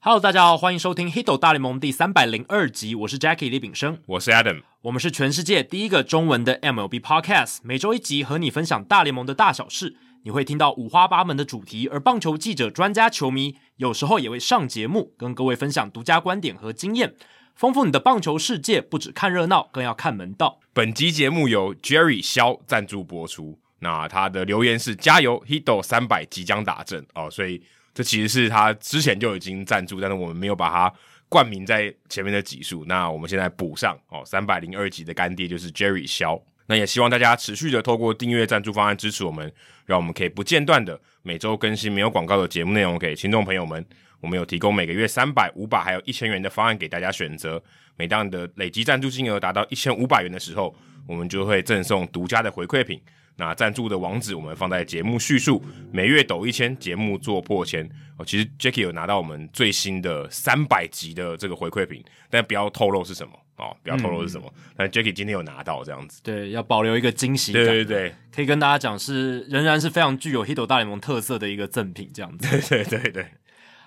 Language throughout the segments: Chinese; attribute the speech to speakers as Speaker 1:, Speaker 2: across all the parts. Speaker 1: Hello，大家好，欢迎收听《Hiddle 大联盟》第三百零二集，我是 Jackie 李炳生，
Speaker 2: 我是 Adam。
Speaker 1: 我们是全世界第一个中文的 MLB Podcast，每周一集和你分享大联盟的大小事，你会听到五花八门的主题，而棒球记者、专家、球迷有时候也会上节目，跟各位分享独家观点和经验，丰富你的棒球世界。不只看热闹，更要看门道。
Speaker 2: 本集节目由 Jerry 肖赞助播出。那他的留言是：加油，Hito 三百即将打正哦。所以这其实是他之前就已经赞助，但是我们没有把它冠名在前面的集数。那我们现在补上哦，三百零二集的干爹就是 Jerry 肖。那也希望大家持续的透过订阅赞助方案支持我们，让我们可以不间断的每周更新没有广告的节目内容给听众朋友们。我们有提供每个月三百、五百还有一千元的方案给大家选择。每当你的累积赞助金额达到一千五百元的时候，我们就会赠送独家的回馈品。那赞助的网址我们放在节目叙述。每月抖一千，节目做破千。哦，其实 Jackie 有拿到我们最新的三百集的这个回馈品，但不要透露是什么哦，不要透露是什么。但 Jackie 今天有拿到这样子。
Speaker 1: 对，要保留一个惊喜感。
Speaker 2: 对对对
Speaker 1: 可以跟大家讲是仍然是非常具有 Hiddle 大联盟特色的一个赠品，这样子。
Speaker 2: 对对对对，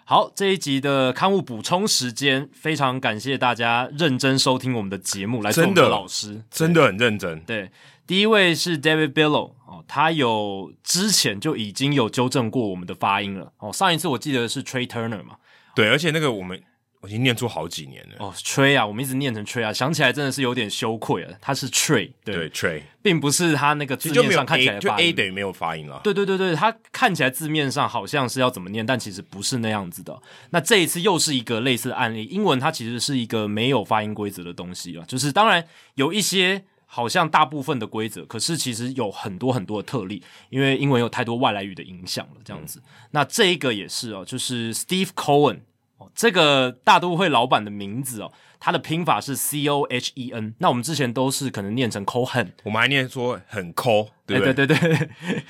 Speaker 1: 好，这一集的刊物补充时间，非常感谢大家认真收听我们的节目，来做我们
Speaker 2: 真的
Speaker 1: 老师。
Speaker 2: 真的很认真。
Speaker 1: 对，第一位是 David Billow 哦，他有之前就已经有纠正过我们的发音了哦。上一次我记得是 Trey Turner 嘛，
Speaker 2: 对，而且那个我们我已经念出好几年了。
Speaker 1: 哦，Trey 啊，我们一直念成 Trey 啊，想起来真的是有点羞愧了。他是 Trey，对，
Speaker 2: 对，Trey
Speaker 1: 并不是他那个
Speaker 2: 其
Speaker 1: 字
Speaker 2: 实就
Speaker 1: 面
Speaker 2: 没有
Speaker 1: 上看起来
Speaker 2: A，
Speaker 1: 的
Speaker 2: 就
Speaker 1: 发
Speaker 2: A
Speaker 1: 音。
Speaker 2: 等于没有发音了。
Speaker 1: 对对对对，它看起来字面上好像是要怎么念，但其实不是那样子的。那这一次又是一个类似的案例，英文它其实是一个没有发音规则的东西啊，就是当然有一些好像大部分的规则，可是其实有很多很多的特例，因为英文有太多外来语的影响了，这样子。那这一个也是哦，就是 Steve Cohen 哦，这个大都会老板的名字哦，他的拼法是 C O H E N，那我们之前都是可能念成 Cohen。
Speaker 2: 我们还念说很抠，对
Speaker 1: 哎，
Speaker 2: 不对？
Speaker 1: 对对 对，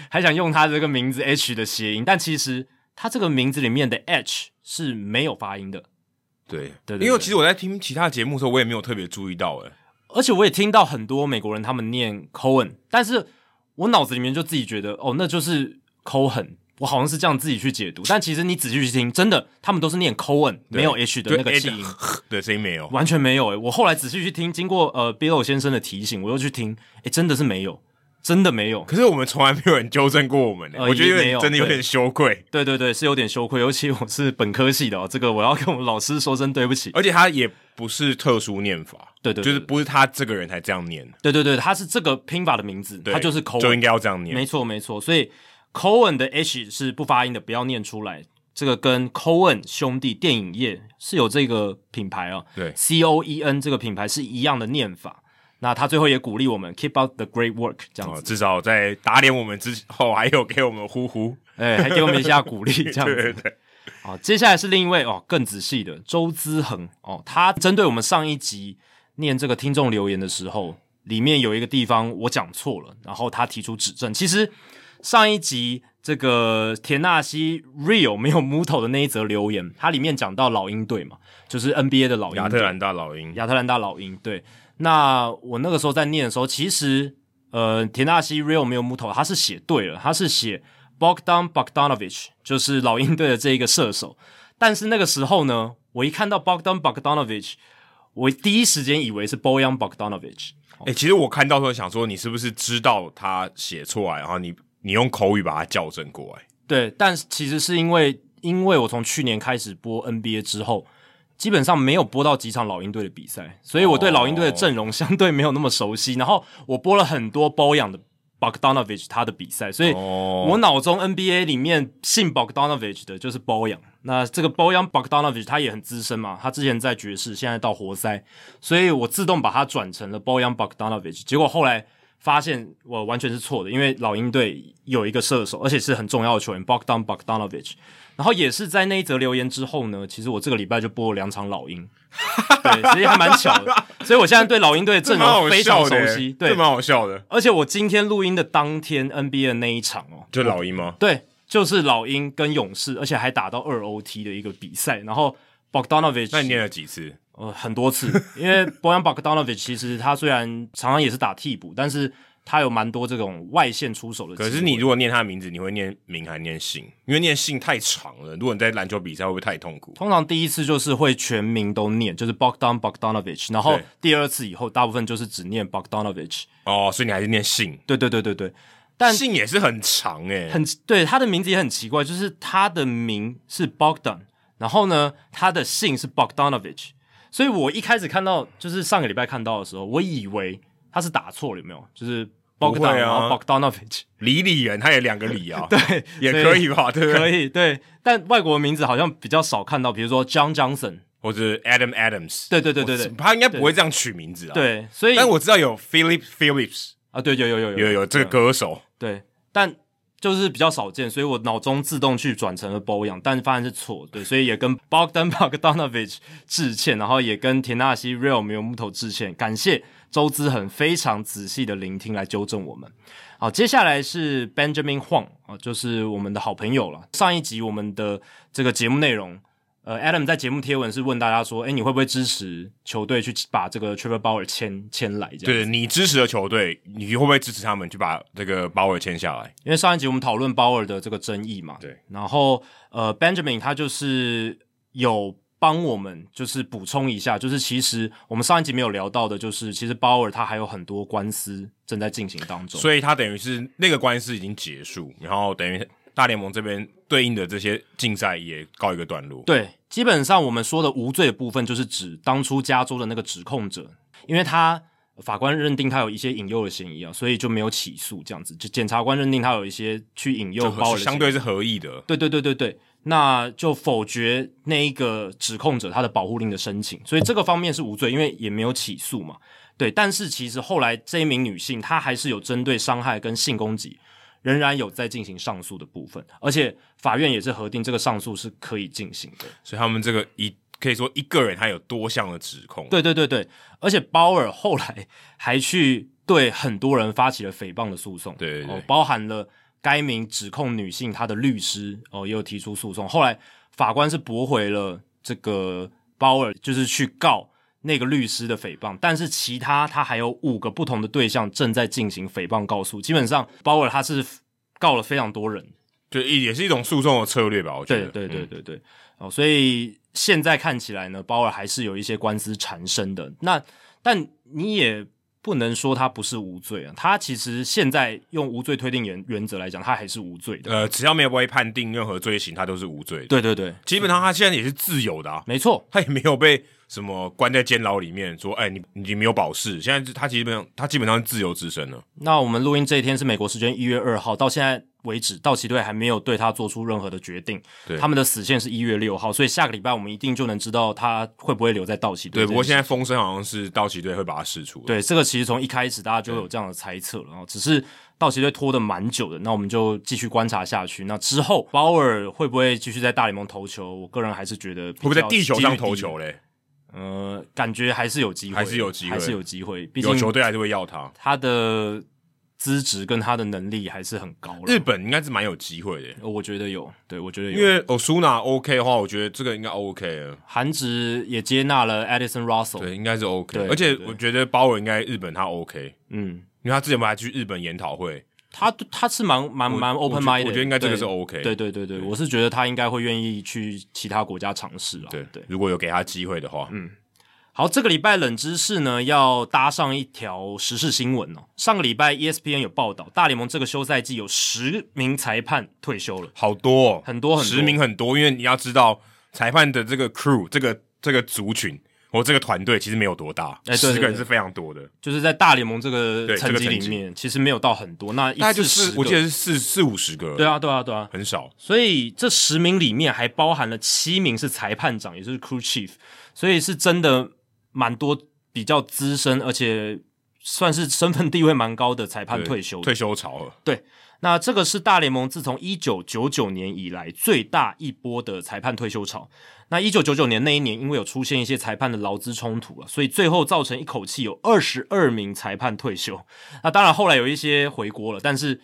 Speaker 1: 还想用他这个名字 H 的谐音，但其实他这个名字里面的 H 是没有发音的，
Speaker 2: 对
Speaker 1: 对对
Speaker 2: 因为
Speaker 1: 对
Speaker 2: 其实我在听其他节目的时候，我也没有特别注意到，哎，
Speaker 1: 而且我也听到很多美国人他们念 Cohen，但是我脑子里面就自己觉得哦，那就是 Cohen，我好像是这样自己去解读，但其实你仔细去听，真的他们都是念 Cohen，没有 H 的
Speaker 2: 对
Speaker 1: 那个
Speaker 2: A
Speaker 1: 气
Speaker 2: 的
Speaker 1: 音。
Speaker 2: 对声音没有，
Speaker 1: 完全没有哎诶、我后来仔细去听，经过呃 Bill 先生的提醒，我又去听，诶、真的是没有，真的没有。
Speaker 2: 可是我们从来没有人纠正过我们，哎
Speaker 1: 呃
Speaker 2: 我觉得有
Speaker 1: 也没有
Speaker 2: 点真的有
Speaker 1: 对
Speaker 2: 点羞愧，
Speaker 1: 对对对，是有点羞愧， 尤其我是本科系的哦，这个我要跟我们老师说声对不起。
Speaker 2: 而且他也不是特殊念法，
Speaker 1: 对对对
Speaker 2: 就是不是他这个人才这样念，
Speaker 1: 对对对，他是这个拼法的名字，
Speaker 2: 对，
Speaker 1: 他就是
Speaker 2: 就
Speaker 1: Cohen，
Speaker 2: 应该要这样念
Speaker 1: 没，错没错。所以 Cohen 的 H 是不发音的，不要念出来。这个跟 Cohen 兄弟电影业是有这个品牌啊，
Speaker 2: 对
Speaker 1: ，C O E N 这个品牌是一样的念法。那他最后也鼓励我们 keep up the great work 这样
Speaker 2: 哦，
Speaker 1: 子，
Speaker 2: 至少在打脸我们之后，还有给我们呼呼，
Speaker 1: 哎、还给我们一下鼓励这样
Speaker 2: 对
Speaker 1: 子
Speaker 2: 对。对，
Speaker 1: 好，接下来是另一位哦，更仔细的周之恒哦，他针对我们上一集念这个听众留言的时候，里面有一个地方我讲错了，然后他提出指正。其实上一集这个田纳西 Real 没有 Muto 的那一则留言，它里面讲到老鹰队嘛，就是 NBA 的老鹰
Speaker 2: 亚
Speaker 1: 队
Speaker 2: 特兰大老鹰，
Speaker 1: 亚特兰大老鹰。对，那我那个时候在念的时候，其实呃，田纳西 Real 没有木头，他是写对了，他是写 Bogdan Bogdanovich，就是老鹰队的这一个射手。但是那个时候呢，我一看到 Bogdan Bogdanovich，我第一时间以为是 Bojan Bogdanovich。
Speaker 2: 哎、其实我看到的时候想说，你是不是知道他写错来，啊然后你你用口语把他校正过来？
Speaker 1: 对，但是其实是因为因为我从去年开始播 NBA 之后，基本上没有播到几场老鹰队的比赛，所以我对老鹰队的阵容相对没有那么熟悉。然后我播了很多包养的 Bogdanovich 他的比赛，所以
Speaker 2: 哦
Speaker 1: 我脑中 NBA 里面姓 Bogdanovich 的就是包养。那这个包养 Bogdanovich 他也很资深嘛，他之前在爵士，现在到活塞，所以我自动把它转成了包养 Bogdanovich。结果后来发现我完全是错的，因为老鹰队有一个射手，而且是很重要的球员 Bogdan Bogdanovich。然后也是在那一则留言之后呢，其实我这个礼拜就播了两场老鹰， 对，其实还蛮巧的。所以我现在对老鹰队的
Speaker 2: 这
Speaker 1: 阵
Speaker 2: 蛮好
Speaker 1: 容非常
Speaker 2: 笑的
Speaker 1: 熟
Speaker 2: 欸，
Speaker 1: 悉，对
Speaker 2: 这。蛮好笑的。
Speaker 1: 而且我今天录音的当天 NBA 的那一场哦，
Speaker 2: 就老鹰吗？
Speaker 1: 对，就是老鹰跟勇士，而且还打到二 OT 的一个比赛。然后 Bogdanovich，
Speaker 2: 那你念了几次？
Speaker 1: 呃很多次，因为 Bojan Bogdanovic 其实他虽然常常也是打替补，但是他有蛮多这种外线出手的机会。
Speaker 2: 可是你如果念他的名字，你会念名还念姓？因为念姓太长了。如果你在篮球比赛，会不会太痛苦？
Speaker 1: 通常第一次就是会全名都念，就是 Bogdan Bogdanovich，然后
Speaker 2: 对
Speaker 1: 第二次以后大部分就是只念 Bogdanovich。
Speaker 2: 哦，所以你还是念姓，
Speaker 1: 对对对对对，但
Speaker 2: 姓也是很长欸诶、
Speaker 1: 很对他的名字也很奇怪，就是他的名是 Bogdan，然后呢，他的姓是 Bogdanovich，所以我一开始看到就是上个礼拜看到的时候，我以为他是打错了，有没有？就是 Bogdan，、
Speaker 2: 不会啊
Speaker 1: 然后 Bogdanovich，
Speaker 2: 李李人他也两个李啊，
Speaker 1: 对，
Speaker 2: 也
Speaker 1: 所
Speaker 2: 可以吧？对不
Speaker 1: 可
Speaker 2: 对？
Speaker 1: 以对，但外国名字好像比较少看到，比如说 John Johnson，
Speaker 2: 或者 Adam Adams，
Speaker 1: 对对对对对
Speaker 2: 他应该不会这样取名字啊。，
Speaker 1: 对，所以
Speaker 2: 但我知道有 Philip Phillips，
Speaker 1: 啊，对，有有有
Speaker 2: 有有这个歌手，
Speaker 1: 对，但就是比较少见，所以我脑中自动去转成了 Bojan，但发现是错，对，所以也跟 Bogdan Bogdanovic 致歉，然后也跟田纳西 Real 没有木头致歉，感谢周之恒非常仔细的聆听来纠正我们。好，接下来是 Benjamin Huang 啊，就是我们的好朋友了。上一集我们的这个节目内容。呃，Adam 在节目贴文是问大家说，诶，你会不会支持球队去把这个 Trevor Bauer 签签来？这样
Speaker 2: 对你支持的球队，你会不会支持他们去把这个鲍尔签下来？
Speaker 1: 因为上一集我们讨论鲍尔的这个争议嘛，
Speaker 2: 对，
Speaker 1: 然后呃，Benjamin 他就是有帮我们就是补充一下，就是其实我们上一集没有聊到的，就是其实鲍尔他还有很多官司正在进行当中，
Speaker 2: 所以他等于是那个官司已经结束，然后等于大联盟这边对应的这些竞赛也告一个段落。
Speaker 1: 对，基本上我们说的无罪的部分，就是指当初加州的那个指控者，因为他法官认定他有一些引诱的嫌疑啊，所以就没有起诉这样子，就检察官认定他有一些去引诱
Speaker 2: 就
Speaker 1: 鲍尔的
Speaker 2: 相
Speaker 1: 嫌疑
Speaker 2: 对是合意的，
Speaker 1: 对对对对对，那就否决那一个指控者他的保护令的申请，所以这个方面是无罪，因为也没有起诉嘛。对，但是其实后来这一名女性她还是有针对伤害跟性攻击，仍然有在进行上诉的部分，而且法院也是核定这个上诉是可以进行的。
Speaker 2: 所以他们这个一可以说一个人他有多项的指控。
Speaker 1: 对对对对，而且鲍尔后来还去对很多人发起了诽谤的诉讼，
Speaker 2: 对对对
Speaker 1: 哦，包含了该名指控女性她的律师哦，也有提出诉讼。后来法官是驳回了这个鲍尔，就是去告那个律师的诽谤，但是其他他还有五个不同的对象正在进行诽谤告诉，基本上鲍尔他是告了非常多人，
Speaker 2: 就一也是一种诉讼的策略吧，我觉
Speaker 1: 对
Speaker 2: 得。
Speaker 1: 对对
Speaker 2: 嗯
Speaker 1: 对对，哦，所以现在看起来呢，鲍尔还是有一些官司缠身的。那但你也不能说他不是无罪啊，他其实现在用无罪推定原原则来讲，他还是无罪的。
Speaker 2: 呃，只要没有被判定任何罪行，他都是无罪的。
Speaker 1: 对对对，
Speaker 2: 基本上他现在也是自由的啊，
Speaker 1: 没错，
Speaker 2: 他也没有被什么关在监牢里面说，哎、你你没有保释。现在是他基本上他基本上是自由之身了。
Speaker 1: 那我们录音这一天是美国时间一月二号，到现在为止，道奇队还没有对他做出任何的决定
Speaker 2: 对。
Speaker 1: 他们的死线是一月六号，所以下个礼拜我们一定就能知道他会不会留在道奇队
Speaker 2: 对，
Speaker 1: 这件事情。
Speaker 2: 不过现在风声好像是道奇队会把他释出。，
Speaker 1: 对，这个其实从一开始大家就有这样的猜测了，然后只是道奇队拖得蛮久的，那我们就继续观察下去。那之后鲍尔会不会继续在大联盟投球？我个人还是觉得会
Speaker 2: 会不会在地球上投球？嘞？
Speaker 1: 呃，感觉还是有机会，
Speaker 2: 还是有机会
Speaker 1: 还是有机会。毕
Speaker 2: 有球
Speaker 1: 竟
Speaker 2: 队还是会要他。
Speaker 1: 他的资质跟他的能力还是很高
Speaker 2: 日
Speaker 1: 了，
Speaker 2: 本应该是蛮有机会的，
Speaker 1: 我觉得有，对我觉得
Speaker 2: 因
Speaker 1: 有。
Speaker 2: 为 Osuna OK 的话，我觉得这个应该 OK 了。
Speaker 1: 韩职也接纳了 Edison Russell，
Speaker 2: 对，应该是 OK。
Speaker 1: 对
Speaker 2: 而且
Speaker 1: 对
Speaker 2: 我觉得包尔应该日本他 OK，
Speaker 1: 嗯，
Speaker 2: 因为他之前不还去日本研讨会，
Speaker 1: 他他是蛮蛮蛮
Speaker 2: 我
Speaker 1: open
Speaker 2: 觉
Speaker 1: mind，
Speaker 2: 我觉得应该这个是
Speaker 1: 对
Speaker 2: OK。
Speaker 1: 对对对对，我是觉得他应该会愿意去其他国家尝试啦。
Speaker 2: 对
Speaker 1: 对，
Speaker 2: 如果有给他机会的话，
Speaker 1: 好，这个礼拜冷知识呢要搭上一条时事新闻哦。上个礼拜 ESPN 有报道，大联盟这个休赛季有十名裁判退休了。
Speaker 2: 好多、哦、
Speaker 1: 很多很多
Speaker 2: 实名很多，因为你要知道裁判的这个 crew 这个这个族群。我这个团队其实没有多大，
Speaker 1: 哎对
Speaker 2: 十
Speaker 1: 对
Speaker 2: 个人
Speaker 1: 对
Speaker 2: 是非常多的，
Speaker 1: 就是在大联盟这个
Speaker 2: 对
Speaker 1: 层
Speaker 2: 这个
Speaker 1: 级
Speaker 2: 层
Speaker 1: 里
Speaker 2: 级
Speaker 1: 面，其实没有到很多，那一
Speaker 2: 大概就
Speaker 1: 次
Speaker 2: 是
Speaker 1: 十
Speaker 2: 我
Speaker 1: 个
Speaker 2: 记得是四四五十个，
Speaker 1: 对，啊，对啊，对啊，
Speaker 2: 很少。
Speaker 1: 所以这十名里面还包含了七名是裁判长，也就是 crew chief，所以是真的蛮多比较资深，而且算是身份地位蛮高的裁判
Speaker 2: 对
Speaker 1: 退休的
Speaker 2: 退休潮了，
Speaker 1: 那这个是大联盟自从一九九九年以来最大一波的裁判退休潮。那一九九九年那一年，因为有出现一些裁判的劳资冲突啊，所以最后造成一口气有二十二名裁判退休。那当然后来有一些回国了，但是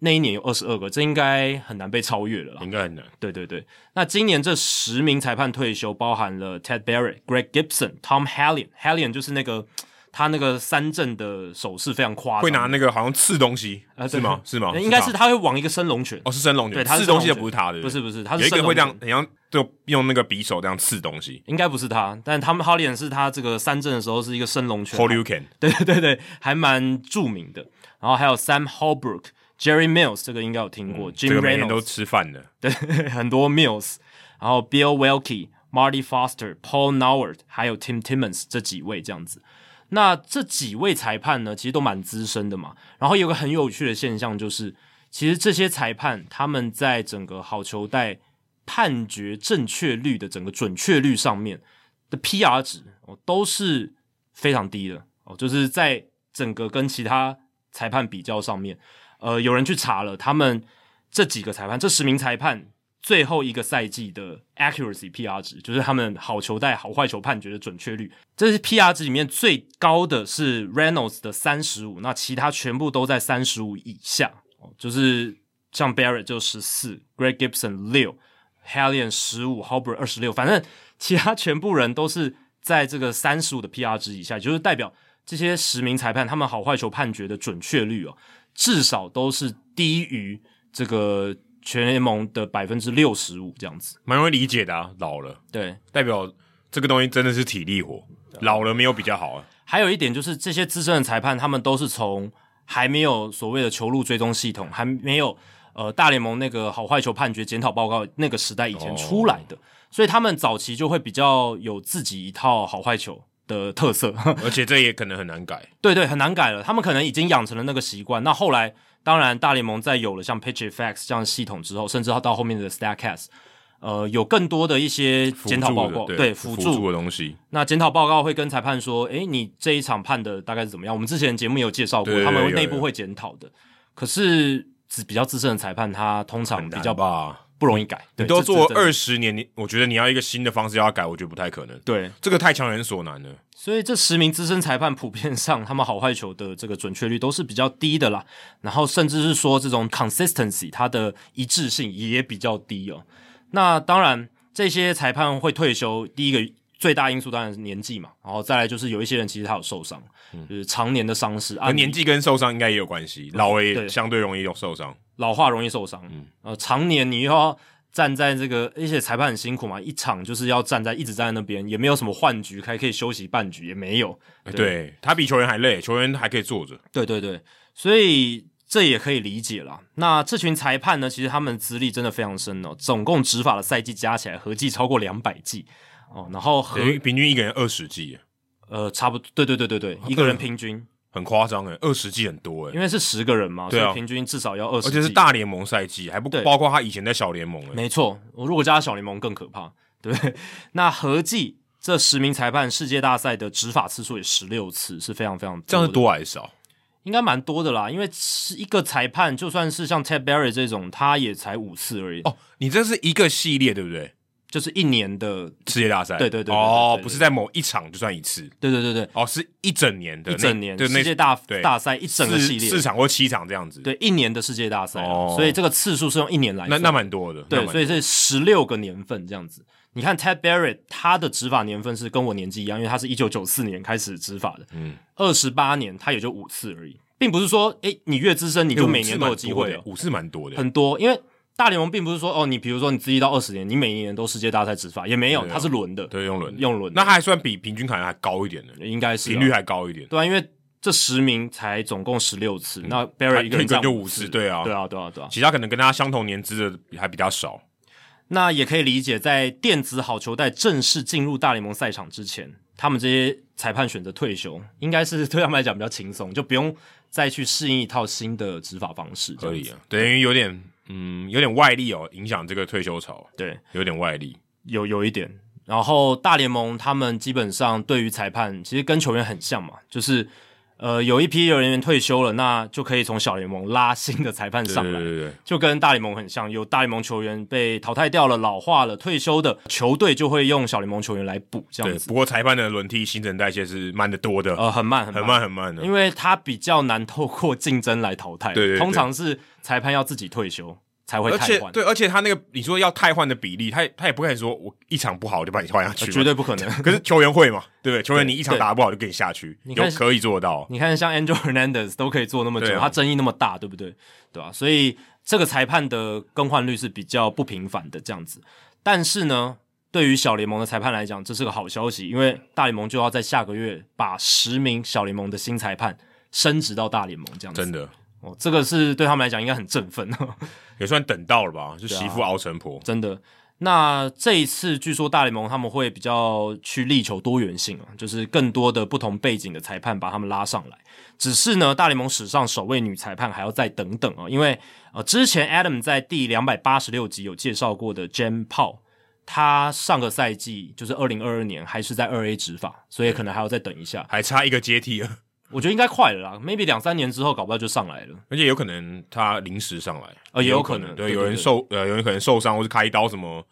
Speaker 1: 那一年有二十二个，这应该很难被超越了啦。
Speaker 2: 应该很难。
Speaker 1: 对对对，那今年这十名裁判退休，包含了 Ted Barry、Greg Gibson、Tom Hallion。Hallion 就是那个他那个三振的手势非常夸张，
Speaker 2: 会拿那个好像刺东西
Speaker 1: 啊对
Speaker 2: 是吗？是吗？
Speaker 1: 应该是
Speaker 2: 他
Speaker 1: 他会往一个升龙拳，
Speaker 2: 哦，是升龙
Speaker 1: 对，
Speaker 2: 拳，
Speaker 1: 他是
Speaker 2: 刺东西的
Speaker 1: 升龙拳
Speaker 2: 不是他的，
Speaker 1: 不是不是，他
Speaker 2: 有
Speaker 1: 是
Speaker 2: 一
Speaker 1: 升
Speaker 2: 个
Speaker 1: 龙
Speaker 2: 会这样
Speaker 1: 拳，，
Speaker 2: 很像就用那个匕首这样刺东西
Speaker 1: 应该不是他，但他们哈利人是他这个三振的时候是一个升龙拳，
Speaker 2: h o l y u can
Speaker 1: 对对对对，还蛮著名的。然后还有 Sam Holbrook、Jerry Mills，这个应该有听过、j i
Speaker 2: 嗯这
Speaker 1: m
Speaker 2: 个每天都
Speaker 1: Reynolds，
Speaker 2: 吃饭的，
Speaker 1: 对， 很多 Mills，然后 Bill Welke、Marty Foster、Paul Noward，还有 Tim Timmons 这几位这样子。那这几位裁判呢，其实都蛮资深的嘛。然后有个很有趣的现象就是，其实这些裁判他们在整个好球带判决正确率的整个准确率上面的 PR 值哦都是非常低的哦，就是在整个跟其他裁判比较上面，呃，有人去查了他们这几个裁判，这十名裁判最后一个赛季的 accuracy PR 值，就是他们好球带、好坏球判决的准确率，这是 PR 值里面最高的是 Reynolds 的三十五，那其他全部都在三十五以下，哦就是像 Barrett 就十四，Greg Gibson 六，Hallian 十五，Hobber 二十六，反正其他全部人都是在这个三十五的 PR 值以下，也就是代表这些十名裁判他们好坏球判决的准确率哦，至少都是低于这个全联盟的百分之六十五这样子。
Speaker 2: 蛮容易理解的啊，老了
Speaker 1: 对，
Speaker 2: 代表这个东西真的是体力活，老了没有比较好啊。
Speaker 1: 还有一点就是，这些资深的裁判，他们都是从还没有所谓的球路追踪系统，还没有呃大联盟那个好坏球判决检讨报告那个时代以前
Speaker 2: 哦
Speaker 1: 出来的，所以他们早期就会比较有自己一套好坏球的特色。
Speaker 2: 而且这也可能很难改。
Speaker 1: 对对，很难改了。他们可能已经养成了那个习惯。那后来，当然大联盟在有了像 Pitch Effects 这样的系统之后，甚至到后面的 Statcast，呃，有更多的一些
Speaker 2: 辅
Speaker 1: 检讨
Speaker 2: 助
Speaker 1: 报
Speaker 2: 的
Speaker 1: 告，
Speaker 2: 对
Speaker 1: 辅
Speaker 2: 助的东西，
Speaker 1: 那检讨报告会跟裁判说，诶，你这一场判的大概是怎么样？我们之前节目有介绍过，
Speaker 2: 对
Speaker 1: 他们
Speaker 2: 有有
Speaker 1: 内部会检讨的。可是只比较资深的裁判，他通常比较
Speaker 2: 吧？
Speaker 1: 不容易改。
Speaker 2: 啊你
Speaker 1: 对
Speaker 2: 都
Speaker 1: 这
Speaker 2: 做
Speaker 1: 这
Speaker 2: 二十年，你我觉得你要一个新的方式要改，我觉得不太可能。
Speaker 1: 对，
Speaker 2: 这个太强人所难了。
Speaker 1: 所以这十名资深裁判普遍上，他们好坏球的这个准确率都是比较低的啦。然后甚至是说这种 consistency，它的一致性也比较低哦。那当然，这些裁判会退休，第一个最大因素当然是年纪嘛，然后再来就是有一些人其实他有受伤，就是常年的伤势，
Speaker 2: 而
Speaker 1: 按
Speaker 2: 嗯年纪跟受伤应该也有关系，老
Speaker 1: 啊
Speaker 2: 了
Speaker 1: 对
Speaker 2: 也相对容易有受伤。
Speaker 1: 老化容易受伤，
Speaker 2: 嗯
Speaker 1: 呃，常年你又要站在这个，而且裁判很辛苦嘛，一场就是要站在一直站在那边，也没有什么换局，还可以休息半局也没有，
Speaker 2: 哎对他比球员还累，球员还可以坐着。
Speaker 1: 对对对，所以这也可以理解啦。那这群裁判呢，其实他们资历真的非常深哦，总共执法的赛季加起来合计超过两百季哦，然后和
Speaker 2: 等于平均一个人二十季，
Speaker 1: 呃差不多，对对对对
Speaker 2: 哦
Speaker 1: 对，一个人
Speaker 2: 啊
Speaker 1: 平均，
Speaker 2: 很夸张哎，二十季很多哎，
Speaker 1: 因为是十个人嘛，所
Speaker 2: 对啊
Speaker 1: 以平均至少要二十，
Speaker 2: 而且是大联盟赛季，还不
Speaker 1: 对
Speaker 2: 包括他以前在小联盟哎。
Speaker 1: 没错，我如果加小联盟更可怕，对不对？那合计这十名裁判世界大赛的执法次数也十六次，是非常非常
Speaker 2: 这样是
Speaker 1: 的
Speaker 2: 多还是少？
Speaker 1: 应该蛮多的啦。因为是一个裁判，就算是像 Ted Barry 这种，他也才五次而已，
Speaker 2: 哦，你这是一个系列对不对？
Speaker 1: 就是一年的。
Speaker 2: 世界大赛，
Speaker 1: 对对对对对
Speaker 2: 哦
Speaker 1: 对，对
Speaker 2: 不是在某一场就算一次，
Speaker 1: 对对对对，
Speaker 2: 哦，是一整年的
Speaker 1: 一整年
Speaker 2: 那对那
Speaker 1: 世界大
Speaker 2: 对
Speaker 1: 大赛一整个
Speaker 2: 四
Speaker 1: 系列，
Speaker 2: 四场或七场这样子，，
Speaker 1: 对一年的世界大赛啊、
Speaker 2: 哦
Speaker 1: 所以这个次数是用一年来
Speaker 2: 那
Speaker 1: 算
Speaker 2: 那蛮多的，
Speaker 1: 对，
Speaker 2: 那蛮
Speaker 1: 所以是十六个年份这样子。你看 Ted Barrett 他的执法年份是跟我年纪一样，因为他是一九九四年开始执法的，嗯，二十八年他也就五次而已，并不是说诶、你越资深你就
Speaker 2: 欸
Speaker 1: 每年都有机会了，
Speaker 2: 五次蛮多的欸，五次蛮多的欸，
Speaker 1: 很多，因为大联盟并不是说哦你比如说你资历到二十年，你每一年都世界大赛执法也没有，
Speaker 2: 对啊
Speaker 1: 它是轮的，
Speaker 2: 对，用轮的，
Speaker 1: 用轮的
Speaker 2: 那他还算比平均可能还高一点的，
Speaker 1: 应该是啊
Speaker 2: 频率还高一点，
Speaker 1: 对啊，因为这十名才总共十六次，那 Barrett
Speaker 2: 他
Speaker 1: 一个人
Speaker 2: 嗯一个人
Speaker 1: 占
Speaker 2: 就
Speaker 1: 五
Speaker 2: 五次
Speaker 1: 次，
Speaker 2: 对啊
Speaker 1: 对啊，对啊，对啊，
Speaker 2: 其他可能跟他相同年资的还比较少，
Speaker 1: 那也可以理解，在电子好球带正式进入大联盟赛场之前，他们这些裁判选择退休，应该是对他们来讲比较轻松，就不用再去适应一套新的执法方式。
Speaker 2: 可以
Speaker 1: 啊，
Speaker 2: 啊，等于有点嗯有点外力哦，影响这个退休潮，
Speaker 1: 对，
Speaker 2: 有点外力，
Speaker 1: 有有一点。然后大联盟他们基本上对于裁判，其实跟球员很像嘛，就是呃有一批人员退休了，那就可以从小联盟拉新的裁判
Speaker 2: 对
Speaker 1: 上
Speaker 2: 对
Speaker 1: 来。
Speaker 2: 对对，
Speaker 1: 就跟大联盟很像，有大联盟球员被淘汰掉了、老化了、退休的球队就会用小联盟球员来补，这样
Speaker 2: 对，
Speaker 1: 子。
Speaker 2: 不过裁判的轮替新陈代谢是慢的多的，
Speaker 1: 呃，很慢很慢
Speaker 2: 很慢很慢的，
Speaker 1: 因为他比较难透过竞争来淘汰，
Speaker 2: 对对对
Speaker 1: 通常是裁判要自己退休才会
Speaker 2: 而
Speaker 1: 太
Speaker 2: 且
Speaker 1: 换，
Speaker 2: 对，而且他那个你说要汰换的比例，他也他也不可能说我一场不好就把你换下去
Speaker 1: 呃
Speaker 2: 嘛，
Speaker 1: 绝对不可 能。
Speaker 2: 可是球员会嘛，对不对？球员
Speaker 1: 对
Speaker 2: 你一场打不好就给你下去，
Speaker 1: 你
Speaker 2: 有
Speaker 1: 看
Speaker 2: 可以做得到。
Speaker 1: 你看，像 Angel Hernandez 都可以做那么久，
Speaker 2: 对啊
Speaker 1: 他争议那么大，对不对？对吧、所以这个裁判的更换率是比较不频繁的这样子。但是呢，对于小联盟的裁判来讲，这是个好消息，因为大联盟就要在下个月把十名小联盟的新裁判升职到大联盟这样子。
Speaker 2: 真的
Speaker 1: 哦，这个是对他们来讲应该很振奋，
Speaker 2: 也算等到了吧？就
Speaker 1: 啊
Speaker 2: 媳妇熬成婆，
Speaker 1: 真的。那这一次，据说大联盟他们会比较去力求多元性啊，就是更多的不同背景的裁判把他们拉上来。只是呢，大联盟史上首位女裁判还要再等等啊，因为呃，之前 Adam 在第两百八十六集有介绍过的 Jam Paul，她上个赛季就是二零二二年还是在二 A 执法，所以可能还要再等一下。
Speaker 2: 还差一个阶梯了，
Speaker 1: 我觉得应该快了啦，maybe 两三年之后搞不好就上来了。
Speaker 2: 而且有可能他临时上来，
Speaker 1: 呃也有可能
Speaker 2: 对，
Speaker 1: 对
Speaker 2: 有人
Speaker 1: 对对
Speaker 2: 受呃，有人可能受伤或是开刀什么，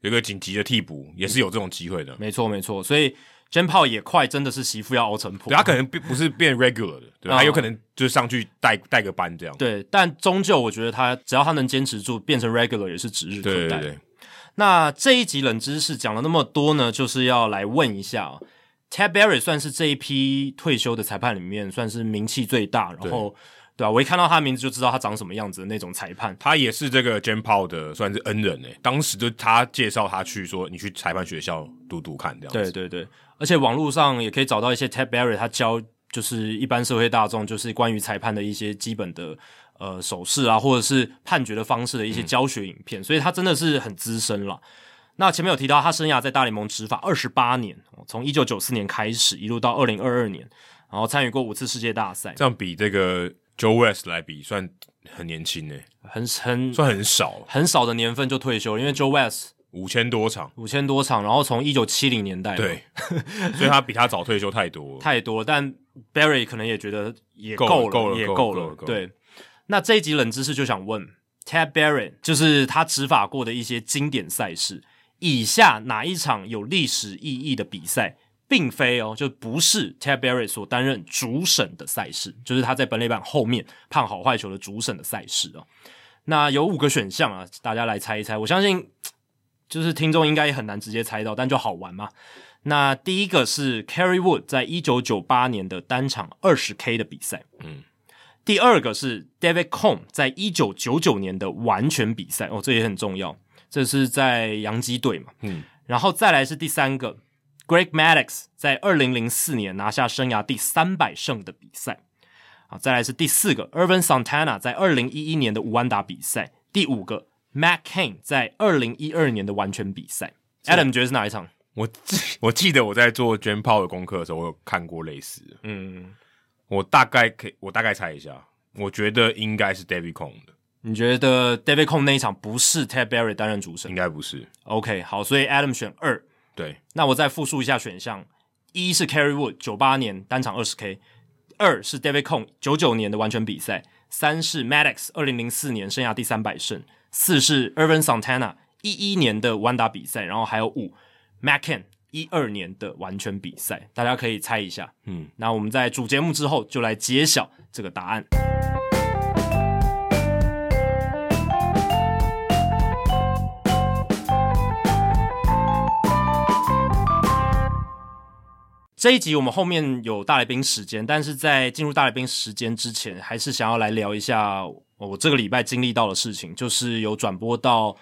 Speaker 2: 有一个紧急的替补也是有这种机会的。
Speaker 1: 没错，没错，所以 Jam Paul 也快真的是媳妇要熬成婆
Speaker 2: 对，他可能并不是 变 regular 的，对，
Speaker 1: 啊
Speaker 2: 他有可能就上去带带个班这样。
Speaker 1: 对，但终究我觉得他只要他能坚持住，变成 regular 也是指日可
Speaker 2: 对
Speaker 1: 待。
Speaker 2: 对对，
Speaker 1: 那这一集冷知识讲了那么多呢，就是要来问一下、哦、，Ted Barry 算是这一批退休的裁判里面算是名气最大，然后对啊，我一看到他名字就知道他长什么样子的那种裁判。
Speaker 2: 他也是这个 Jam Paul 的算是恩人诶、当时就他介绍他去说，你去裁判学校读读看这样子。
Speaker 1: 对对对，而且网络上也可以找到一些 Ted Barry 他教就是一般社会大众就是关于裁判的一些基本的呃手势啊，或者是判决的方式的
Speaker 2: 嗯
Speaker 1: 一些教学影片，所以他真的是很资深了。那前面有提到，他生涯在大联盟执法二十八年，哦从一九九四年开始，一路到二零二二年，然后参与过五次世界大赛，
Speaker 2: 这样比这个 Joe West 来比，算很年轻诶、
Speaker 1: 很很
Speaker 2: 算很少，
Speaker 1: 很少的年份就退休了，因为 Joe West
Speaker 2: 五千多场。
Speaker 1: 五千多场，然后从一九七零年代嘛
Speaker 2: 对， 所以他比他早退休太多了。
Speaker 1: 太多了，但 Barry 可能也觉得也
Speaker 2: 够
Speaker 1: 够
Speaker 2: 了够了
Speaker 1: 也
Speaker 2: 够
Speaker 1: 够
Speaker 2: 了够
Speaker 1: 了
Speaker 2: 了。够了
Speaker 1: 对，那这一集冷知识就想问 Ted Barry，就是他执法过的一些经典赛事，以下哪一场有历史意义的比赛，并非哦，就不是 Ted Barry 所担任主审的赛事，就是他在本垒板后面判好坏球的主审的赛事哦。那有五个选项啊，大家来猜一猜。我相信就是听众应该也很难直接猜到，但就好玩嘛。那第一个是 Carry Wood 在一九九八年的单场二十 K 的比赛，
Speaker 2: 嗯，
Speaker 1: 第二个是 David Com 在一九九九年的完全比赛，哦，这也很重要，这是在洋基队嘛，
Speaker 2: 嗯，
Speaker 1: 然后再来是第三个 Greg Maddox 在二零零四年拿下生涯第三百胜的比赛，啊，再来是第四个 Irvin Santana 在二零一一年的五安打比赛，第五个 Matt Cain 在二零一二年的完全比赛，Adam 你觉得是哪一场？
Speaker 2: 我记 我记得我在做 Jam Paul 的功课的时候，我有看过类似的。
Speaker 1: 嗯，
Speaker 2: 我大概可以，我大概猜一下，我觉得应该是 David c o n 的，
Speaker 1: 你觉得 David Cone 那一场不是 Ted Barry 担任主审
Speaker 2: 应该不是。
Speaker 1: ？OK，好，所以 Adam 选二。
Speaker 2: 对，
Speaker 1: 那我再复述一下选项：一是 Carry Wood 九八年单场二十 K，二是 David Cone 九九年的完全比赛，三是 Maddox 二零零四年生涯第三百胜，四是 Irvin Santana 一一年的完打比赛，然后还有五 McCann 一二年的完全比赛，大家可以猜一下。
Speaker 2: 嗯，
Speaker 1: 那我们在主节目之后就来揭晓这个答案。这一集我们后面有大来宾时间，但是在进入大来宾时间之前，还是想要来聊一下我这个礼拜经历到的事情，就是有转播到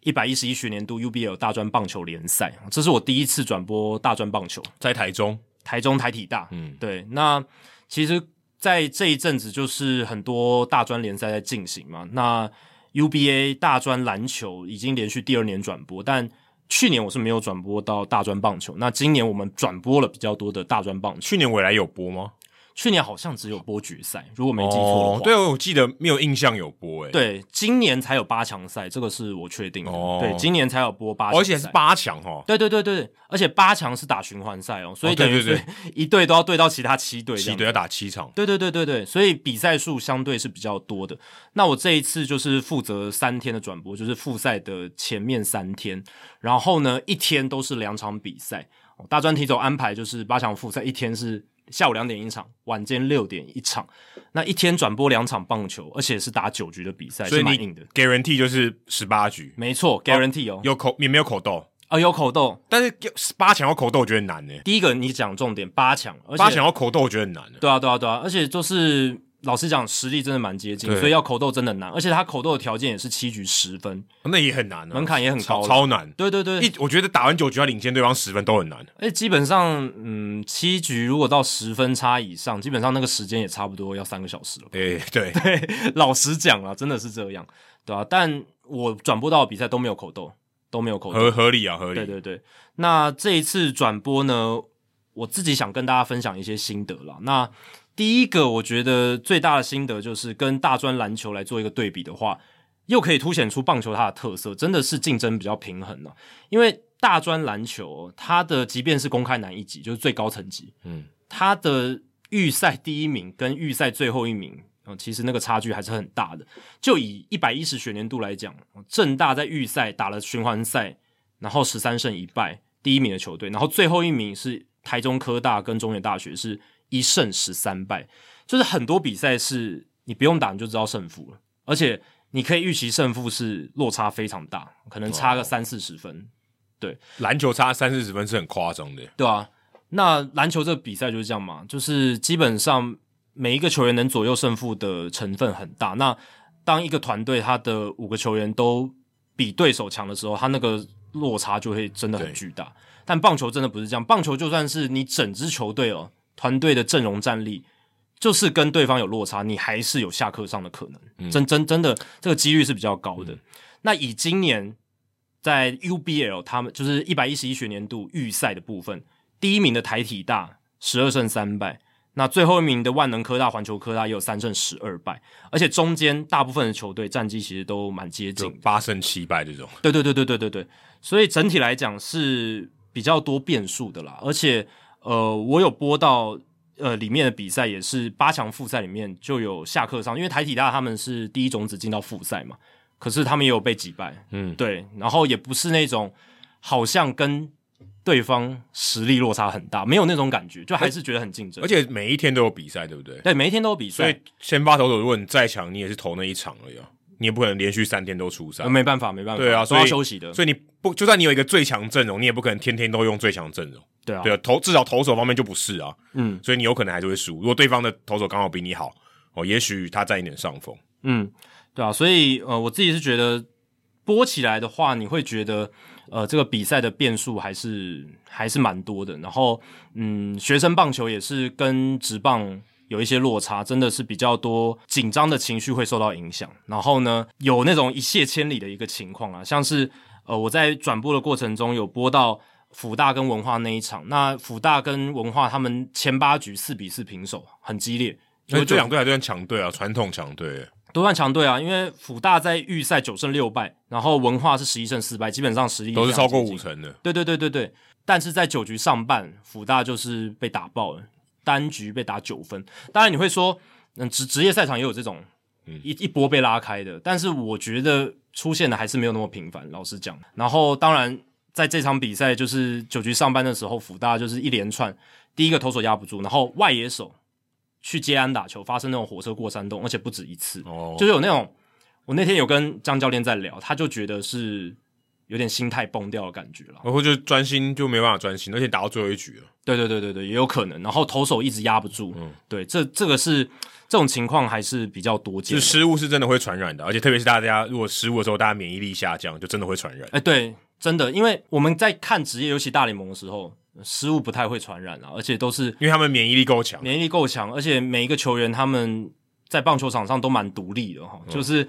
Speaker 1: 一百一十一学年度 UBL 大专棒球联赛，这是我第一次转播大专棒球。
Speaker 2: 在台中，
Speaker 1: 台中台体大，
Speaker 2: 嗯
Speaker 1: 对。那其实，在这一阵子，就是很多大专联赛在进行嘛。那 UBA 大专篮球已经连续第二年转播，但去年我是没有转播到大专棒球。那今年我们转播了比较多的大专棒球，
Speaker 2: 去年未来有播吗？
Speaker 1: 去年好像只有播决赛，如果没记错的话。
Speaker 2: 哦对，我记得没有印象有播、欸，哎，
Speaker 1: 对，今年才有八强赛，这个是我确定的。
Speaker 2: 哦
Speaker 1: 对，今年才有播八强赛，
Speaker 2: 而且是八强哦哈，
Speaker 1: 对对对对，而且八强是打循环赛哦，所以
Speaker 2: 哦对
Speaker 1: 等于
Speaker 2: 对
Speaker 1: 是 一队都要对到其他七队这
Speaker 2: 七
Speaker 1: 样子，
Speaker 2: 队要打七场，
Speaker 1: 对对对对对，所以比赛数相对是比较多的。那我这一次就是负责三天的转播，就是复赛的前面三天，然后呢一天都是两场比赛。哦大专体总安排就是八强复赛，一天是下午两点一场，晚间六点一场，那一天转播两场棒球，而且是打九局的比赛，
Speaker 2: 所以
Speaker 1: 是蛮
Speaker 2: 你
Speaker 1: 硬的。
Speaker 2: guarantee 就是十八局，
Speaker 1: 没错，guarantee 哦，
Speaker 2: 有口也没有口斗，
Speaker 1: 啊有口斗。
Speaker 2: 但是八强要口斗我觉得很难呢、欸
Speaker 1: 第一个你讲重点，八强，而且
Speaker 2: 八强要口斗我觉得很难、欸。
Speaker 1: 对啊，对啊，对啊，而且就是老实讲，实力真的蛮接近，
Speaker 2: 对
Speaker 1: 所以要口斗真的难，而且他口斗的条件也是七局十分，
Speaker 2: 那也很难、啊，
Speaker 1: 门槛也很高
Speaker 2: 超超难。
Speaker 1: 对对对，
Speaker 2: 一我觉得打完九局要领先对方十分都很难。
Speaker 1: 哎，基本上，嗯，七局如果到十分差以上，基本上那个时间也差不多要三个小时了吧。
Speaker 2: 诶、对，
Speaker 1: 老实讲啊，真的是这样，对吧、但我转播到的比赛都没有口斗，都没有口斗，
Speaker 2: 合合理啊，合理。
Speaker 1: 对对对，那这一次转播呢，我自己想跟大家分享一些心得啦。那第一个，我觉得最大的心得就是跟大专篮球来做一个对比的话，又可以凸显出棒球它的特色，真的是竞争比较平衡了、因为大专篮球它的即便是公开男一级，就是最高层级，
Speaker 2: 嗯，
Speaker 1: 它的预赛第一名跟预赛最后一名。嗯，其实那个差距还是很大的。就以一百一十学年度来讲，哦正大在预赛打了循环赛，然后十三胜一败，第一名的球队，然后最后一名是台中科大跟中原大学是一胜十三败，就是很多比赛是你不用打你就知道胜负了，而且你可以预期胜负是落差非常大，可能差个三四十分，
Speaker 2: 篮球差三四十分是很夸张的。
Speaker 1: 对啊，那篮球这个比赛就是这样嘛，就是基本上每一个球员能左右胜负的成分很大。那当一个团队他的五个球员都比对手强的时候，他那个落差就会真的很
Speaker 2: 对
Speaker 1: 巨大。但棒球真的不是这样，棒球就算是你整支球队哦，团队的阵容战力。就是跟对方有落差，你还是有下课上的可能，真真真的这个几率是比较高的。那以今年在 UBL 他们就是一百一十一学年度预赛的部分，第一名的台体大十二胜三败，那最后一名的万能科大、环球科大也有三胜十二败，而且中间大部分的球队战绩其实都蛮接
Speaker 2: 就
Speaker 1: 近的。
Speaker 2: 八胜七败这种，
Speaker 1: 对对对对对对对，所以整体来讲是比较多变数的啦，而且呃，我有播到呃里面的比赛也是八强复赛里面就有下课上，因为台体大他们是第一种子进到复赛嘛，可是他们也有被击败，
Speaker 2: 嗯，
Speaker 1: 对，然后也不是那种好像跟对方实力落差很大，没有那种感觉，就还是觉得很竞争，
Speaker 2: 而且每一天都有比赛，对不对？
Speaker 1: 对每一天都有比
Speaker 2: 所
Speaker 1: 赛，
Speaker 2: 以先发投手，如果你再强，你也是投那一场而已、啊，你也不可能连续三天都出赛
Speaker 1: 呃。没办法没办法，
Speaker 2: 对啊，
Speaker 1: 都
Speaker 2: 所
Speaker 1: 要
Speaker 2: 以
Speaker 1: 休息的，
Speaker 2: 所以你不，就算你有一个最强阵容，你也不可能天天都用最强阵容。
Speaker 1: 对啊
Speaker 2: 对啊，投至少投手方面就不是啊，
Speaker 1: 嗯
Speaker 2: 所以你有可能还是会输。如果对方的投手刚好比你好，哦，也许他占一点上风。
Speaker 1: 嗯，对啊，所以呃，我自己是觉得播起来的话，你会觉得呃，这个比赛的变数还是还是蛮多的。然后嗯，学生棒球也是跟职棒有一些落差，真的是比较多紧张的情绪会受到影响。然后呢，有那种一泻千里的一个情况啊，像是呃，我在转播的过程中有播到。辅大跟文化那一场，那辅大跟文化他们前八局四比四平手，很激烈。
Speaker 2: 因为
Speaker 1: 就
Speaker 2: 这两队还算强队啊，传统强队。
Speaker 1: 都算强队啊，因为辅大在预赛九胜六败，然后文化是十一胜四败，基本上实力
Speaker 2: 都是超
Speaker 1: 非
Speaker 2: 过
Speaker 1: 常接
Speaker 2: 五
Speaker 1: 近。
Speaker 2: 成的。
Speaker 1: 对对对对对，但是在九局上半，辅大就是被打爆了，单局被打九分。当然你会说，嗯，职职业赛场也有这种
Speaker 2: 嗯
Speaker 1: 一一波被拉开的，但是我觉得出现的还是没有那么频繁，老实讲。然后当然在这场比赛就是九局上半的时候，辅大就是一连串，第一个投手压不住，然后外野手去接安打球，发生那种火车过山洞，而且不止一次。
Speaker 2: 哦，
Speaker 1: 就是有那种，我那天有跟张教练在聊，他就觉得是有点心态崩掉的感觉了。
Speaker 2: 然后就专心就没办法专心，而且打到最后一局了。啊
Speaker 1: 对对对对对，也有可能。然后投手一直压不住，
Speaker 2: 嗯
Speaker 1: 对，这这个是这种情况还是比较多见
Speaker 2: 就
Speaker 1: 的。
Speaker 2: 失误是真的会传染的，而且特别是大家如果失误的时候，大家免疫力下降，就真的会传染。
Speaker 1: 哎，对，真的，因为我们在看职业，尤其大联盟的时候，失误不太会传染啊，而且都是
Speaker 2: 因为他们免疫力够强，
Speaker 1: 免疫力够强，而且每一个球员他们在棒球场上都蛮独立的哈，
Speaker 2: 嗯
Speaker 1: 就是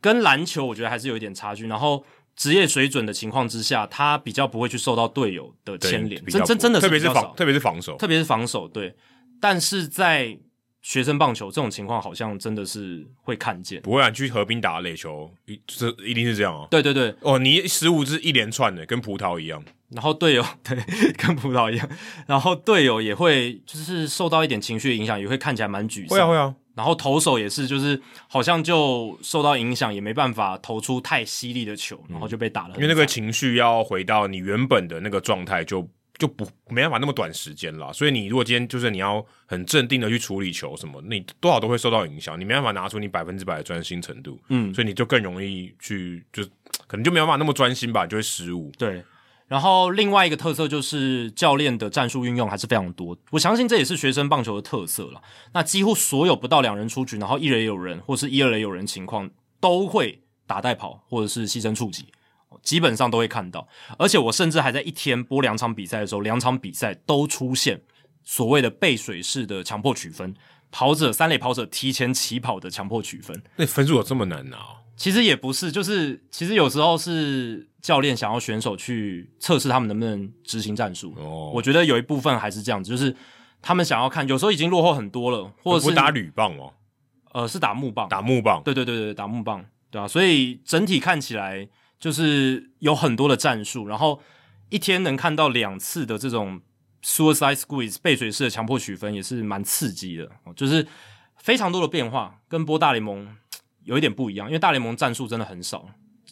Speaker 1: 跟篮球我觉得还是有一点差距。然后职业水准的情况之下，他比较不会去受到队友的
Speaker 2: 对
Speaker 1: 牵连，
Speaker 2: 比较
Speaker 1: 真真
Speaker 2: 不
Speaker 1: 真的
Speaker 2: 特别
Speaker 1: 比
Speaker 2: 是
Speaker 1: 较
Speaker 2: 防，
Speaker 1: 少，
Speaker 2: 特别是防守，
Speaker 1: 特别是防守对。但是在学生棒球这种情况，好像真的是会看见。
Speaker 2: 不会啊，你去河滨打垒球，一这一定是这样哦。
Speaker 1: 对对对，
Speaker 2: 哦，你一失误是一连串的，跟葡萄一样。
Speaker 1: 然后队友 对跟葡萄一样，然后队友也会就是受到一点情绪的影响，也会看起来蛮沮丧。
Speaker 2: 会啊会啊，
Speaker 1: 然后投手也是，就是好像就受到影响，也没办法投出太犀利的球，然后就被打了。
Speaker 2: 因为那个情绪要回到你原本的那个状态就，就就不没办法那么短时间啦。所以你如果今天就是你要很镇定的去处理球什么，你多少都会受到影响，你没办法拿出你百分之百的专心程度，
Speaker 1: 嗯
Speaker 2: 所以你就更容易去就可能就没有办法那么专心吧，你就会失误。
Speaker 1: 对。然后另外一个特色就是教练的战术运用还是非常多，我相信这也是学生棒球的特色了。那几乎所有不到两人出局，然后一垒有人或是一二垒有人情况，都会打带跑或者是牺牲触击，基本上都会看到。而且我甚至还在一天播两场比赛的时候，两场比赛都出现所谓的背水式的强迫取分，跑者三垒跑者提前起跑的强迫取分。
Speaker 2: 那分数有这么难拿哦、
Speaker 1: 其实也不是，就是其实有时候是教练想要选手去测试他们能不能执行战术。
Speaker 2: 哦
Speaker 1: 我觉得有一部分还是这样子，就是他们想要看，有时候已经落后很多了，或者
Speaker 2: 不
Speaker 1: 是
Speaker 2: 打铝棒哦，
Speaker 1: 呃是打木棒，
Speaker 2: 打木棒。
Speaker 1: 对对对对打木棒，对啊，所以整体看起来就是有很多的战术，然后一天能看到两次的这种 suicide squeeze 背水式的强迫取分也是蛮刺激的，哦就是非常多的变化，跟播大联盟有一点不一样，因为大联盟战术真的很少。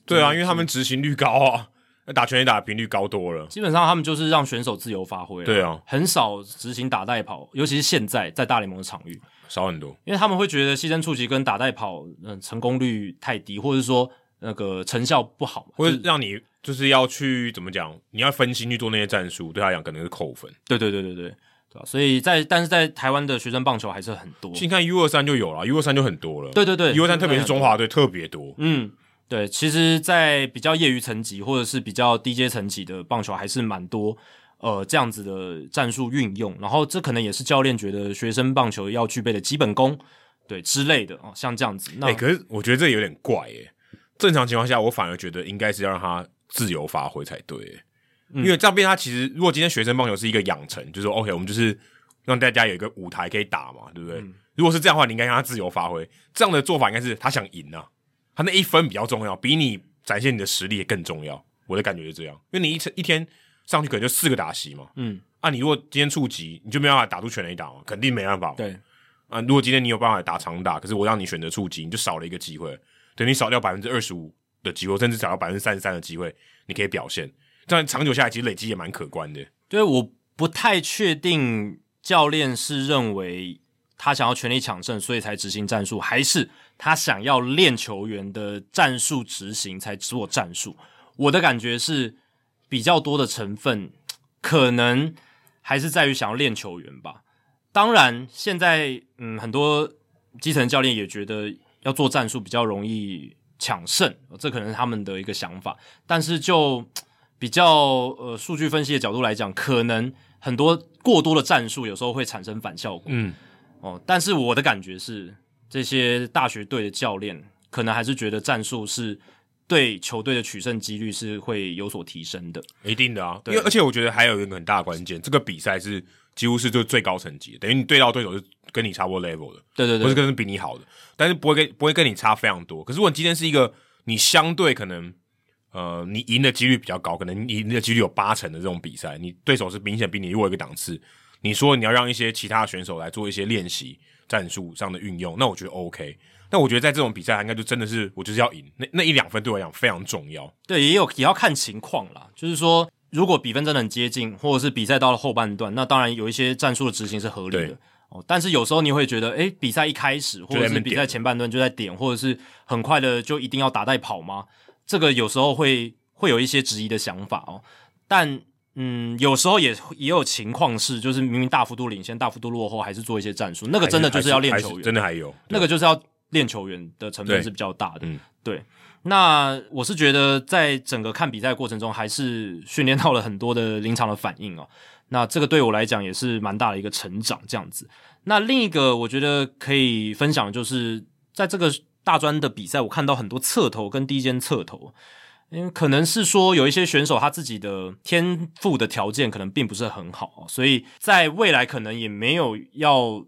Speaker 2: 对啊，因为他们执行率高啊，那打全垒打的频率高多了。
Speaker 1: 基本上他们就是让选手自由发挥，
Speaker 2: 对啊，
Speaker 1: 很少执行打带跑，尤其是现在在大联盟的场域，
Speaker 2: 少很多。
Speaker 1: 因为他们会觉得牺牲触及跟打带跑，嗯、成功率太低，或者说那个成效不好嘛，
Speaker 2: 或
Speaker 1: 就
Speaker 2: 者
Speaker 1: 是
Speaker 2: 让你就是要去怎么讲，你要分心去做那些战术，对他来讲可能是扣分。
Speaker 1: 对对对对对，对吧？啊所以在但是在台湾的学生棒球还是很多，
Speaker 2: 其实你看 U 二三就有了，U 二三就很多了。
Speaker 1: 对对对
Speaker 2: ，U 二三特别是中华队特别多。
Speaker 1: 嗯，对，其实，在比较业余层级或者是比较低阶层级的棒球，还是蛮多呃这样子的战术运用。然后，这可能也是教练觉得学生棒球要具备的基本功，对之类的哦，像这样子。那、
Speaker 2: 哎、可是我觉得这有点怪耶、正常情况下，我反而觉得应该是要让他自由发挥才对耶、
Speaker 1: 嗯
Speaker 2: 因为这样变他其实如果今天学生棒球是一个养成，就是说 OK，我们就是让大家有一个舞台可以打嘛，对不
Speaker 1: 嗯
Speaker 2: 对？如果是这样的话，你应该让他自由发挥。这样的做法应该是他想赢啊，他那一分比较重要，比你展现你的实力也更重要。我的感觉是这样，因为你一天一天上去可能就四个打席嘛，
Speaker 1: 嗯，
Speaker 2: 啊，你如果今天触及，你就没办法打出全垒打嘛，肯定没办法嘛。
Speaker 1: 对，
Speaker 2: 啊，如果今天你有办法打长打，可是我让你选择触及，你就少了一个机会，等于你少掉百分之二十五的机会，甚至少掉百分之三十三的机会，你可以表现。这样长久下来，其实累积也蛮可观的。
Speaker 1: 对，我不太确定教练是认为他想要全力抢胜，所以才执行战术，还是他想要练球员的战术执行才做战术。我的感觉是比较多的成分，可能还是在于想要练球员吧。当然，现在嗯，很多基层教练也觉得要做战术比较容易抢胜，这可能是他们的一个想法。但是就比较呃数据分析的角度来讲，可能很多过多的战术有时候会产生反效果。
Speaker 2: 嗯，
Speaker 1: 哦，但是我的感觉是，这些大学队的教练可能还是觉得战术是对球队的取胜几率是会有所提升的。
Speaker 2: 一定的啊。因
Speaker 1: 对
Speaker 2: 为而且我觉得还有一个很大的关键，这个比赛是几乎是就最高层级的，等于你对到对手是跟你差不多 level 的，
Speaker 1: 对对
Speaker 2: 不是
Speaker 1: 对，
Speaker 2: 跟比你好的，但是不会跟不会跟你差非常多。可是如果你今天是一个你相对可能呃你赢的几率比较高，可能你赢的几率有八成的这种比赛，你对手是明显比你弱一个档次。你说你要让一些其他的选手来做一些练习战术上的运用，那我觉得 OK。那我觉得在这种比赛，应该就真的是我就是要赢，那那一两分对我来讲非常重要。
Speaker 1: 对，也有也要看情况啦。就是说，如果比分真的很接近，或者是比赛到了后半段，那当然有一些战术的执行是合理
Speaker 2: 对
Speaker 1: 的。哦，但是有时候你会觉得，诶，比赛一开始，或者
Speaker 2: 在那
Speaker 1: 是
Speaker 2: 边
Speaker 1: 比赛前半段就在点，或者是很快的就一定要打带跑吗？这个有时候会会有一些质疑的想法哦。但嗯，有时候也也有情况是，就是明明大幅度领先、大幅度落后，还是做一些战术，那个真的就是要练
Speaker 2: 还
Speaker 1: 球员，
Speaker 2: 真的还有
Speaker 1: 那个就是要练球员的成分
Speaker 2: 对
Speaker 1: 是比较大的。
Speaker 2: 嗯
Speaker 1: 对。那我是觉得，在整个看比赛过程中，还是训练到了很多的临场的反应哦。那这个对我来讲也是蛮大的一个成长，这样子。那另一个我觉得可以分享的就是，在这个大专的比赛，我看到很多侧投跟低肩侧投，因为可能是说有一些选手他自己的天赋的条件可能并不是很好哦，所以在未来可能也没有要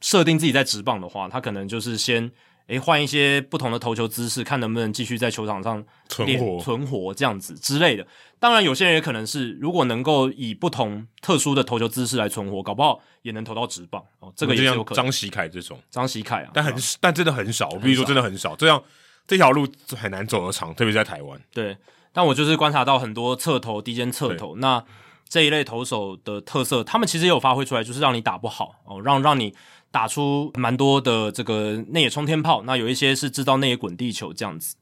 Speaker 1: 设定自己在职棒的话，他可能就是先诶换一些不同的投球姿势，看能不能继续在球场上
Speaker 2: 存
Speaker 1: 练
Speaker 2: 活
Speaker 1: 存活这样子之类的。当然，有些人也可能是如果能够以不同特殊的投球姿势来存活，搞不好也能投到职棒哦，这个也
Speaker 2: 就是
Speaker 1: 有
Speaker 2: 像
Speaker 1: 可能。
Speaker 2: 张喜凯这种。
Speaker 1: 张喜凯啊，
Speaker 2: 但很、但真的很少，我必须说真的很少。这样这条路很难走得长，特别是在台湾。
Speaker 1: 对，但我就是观察到很多侧头、低肩侧头，那这一类投手的特色，他们其实也有发挥出来，就是让你打不好哦，让让你打出蛮多的这个内野冲天炮，那有一些是制造内野滚地球这样子。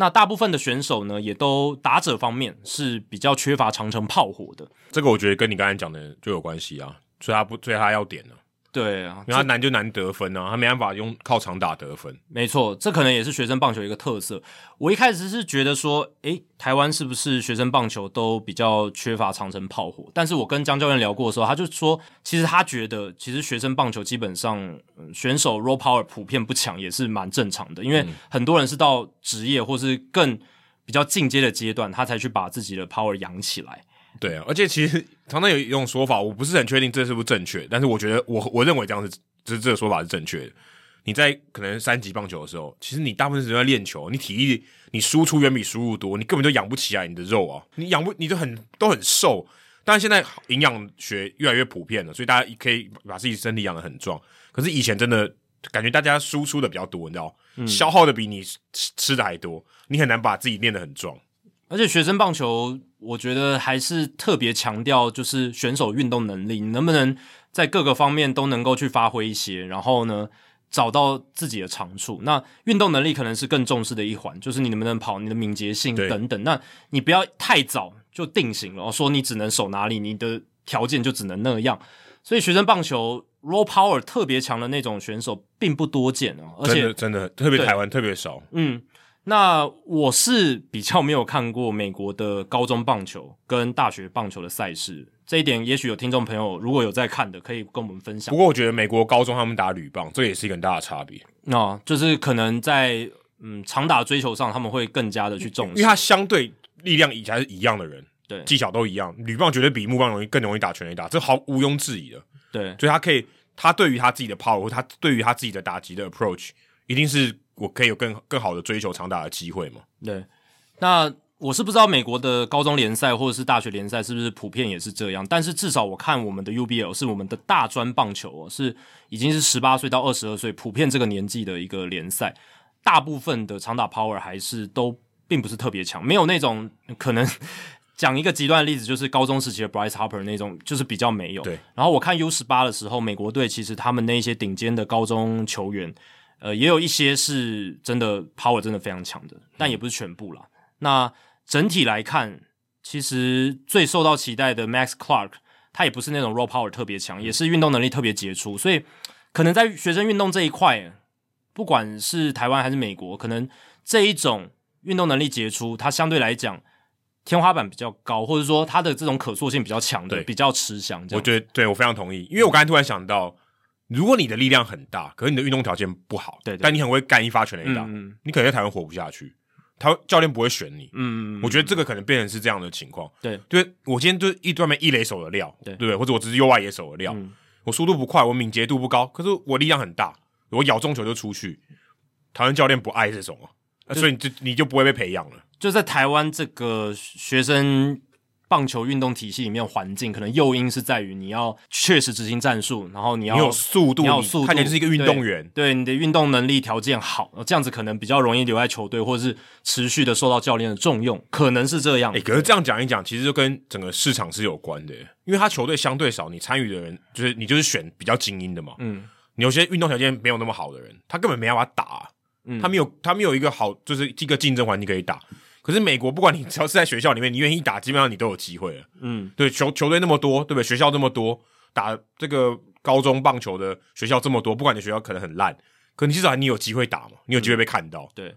Speaker 1: 那大部分的选手呢，也都打者方面是比较缺乏长城炮火的。
Speaker 2: 这个我觉得跟你刚才讲的就有关系啊，所以他不，所以他要点呢、啊，
Speaker 1: 对啊，
Speaker 2: 因为他难就难得分啊，他没办法用靠长打得分。
Speaker 1: 没错，这可能也是学生棒球一个特色。我一开始是觉得说，诶，台湾是不是学生棒球都比较缺乏长城炮火？但是我跟江教练聊过的时候，他就说，其实他觉得，其实学生棒球基本上、嗯选手 raw power 普遍不强也是蛮正常的，因为很多人是到职业或是更比较进阶的阶段，他才去把自己的 power 养起来。
Speaker 2: 对啊，而且其实常常有一种说法，我不是很确定这是不是正确，但是我觉得我我认为这样是这这个说法是正确的。你在可能三级棒球的时候，其实你大部分时间在练球，你体力你输出远比输入多，你根本就养不起来你的肉啊，你养不你就很都很瘦。但是现在营养学越来越普遍了，所以大家可以把自己身体养得很壮。可是以前真的感觉大家输出的比较多，你知道，
Speaker 1: 嗯
Speaker 2: 消耗的比你吃吃的还多，你很难把自己练得很壮。
Speaker 1: 而且学生棒球，我觉得还是特别强调就是选手运动能力，你能不能在各个方面都能够去发挥一些，然后呢，找到自己的长处。那运动能力可能是更重视的一环，就是你能不能跑，你的敏捷性
Speaker 2: 对
Speaker 1: 等等。那你不要太早就定型了，哦说你只能守哪里，你的条件就只能那样。所以学生棒球 raw power 特别强的那种选手并不多见哦，而
Speaker 2: 真
Speaker 1: 且
Speaker 2: 的真的，特别
Speaker 1: 对
Speaker 2: 台湾特别少。
Speaker 1: 嗯，那我是比较没有看过美国的高中棒球跟大学棒球的赛事，这一点也许有听众朋友如果有在看的，可以跟我们分享
Speaker 2: 不。过我觉得美国高中他们打铝棒，这也是一个很大的差别，
Speaker 1: 那、就是可能在嗯长打追求上，他们会更加的去重
Speaker 2: 因为
Speaker 1: 视。
Speaker 2: 他相对力量以前是一样的人，
Speaker 1: 对
Speaker 2: 技巧都一样，铝棒绝对比木棒容易更容易打全垒打，这毫毋庸置疑的。
Speaker 1: 对，
Speaker 2: 所以他可以，他对于他自己的 power，或他对于他自己的打击的 approach，一定是我可以有更更好的追求长打的机会嘛？
Speaker 1: 对，那我是不知道美国的高中联赛或者是大学联赛是不是普遍也是这样，但是至少我看我们的 UBL 是我们的大专棒球哦，是已经是十八岁到二十二岁普遍这个年纪的一个联赛，大部分的长打 power 还是都并不是特别强，没有那种可能。 讲一个极端的例子，就是高中时期的 Bryce Harper 那种，就是比较没有。
Speaker 2: 对。
Speaker 1: 然后我看 U 十八的时候，美国队其实他们那些顶尖的高中球员，呃，也有一些是真的 power 真的非常强的，但也不是全部啦。那整体来看，其实最受到期待的 Max Clark，他也不是那种 raw power 特别强，也是运动能力特别杰出，所以可能在学生运动这一块，不管是台湾还是美国，可能这一种运动能力杰出，它相对来讲天花板比较高，或者说它的这种可塑性比较强的，
Speaker 2: 对
Speaker 1: 比较吃香。这
Speaker 2: 我
Speaker 1: 样
Speaker 2: 觉得对我非常同意，因为我刚才突然想到，如果你的力量很大，可是你的运动条件不好，
Speaker 1: 对对
Speaker 2: 但你很会干一发全垒打，
Speaker 1: 嗯嗯
Speaker 2: 你可能在台湾活不下去，他教练不会选你，
Speaker 1: 嗯，
Speaker 2: 我觉得这个可能变成是这样的情况。
Speaker 1: 对，
Speaker 2: 对我今天就是一专门一垒手的料，
Speaker 1: 对
Speaker 2: 对不对？或者我只是右外野手的料，
Speaker 1: 嗯
Speaker 2: 我速度不快，我敏捷度不高，可是我力量很大，我咬中球就出去。台湾教练不爱这种啊，啊所以你就你就不会被培养了。
Speaker 1: 就在台湾这个学生棒球运动体系里面，环境可能诱因是在于你要确实执行战术，然后你要
Speaker 2: 你有速度，
Speaker 1: 你要有
Speaker 2: 你
Speaker 1: 速度
Speaker 2: 看起来就是一个运动员。
Speaker 1: 对你的运动能力条件好，这样子可能比较容易留在球队，或者是持续的受到教练的重用，可能是这样。
Speaker 2: 哎、可是这样讲一讲，其实就跟整个市场是有关的，因为他球队相对少，你参与的人就是你就是选比较精英的嘛。
Speaker 1: 嗯，
Speaker 2: 你有些运动条件没有那么好的人，他根本没办法打啊、
Speaker 1: 嗯
Speaker 2: 他没有他没有一个好就是一个竞争环境可以打。可是美国，不管你 只要是在学校里面，你愿意打，基本上你都有机会了。
Speaker 1: 嗯，
Speaker 2: 对，球球队那么多，对不对？学校那么多，打这个高中棒球的学校这么多，不管你学校可能很烂，可你至少你有机会打嘛，你有机会被看到。
Speaker 1: 对。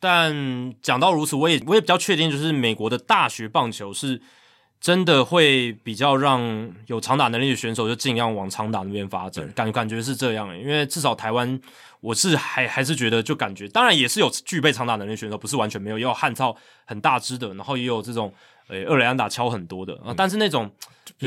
Speaker 1: 但讲到如此，我也我也比较确定，就是美国的大学棒球是真的会比较让有长打能力的选手就尽量往长打那边发展，感感觉是这样、欸。因为至少台湾，我是还还是觉得就感觉，当然也是有具备长打能力的选手，不是完全没有，也有汉操很大只的，然后也有这种呃二垒安打敲很多的啊、但是那种。
Speaker 2: 嗯比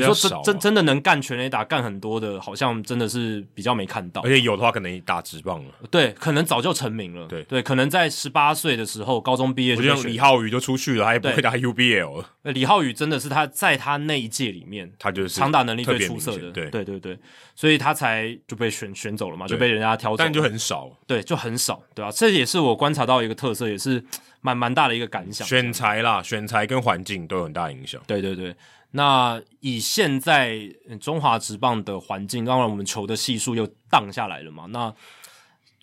Speaker 1: 你
Speaker 2: 较
Speaker 1: 说真
Speaker 2: 少啊
Speaker 1: 真真的能干全垒打干很多的，好像真的是比较没看到
Speaker 2: 而。且有的话，可能你打直棒了。
Speaker 1: 对，可能早就成名了。
Speaker 2: 对
Speaker 1: 可能在十八岁的时候，高中毕业
Speaker 2: 我
Speaker 1: 就
Speaker 2: 就
Speaker 1: 被
Speaker 2: 像
Speaker 1: 选
Speaker 2: 李浩宇就出去了，他也不
Speaker 1: 对
Speaker 2: 会打 UBL，了
Speaker 1: 呃李浩宇真的是他在他那一届里面
Speaker 2: 他就是
Speaker 1: 长打能力
Speaker 2: 特
Speaker 1: 最
Speaker 2: 别
Speaker 1: 出
Speaker 2: 明
Speaker 1: 色
Speaker 2: 显
Speaker 1: 的。
Speaker 2: 对，
Speaker 1: 对对对，所以他才就被选选走了嘛，就
Speaker 2: 对
Speaker 1: 被人家挑走了。
Speaker 2: 但就很少
Speaker 1: 对，就很少，对吧、这也是我观察到一个特色，也是蛮蛮大的一个感想。
Speaker 2: 选材啦，选材跟环境都有很大影响。
Speaker 1: 对对对，那以现在嗯中华职棒的环境，当然我们球的系数又荡下来了嘛，那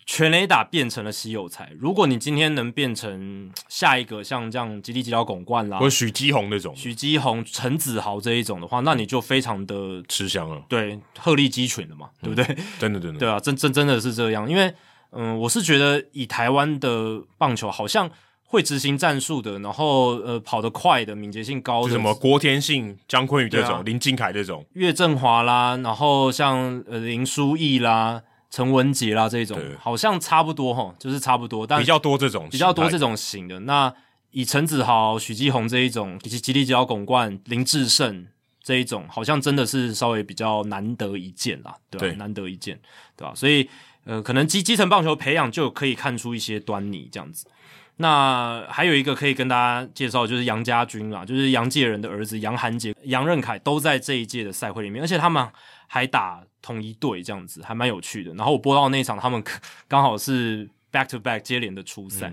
Speaker 1: 全垒打变成了稀有才。如果你今天能变成下一个像这样吉利吉辽拱冠啦
Speaker 2: 或，者许基宏那种
Speaker 1: 许基宏、陈子豪这一种的话，那你就非常的
Speaker 2: 吃香了，
Speaker 1: 对鹤立鸡群了嘛，对不对？
Speaker 2: 真的真的。
Speaker 1: 对啊，真真真的是这样，因为嗯，我是觉得以台湾的棒球好像会执行战术的，然后呃跑得快的、敏捷性高
Speaker 2: 就
Speaker 1: 的
Speaker 2: 什么郭天信、张坤宇这种、
Speaker 1: 对啊
Speaker 2: 林敬凯这种，
Speaker 1: 岳振华啦，然后像呃林书义啦、陈文杰啦这种
Speaker 2: 对，
Speaker 1: 好像差不多哈，就是差不多，但
Speaker 2: 比较多这种，
Speaker 1: 比较多这。种型的。那以陈子豪、许继宏这一种，以及吉利吉奥拱冠、林志胜这一种，好像真的是稍微比较难得一见啦，对吧、
Speaker 2: 对
Speaker 1: 难得一见，对吧、所以呃，可能基基层棒球培养就可以看出一些端倪这样子。那还有一个可以跟大家介绍，就是杨家军啦，就是杨介仁的儿子杨涵杰、杨任凯都在这一届的赛会里面，而且他们还打同一队，这样子还蛮有趣的。然后我播到那一场，他们刚好是 back to back 接连的出赛，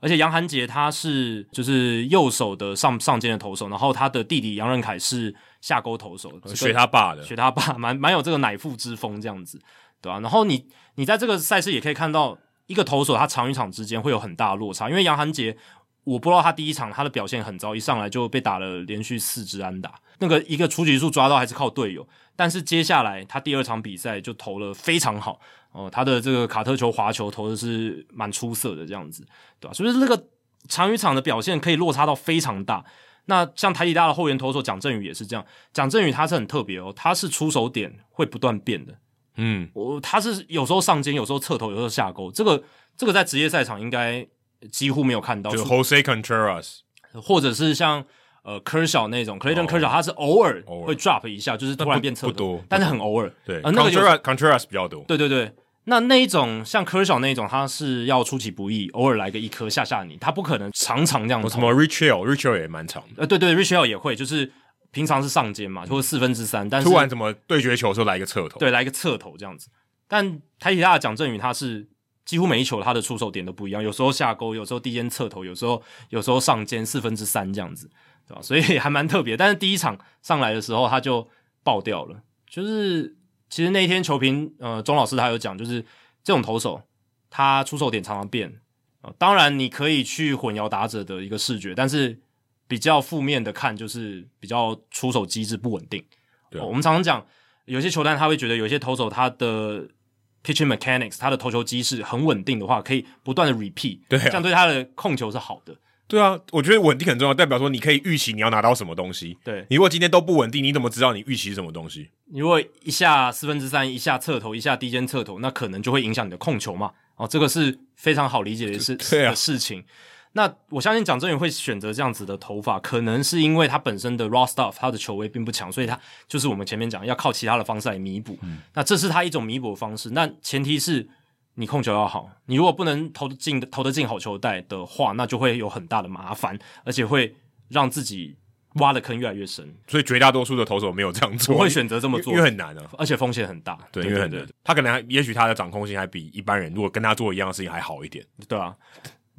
Speaker 1: 而且杨涵杰他是就是右手的上上肩的投手，然后他的弟弟杨任凯是下勾投手，
Speaker 2: 呃学哦他爸的，
Speaker 1: 学他爸，蛮蛮有这个乃父之风这样子，对啊吧、然后你你在这个赛事也可以看到，一个投手他场与场之间会有很大的落差，因为杨涵杰，我不知道他第一场他的表现很糟，一上来就被打了连续四支安打，那个一个出局数抓到还是靠队友，但是接下来他第二场比赛就投了非常好，哦、他的这个卡特球、滑球投的是蛮出色的这样子，对吧、啊所以这个场与场的表现可以落差到非常大。那像台体大的后援投手蒋振宇也是这样，蒋振宇他是很特别哦，他是出手点会不断变的，
Speaker 2: 嗯，
Speaker 1: 我他是有时候上肩，有时候侧头，有时候下勾，这个这个在职业赛场应该几乎没有看到，
Speaker 2: 就
Speaker 1: 除
Speaker 2: Jose Contreras，
Speaker 1: 或者是像呃科小那种 Clayton
Speaker 2: 哦
Speaker 1: Kershaw，他是偶尔
Speaker 2: 偶尔
Speaker 1: 会 drop 一下，就是突
Speaker 2: 但
Speaker 1: 然
Speaker 2: 不
Speaker 1: 变侧
Speaker 2: 不多
Speaker 1: 头，但是很偶尔，
Speaker 2: 对
Speaker 1: 啊那个有
Speaker 2: ，Contreras Contreras 比较多，
Speaker 1: 对对对。那那一种像科小那一种，他是要出其不意，偶尔来个一颗吓吓你，他不可能常常这样
Speaker 2: 有
Speaker 1: 投。
Speaker 2: 什么 Richel，Richel 也蛮长的，
Speaker 1: 呃，对对 r i c h e l 也会，就是平常是上肩嘛，或者四分之三，但是
Speaker 2: 突然怎么对决球的时候来一个侧头，
Speaker 1: 对，来一个侧头这样子。但台体大的蒋振宇他是几乎每一球他的出手点都不一样，有时候下勾，有时候低肩侧头，有时候有时候上肩四分之三这样子，对吧？所以还蛮特别。但是第一场上来的时候他就爆掉了，就是其实那一天球评呃钟老师他有讲，就是这种投手他出手点常常变。呃当然，你可以去混淆打者的一个视觉，但是比较负面的看就是比较出手机制不稳定。
Speaker 2: 对啊
Speaker 1: 哦我们常常讲，有些球探他会觉得有些投手他的 pitching mechanics，他的投球机制很稳定的话，可以不断的 repeat，
Speaker 2: 对啊
Speaker 1: 这样对他的控球是好的。
Speaker 2: 对啊，我觉得稳定很重要，代表说你可以预期你要拿到什么东西。
Speaker 1: 对
Speaker 2: 你如果今天都不稳定，你怎么知道你预期是什么东西？
Speaker 1: 你如果一下四分之三，一下侧头，一下低肩侧头，那可能就会影响你的控球嘛。哦，这个是非常好理解的事、
Speaker 2: 对啊
Speaker 1: 的事情。那我相信蒋正宇会选择这样子的头发，可能是因为他本身的 raw stuff，他的球威并不强，所以他就是我们前面讲要靠其他的方式来弥补。
Speaker 2: 嗯
Speaker 1: 那这是他一种弥补的方式，那前提是你控球要好。你如果不能投得进投得进好球带的话，那就会有很大的麻烦，而且会让自己挖的坑越来越深。
Speaker 2: 所以绝大多数的投手没有这样做，
Speaker 1: 不会选择这么做
Speaker 2: 啊因为很难啊。
Speaker 1: 而且风险很大，
Speaker 2: 对，
Speaker 1: 对
Speaker 2: 因为很
Speaker 1: 对
Speaker 2: 难。他可能还也许他的掌控性还比一般人，如果跟他做一样的事情还好一点。
Speaker 1: 对啊，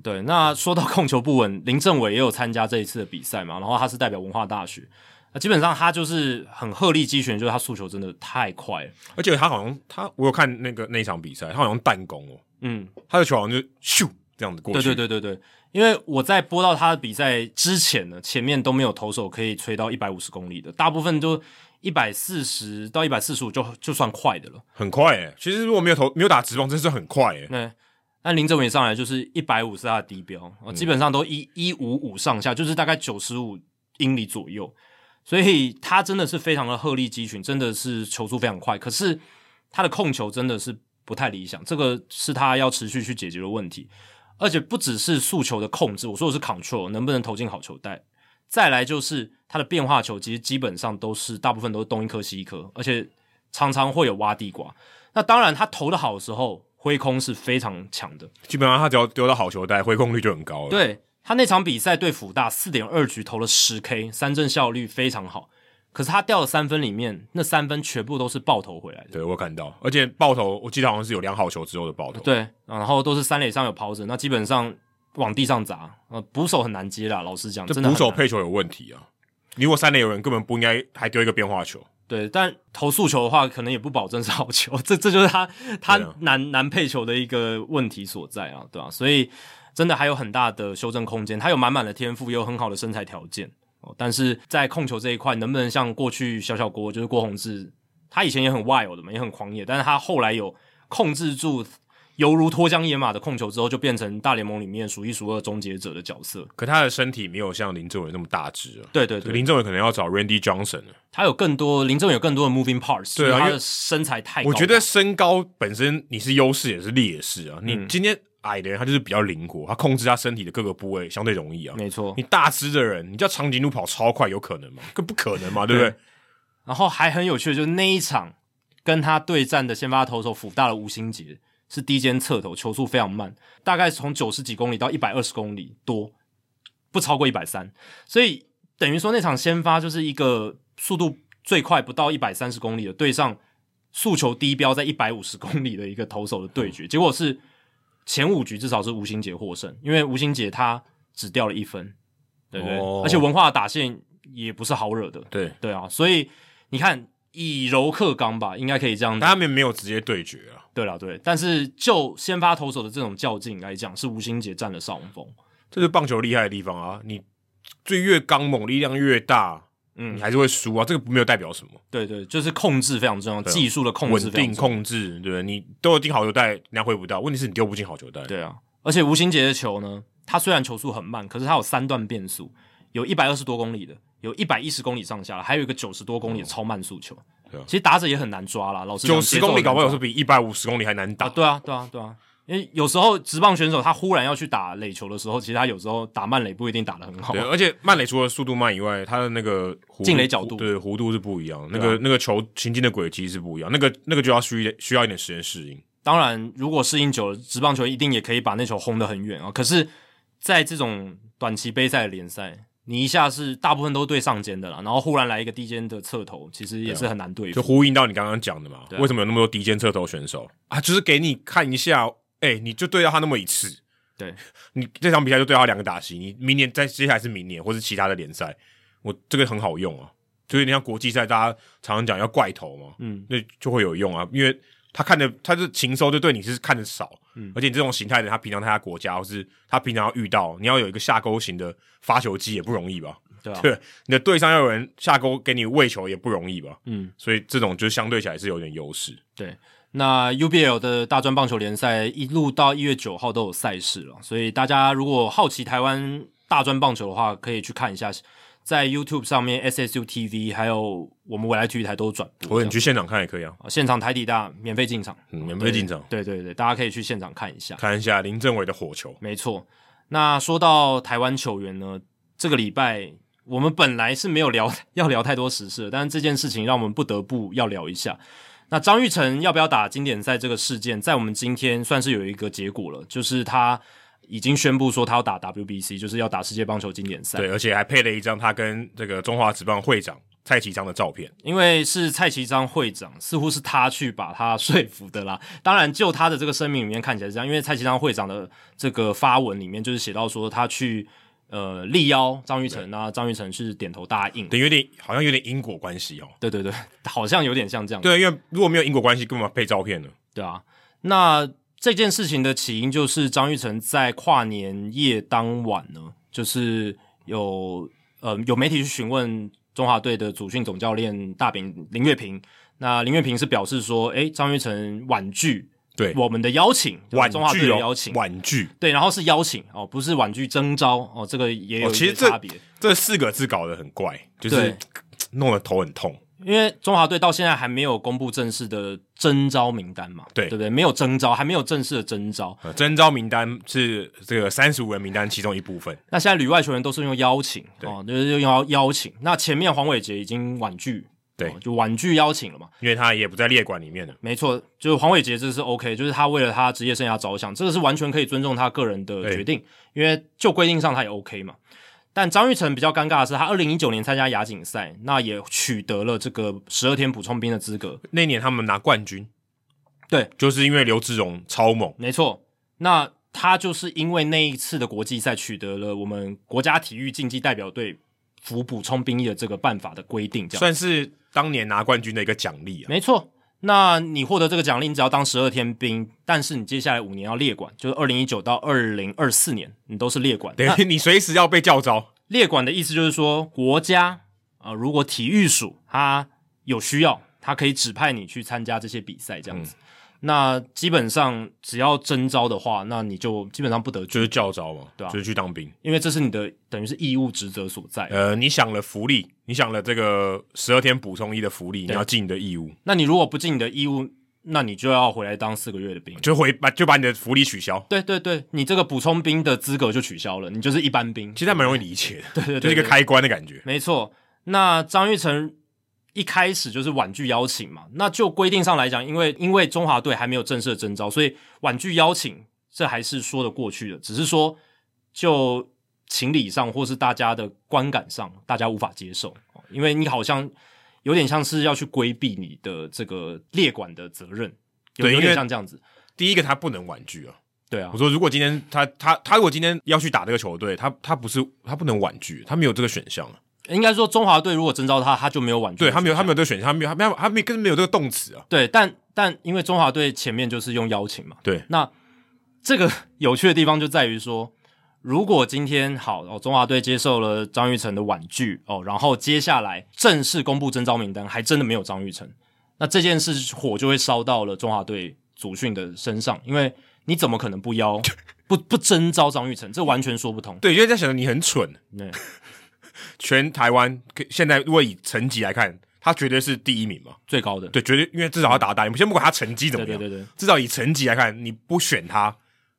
Speaker 1: 对。那说到控球不稳，林政伟也有参加这一次的比赛嘛，然后他是代表文化大学，那基本上他就是很鹤立鸡群，就是他速球真的太快了，
Speaker 2: 而且他好像他，我有看那个那一场比赛，他好像弹弓哦，
Speaker 1: 嗯，
Speaker 2: 他的球好像就咻这样子过
Speaker 1: 对
Speaker 2: 去。
Speaker 1: 对对对对，因为我在播到他的比赛之前呢，前面都没有投手可以吹到一百五十公里的，大部分都一百四十到一百四十五就就算快的了。
Speaker 2: 很快诶、其实如果没有投没有打直棒，真是很快诶、
Speaker 1: 那那林正伟上来就是一百五是他的低标，呃基本上都一一五五上下，就是大概九十五英里左右，所以他真的是非常的鹤立鸡群，真的是球速非常快，可是他的控球真的是不太理想，这个是他要持续去解决的问题。而且不只是速球的控制，我说的是 control 能不能投进好球带，再来就是他的变化球，其实基本上都是大部分都是东一颗西一颗，而且常常会有挖地瓜。那当然，他投的好的时候，挥空是非常强的。
Speaker 2: 基本上他只要丢到好球带，回控率就很高了。，
Speaker 1: 对他那场比赛对辅大四点二局投了十 K，三振效率非常好。可是他掉的三分里面，那三分全部都是爆投回来的。
Speaker 2: 对我有看到，而且爆头，我记得好像是有两好球之后的爆头。
Speaker 1: 对，然后都是三垒上有跑者，那基本上往地上砸，呃，捕手很难接啦。老实讲，
Speaker 2: 这
Speaker 1: 真的
Speaker 2: 捕
Speaker 1: 很
Speaker 2: 手
Speaker 1: 难
Speaker 2: 配球有问题啊，如果三垒有人根本不应该还丢一个变化球，
Speaker 1: 对，但投速球的话，可能也不保证是好球， 这这就是他他
Speaker 2: 对啊
Speaker 1: 难、难配球的一个问题所在啊，对吧、所以真的还有很大的修正空间，他有满满的天赋，也有很好的身材条件哦，但是在控球这一块，能不能像过去小小郭，就是郭宏志，他以前也很 wild 嘛，也很狂野，但是他后来有控制住。犹如脱缰野马的控球之后，就变成大联盟里面数一数二终结者的角色。
Speaker 2: 可他的身体没有像林志伟那么大只啊。
Speaker 1: 对对对，
Speaker 2: 林志伟可能要找 Randy Johnson 啊了。
Speaker 1: 他有更多林正有更多的 moving parts，所以
Speaker 2: 对啊
Speaker 1: 他
Speaker 2: 因
Speaker 1: 的
Speaker 2: 为
Speaker 1: 身材太高
Speaker 2: 我
Speaker 1: 大，
Speaker 2: 觉得身高本身你是优势也是劣势啊。
Speaker 1: 嗯
Speaker 2: 你今天矮的人他就是比较灵活，他控制他身体的各个部位相对容易啊。
Speaker 1: 没错
Speaker 2: 你。大只的人，你叫长颈鹿跑超快，有可能吗？更不可能嘛，对不对
Speaker 1: 对？然后还很有趣的就是那一场跟他对战的先发投手辅大的吴兴杰是低肩侧投，球速非常慢，大概从九十几公里到一百二十公里多，不超过一百三，所以等于说那场先发就是一个速度最快不到一百三十公里的对上速球低标在一百五十公里的一个投手的对决，结果是前五局至少是吴兴杰获胜，因为吴兴杰他只掉了一分，对不对？
Speaker 2: 哦
Speaker 1: 而且文化的打线也不是好惹的，
Speaker 2: 对，
Speaker 1: 对啊，所以你看以柔克刚吧，应该可以这样
Speaker 2: 但他
Speaker 1: 打。
Speaker 2: 们没有直接对决啊。
Speaker 1: 对了，对，但是就先发投手的这种较劲来讲，是吴兴杰占了上风。
Speaker 2: 这是棒球厉害的地方啊！你最越刚猛，力量越大，
Speaker 1: 嗯
Speaker 2: 你还是会输啊。这个没有代表什么，
Speaker 1: 对对，就是控制非常重要，
Speaker 2: 啊
Speaker 1: 技术的控
Speaker 2: 稳
Speaker 1: 制非常
Speaker 2: 定
Speaker 1: 重要。
Speaker 2: 控制，对不对？你都有进好球带，人家挥不到。问题是你丢不进好球带。
Speaker 1: 对啊，而且吴兴杰的球呢，他虽然球速很慢，可是他有三段变速，有一百二十多公里的，有一百一十公里上下了，还有一个九十多公里的超慢速球。
Speaker 2: 哦对啊
Speaker 1: 其实打者也很难抓啦，老师
Speaker 2: 九十公里搞不好有时
Speaker 1: 是
Speaker 2: 候比一百五十公里还难打。
Speaker 1: 啊，对啊，对啊，对啊。因为有时候职棒选手他忽然要去打垒球的时候，其实他有时候打慢垒不一定打得很好啊
Speaker 2: 对，。啊而且曼雷除了速度慢以外，他的那个弧度
Speaker 1: 进垒角度
Speaker 2: 对弧度是不一样，那
Speaker 1: 对啊
Speaker 2: 个那个球行进的轨迹是不一样，那个那个就要需需要一点时间适应。
Speaker 1: 当然，如果适应久了，职棒球一定也可以把那球轰得很远啊。可是，在这种短期杯赛的联赛，你一下是大部分都对上肩的啦，然后忽然来一个低肩的侧头，其实也是很难对付。啊
Speaker 2: 就呼应到你刚刚讲的嘛，
Speaker 1: 对啊
Speaker 2: 为什么有那么多低肩侧投选手啊？就是给你看一下，哎、你就对到他那么一次，
Speaker 1: 对
Speaker 2: 你这场比赛就对到两个打席，你明年再接下来是明年或是其他的联赛，我这个很好用啊。就是你像国际赛，大家常常讲要怪头嘛，
Speaker 1: 嗯，
Speaker 2: 那就会有用啊，因为他看的他是禽兽，就对你是看的少，
Speaker 1: 嗯
Speaker 2: 而且你这种形态的，他平常在他国家或是他平常要遇到，你要有一个下勾型的发球机也不容易吧？
Speaker 1: 对啊，
Speaker 2: 对，你的队上要有人下勾给你喂球也不容易吧？
Speaker 1: 嗯，
Speaker 2: 所以这种就是相对起来是有点优势。
Speaker 1: 对。那 UBL 的大专棒球联赛一路到一月九号都有赛事了，所以大家如果好奇台湾大专棒球的话，可以去看一下，在 YouTube 上面 SSU TV 还有我们未来体育台都有转播。
Speaker 2: 或者你去现场看也可以啊，
Speaker 1: 啊现场台底大免费进场，
Speaker 2: 嗯免费进场
Speaker 1: 嗯对。对对对，大家可以去现场看一下。
Speaker 2: 看一下林政伟的火球。
Speaker 1: 没错。那说到台湾球员呢，这个礼拜我们本来是没有聊 要聊太多时事的，但是这件事情让我们不得不要聊一下。那张玉成要不要打经典赛这个事件，在我们今天算是有一个结果了，就是他已经宣布说他要打 WBC，就是要打世界棒球经典赛。
Speaker 2: 对，而且还配了一张他跟这个中华职棒会长蔡其章的照片。
Speaker 1: 因为是蔡其章会长，似乎是他去把他 说服的啦。当然，就他的这个声明里面看起来是这样，因为蔡其章会长的这个发文里面就是写到说他去呃力邀张玉成啊，张玉成是点头答应。
Speaker 2: 对，有点好像有点因果关系哦。
Speaker 1: 对对对，好像有点像这样。
Speaker 2: 对，因为如果没有因果关系，根本配照片呢。
Speaker 1: 对啊，那这件事情的起因就是张玉成在跨年夜当晚呢，就是有呃有媒体去询问中华队的主训总教练大饼林月平，那林月平是表示说，诶，张玉成婉拒
Speaker 2: 对，
Speaker 1: 我们的邀请，就是
Speaker 2: 婉
Speaker 1: 中华队
Speaker 2: 拒
Speaker 1: 的
Speaker 2: 哦，
Speaker 1: 邀请。
Speaker 2: 婉拒。
Speaker 1: 对，然后是邀请哦，不是婉拒征召哦，这个也有
Speaker 2: 哦
Speaker 1: 一
Speaker 2: 其
Speaker 1: 些
Speaker 2: 实这
Speaker 1: 差别。
Speaker 2: 这四个字搞得很怪，就是
Speaker 1: 对
Speaker 2: 弄得头很痛。
Speaker 1: 因为中华队到现在还没有公布正式的征召名单嘛，
Speaker 2: 对
Speaker 1: 对不对？没有征召，还没有正式的征召。
Speaker 2: 呃征召名单是这个三十五人名单其中一部分，
Speaker 1: 那现在旅外球员都是用邀请哦，就是用邀邀请。那前面黄伟杰已经婉拒，
Speaker 2: 对
Speaker 1: 哦就婉拒邀请了嘛。
Speaker 2: 因为他也不在列管里面了。
Speaker 1: 没错，就是黄伟杰这是 OK，就是他为了他职业生涯着想，这个是完全可以尊重他个人的决定，因为就规定上他也 OK 嘛。但张玉成比较尴尬的是，他二零一九年参加亚锦赛，那也取得了这个十二天补充兵的资格。
Speaker 2: 那年他们拿冠军，
Speaker 1: 对，
Speaker 2: 就是因为刘志荣超猛，
Speaker 1: 没错，那他就是因为那一次的国际赛取得了我们国家体育竞技代表队服补充兵役的这个办法的规定，这样
Speaker 2: 算是当年拿冠军的一个奖励啊。
Speaker 1: 没错。那你获得这个奖励，你只要当十二天兵，但是你接下来五年要列管，就是二零一九到二零二四年，你都是列管。
Speaker 2: 等 于你随时要被叫招，
Speaker 1: 列管的意思就是说，国家啊、呃如果体育署它有需要，它可以指派你去参加这些比赛，这样
Speaker 2: 嗯
Speaker 1: 子。那基本上只要征召的话，那你就基本上不得
Speaker 2: 就
Speaker 1: 就是
Speaker 2: 叫招嘛，
Speaker 1: 对啊
Speaker 2: 就是去当兵。
Speaker 1: 因为这是你的等于是义务职责所在。
Speaker 2: 呃，你想了福利，你想了这个十二天补充一的福利，你要尽你的义务，
Speaker 1: 那你如果不尽你的义务，那你就要回来当四个月的兵。
Speaker 2: 就回把就把你的福利取消。
Speaker 1: 对对对，你这个补充兵的资格就取消了，你就是一般兵
Speaker 2: 其。实还蛮容易理解的，
Speaker 1: 对对对
Speaker 2: 就是一个
Speaker 1: 对
Speaker 2: 开关的感觉。
Speaker 1: 没错，那张玉成一开始就是婉拒邀请嘛，那就规定上来讲，因为因为中华队还没有正式的征召，所以婉拒邀请这还是说得过去的，只是说就情理上或是大家的观感上，大家无法接受，哦因为你好像有点像是要去规避你的这个列管的责任，有有
Speaker 2: 对因
Speaker 1: 点
Speaker 2: 为
Speaker 1: 像这样子，
Speaker 2: 第一个他不能婉拒啊，
Speaker 1: 对啊
Speaker 2: 我，说如果今天他他他如果今天要去打这个球队，他他不是他不能婉拒，他没有这个选项啊。
Speaker 1: 应该说中华队如果征召他，他就没有婉拒的选项，
Speaker 2: 对他没有他没有这个选项，他没有他没有他没有根本没有这个动词啊。
Speaker 1: 对，但但因为中华队前面就是用邀请嘛，
Speaker 2: 对，
Speaker 1: 那这个 有趣的地方就在于说，如果今天好哦，中华队接受了张玉成的婉拒哦，然后接下来正式公布征召名单，还真的没有张玉成，那这件事火就会烧到了中华队祖训的身上，因为你怎么可能不邀不不征召张玉成？这完全说不通。
Speaker 2: 对，因为在想着你很蠢，
Speaker 1: 对，
Speaker 2: 全台湾可现在如果以成绩来看，他绝对是第一名嘛。
Speaker 1: 最高的，
Speaker 2: 对，绝对因为至少他打大联盟，先不管他成绩怎么
Speaker 1: 对
Speaker 2: 样，
Speaker 1: 对对对，
Speaker 2: 至少以成绩来看，你不选他，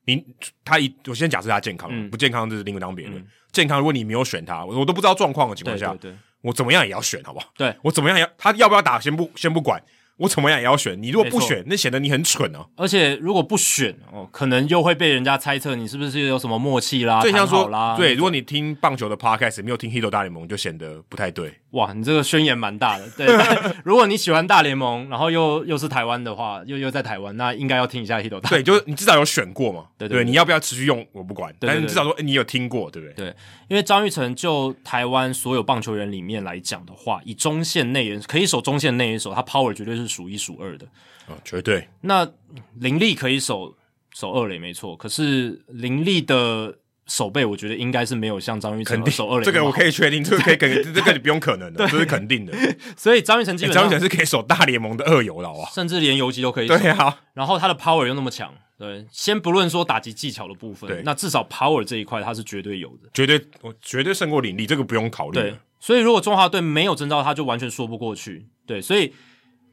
Speaker 2: 你他一我先假设他健康，
Speaker 1: 嗯
Speaker 2: 不健康这是另当别论。
Speaker 1: 嗯
Speaker 2: 健康，如果你没有选他，我我都不知道状况的情况
Speaker 1: 对
Speaker 2: 下，
Speaker 1: 对对，
Speaker 2: 我怎么样也要选，好不好？
Speaker 1: 对
Speaker 2: 我怎么样也要他要不要打，先不先不管，我怎么样也要选。你如果不
Speaker 1: 没错
Speaker 2: 选，那显得你很蠢哦、
Speaker 1: 而且如果不选哦，可能又会被人家猜测你是不是有什么默契啦，
Speaker 2: 最像
Speaker 1: 啊谈好
Speaker 2: 说
Speaker 1: 啦，，
Speaker 2: 对，如果你听棒球的 podcast 没有听《Hito 大联盟》，就显得不 太对。
Speaker 1: 哇，你这个宣言蛮大的。 对，但如果你喜欢大联盟，然后又又是台湾的话，又又在台湾，那应该要听一下 Hito 大。
Speaker 2: 对，就是你至少有选过嘛，
Speaker 1: 对对
Speaker 2: 对
Speaker 1: 对
Speaker 2: 你要不要持续用我不管，
Speaker 1: 对对
Speaker 2: 但是
Speaker 1: 对
Speaker 2: 你至少说、哎你有听过，对不对？
Speaker 1: 对，因为张玉成就台湾所有棒球员里面来讲的话，以中线内援可以守中线内援手，他 power 绝对是数一数二的。
Speaker 2: 啊、绝对
Speaker 1: 那林立可以守守二垒没错，可是林立的守备，我觉得应该是没有像张玉成
Speaker 2: 肯定
Speaker 1: 守二垒
Speaker 2: 这个我
Speaker 1: 以。
Speaker 2: 可以确定，这个可 以肯，这个你不用可能的，这是肯定的。
Speaker 1: 所以张玉成基
Speaker 2: 欸
Speaker 1: 本
Speaker 2: 张
Speaker 1: 上
Speaker 2: 玉成是可以守大联盟的二游了啊！
Speaker 1: 甚至连游击都可以守。
Speaker 2: 对啊，
Speaker 1: 然后他的 power 又那么强，对，先不论说打击技巧的部分
Speaker 2: 对，
Speaker 1: 那至少 power 这一块他是绝对有的，
Speaker 2: 绝对我绝对胜过林立，这个不用考虑。
Speaker 1: 对，所以如果中华队没有征召他，就完全说不过去，对，所以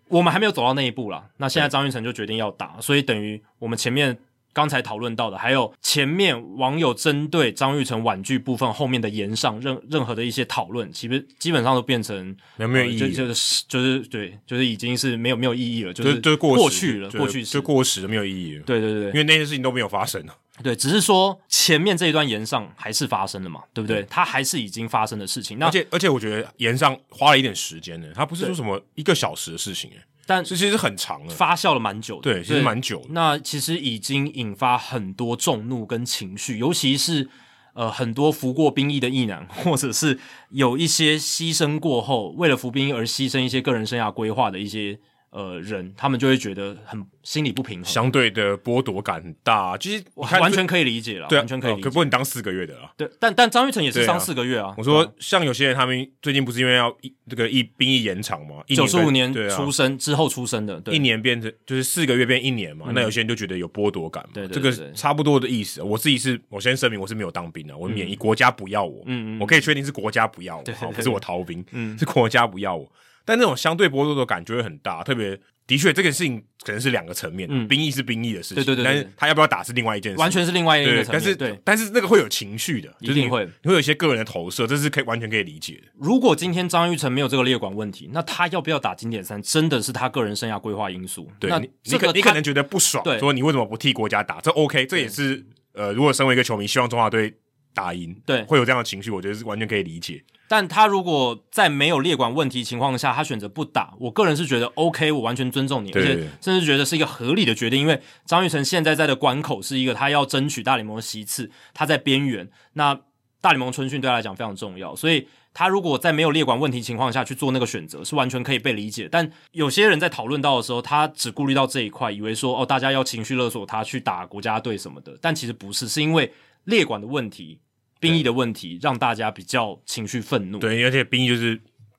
Speaker 1: 我们还没有走到那一步啦。那现在张玉成就决定要打，所以等于我们前面刚才讨论到的，还有前面网友针对张玉成婉拒部分后面的延上任任何的一些讨论，其实基本上都变成
Speaker 2: 没有没有意义
Speaker 1: 呃就就是就是对，就是已经是没有没有意义了，就
Speaker 2: 就是
Speaker 1: 是
Speaker 2: 就是过
Speaker 1: 过
Speaker 2: 时
Speaker 1: 去了，
Speaker 2: 就
Speaker 1: 过去式
Speaker 2: 就。过时没有意义了，
Speaker 1: 对对对，
Speaker 2: 因为那些事情都没有发生啊。
Speaker 1: 对，只是说前面这一段延上还是发生了嘛，对不对？它还是已经发生的事情。那
Speaker 2: 而且而且，我觉得延上花了一点时间呢，他不是说
Speaker 1: 对
Speaker 2: 什么一个小时的事情，哎，
Speaker 1: 但
Speaker 2: 这其实很长了，
Speaker 1: 发酵了蛮久的，
Speaker 2: 对，其实蛮久的。
Speaker 1: 那其实已经引发很多众怒跟情绪，尤其是呃很多服过兵役的役男， 或者是有一些牺牲过后为了服兵役而牺牲一些个人生涯规划的一些呃人，他们就会觉得很心理不平衡。
Speaker 2: 相对的剥夺感很大，其实你看
Speaker 1: 完全可以理解了，
Speaker 2: 对啊，
Speaker 1: 完全可以理
Speaker 2: 可
Speaker 1: 解
Speaker 2: 不。过你当四个月的啊，
Speaker 1: 对，但但张玉成也是
Speaker 2: 对啊
Speaker 1: 上四个月啊。
Speaker 2: 我说像有些人他们最近不是因为要一这个一兵役延长嘛，一
Speaker 1: 九十五
Speaker 2: 跟
Speaker 1: 年
Speaker 2: 对啊
Speaker 1: 出生、之后出生的，对嗯
Speaker 2: 一年变成就是四个月变一年嘛，那有些人就觉得有剥夺感嘛，
Speaker 1: 对对
Speaker 2: 这
Speaker 1: 对嗯
Speaker 2: 个差不多的意思。啊我自己是，我先声明，我是没有当兵的，我免疫，国家不要我，
Speaker 1: 嗯嗯嗯
Speaker 2: 我可以确定是国家不要我，
Speaker 1: 对
Speaker 2: 好
Speaker 1: 对
Speaker 2: 不是我逃兵，
Speaker 1: 嗯
Speaker 2: 是国家不要我。但那种相对剥夺的感觉会很大，特别的确这个事情可能是两个层面，啊
Speaker 1: 嗯
Speaker 2: 兵役是兵役的事情，
Speaker 1: 对对对对
Speaker 2: 但是他要不要打是另外一件事，
Speaker 1: 完全是另外一个
Speaker 2: 对，
Speaker 1: 层
Speaker 2: 但
Speaker 1: 面。
Speaker 2: 是
Speaker 1: 对，
Speaker 2: 但是那个会有情绪的，
Speaker 1: 一
Speaker 2: 就是你
Speaker 1: 定会
Speaker 2: 你会有一些个人的投射，这是可以完全可以理解的。
Speaker 1: 如果今天张玉成没有这个列管问题，那他要不要打经典三，真的是他个人生涯规划因素。
Speaker 2: 对
Speaker 1: 那
Speaker 2: 你，你
Speaker 1: 这个
Speaker 2: 可你
Speaker 1: 他
Speaker 2: 可能觉得不爽，
Speaker 1: 对
Speaker 2: 说你为什么不替国家打？这 OK，这也是呃，如果身为一个球迷，希望中华队打赢，
Speaker 1: 对
Speaker 2: 会有这样的情绪，我觉得是完全可以理解。
Speaker 1: 但他如果在没有列管问题情况下，他选择不打，我个人是觉得 OK，我完全尊重你，
Speaker 2: 对
Speaker 1: 而且甚至觉得是一个合理的决定，因为张玉成现在在的关口是一个他要争取大联盟的席次，他在边缘，那大联盟春训对他来讲非常重要，所以他如果在没有列管问题情况下去做那个选择，是完全可以被理解。但有些人在讨论到的时候，他只顾虑到这一块，以为说哦，大家要情绪勒索他去打国家队什么的，但其实不是，是因为列管的问题、兵役的问题，让大家比较情绪愤怒。
Speaker 2: 对，而且兵役就是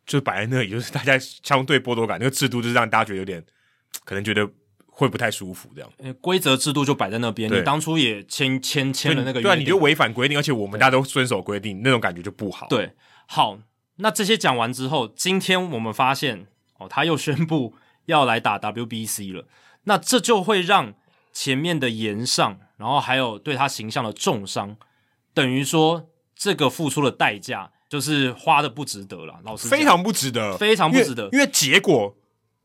Speaker 2: 就是摆在那里，就是大家相对剥夺感，那个制度就是让大家觉得有点可能觉得会不太舒服这样。
Speaker 1: 呃，规则制度就摆在那边，
Speaker 2: 对
Speaker 1: 你当初也签签签了那个约定，
Speaker 2: 对啊，你就违反规定，而且我们大家都遵守规定，那种感觉就不好。，
Speaker 1: 对，好，那这些讲完之后，今天我们发现哦，他又宣布要来打 WBC 了，那这就会让前面的延上，然后还有对他形象的重伤，等于说这个付出的代价就是花的不值得了。老实讲
Speaker 2: 非常不值得，
Speaker 1: 非常不值得
Speaker 2: 因为因为结果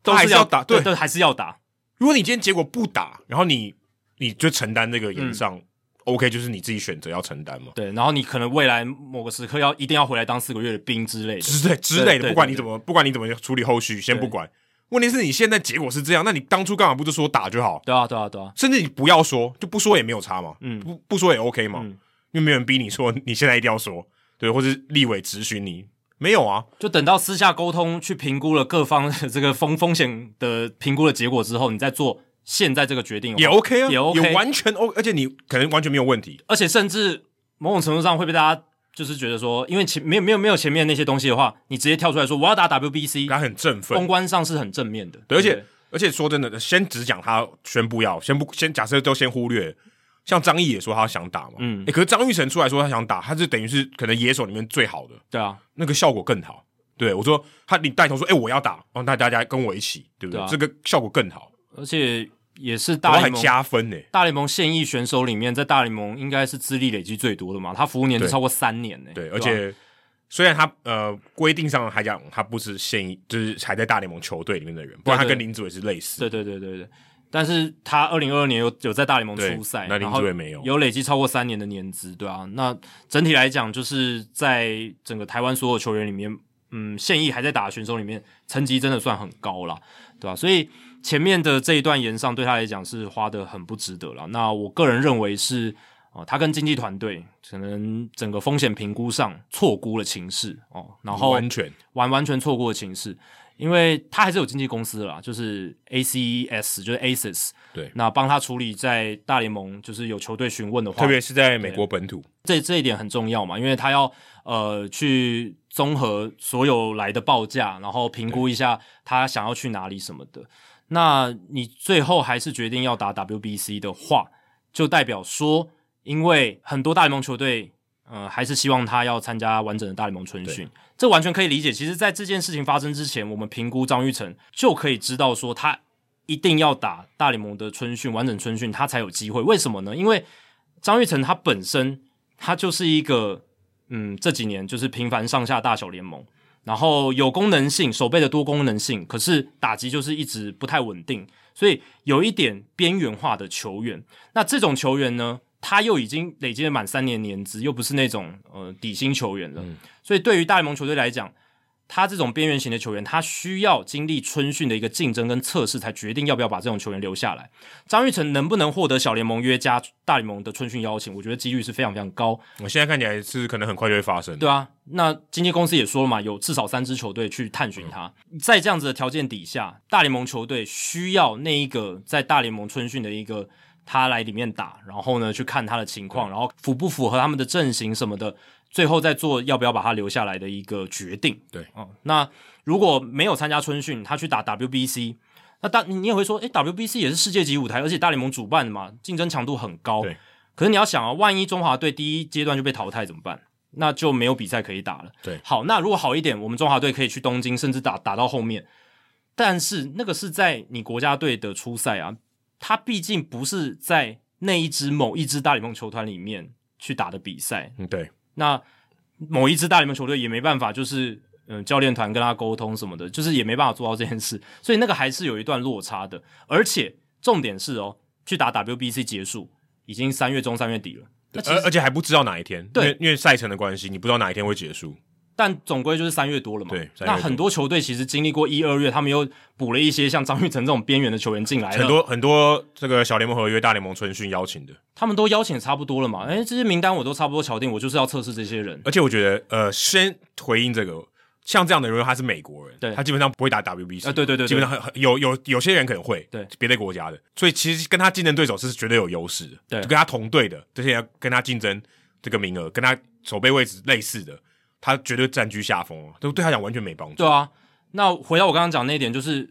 Speaker 1: 都
Speaker 2: 他还是
Speaker 1: 要
Speaker 2: 打。
Speaker 1: 对
Speaker 2: 对，
Speaker 1: 还是要打，
Speaker 2: 如果你今天结果不打，然后你你就承担这个延
Speaker 1: 嗯
Speaker 2: 上，OK，就是你自己选择要承担嘛，
Speaker 1: 对，然后你可能未来某个时刻要一定要回来当四个月的兵之类的，
Speaker 2: 之类之类的，
Speaker 1: 对
Speaker 2: 不管
Speaker 1: 对
Speaker 2: 你怎么不管你怎么处理后续，先不
Speaker 1: 对
Speaker 2: 管。问题是你现在结果是这样，那你当初干嘛不就说打就好？
Speaker 1: 对啊，对啊，对啊，
Speaker 2: 甚至你不要说，就不说也没有差嘛，
Speaker 1: 嗯
Speaker 2: 不不说也 OK 嘛，
Speaker 1: 嗯
Speaker 2: 因为没有人逼你说你现在一定要说，对，或是立委质询你，没有啊，
Speaker 1: 就等到私下沟通去评估了各方的这个风风险的评估的结果之后，你再做现在这个决定
Speaker 2: 也 OK 啊，
Speaker 1: 哦也 OK，
Speaker 2: 完全 O，而且你可能完全没有问题，
Speaker 1: 而且甚至某种程度上会被大家就是觉得说，因为前没有没有没有前面那些东西的话，你直接跳出来说我要打 WBC，
Speaker 2: 他很振奋
Speaker 1: 公，关上是很正面的，
Speaker 2: 对，而
Speaker 1: 不
Speaker 2: 且而且说真的，先只讲他宣布要，先不先假设都先忽略，像张毅也说他想打嘛，
Speaker 1: 嗯
Speaker 2: 诶可是张玉成出来说他想打，他是等于是可能野手里面最好的，
Speaker 1: 对啊，
Speaker 2: 那个效果更好。对我说他，你带头说，哎、我要打，哦，那大家跟我一起，对不对？
Speaker 1: 对啊
Speaker 2: 这个效果更好，
Speaker 1: 而且也是
Speaker 2: 然
Speaker 1: 大
Speaker 2: 后还
Speaker 1: 联盟
Speaker 2: 加分呢、
Speaker 1: 大联盟现役选手里面，在大联盟应该是资历累积最多的嘛，他服务年资
Speaker 2: 对
Speaker 1: 超过三年呢、啊
Speaker 2: 对，
Speaker 1: 吧
Speaker 2: 而且虽然他呃规定上还讲他不是现役，就是还在大联盟球队里面的人，不然他
Speaker 1: 对
Speaker 2: 跟林子伟是类似。
Speaker 1: 对对对对对。但是他二零二二年有有在大联盟
Speaker 2: 对
Speaker 1: 出赛，
Speaker 2: 那林
Speaker 1: 然后
Speaker 2: 志伟没有
Speaker 1: 有累积超过三年的年资，对啊。那整体来讲，就是在整个台湾所有球员里面，嗯，现役还在打的选手里面，成绩真的算很高啦，对吧、啊所以前面的这一段延上对他来讲是花的很不值得了。那我个人认为是。哦，他跟经纪团队可能整个风险评估上错估了情势哦，然后
Speaker 2: 完全
Speaker 1: 完完全错过的情势，因为他还是有经纪公司的啦，就是 ACES，就是 ACES，
Speaker 2: 对
Speaker 1: 那帮他处理在大联盟就是有球队询问的话，
Speaker 2: 特别是在美国本土，
Speaker 1: 这这一点很重要嘛，因为他要呃去综合所有来的报价，然后评估一下他想要去哪里什么的。那你最后还是决定要打 WBC 的话，就代表说，因为很多大联盟球队，呃，还是希望他要参加完整的大联盟春训，这完全可以理解。其实，在这件事情发生之前，我们评估张玉成就可以知道说他一定要打大联盟的春训，完整春训，他才有机会。为什么呢？因为张玉成他本身他就是一个，嗯，这几年就是频繁上下大小联盟，然后有功能性，手背的多功能性，可是打击就是一直不太稳定，所以有一点边缘化的球员。那这种球员呢，他又已经累积了满三年年资，又不是那种呃底薪球员了，所以对于大联盟球队来讲，他这种边缘型的球员，他需要经历春训的一个竞争跟测试，才决定要不要把这种球员留下来。张玉成能不能获得小联盟约加大联盟的春训邀请，我觉得几率是非常非常高。
Speaker 2: 我现在看起来是可能很快就会发生。
Speaker 1: 对啊，那经纪公司也说了嘛，有至少三支球队去探寻他。
Speaker 2: 嗯
Speaker 1: 在这样子的条件底下，大联盟球队需要那一个在大联盟春训的一个他来里面打，然后呢去看他的情
Speaker 2: 嗯
Speaker 1: 况，然后符不符合他们的阵型什么的，最后再做要不要把他留下来的一个决定。
Speaker 2: 对
Speaker 1: 哦、那如果没有参加春训，他去打 WBC。那大你你也会说，诶 w b c 也是世界级舞台，而且大联盟主办的嘛，竞争强度很高。
Speaker 2: 对，
Speaker 1: 可是你要想啊，万一中华队第一阶段就被淘汰怎么办？那就没有比赛可以打了。
Speaker 2: 对
Speaker 1: 好，那如果好一点，我们中华队可以去东京，甚至打打到后面。但是那个是在你国家队的初赛啊，它毕竟不是在那一支某一支大联盟球团里面去打的比赛。
Speaker 2: 嗯，对，
Speaker 1: 那某一支大联盟球队也没办法，就是嗯、呃教练团跟他沟通什么的，就是也没办法做到这件事，所以那个还是有一段落差的。而且重点是哦，去打 WBC 结束已经三月中三月底了，那其
Speaker 2: 而
Speaker 1: 实
Speaker 2: 而且还不知道哪一天，
Speaker 1: 对
Speaker 2: 因为因为赛程的关系，你不知道哪一天会结束。
Speaker 1: 但总归就是三月多了嘛。
Speaker 2: 对三月
Speaker 1: 那
Speaker 2: 多
Speaker 1: 很多球队其实经历过一二月，他们又补了一些像张玉成这种边缘的球员进来了，
Speaker 2: 很多很多这个小联盟合约、大联盟春训邀请的，
Speaker 1: 他们都邀请差不多了嘛。哎，这些名单我都差不多敲定，我就是要测试这些人。
Speaker 2: 而且我觉得，呃，先回应这个，像这样的人，他是美国人，
Speaker 1: 对
Speaker 2: 他基本上不会打 WBC，
Speaker 1: 啊对对对对
Speaker 2: 基本上很很有有有些人可能会，
Speaker 1: 对
Speaker 2: 别的国家的，所以其实跟他竞争对手是绝对有优势的，
Speaker 1: 对
Speaker 2: 就跟他同队的这些人跟他竞争这个名额，跟他守备位置类似的，他绝对占据下风，啊都对他讲完全没帮助，
Speaker 1: 对啊，那回到我刚刚讲那一点，就是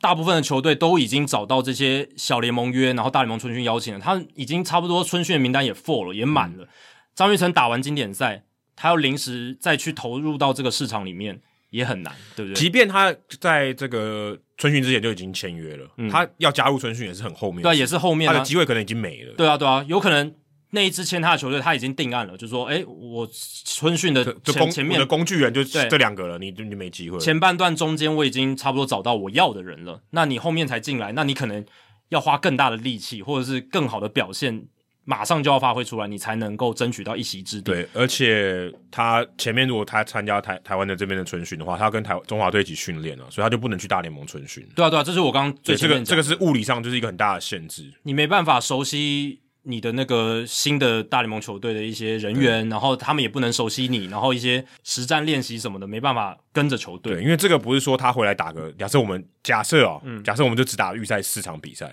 Speaker 1: 大部分的球队都已经找到这些小联盟约，然后大联盟春训邀请了，他们已经差不多春训的名单也 full 了，也满了。张玉成打完经典赛，他要临时再去投入到这个市场里面也很难，对不对？
Speaker 2: 即便他在这个春训之前就已经签约了，他要加入春训也是很后
Speaker 1: 嗯
Speaker 2: 面的
Speaker 1: 对啊，
Speaker 2: 事，
Speaker 1: 也是后面
Speaker 2: 他
Speaker 1: 啊
Speaker 2: 的，机会可能已经没了，
Speaker 1: 对啊，对啊，有可能那一支签他的球队他已经定案了，就说，哎，我春训的
Speaker 2: 就
Speaker 1: 前
Speaker 2: 工
Speaker 1: 前
Speaker 2: 我
Speaker 1: 面
Speaker 2: 的工具人就
Speaker 1: 对
Speaker 2: 这两个了，你就你没机会了。
Speaker 1: 前半段中间我已经差不多找到我要的人了，那你后面才进来，那你可能要花更大的力气，或者是更好的表现，马上就要发挥出来，你才能够争取到一席之地。
Speaker 2: 对，而且他前面如果他参加台台湾的这边的春训的话，他要跟台中华队一起训练啊，所以他就不能去大联盟春训。
Speaker 1: 对啊，对啊，这是我刚刚
Speaker 2: 所
Speaker 1: 最
Speaker 2: 以这
Speaker 1: 前
Speaker 2: 个
Speaker 1: 面
Speaker 2: 这
Speaker 1: 讲
Speaker 2: 个
Speaker 1: 的，
Speaker 2: 是物理上就是一个很大的限制。
Speaker 1: 你没办法熟悉你的那个新的大联盟球队的一些人员，然后他们也不能熟悉你，然后一些实战练习什么的没办法跟着球
Speaker 2: 对，
Speaker 1: 队。
Speaker 2: 因为这个不是说他回来打个，假设我们假设哦，
Speaker 1: 嗯
Speaker 2: 假设我们就只打预赛四场比赛，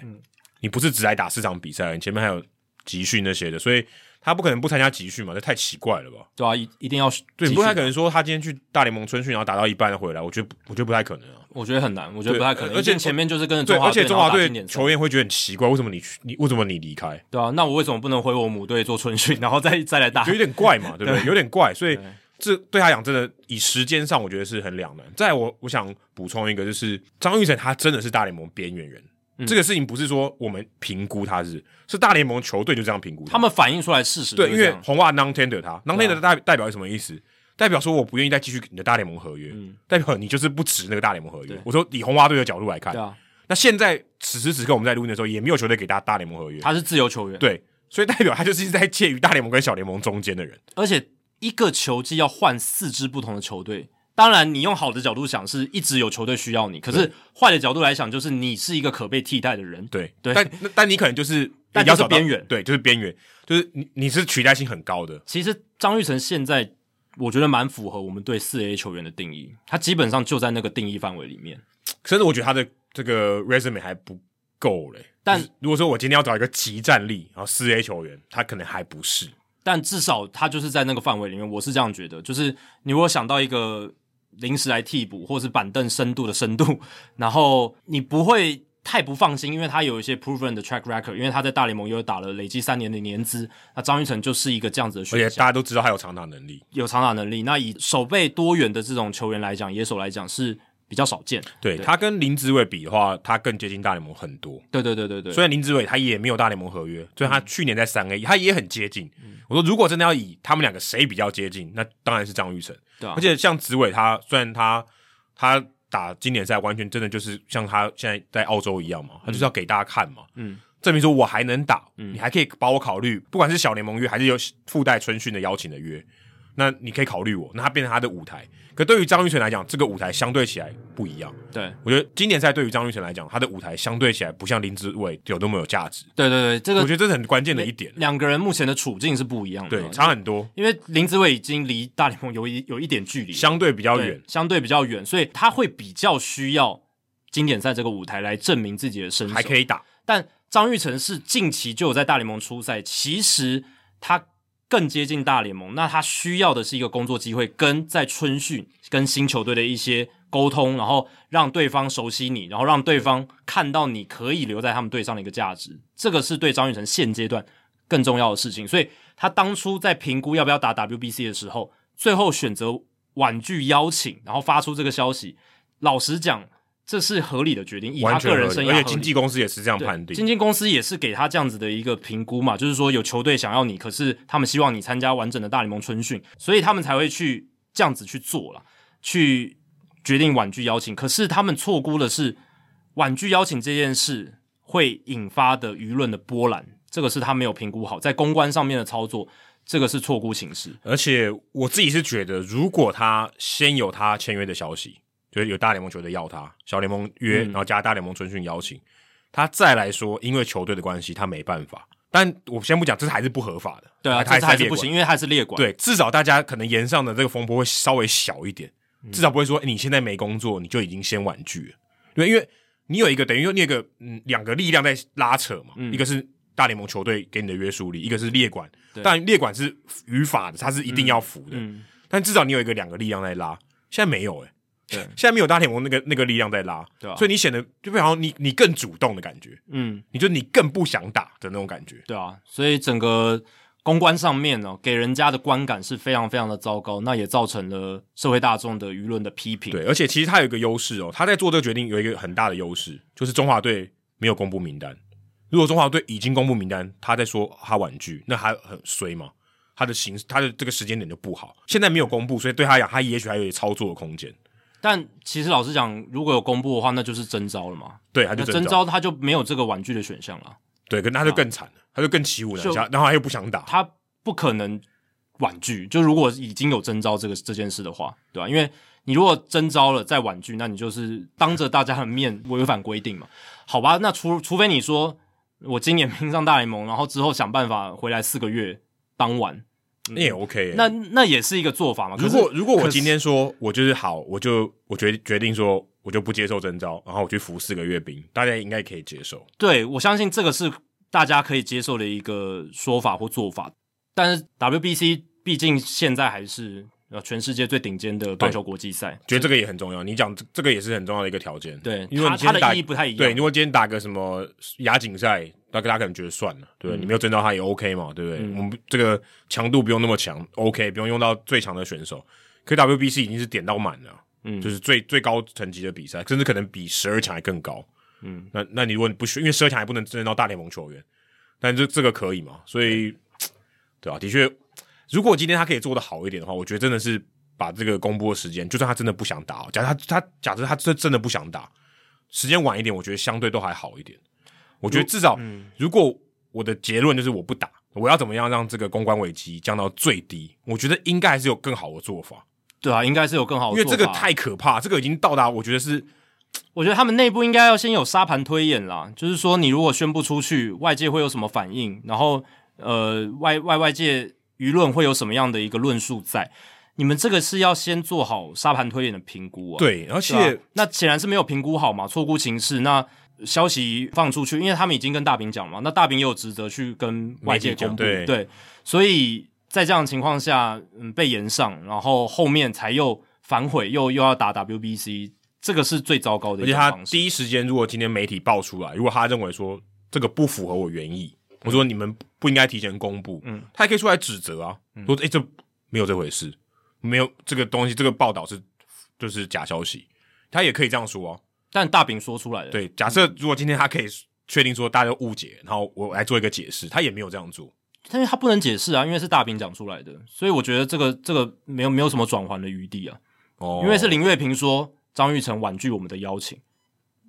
Speaker 2: 你不是只来打四场比赛，你前面还有集训那些的，所以他不可能不参加集训嘛，这太奇怪了吧？
Speaker 1: 对啊，一一定要
Speaker 2: 对，
Speaker 1: 继
Speaker 2: 不
Speaker 1: 续
Speaker 2: 太可能说他今天去大联盟春训，然后打到一半再回来，我觉得不我觉得不太可能啊。
Speaker 1: 我觉得很难，我觉得
Speaker 2: 对
Speaker 1: 不太可能。
Speaker 2: 而且
Speaker 1: 一定前面就是跟着
Speaker 2: 对，
Speaker 1: 中华
Speaker 2: 而
Speaker 1: 队，
Speaker 2: 且中华
Speaker 1: 然后打
Speaker 2: 队
Speaker 1: 经典赛
Speaker 2: 球员会觉得很奇怪，为什么你去你为什么你离开？
Speaker 1: 对啊，那我为什么不能回我母队做春训，然后再再来 打
Speaker 2: 有点怪 嘛，对不对？有点怪，所以
Speaker 1: 对
Speaker 2: 这对他讲真的，以时间上我觉得是很两难。再我我想补充一个，就是张玉成他真的是大联盟边缘人，
Speaker 1: 嗯
Speaker 2: 这个事情不是说我们评估他是，是大联盟球队就这样评估
Speaker 1: 他们反映出来事实就
Speaker 2: 对，
Speaker 1: 是
Speaker 2: 因
Speaker 1: 这
Speaker 2: 为
Speaker 1: 样。啊
Speaker 2: 红袜 non tender 他 non tender 代代表是什么意思？代表说我不愿意再继续你的大联盟合约，代表你就是不值那个大联盟合
Speaker 1: 嗯
Speaker 2: 约
Speaker 1: 对。
Speaker 2: 我说以红袜队的角度来看
Speaker 1: 对，啊，
Speaker 2: 那现在此时此刻我们在录音的时候，也没有球队给大大联盟合约，
Speaker 1: 他是自由球员，，
Speaker 2: 对，所以代表他就是在介于大联盟跟小联盟中间的人。
Speaker 1: 而且一个球季要换四支不同的球队。当然，你用好的角度想，是一直有球队需要你；可是坏的角度来想，就是你是一个可被替代的人。
Speaker 2: 对
Speaker 1: 对
Speaker 2: 但那但你可能就是
Speaker 1: 但
Speaker 2: 你要
Speaker 1: 就是
Speaker 2: 找到
Speaker 1: 边缘
Speaker 2: 对，就是边缘，就是你你是取代性很高的，
Speaker 1: 其实张玉成现在我觉得蛮符合我们对四 A 球员的定义，他基本上就在那个定义范围里面。
Speaker 2: 甚至我觉得他的这个 resume 还不够嘞。
Speaker 1: 但
Speaker 2: 就是如果说我今天要找一个集战力，然后四 A 球员，他可能还不是。
Speaker 1: 但至少他就是在那个范围里面，我是这样觉得。就是你如果想到一个临时来替补，或是板凳深度的深度，然后你不会太不放心，因为他有一些 proven 的 track record，因为他在大联盟也有打了累积三年的年资。那张玉成就是一个这样子的
Speaker 2: 而且
Speaker 1: 选项，
Speaker 2: 大家都知道他有长打能力，
Speaker 1: 有长打能力。那以守备多元的这种球员来讲，野手来讲是比较少见。
Speaker 2: 对他跟林子伟比的话，他更接近大联盟很多。
Speaker 1: 对对对对对，嗯
Speaker 2: 虽然林子伟他也没有大联盟合约，所以他去年在三 A，、他也很接近。我说如果真的要以他们两个谁比较接近，那当然是张玉成。
Speaker 1: 对啊
Speaker 2: 而且像紫伟他，虽然他他打经典赛完全真的就是像他现在在澳洲一样嘛，他就是要给大家看嘛，
Speaker 1: 嗯，
Speaker 2: 证明说我还能打，你还可以把我考虑，不管是小联盟约还是有附带春训的邀请的约，那你可以考虑我，那他变成他的舞台。可对于张玉成来讲，这个舞台相对起来不一样。
Speaker 1: 对
Speaker 2: 我觉得经典赛对于张玉成来讲，他的舞台相对起来不像林志伟有那么有价值。
Speaker 1: 对对对，这
Speaker 2: 我
Speaker 1: 个
Speaker 2: 觉得这是很关键的一点，
Speaker 1: 两个人目前的处境是不一样的。啊
Speaker 2: 对，差很多，
Speaker 1: 因为林子伟已经离大联盟有一有一点距离了，
Speaker 2: 相对比较
Speaker 1: 对
Speaker 2: 远。
Speaker 1: 相对比较远，所以他会比较需要经典赛这个舞台来证明自己的身手。
Speaker 2: 还可
Speaker 1: 以，
Speaker 2: 以打，
Speaker 1: 但张玉成是近期就有在大联盟出赛，其实他更接近大联盟，那他需要的是一个工作机会，跟在春训跟新球队的一些沟通，然后让对方熟悉你，然后让对方看到你可以留在他们队上的一个价值，这个是对张玉成现阶段更重要的事情。所以他当初在评估要不要打 WBC 的时候，最后选择婉拒邀请，然后发出这个消息。老实讲，这是合理的决定，以他
Speaker 2: 完全
Speaker 1: 个
Speaker 2: 合理
Speaker 1: 人生涯
Speaker 2: 而且
Speaker 1: 合理
Speaker 2: 经纪公司也是这样
Speaker 1: 对
Speaker 2: 判定。
Speaker 1: 经纪公司也是给他这样子的一个评估嘛，就是说有球队想要你，可是他们希望你参加完整的大联盟春训，所以他们才会去这样子去做了，去决定婉拒邀请。可是他们错估的是婉拒邀请这件事会引发的舆论的波澜，这个是他没有评估好，在公关上面的操作，这个是错估情势。
Speaker 2: 而且我自己是觉得，如果他先有他签约的消息，就是有大联盟球队要他，小联盟
Speaker 1: 嗯
Speaker 2: 约，然后加大联盟春训邀请，他再来说，因为球队的关系，他没办法。但我先不讲，这还是不合法的，
Speaker 1: 对啊，
Speaker 2: 他
Speaker 1: 这
Speaker 2: 是
Speaker 1: 还是
Speaker 2: 在列
Speaker 1: 不
Speaker 2: 管
Speaker 1: 行，因为它是列管。，
Speaker 2: 对，至少大家可能沿上的这个风波会稍微小一点，
Speaker 1: 嗯
Speaker 2: 至少不会说、哎诶你现在没工作，你就已经先婉拒了。对，因为你有一个等于说你有一个嗯两个力量在拉扯嘛，
Speaker 1: 嗯
Speaker 2: 一个是大联盟球队给你的约束力，一个是列管，
Speaker 1: 对
Speaker 2: 但列管是语法的，它是一定要服的，
Speaker 1: 嗯，
Speaker 2: 但至少你有一个两个力量在拉。现在没有诶、哎
Speaker 1: 对
Speaker 2: 现在没有大联盟那个那个力量在拉，
Speaker 1: 对啊
Speaker 2: 所以你显得就好像你你更主动的感觉，
Speaker 1: 嗯。
Speaker 2: 你就你更不想打的那种感觉。
Speaker 1: 对啊，所以整个公关上面呢、给人家的观感是非常非常的糟糕，那也造成了社会大众的舆论的批评。，
Speaker 2: 对，而且其实他有一个优势哦，他在做这个决定有一个很大的优势，就是中华队没有公布名单。如果中华队已经公布名单，他在说他婉拒，那他很衰嘛，他的形他的这个时间点就不好。现在没有公布，所以对他来讲，他也许还有操作的空间。
Speaker 1: 但其实老实讲，如果有公布的话，那就是征招了嘛。
Speaker 2: 对，他
Speaker 1: 那
Speaker 2: 就
Speaker 1: 征
Speaker 2: 真
Speaker 1: 招他就没有这个婉拒的选项了，
Speaker 2: 对，可那他就更惨了，他就更骑虎难下，然后他又不想打。
Speaker 1: 他不可能婉拒。就如果已经有征招这个这件事的话，对啊吧、因为你如果征招了再婉拒，那你就是当着大家的面违反规定嘛。好吧，那除除非你说我今年 拼上大联盟，然后之后想办法回来四个月当晚。
Speaker 2: 那也 OK 耶、
Speaker 1: 嗯那那也是一个做法嘛。可
Speaker 2: 如
Speaker 1: 是
Speaker 2: 果如果我
Speaker 1: 可是
Speaker 2: 今天说我就是好，我就我决决定说我就不接受征召，然后我去服四个月兵，大家应该可以接受。
Speaker 1: 对我相信这个是大家可以接受的一个说法或做法，但是 WBC 毕竟现在还是呃全世界最顶尖的棒球国际赛，
Speaker 2: 觉得这个也很重要。你讲这这个也是很重要的一个条件。
Speaker 1: 对，
Speaker 2: 因为
Speaker 1: 它
Speaker 2: 你今
Speaker 1: 它
Speaker 2: 天打
Speaker 1: 的意义不太一样。
Speaker 2: 对，如果今天打个什么亚锦赛，大家大家可能觉得算了，
Speaker 1: 嗯
Speaker 2: 对不对，你没有争到他也 OK 嘛，对不对？我们这个强度不用那么强，OK，不用用到最强的选手。可 WBC 已经是点到满了，
Speaker 1: 嗯
Speaker 2: 就是最最高层级的比赛，甚至可能比十二强还更高。
Speaker 1: 嗯，
Speaker 2: 那那你如果你不需，因为十二强还不能争到大联盟球员，但这这个可以嘛？所以，对啊，的确，如果今天他可以做的好一点的话，我觉得真的是把这个公布的时间，就算他真的不想打，假设他他假设他真真的不想打，时间晚一点，我觉得相对都还好一点。我觉得至少，
Speaker 1: 嗯
Speaker 2: 如果我的结论就是我不打，我要怎么样让这个公关危机降到最低？我觉得应该还是有更好的做法，
Speaker 1: 对啊，应该是有更好
Speaker 2: 因
Speaker 1: 的
Speaker 2: 为
Speaker 1: 做
Speaker 2: 这
Speaker 1: 法。啊
Speaker 2: 个太可怕，这个已经到达，我觉得是
Speaker 1: 我觉得他们内部应该要先有沙盘推演啦，就是说你如果宣布出去，外界会有什么反应，然后呃外外外界舆论会有什么样的一个论述在。你们这个是要先做好沙盘推演的评估啊，
Speaker 2: 对，而且、
Speaker 1: 对啊那显然是没有评估好嘛，错估情势。那消息放出去，因为他们已经跟大饼讲嘛，那大饼也有职责去跟外界
Speaker 2: 媒体讲
Speaker 1: 公布，
Speaker 2: 对
Speaker 1: 所以在这样的情况下，嗯，被延上，然后后面才又反悔，又又要打 WBC，这个是最糟糕的
Speaker 2: 而
Speaker 1: 一
Speaker 2: 且
Speaker 1: 个
Speaker 2: 他
Speaker 1: 方式。
Speaker 2: 第一时间，如果今天媒体爆出来，如果他认为说这个不符合我原意，我说你们不应该提前公布，
Speaker 1: 嗯
Speaker 2: 他也可以出来指责啊，说诶，这没有这回事，没有这个东西，这个报道是就是假消息，他也可以这样说啊。
Speaker 1: 但大饼说出来了，，
Speaker 2: 对，假设如果今天他可以确定说大家都误解，然后我来做一个解释，他也没有这样做，
Speaker 1: 但是他不能解释啊，因为是大饼讲出来的，所以我觉得这个这个没有没有什么转圜的余地啊。
Speaker 2: 哦
Speaker 1: 因为是林月平说张玉成婉拒我们的邀请，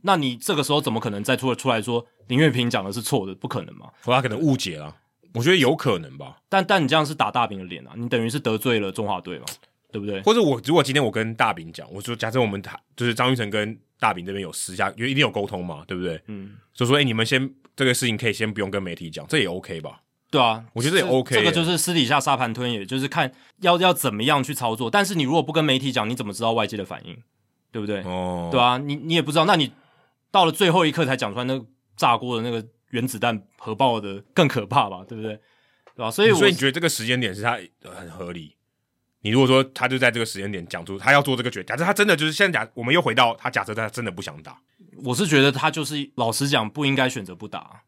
Speaker 1: 那你这个时候怎么可能再出出来说林月平讲的是错的？不可能嘛！
Speaker 2: 或他可能误解了，我觉得有可能吧。
Speaker 1: 但但你这样是打大饼的脸啊，你等于是得罪了中华队嘛，对不对？
Speaker 2: 或者我如果今天我跟大饼讲，我说假设我们谈就是张玉成跟大饼这边有私下，因为一定有沟通嘛，对不对？
Speaker 1: 嗯，
Speaker 2: 就说哎、欸你们先这个事情可以先不用跟媒体讲，这也 OK 吧？
Speaker 1: 对啊，
Speaker 2: 我觉得也
Speaker 1: 这
Speaker 2: OK
Speaker 1: 这个
Speaker 2: 耶
Speaker 1: 就是私底下沙盘推演，就是看要要怎么样去操作。但是你如果不跟媒体讲，你怎么知道外界的反应？对不对？
Speaker 2: 哦
Speaker 1: 对啊，你你也不知道，那你到了最后一刻才讲出来，那个炸锅的那个原子弹核爆的更可怕吧？对不对？对吧、所以我
Speaker 2: 所以你觉得这个时间点是他呃很合理？你如果说他就在这个时间点讲出他要做这个决，假设他真的就是现在假，我们又回到他假设他真的不想打
Speaker 1: 我是觉得他就是老实讲不应该选择不打，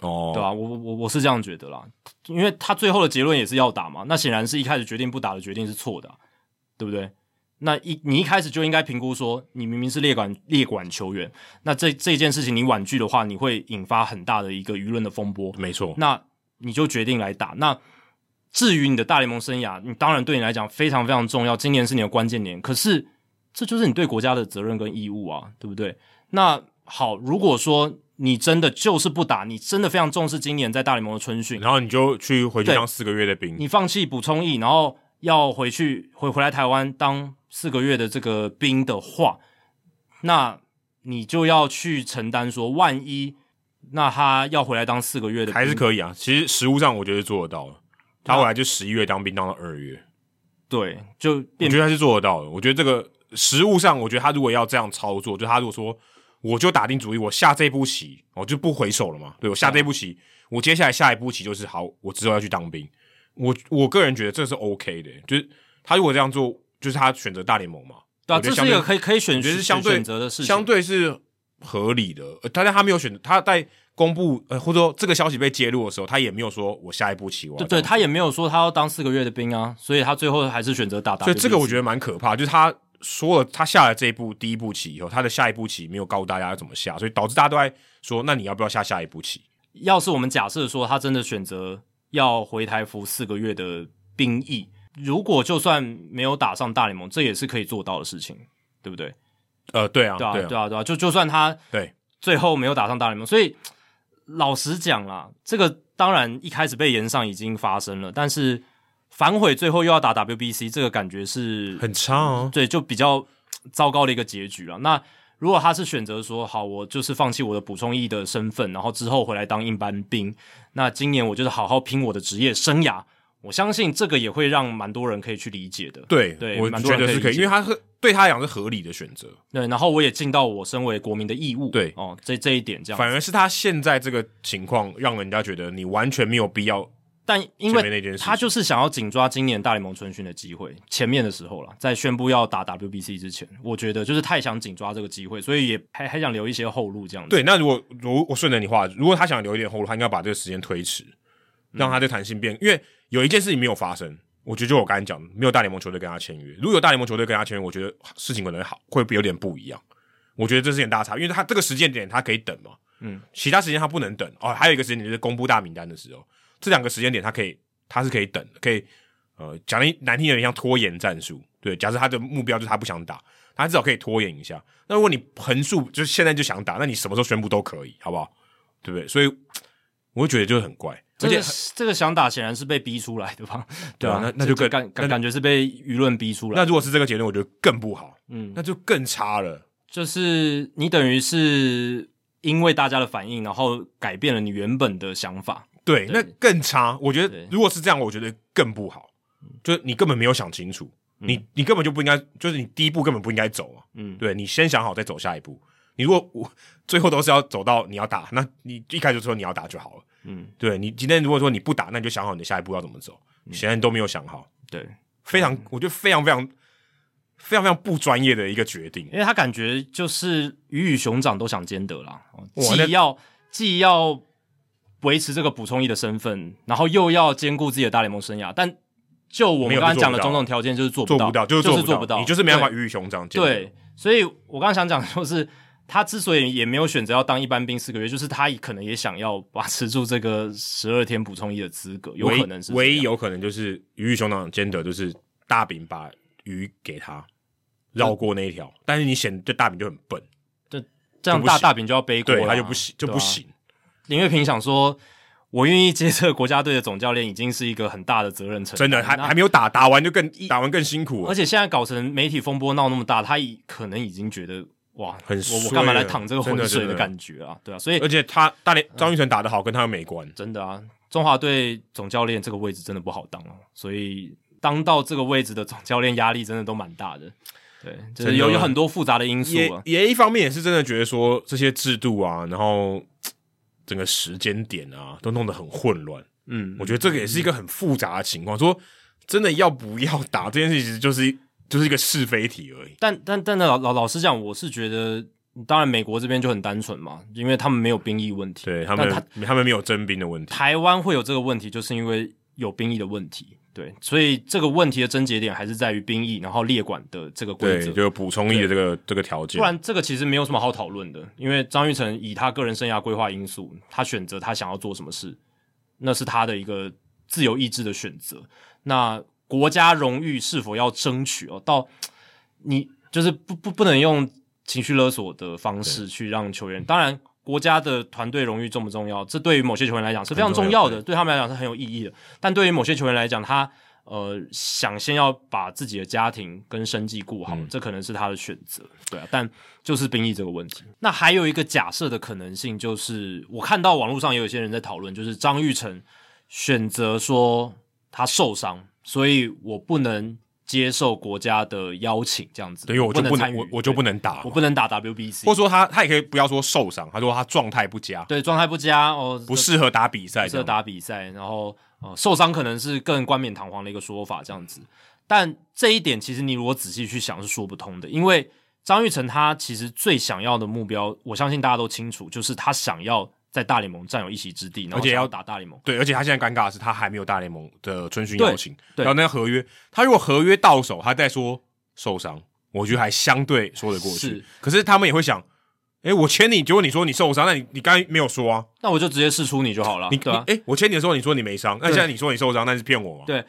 Speaker 2: 哦
Speaker 1: 对吧、啊我我我我是这样觉得啦，因为他最后的结论也是要打嘛，那显然是一开始决定不打的决定是错的啊、对不对？那一你一开始就应该评估说，你明明是列管列管球员，那这这件事情你婉拒的话，你会引发很大的一个舆论的风波，
Speaker 2: 没错，
Speaker 1: 那你就决定来打。那至于你的大联盟生涯，你当然对你来讲非常非常重要，今年是你的关键年，可是这就是你对国家的责任跟义务啊，对不对？那好，如果说你真的就是不打，你真的非常重视今年在大联盟的春训，
Speaker 2: 然后你就去回去
Speaker 1: 对
Speaker 2: 当四个月的兵，
Speaker 1: 你放弃补充役，然后要回去回回来台湾当四个月的这个兵的话，那你就要去承担说，万一那他要回来当四个月的兵
Speaker 2: 还是可以啊。其实实物上我觉得做得到了，他后来就十一月当兵当到二月，
Speaker 1: 对，就
Speaker 2: 我
Speaker 1: 变
Speaker 2: 觉得他是做得到的。我觉得这个实物上，我觉得他如果要这样操作，就他如果说我就打定主意，我下这一步棋，我就不回首了嘛。对我下
Speaker 1: 嗯
Speaker 2: 这一步棋，我接下来下一步棋就是好，我之后要去当兵。我我个人觉得这是 OK 的，就是他如果这样做，就是他选择大联盟嘛，
Speaker 1: 对啊，
Speaker 2: 我觉
Speaker 1: 这
Speaker 2: 得
Speaker 1: 是一个
Speaker 2: 相对
Speaker 1: 可以可以选
Speaker 2: 我觉得是
Speaker 1: 选
Speaker 2: 相对
Speaker 1: 选择的事情，
Speaker 2: 相对是合理的。呃但是他没有选择，他在公布呃或者说这个消息被揭露的时候，他也没有说我下一步棋我要
Speaker 1: 对
Speaker 2: 当
Speaker 1: 对，他也没有说他要当四个月的兵啊，所以他最后还是选择打打。
Speaker 2: 所以这个我觉得蛮可怕，就是他说了他下了这一步第一步棋以后，他的下一步棋没有告诉大家要怎么下，所以导致大家都在说，那你要不要下下一步棋？
Speaker 1: 要是我们假设说他真的选择要回台服四个月的兵役，如果就算没有打上大联盟，这也是可以做到的事情，对不对？
Speaker 2: 呃，对啊，
Speaker 1: 对啊，
Speaker 2: 对
Speaker 1: 对啊，对啊，就就算他
Speaker 2: 对
Speaker 1: 最后没有打上大联盟，所以老实讲啦，这个当然一开始被延上已经发生了，但是反悔最后又要打 WBC，这个感觉是
Speaker 2: 很差哦。
Speaker 1: 对，就比较糟糕的一个结局了。那如果他是选择说好，我就是放弃我的补充役的身份，然后之后回来当硬班兵，那今年我就是好好拼我的职业生涯。我相信这个也会让蛮多人可以去理解的。
Speaker 2: 对，
Speaker 1: 对
Speaker 2: 我
Speaker 1: 蛮多
Speaker 2: 觉
Speaker 1: 人
Speaker 2: 得
Speaker 1: 可以
Speaker 2: 是可以，
Speaker 1: 理解
Speaker 2: 因为他是对他来讲是合理的选择，
Speaker 1: 对，然后我也尽到我身为国民的义务。
Speaker 2: 对
Speaker 1: 哦，这这一点这样。
Speaker 2: 反而是他现在这个情况让人家觉得你完全没有必要。
Speaker 1: 但因
Speaker 2: 前面那
Speaker 1: 为
Speaker 2: 件事情
Speaker 1: 他就是想要紧抓今年大联盟春训的机会，前面的时候了，在宣布要打 WBC 之前，我觉得就是太想紧抓这个机会，所以也还还想留一些后路这样子。
Speaker 2: 对，那如果如我顺着你话，如果他想留一点后路，他应该把这个时间推迟，让他这弹性变。因为有一件事情没有发生，我觉得就我刚才讲的，没有大联盟球队跟他签约。如果有大联盟球队跟他签约，我觉得事情可能好会有点不一样。我觉得这是一点大差，因为他这个时间点他可以等嘛，
Speaker 1: 嗯，
Speaker 2: 其他时间他不能等哦。还有一个时间点就是公布大名单的时候，这两个时间点他可以他是可以等的，可以呃讲的难听一点像拖延战术。对，假设他的目标就是他不想打，他至少可以拖延一下。那如果你横竖就是现在就想打，那你什么时候宣布都可以，好不好？对不对？所以我会觉得就是很怪，而
Speaker 1: 这
Speaker 2: 且
Speaker 1: 个这个想打显然是被逼出来的吧？
Speaker 2: 对啊那那
Speaker 1: 这
Speaker 2: 就更
Speaker 1: 感
Speaker 2: 那就
Speaker 1: 感感觉是被舆论逼出来。
Speaker 2: 那如果是这个结论，我觉得更不好，
Speaker 1: 嗯，
Speaker 2: 那就更差了。
Speaker 1: 就是你等于是因为大家的反应，然后改变了你原本的想法。
Speaker 2: 对，
Speaker 1: 对
Speaker 2: 那更差。我觉得
Speaker 1: 对
Speaker 2: 如果是这样，我觉得更不好，就是你根本没有想清楚，你你根本就不应该，就是你第一步根本不应该走啊。
Speaker 1: 嗯，
Speaker 2: 对你先想好再走下一步。你如果我最后都是要走到你要打，那你一开始就说你要打就好了。
Speaker 1: 嗯，
Speaker 2: 对你今天如果说你不打，那你就想好你的下一步要怎么走。显然都没有想好，
Speaker 1: 对，
Speaker 2: 非常
Speaker 1: 嗯
Speaker 2: 我觉得非常非常非常非常不专业的一个决定。
Speaker 1: 因为他感觉就是鱼与熊掌都想兼得啦，哦
Speaker 2: 哇那
Speaker 1: 既要既要维持这个补充役的身份，然后又要兼顾自己的大联盟生涯，但。就我
Speaker 2: 没
Speaker 1: 们
Speaker 2: 有
Speaker 1: 刚刚
Speaker 2: 就做
Speaker 1: 讲
Speaker 2: 不
Speaker 1: 的
Speaker 2: 到
Speaker 1: 种种条件，就是做
Speaker 2: 做
Speaker 1: 到，
Speaker 2: 不到，就是
Speaker 1: 就是
Speaker 2: 做
Speaker 1: 不
Speaker 2: 你就是没
Speaker 1: 对
Speaker 2: 办法鱼与熊掌兼得。
Speaker 1: 对，所以我刚刚想讲就是，他之所以也没有选择要当一般兵四个月，就是他可能也想要把持住这个十二天补充役的资格，有
Speaker 2: 唯
Speaker 1: 可能是这样
Speaker 2: 唯一有可能就是鱼与熊掌兼得，就是大饼把鱼给他
Speaker 1: 呃
Speaker 2: 绕过那一条，但是你显这大饼就很笨，
Speaker 1: 这样
Speaker 2: 就不
Speaker 1: 大
Speaker 2: 行
Speaker 1: 大饼就要背锅
Speaker 2: 对
Speaker 1: 了，
Speaker 2: 他就不行就
Speaker 1: 对啊
Speaker 2: 不。行。
Speaker 1: 林月平想说。我愿意接这个国家队的总教练，已经是一个很大的责任承担。
Speaker 2: 真的还
Speaker 1: 那
Speaker 2: 还没有打，打完就更打完更辛苦了
Speaker 1: 而。且现在搞成媒体风波闹那么大，他已可能已经觉得哇，
Speaker 2: 很
Speaker 1: 我我
Speaker 2: 衰
Speaker 1: 干嘛来
Speaker 2: 了
Speaker 1: 淌这个
Speaker 2: 真的
Speaker 1: 浑水
Speaker 2: 真
Speaker 1: 的
Speaker 2: 的
Speaker 1: 感觉啊？对啊，所以
Speaker 2: 而且他大连张玉成打得好，跟他又没关。
Speaker 1: 真的啊，中华队总教练这个位置真的不好当哦，所以当到这个位置的总教练压力真的都蛮大的。对，就是
Speaker 2: 真的
Speaker 1: 有有很多复杂的因素
Speaker 2: 也
Speaker 1: 啊。
Speaker 2: 也一方面也是真的觉得说这些制度啊，然后嘖整个时间点啊，都弄得很混乱。
Speaker 1: 嗯
Speaker 2: 我觉得这个也是一个很复杂的情况。说真的，要不要打这件事，其实就是就是一个是非题而已。
Speaker 1: 但但但老老老实讲，我是觉得，当然美国这边就很单纯嘛，因为他们没有兵役问题。
Speaker 2: 对他
Speaker 1: 但
Speaker 2: 们他们没有征兵的问题。
Speaker 1: 台湾会有这个问题，就是因为有兵役的问题。对，所以这个问题的症结点还是在于兵役，然后列管的这个规
Speaker 2: 对，
Speaker 1: 则。
Speaker 2: 就有补充役的这个这个条件
Speaker 1: 不。然这个其实没有什么好讨论的，因为张玉成以他个人生涯规划因素，他选择他想要做什么事，那是他的一个自由意志的选择。那国家荣誉是否要争取哦？到你就是不不不能用情绪勒索的方式去让球员，当然国家的团队荣誉重不重要？这对于某些球员来讲是非常重要
Speaker 2: 很重
Speaker 1: 的，对他们来讲是很有意义的。但对于某些球员来讲，他呃想先要把自己的家庭跟生计顾
Speaker 2: 嗯
Speaker 1: 好，这可能是他的选择，对啊。但就是兵役这个问题。那还有一个假设的可能性，就是我看到网络上也有些人在讨论，就是张玉成选择说他受伤，所以我不能接受国家的邀请，这样子，
Speaker 2: 等于我就
Speaker 1: 不
Speaker 2: 不能
Speaker 1: 参与
Speaker 2: 我我就不能打
Speaker 1: 我，不能打 WBC，
Speaker 2: 或者说他他也可以不要说受伤，他说他状态不佳，
Speaker 1: 对，状态不佳哦，
Speaker 2: 不适合打比赛
Speaker 1: 不
Speaker 2: 这
Speaker 1: 适合
Speaker 2: 样，
Speaker 1: 打比赛，然后呃受伤可能是更冠冕堂皇的一个说法这样
Speaker 2: 嗯
Speaker 1: 子。但这一点其实你如果仔细去想是说不通的，因为张玉成他其实最想要的目标，我相信大家都清楚，就是他想要在大联盟占有一席之地，然后
Speaker 2: 而且
Speaker 1: 想
Speaker 2: 要
Speaker 1: 打大联盟。
Speaker 2: 对，而且他现在尴尬的是，他还没有大联盟的春训
Speaker 1: 对
Speaker 2: 邀请，
Speaker 1: 对
Speaker 2: 然后那个合约，他如果合约到手，他再说受伤，我觉得还相对说得过去
Speaker 1: 是。
Speaker 2: 可是他们也会想，诶，我签你，结果你说你受伤，那你你刚才没有说啊，
Speaker 1: 那我就直接试出你就好了，
Speaker 2: 你
Speaker 1: 对啊
Speaker 2: 你诶，我签你的时候你说你没伤，那
Speaker 1: 对
Speaker 2: 现在你说你受伤，那是骗我嘛？
Speaker 1: 对，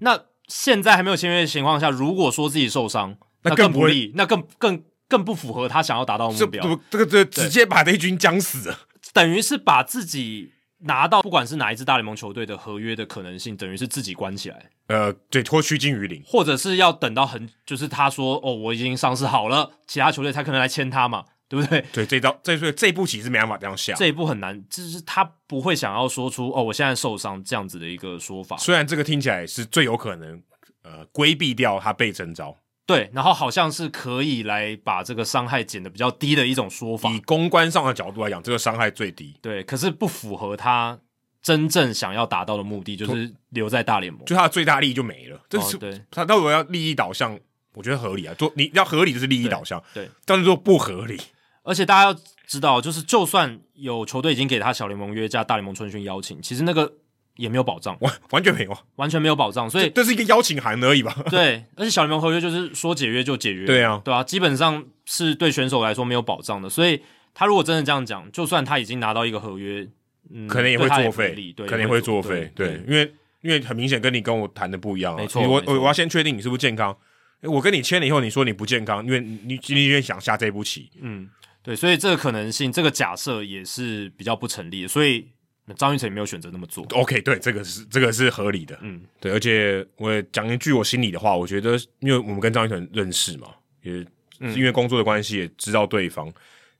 Speaker 1: 那现在还没有签约的情况下，如果说自己受伤，
Speaker 2: 那
Speaker 1: 更
Speaker 2: 更不
Speaker 1: 不
Speaker 2: 会
Speaker 1: 利，那更更更不符合他想要达到的
Speaker 2: 这
Speaker 1: 目标。
Speaker 2: 不这个这个直接把这一军将死了。
Speaker 1: 等于是把自己拿到不管是哪一支大联盟球队的合约的可能性，等于是自己关起来，
Speaker 2: 呃，对，脱趋近于零。
Speaker 1: 或者是要等到很就是他说哦我已经上市好了，其他球队才可能来签他嘛，对不对？啊
Speaker 2: 对，这招这所以这一步棋是没办法这样下。
Speaker 1: 这一步很难，就是他不会想要说出哦我现在受伤这样子的一个说法，
Speaker 2: 虽然这个听起来是最有可能呃规避掉他被征召，
Speaker 1: 对，然后好像是可以来把这个伤害减的比较低的一种说法
Speaker 2: 以，公关上的角度来讲，这个伤害最低。
Speaker 1: 对，可是不符合他真正想要达到的目的，就是留在大联盟。
Speaker 2: 就他的最大利益就没了。这是、
Speaker 1: 哦对
Speaker 2: 他那如果要利益导向，我觉得合理啊。做你要合理就是利益导向，
Speaker 1: 对对
Speaker 2: 但是说不合理，
Speaker 1: 而且大家要知道，就是就算有球队已经给他小联盟约加大联盟春训邀请，其实那个也没有保障，
Speaker 2: 完完全没有啊，
Speaker 1: 完全没有保障。所
Speaker 2: 这
Speaker 1: 以
Speaker 2: 这是一个邀请函而已吧？
Speaker 1: 对，而且小联盟合约就是说解约就解约，
Speaker 2: 对啊
Speaker 1: 对啊，基本上是对选手来说没有保障的。所以他如果真的这样讲，就算他已经拿到一个合约，嗯，
Speaker 2: 可能也会
Speaker 1: 对他
Speaker 2: 作
Speaker 1: 不利
Speaker 2: 废，
Speaker 1: 对，
Speaker 2: 可能
Speaker 1: 也
Speaker 2: 也会作废，
Speaker 1: 对
Speaker 2: 对，因为因为很明显跟你跟我谈的不一样啊。
Speaker 1: 没错
Speaker 2: 你我
Speaker 1: 没错
Speaker 2: 我我要先确定你是不是健康。诶我跟你签了以后，你说你不健康，因为你你今天想下这步棋，
Speaker 1: 嗯，对，所以这个可能性，这个假设也是比较不成立的。所以张玉成也没有选择那么做。
Speaker 2: OK，对，这个是这个是合理的，
Speaker 1: 嗯，
Speaker 2: 对，而且我也讲一句我心里的话，我觉得，因为我们跟张一腾认识嘛，也
Speaker 1: 嗯
Speaker 2: 因为工作的关系也知道对方，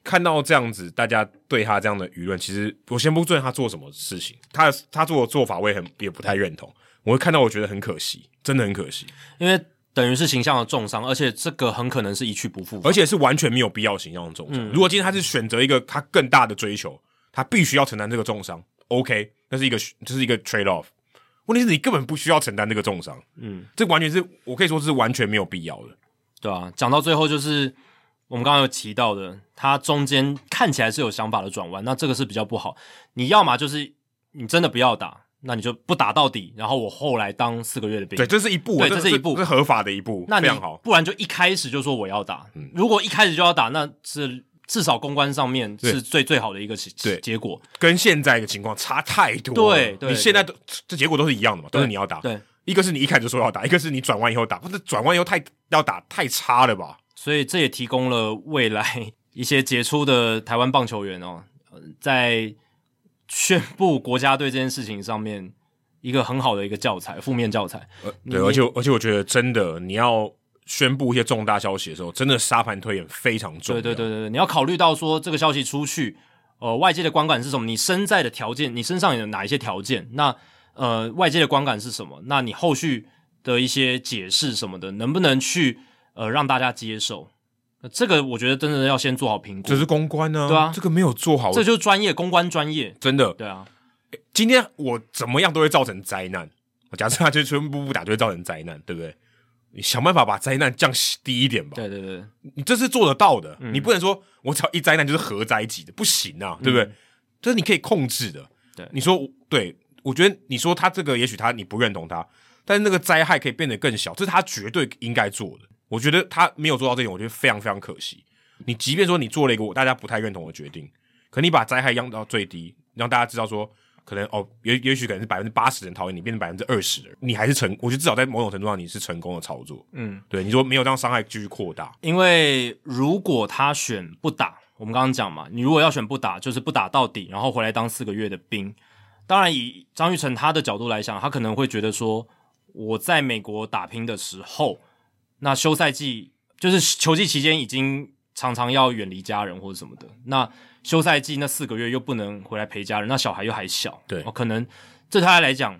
Speaker 2: 看到这样子，大家对他这样的舆论，其实我先不论他做什么事情，他他做的做法我也很也不太认同，我会看到我觉得很可惜，真的很可惜，
Speaker 1: 因为等于是形象的重伤，而且这个很可能是一去不复返。
Speaker 2: 而且是完全没有必要形象重伤。
Speaker 1: 嗯
Speaker 2: 如果今天他是选择一个他更大的追求，他必须要承担这个重伤，OK，那是一个这是一个 trade off。问题是你根本不需要承担这个重伤，
Speaker 1: 嗯，
Speaker 2: 这完全是我可以说是完全没有必要的。
Speaker 1: 对啊，讲到最后就是我们刚刚有提到的，他中间看起来是有想法的转弯，那这个是比较不好。你要么就是你真的不要打，那你就不打到底，然后我后来当四个月的兵
Speaker 2: 对，，这是一步，啊
Speaker 1: 对
Speaker 2: 这
Speaker 1: 这是一步
Speaker 2: 这是合法的一步，
Speaker 1: 那
Speaker 2: 非
Speaker 1: 你
Speaker 2: 常好。嗯
Speaker 1: 不然就一开始就说我要打。如果一开始就要打，那是至少公关上面
Speaker 2: 对
Speaker 1: 是最最好的一个
Speaker 2: 对
Speaker 1: 结结果。
Speaker 2: 跟现在的情况差太多了。
Speaker 1: 对对
Speaker 2: 你现在都这结果都是一样的嘛，都是你要打。
Speaker 1: 对，
Speaker 2: 一个是你一开始就说要打，一个是你转弯以后打，不是转弯以后太要打太差了吧？
Speaker 1: 所以这也提供了未来 一些杰出的台湾棒球员哦，呃在宣布国家队这件事情上面一个很好的一个教材，负面教材。
Speaker 2: 对，而且而且我觉得真的，你要宣布一些重大消息的时候，真的沙盘推演非常重要。
Speaker 1: 对对对对对，你要考虑到说这个消息出去，呃，外界的观感是什么？你身在的条件，你身上有哪一些条件？那呃，外界的观感是什么？那你后续的一些解释什么的，能不能去呃让大家接受？呃这个我觉得真的要先做好评估，
Speaker 2: 这是公关呢、
Speaker 1: 对啊
Speaker 2: 这个没有做好，
Speaker 1: 这就是专业公关专业。
Speaker 2: 真的
Speaker 1: 对啊，
Speaker 2: 今天我怎么样都会造成灾难。我假设他就是全部不打，就会造成灾难，对不对？你想办法把灾难降低一点吧。
Speaker 1: 对对对。
Speaker 2: 你这是做得到的，你不能说我只要一灾难就是核灾级的，不行啊，对不对？这是你可以控制的。
Speaker 1: 对
Speaker 2: 你说对，我觉得你说他这个，也许他你不认同他，但是那个灾害可以变得更小，这是他绝对应该做的。我觉得他没有做到这点，我觉得非常非常可惜。你即便说你做了一个我大家不太认同的决定，可你把灾害降到最低，让大家知道说，可能哦，也也许可能是百分之八十的人讨厌你，变成百分之二十的人，你还是成，我觉得至少在某种程度上你是成功的操作。
Speaker 1: 嗯，
Speaker 2: 对，你说没有让伤害继续扩大，
Speaker 1: 因为如果他选不打，我们刚刚讲嘛，你如果要选不打，就是不打到底，然后回来当四个月的兵。当然，以张玉成他的角度来想，他可能会觉得说，我在美国打拼的时候，那休赛季就是球季期间已经常常要远离家人或者什么的，那休赛季那四个月又不能回来陪家人，那小孩又还小，
Speaker 2: 对
Speaker 1: 哦可能这对他来讲，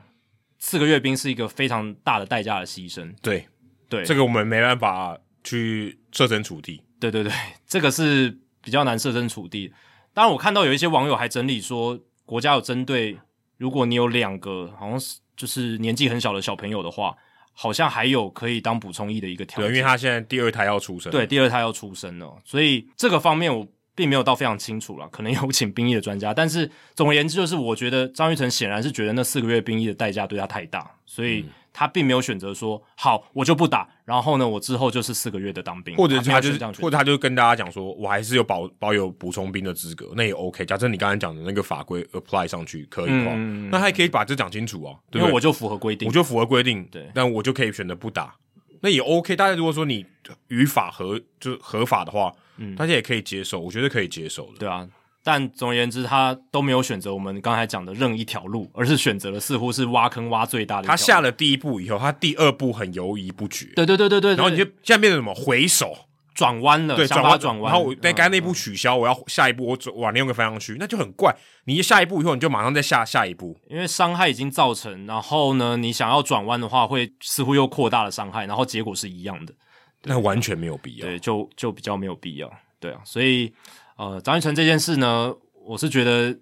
Speaker 1: 四个月兵是一个非常大的代价的牺牲。
Speaker 2: 对，
Speaker 1: 对，
Speaker 2: 这个我们没办法去设身处地。
Speaker 1: 对对 对，这个是比较难设身处地。当然，我看到有一些网友还整理说，国家有针对，如果你有两个好像是就是年纪很小的小朋友的话，好像还有可以当补充役的一个条
Speaker 2: 对，
Speaker 1: 件，
Speaker 2: 因为他现在第二胎要出生，
Speaker 1: 对，第二胎要出生了，所以这个方面我并没有到非常清楚了，可能有请兵役的专家。但是总而言之，就是我觉得张玉成显然是觉得那四个月兵役的代价对他太大，所
Speaker 2: 嗯
Speaker 1: 以他并没有选择说好我就不打，然后呢我之后就是四个月的当兵，
Speaker 2: 或者
Speaker 1: 他
Speaker 2: 是
Speaker 1: 没有
Speaker 2: 他就
Speaker 1: 选
Speaker 2: 是
Speaker 1: 这样选择
Speaker 2: 或者他就跟大家讲说，我还是有保保有补充兵的资格，那也 OK。假设你刚才讲的那个法规 apply 上去可以的话，
Speaker 1: 嗯
Speaker 2: 那他也可以把这讲清楚啊，对
Speaker 1: 因为
Speaker 2: 不对？
Speaker 1: 我就符合规定，
Speaker 2: 我就符合规定，
Speaker 1: 对
Speaker 2: 但我就可以选择不打，那也 OK。大家如果说你于法合就是合法的话，
Speaker 1: 嗯
Speaker 2: 大家也可以接受，我觉得可以接受的。
Speaker 1: 对啊。但总而言之，他都没有选择我们刚才讲的任一条路，而是选择了似乎是挖坑挖最大的一条
Speaker 2: 他
Speaker 1: 路。
Speaker 2: 下了第一步以后，他第二步很犹疑不决，
Speaker 1: 对对对对对，
Speaker 2: 然后你就
Speaker 1: 对
Speaker 2: 现在变成什么回首，
Speaker 1: 转弯了，
Speaker 2: 对，
Speaker 1: 呃想
Speaker 2: 转
Speaker 1: 法
Speaker 2: 弯
Speaker 1: 转弯。
Speaker 2: 然后我那
Speaker 1: 嗯
Speaker 2: 刚才那一步取消，我要下一步我转往另一个方向去，那就很怪。你一下一步以后，你就马上再下下一步，
Speaker 1: 因为伤害已经造成，然后呢，你想要转弯的话，会似乎又扩大了伤害，然后结果是一样的，
Speaker 2: 那完全没有必要。
Speaker 1: 对，就就比较没有必要，对啊，所以呃，张玉成这件事呢，我是觉得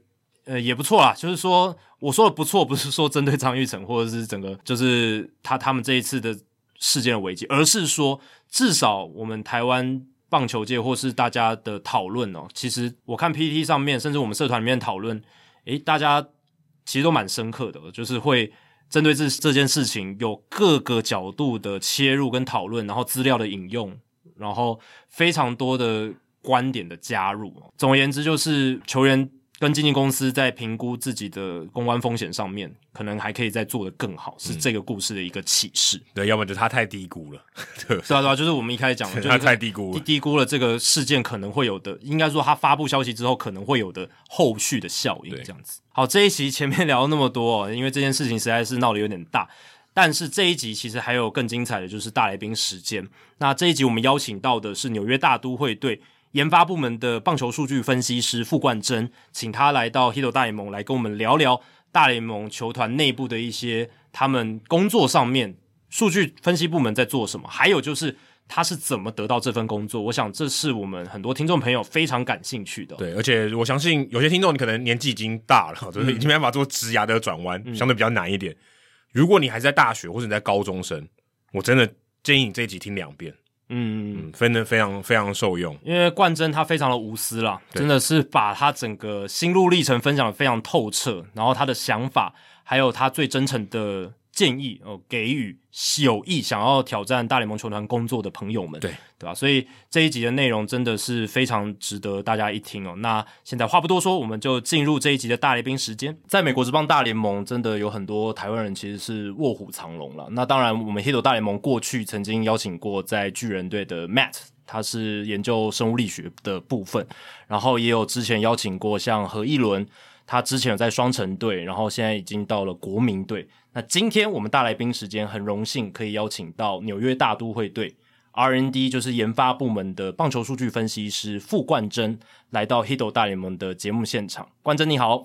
Speaker 1: 呃也不错啦，就是说我说的不错，不是说针对张玉成或者是整个就是他他们这一次的事件的危机，而是说至少我们台湾。棒球界或是大家的讨论哦，其实我看 PPT 上面，甚至我们社团里面讨论，诶，大家其实都蛮深刻的，哦就是会针对这这件事情有各个角度的切入跟讨论，然后资料的引用，然后非常多的观点的加入。哦总而言之，就是球员跟经纪公司在评估自己的公关风险上面，可能还可以再做得更好，
Speaker 2: 嗯
Speaker 1: 是这个故事的一个启示。
Speaker 2: 对，要么就他太低估了， 对，
Speaker 1: 对啊，对啊，就是我们一开始讲 的，就是
Speaker 2: 他太低估
Speaker 1: 低
Speaker 2: 了。
Speaker 1: 低估了这个事件可能会有的，应该说他发布消息之后可能会有的后续的效应，
Speaker 2: 对
Speaker 1: 这样子。好，这一期前面 聊了那么多、哦，因为这件事情实在是闹得有点大，但是这一集其实还有更精彩的，就是大来宾时间。那这一集我们邀请到的是纽约大都会队研发部门的棒球数据分析师傅冠真，请他来到 Hito 大联盟来跟我们聊聊大联盟球团内部的一些他们工作上面数据分析部门在做什么，还有就是他是怎么得到这份工作。我想这是我们很多听众朋友非常感兴趣的。
Speaker 2: 对，而且我相信有些听众你可能年纪已经大了，就是已
Speaker 1: 嗯
Speaker 2: 经没办法做职涯的转弯，相对比较难一点。如果你还是在大学或者你在高中生，我真的建议你这一集听两遍，
Speaker 1: 嗯，
Speaker 2: 嗯，真的非常非常受用。
Speaker 1: 因为冠真他非常的无私啦，
Speaker 2: 对
Speaker 1: 真的是把他整个心路历程分享的非常透彻，然后他的想法，还有他最真诚的建议哦、给予有意想要挑战大联盟球团工作的朋友们，
Speaker 2: 对
Speaker 1: 对吧、所以这一集的内容真的是非常值得大家一听哦。那现在话不多说，我们就进入这一集的大来宾时间。在美国职棒大联盟，真的有很多台湾人其实是卧虎藏龙了。那当然，我们 Hito 大联盟过去曾经邀请过在巨人队的 Matt，他是研究生物力学的部分，然后也有之前邀请过像何一伦。他之前有在双城队，然后现在已经到了国民队。那今天我们大来宾时间很荣幸可以邀请到纽约大都会队 R&D 就是研发部门的棒球数据分析师傅冠真来到 Hito E 大联盟的节目现场。冠真你好，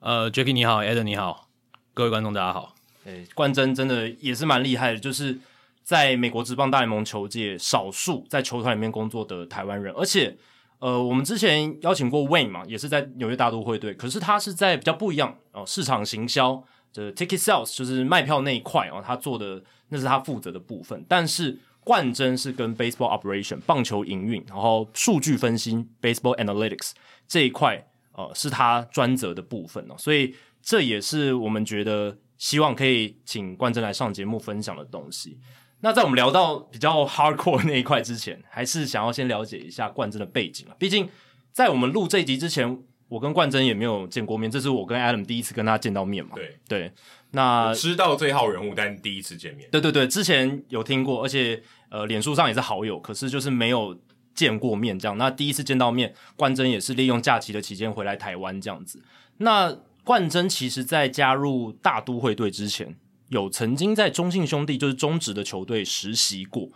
Speaker 3: 呃 j a c k i e 你好 e d 你好，各位观众大家好。
Speaker 1: 诶、冠真真的也是蛮厉害的，就是在美国职棒大联盟球界少数在球团里面工作的台湾人，而且呃，我们之前邀请过 Wayne 嘛，也是在纽约大都会队，可是他是在比较不一样哦，市场行销的 ticket sales 就是卖票那一块哦，他做的那是他负责的部分，但是。冠真是跟 baseball operation 棒球营运，然后数据分析 baseball analytics 这一块呃是他专责的部分哦，所以这也是我们觉得希望可以请冠真来上节目分享的东西。那在我们聊到比较 hardcore 那一块之前，还是想要先了解一下冠真的背景啊，毕竟在我们录这一集之前，我跟冠真也没有见过面，这是我跟 Adam 第一次跟他见到面嘛。
Speaker 2: 对
Speaker 1: 对，那
Speaker 2: 知道这号人物，但第一次见面，
Speaker 1: 对对对，之前有听过，而且呃，脸书上也是好友，可是就是没有见过面，这样。那第一次见到面，冠真也是利用假期的期间回来台湾这样子。那冠真其实在加入大都会队之前，有曾经在中信兄弟就是中职的球队实习过。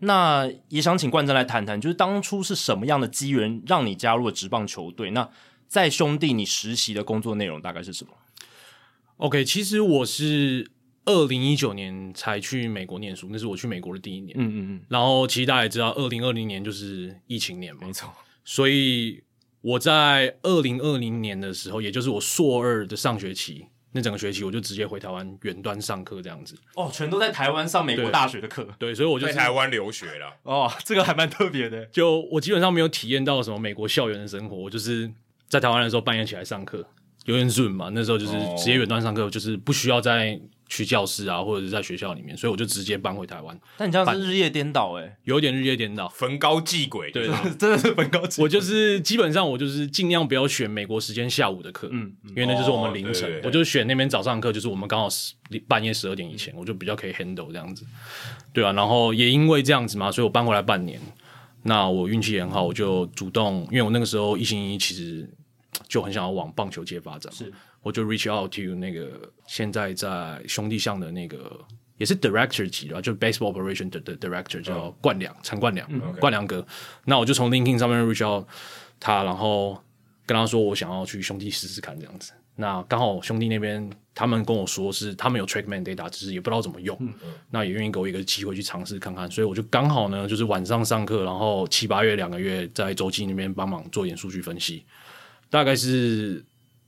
Speaker 1: 那也想请冠真来谈谈，就是当初是什么样的机缘让你加入了职棒球队？那在兄弟，你实习的工作内容大概是什么？
Speaker 3: OK，其实我是二零一九年才去美国念书，那是我去美国的第一年。
Speaker 1: 嗯嗯
Speaker 3: 然后其实大家也知道，二零二零年就是疫情年
Speaker 1: 嗯，
Speaker 3: 嘛
Speaker 1: 没，错，
Speaker 3: 所以我在二零二零年的时候，也就是我硕二的上学期，那整个学期我就直接回台湾远端上课这样子。
Speaker 1: 哦，全都在台湾上美国
Speaker 3: 对
Speaker 1: 大学的课
Speaker 3: 对，所以我就
Speaker 2: 在
Speaker 3: 是
Speaker 2: 台湾留学了，
Speaker 1: 哦，这个还蛮特别的。
Speaker 3: 就我基本上没有体验到什么美国校园的生活，我就是在台湾的时候半夜起来上课，有点 Zoom 嘛，那时候就是
Speaker 2: 哦
Speaker 3: 直接远端上课，就是不需要再去教室啊，或者是在学校里面，所以我就直接搬回台湾，
Speaker 1: 但你这样是日夜颠倒哎、
Speaker 3: 有点日夜颠倒。
Speaker 2: 焚高祭鬼，
Speaker 3: 对
Speaker 2: 就是
Speaker 1: 真的是本高级。
Speaker 3: 我就是基本上我就是尽量不要选美国时间下午的课，
Speaker 1: 嗯
Speaker 3: 因为那就是我们凌
Speaker 2: 哦
Speaker 3: 晨，
Speaker 2: 对对对
Speaker 3: 我就选那边早上课，就是我们刚好十半夜十二点以前，我就比较可以 handle 这样子，对啊，然后也因为这样子嘛，所以我搬过来半年，那我运气也很好，我就主动，因为我那个时候一心一意其实就很想要往棒球界发展，
Speaker 1: 是，
Speaker 3: 我就 reach out to 那个现在在兄弟巷的那个。也是 director 级的啊，就 baseball operation 的的 director
Speaker 2: 嗯
Speaker 3: 叫冠良，陈冠良，冠良哥。那我就从 LinkedIn 上面 reach out 他，然后跟他说我想要去兄弟试试看这样子。那刚好兄弟那边他们跟我说是他们有 Trackman data，只是也不知道怎么用，那也愿意给我一个机会去尝试看看。所以我就刚好呢，就是晚上上课，然后七八月两个月在周记那边帮忙做一点数据分析，大概是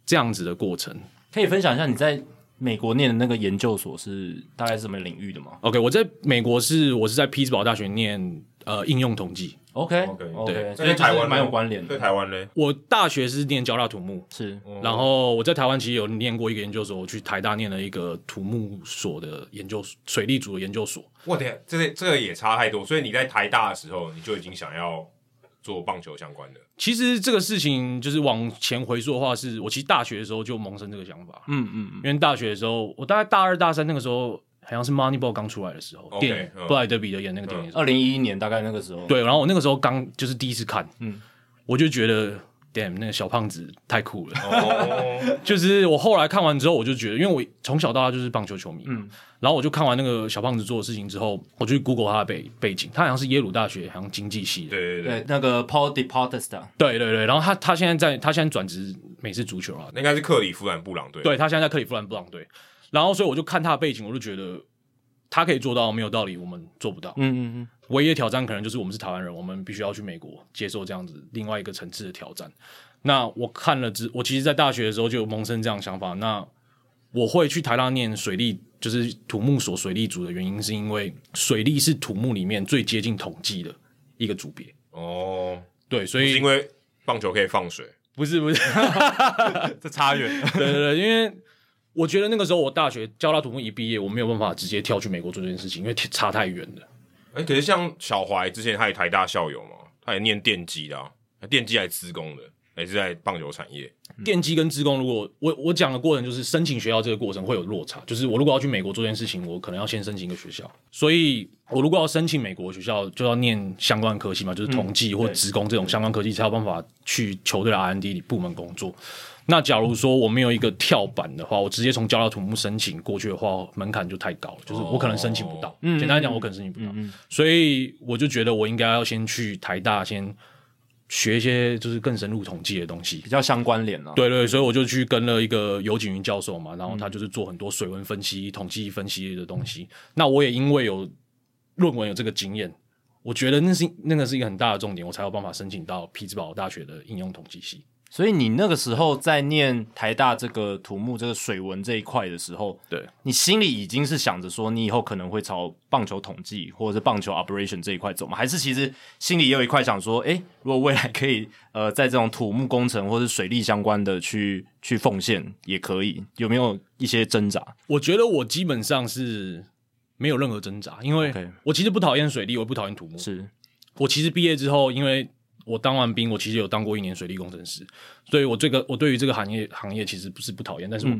Speaker 3: 这样子的过程。
Speaker 1: 可以分享一下你在美国念的那个研究所是大概是什么领域的吗
Speaker 3: OK，我在美国是我是在匹兹堡大学念呃应用统计，
Speaker 1: ？OK
Speaker 2: OK，
Speaker 1: OK，
Speaker 3: 对
Speaker 1: 所以台湾蛮有关联
Speaker 2: 在
Speaker 1: 的，
Speaker 2: 台湾嘞，
Speaker 3: 我大学是念交大土木，
Speaker 1: 是
Speaker 3: 然后我在台湾其实有念过一个研究所，我去台大念了一个土木所的研究所，水利组的研究所。
Speaker 2: 我等一下这个这个也差太多，所以你在台大的时候，你就已经想要做棒球相关的，
Speaker 3: 其实这个事情就是往前回溯的话是，我其实大学的时候就萌生这个想法，
Speaker 1: 嗯嗯嗯，
Speaker 3: 因为大学的时候，我大概大二大三那个时候，好像是 Moneyball 刚出来的时候
Speaker 2: OK，
Speaker 3: 电影
Speaker 2: 嗯
Speaker 3: 布莱德比的演那个电影，
Speaker 1: 二零一一年大概那个时候，，
Speaker 3: 对，然后我那个时候刚就是第一次看，
Speaker 1: 嗯
Speaker 3: 嗯，我就觉得 damn 那个小胖子太酷了，
Speaker 2: 哦，
Speaker 3: 就是我后来看完之后，我就觉得，因为我从小到大就是棒球球迷，嗯，然后我就看完那个小胖子做的事情之后，我就去 Google 他的背背景，他好像是耶鲁大学好像经济系的，
Speaker 2: 对对对，
Speaker 1: 对，那个 Paul DePautista，
Speaker 3: 对对对，然后他他现在在他现在转职美式足球啊，
Speaker 2: 那应该是克里夫兰布朗队，
Speaker 3: 对他现在在克利夫兰布朗队，然后所以我就看他的背景，我就觉得他可以做到，没有道理我们做不到，
Speaker 1: 嗯嗯
Speaker 3: 唯一的挑战可能就是我们是台湾人，我们必须要去美国接受这样子另外一个层次的挑战。那我看了之，我其实，在大学的时候就有萌生这样的想法。那我会去台大念水利，就是土木所水利组的原因，是因为水利是土木里面最接近统计的一个组别。
Speaker 2: 哦，
Speaker 3: 对，所
Speaker 2: 是
Speaker 3: 以
Speaker 2: 因为棒球可以放水，
Speaker 3: 不是不是，
Speaker 1: 嗯，这差远，
Speaker 3: 对对对，因为我觉得那个时候我大学交大土木一毕业，我没有办法直接跳去美国做这件事情，因为差太远了。
Speaker 2: 哎，可是像小怀之前他也台大校友嘛，他也念电机的、啊，电机还资工的，也是在棒球产业。
Speaker 3: 电机跟职工，如果我我讲的过程就是申请学校这个过程会有落差，就是我如果要去美国做这件事情，我可能要先申请一个学校，所以我如果要申请美国学校，就要念相关科系嘛，就是统
Speaker 1: 嗯
Speaker 3: 计或职工这种相关科系才有办法去球队的 R&D 里部门工作。那假如说我没有一个跳板的话，我直接从交大土木申请过去的话，门槛就太高了，就是我可能申请不到。
Speaker 1: 嗯
Speaker 3: 简单来讲，我可能申请不到，所以我就觉得我应该要先去台大先学一些就是更深入统计的东西
Speaker 1: 比。较相关联啊。
Speaker 3: 对对，所以我就去跟了一个尤景云教授嘛，然后他就是做很多水文分析、统计分析的东西。那我也因为有论文有这个经验，我觉得那是那个是一个很大的重点，我才有办法申请到匹兹堡大学的应用统计系。
Speaker 1: 所以你那个时候在念台大这个土木、这个水文这一块的时候，
Speaker 3: 对，
Speaker 1: 你心里已经是想着说，你以后可能会朝棒球统计或者是棒球 operation 这一块走吗？还是其实心里也有一块想说，诶、如果未来可以呃，在这种土木工程或者水利相关的去去奉献也可以，有没有一些挣扎？
Speaker 3: 我觉得我基本上是没有任何挣扎，因为
Speaker 1: OK
Speaker 3: 我其实不讨厌水利，我也不讨厌土木，
Speaker 1: 是
Speaker 3: 我其实毕业之后，因为我当完兵，我其实有当过一年水利工程师，所以我这个我对于这个行业行业其实不是不
Speaker 1: 嗯
Speaker 3: 讨厌，但是我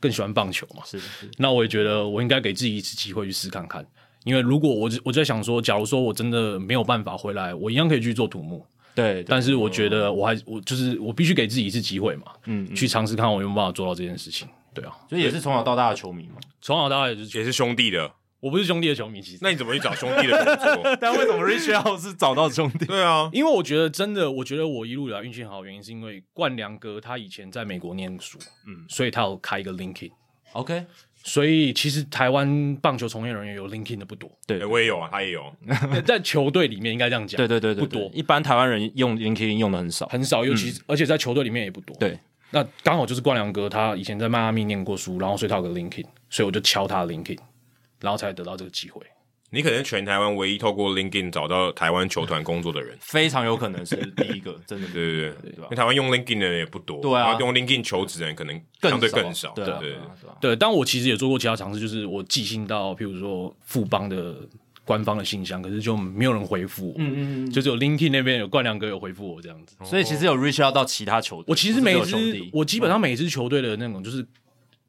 Speaker 3: 更喜欢棒球嘛。
Speaker 1: 是是，
Speaker 3: 那我也觉得我应该给自己一次机会去试看看，因为如果我只我就在想说，假如说我真的没有办法回来，我一样可以去做土木，
Speaker 1: 对，对
Speaker 3: 但是我觉得我还我就是我必须给自己一次机会嘛，嗯，去尝试看我有没有办法做到这件事情。对啊，
Speaker 1: 所以也是从小到大的球迷嘛。
Speaker 3: 从小到大也是，
Speaker 2: 也是兄弟的，
Speaker 3: 我不是兄弟的球迷，其实
Speaker 2: 那你怎么去找兄弟的工作？
Speaker 1: 但为什么 Rich Hill 是找到兄弟？
Speaker 2: 对啊，
Speaker 3: 因为我觉得真的，我觉得我一路以来运气很好，原因是因为冠良哥他以前在美国念书，嗯，所以他有开一个 LinkedIn，
Speaker 1: OK，
Speaker 3: 所以其实台湾棒球从业人员有 LinkedIn 的不 多，
Speaker 2: 哎我也有啊，他也有，
Speaker 3: 在在球队里面应该这样讲，
Speaker 1: 对对对对，
Speaker 3: 不多
Speaker 1: 对一般台湾人用 LinkedIn 用的很少。
Speaker 3: 很少，尤其是、而且在球队里面也不多。，
Speaker 1: 嗯对，
Speaker 3: 那刚好就是冠良哥他以前在迈阿密念过书，然后所以他有个 LinkedIn，所以我就敲他的 LinkedIn，然后才得到这个机会。
Speaker 2: 你可能是全台湾唯一透过 LinkedIn 找到台湾球团工作的人。
Speaker 1: 非常有可能是第一个，真的
Speaker 2: 对对
Speaker 1: 对
Speaker 2: 对，
Speaker 1: 吧
Speaker 2: 因为台湾用 LinkedIn 的人也不多，
Speaker 1: 对啊
Speaker 2: 然后用 LinkedIn 求职的人可能相
Speaker 1: 更
Speaker 2: 对更少，
Speaker 1: 对
Speaker 2: 对
Speaker 1: 啊
Speaker 2: 对
Speaker 1: 对啊对啊
Speaker 3: 对，但我其实也做过其他尝试，就是我寄信到譬如说富邦的官方的信箱，可是就没有人回复我，嗯嗯就只有 LinkedIn 那边有冠良哥有回复我这样子。
Speaker 1: 所以其实有 reach out 到其他球队，
Speaker 3: 我其实
Speaker 1: 不是
Speaker 3: 每
Speaker 1: 只哦有兄
Speaker 3: 支
Speaker 1: 弟嗯
Speaker 3: 我基本上每支球队的那种就是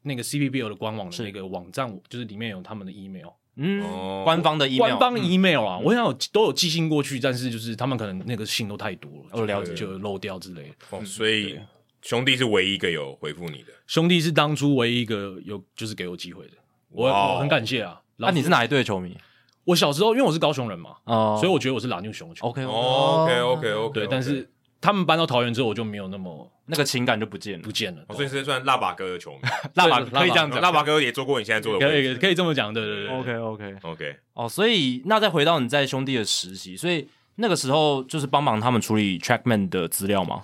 Speaker 3: 那个 CBBL 的官网的那个网站，就是里面有他们的 email。
Speaker 1: 嗯
Speaker 2: 哦
Speaker 1: 官方的 email，嗯
Speaker 3: 官方 email 啊，我想有都有寄信过去，但是就是他们可能那个信都太多了，
Speaker 1: 哦了解
Speaker 3: 就就漏掉之类的。
Speaker 2: 哦，所以兄弟是唯一一个有回复你的。
Speaker 3: 兄弟是当初唯一一个有就是给我机会的，我
Speaker 2: 哇哦
Speaker 3: 我很感谢啊。
Speaker 1: 那、你是？哪一队的球迷？
Speaker 3: 我小时候因为我是高雄人嘛，
Speaker 1: 哦、
Speaker 3: 所以我觉得我是拉牛熊的球迷。
Speaker 1: OK
Speaker 2: 哦
Speaker 1: 哦
Speaker 2: OK OK OK，
Speaker 3: 对，但是他们搬到桃园之后，我就没有那么
Speaker 1: 那个情感就不见了
Speaker 3: 不。见了。
Speaker 2: 哦所以是算辣把哥的球迷，
Speaker 1: 辣爸
Speaker 3: 对
Speaker 1: 可以这样
Speaker 2: 辣
Speaker 1: 讲。
Speaker 2: 把哥也做过你现在做的
Speaker 3: 可
Speaker 2: 位置。
Speaker 3: 以可以这么讲，对对对。
Speaker 1: OK
Speaker 2: OK，
Speaker 1: 哦，所以那再回到你在兄弟的实习，所以那个时候就是帮忙他们处理 Trackman 的资料嘛。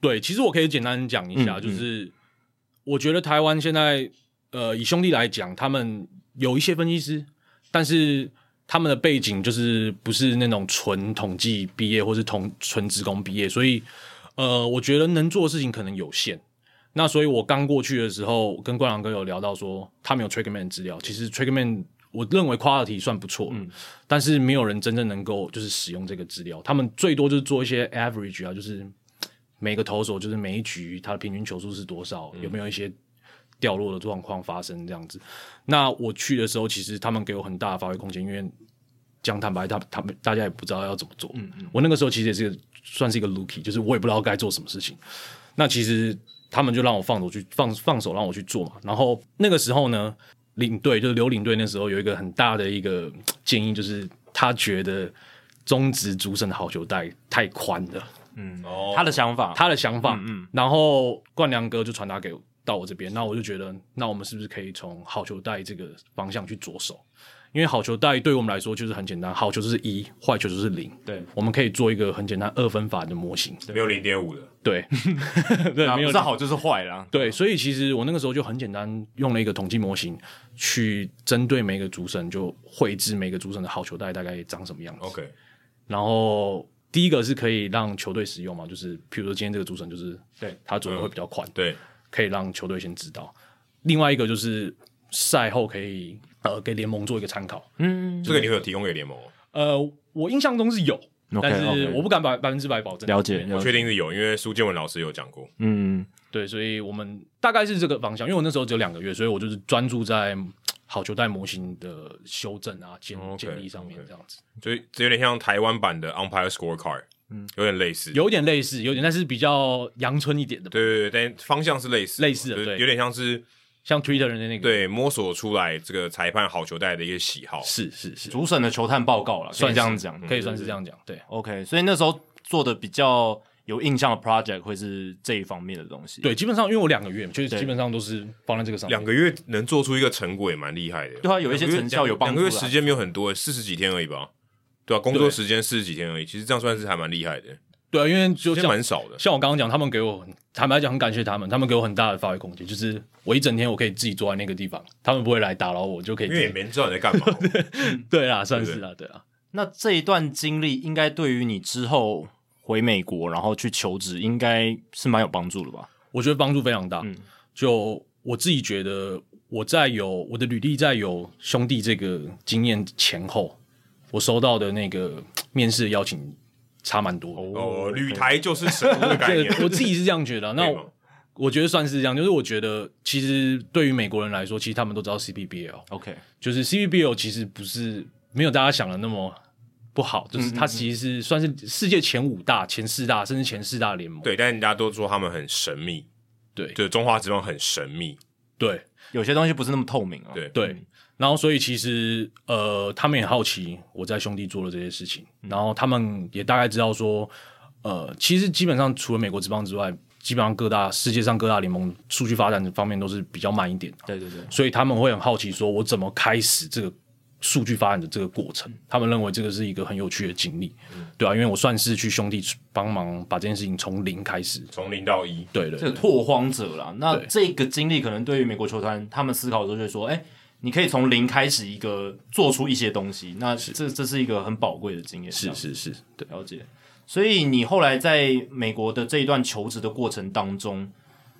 Speaker 3: 对，其实我可以简单讲一下，
Speaker 1: 嗯
Speaker 3: 就是我觉得台湾现在呃，以兄弟来讲，他们有一些分析师，但是他们的背景就是呃不是那种纯统计毕业或是统纯职工毕业，所以呃，我觉得能做的事情可能有限。那所以，我刚过去的时候，跟冠良哥有聊到说，他们有 Trickman 资料，其实 Trickman 我认为 quality 算不错，嗯，但是没有人真正能够就是使用这个资料，他们最多就是做一些 average 啊，就是每个投手就是每一局他的平均球速是多少，有没有一些掉落的状况发生这样子。那我去的时候，其实他们给我很大的发挥空间，因为讲坦白，他他们大家也不知道要怎么做。我那个时候其实也是个算是一个 lucky，就是我也不知道该做什么事情。那其实他们就让我放手去放放手让我去做嘛。然后那个时候呢，领队就是刘领队那时候有一个很大的一个建议，就是他觉得中职主审的好球带太宽了。
Speaker 2: 哦
Speaker 1: 他的想法，
Speaker 3: 他的想
Speaker 1: 嗯
Speaker 3: 法，然后冠良哥就传达给我到我这边，那我就觉得，那我们是不是可以从好球带这个方向去着手？因为好球带对我们来说就是很简单，好球就是一，坏球就是零，
Speaker 1: 对
Speaker 3: 我们可以做一个很简单二分法的模型，
Speaker 2: 没有零点五的，
Speaker 3: 对，对，
Speaker 1: 啊
Speaker 3: 没
Speaker 1: 不
Speaker 3: 有
Speaker 1: 是好就是坏啦。
Speaker 3: 对，所以其实我那个时候就很简单，用了一个统计模型去针对每个主审，就绘制每个主审的好球带大概长什么样
Speaker 1: 哦
Speaker 3: 子。
Speaker 2: OK，
Speaker 3: 然后第一个是可以让球队使用嘛，就是譬如说今天这个主审就是
Speaker 1: 对
Speaker 3: 他走的会比较宽，
Speaker 2: 对，
Speaker 3: 可以让球队先知道。另外一个就是赛后可以呃给联盟做一个参考。
Speaker 1: 嗯，
Speaker 2: 这个你会有提供给联盟吗？
Speaker 3: 呃，我印象中是有，但是我不敢百百分之百保证。
Speaker 1: 了解，了
Speaker 2: 我
Speaker 1: 解。
Speaker 2: 确定是有，因为苏建文老师有讲过。
Speaker 1: 嗯，
Speaker 3: 对，所以我们大概是这个方向。因为我那时候只有两个月，所以我就是专注在嗯好球带模型的修正啊、建
Speaker 2: 哦 OK，
Speaker 3: 建立上面
Speaker 2: OK
Speaker 3: 这样子，
Speaker 2: 所以这有点像台湾版的 umpire scorecard，嗯，有点类似。
Speaker 3: 有点类似，有点但是比较阳春一点的吧，
Speaker 2: 对对对，但方向是类似，
Speaker 3: 类似的
Speaker 2: 就是
Speaker 3: 对
Speaker 2: 有点像是
Speaker 3: 像 Twitter 的那个，，
Speaker 2: 对摸索出来这个裁判好球带的一个喜好。
Speaker 3: 是是是，
Speaker 1: 主审的球探报告了，可以
Speaker 3: 是
Speaker 1: 这样讲，
Speaker 2: 嗯
Speaker 3: 可以算是这样讲，对
Speaker 1: OK，所以那时候做的比较有印象的 project 会是这一方面的东西。
Speaker 3: 对，基本上因为我两个月，就是基本上都是放在这个上面，
Speaker 2: 两个月能做出一个成果也蛮厉害的，
Speaker 1: 对啊有一些成效有帮助啦
Speaker 2: 两个月时间没有很多，四十几天而已吧，对啊，工作时间四十几天而已，其实这样算是还蛮厉害的，
Speaker 3: 对啊，因为就
Speaker 2: 其实
Speaker 3: 像
Speaker 2: 蛮少的。
Speaker 3: 像我刚刚讲，他们给我很坦白讲，很感谢他们，他们给我很大的发挥空间，就是我一整天我可以自己坐在那个地方，他们不会来打扰我，就可以
Speaker 2: 因
Speaker 3: 自
Speaker 2: 为也
Speaker 3: 己。
Speaker 2: 没人知道你在干嘛，
Speaker 3: 对啦，算是啦，对啊啦。
Speaker 1: 那这一段经历应该对于你之后回美国然后去求职，应该是蛮有帮助的吧？
Speaker 3: 我觉得帮助非常大。就我自己觉得，我在有我的履历在有兄弟这个经验前后，我收到的那个面试的邀请差蛮多的。
Speaker 2: 哦，旅台就是神的概
Speaker 3: 这
Speaker 2: 念，
Speaker 3: 个我自己是这样觉得啊、 那
Speaker 2: 对
Speaker 3: 我
Speaker 2: 吗
Speaker 3: 我觉得算是这样，就是我觉得其实对于美国人来说，其实他们都知道 CPBL，
Speaker 1: OK，
Speaker 3: 就是 CPBL 其实不是没有大家想的那么不好，就是它其实是算是世界前五大、前四大，甚至前四大联盟。
Speaker 2: 对，但人家都说他们很神秘，
Speaker 3: 对
Speaker 2: 就是中华职棒很神秘，
Speaker 3: 对
Speaker 1: 有些东西不是那么透明啊。
Speaker 2: 对
Speaker 3: 对，然后所以其实呃，他们也好奇我在兄弟做了这些事情，然后他们也大概知道说，呃，其实基本上除了美国职棒之外，基本上各大世界上各大联盟数据发展方面都是比较慢一点的。
Speaker 1: 对对对，
Speaker 3: 所以他们会很好奇，说我怎么开始这个数据发展的这个过程？他们认为这个是一个很有趣的经历，
Speaker 1: 嗯
Speaker 3: 对啊，因为我算是去兄弟帮忙把这件事情从零开始，
Speaker 2: 从零到一，
Speaker 3: 对对
Speaker 1: 这
Speaker 3: 对
Speaker 1: 个拓荒者啦。那
Speaker 3: 对
Speaker 1: 这个经历可能对于美国球团，他们思考的时候就会说，哎、你可以从零开始一个做出一些东西，那这这是一个很宝贵的经验。这
Speaker 3: 是
Speaker 1: 样
Speaker 3: 是是，对。
Speaker 1: 了解。所以你后来在美国的这一段求职的过程当中，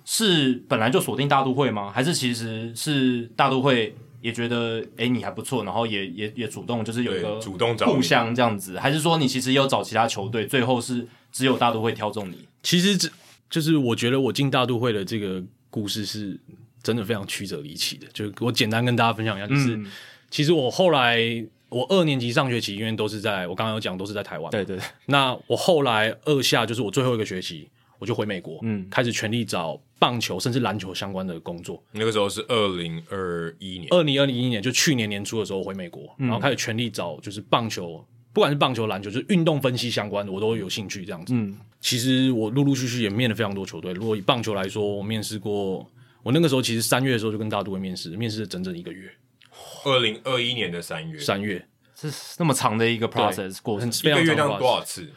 Speaker 1: 是本来就锁定大都会吗？还是其实是大都会也觉得诶你还不错，然后也也也主动就是有一个
Speaker 2: 对主动找你
Speaker 1: 互相这样子，还是说你其实也有找其他球队，最后是只有大都会挑中你？
Speaker 3: 其实这就是我觉得我进大都会的这个故事是真的非常曲折离奇的。就是我简单跟大家分享一下，就是、
Speaker 1: 嗯
Speaker 3: 其实我后来我二年级上学期，因为都是在我刚刚有讲都是在台湾嘛，
Speaker 1: 对对，
Speaker 3: 那我后来二下就是我最后一个学期，我就回美国，嗯，开始全力找棒球甚至篮球相关的工作。
Speaker 2: 那个时候是二零二一年，
Speaker 3: 二零二零一年就去年年初的时候我回美国，然后开始全力找就是棒球，不管是棒球、篮球，就是运动分析相关的，我都有兴趣这样子。嗯，其实我陆陆续续也面了非常多球队。如果以棒球来说，我面试过，我那个时候其实三月的时候就跟大都会面试，面试了整整一个月，
Speaker 2: 二零二一年的三月，
Speaker 3: 三月
Speaker 1: 这 是那么长的一个 process 过程
Speaker 3: 很，
Speaker 2: 一
Speaker 3: 非
Speaker 2: 个
Speaker 3: 常
Speaker 2: 月
Speaker 3: 长
Speaker 2: 当
Speaker 3: 的
Speaker 2: 多啊少次？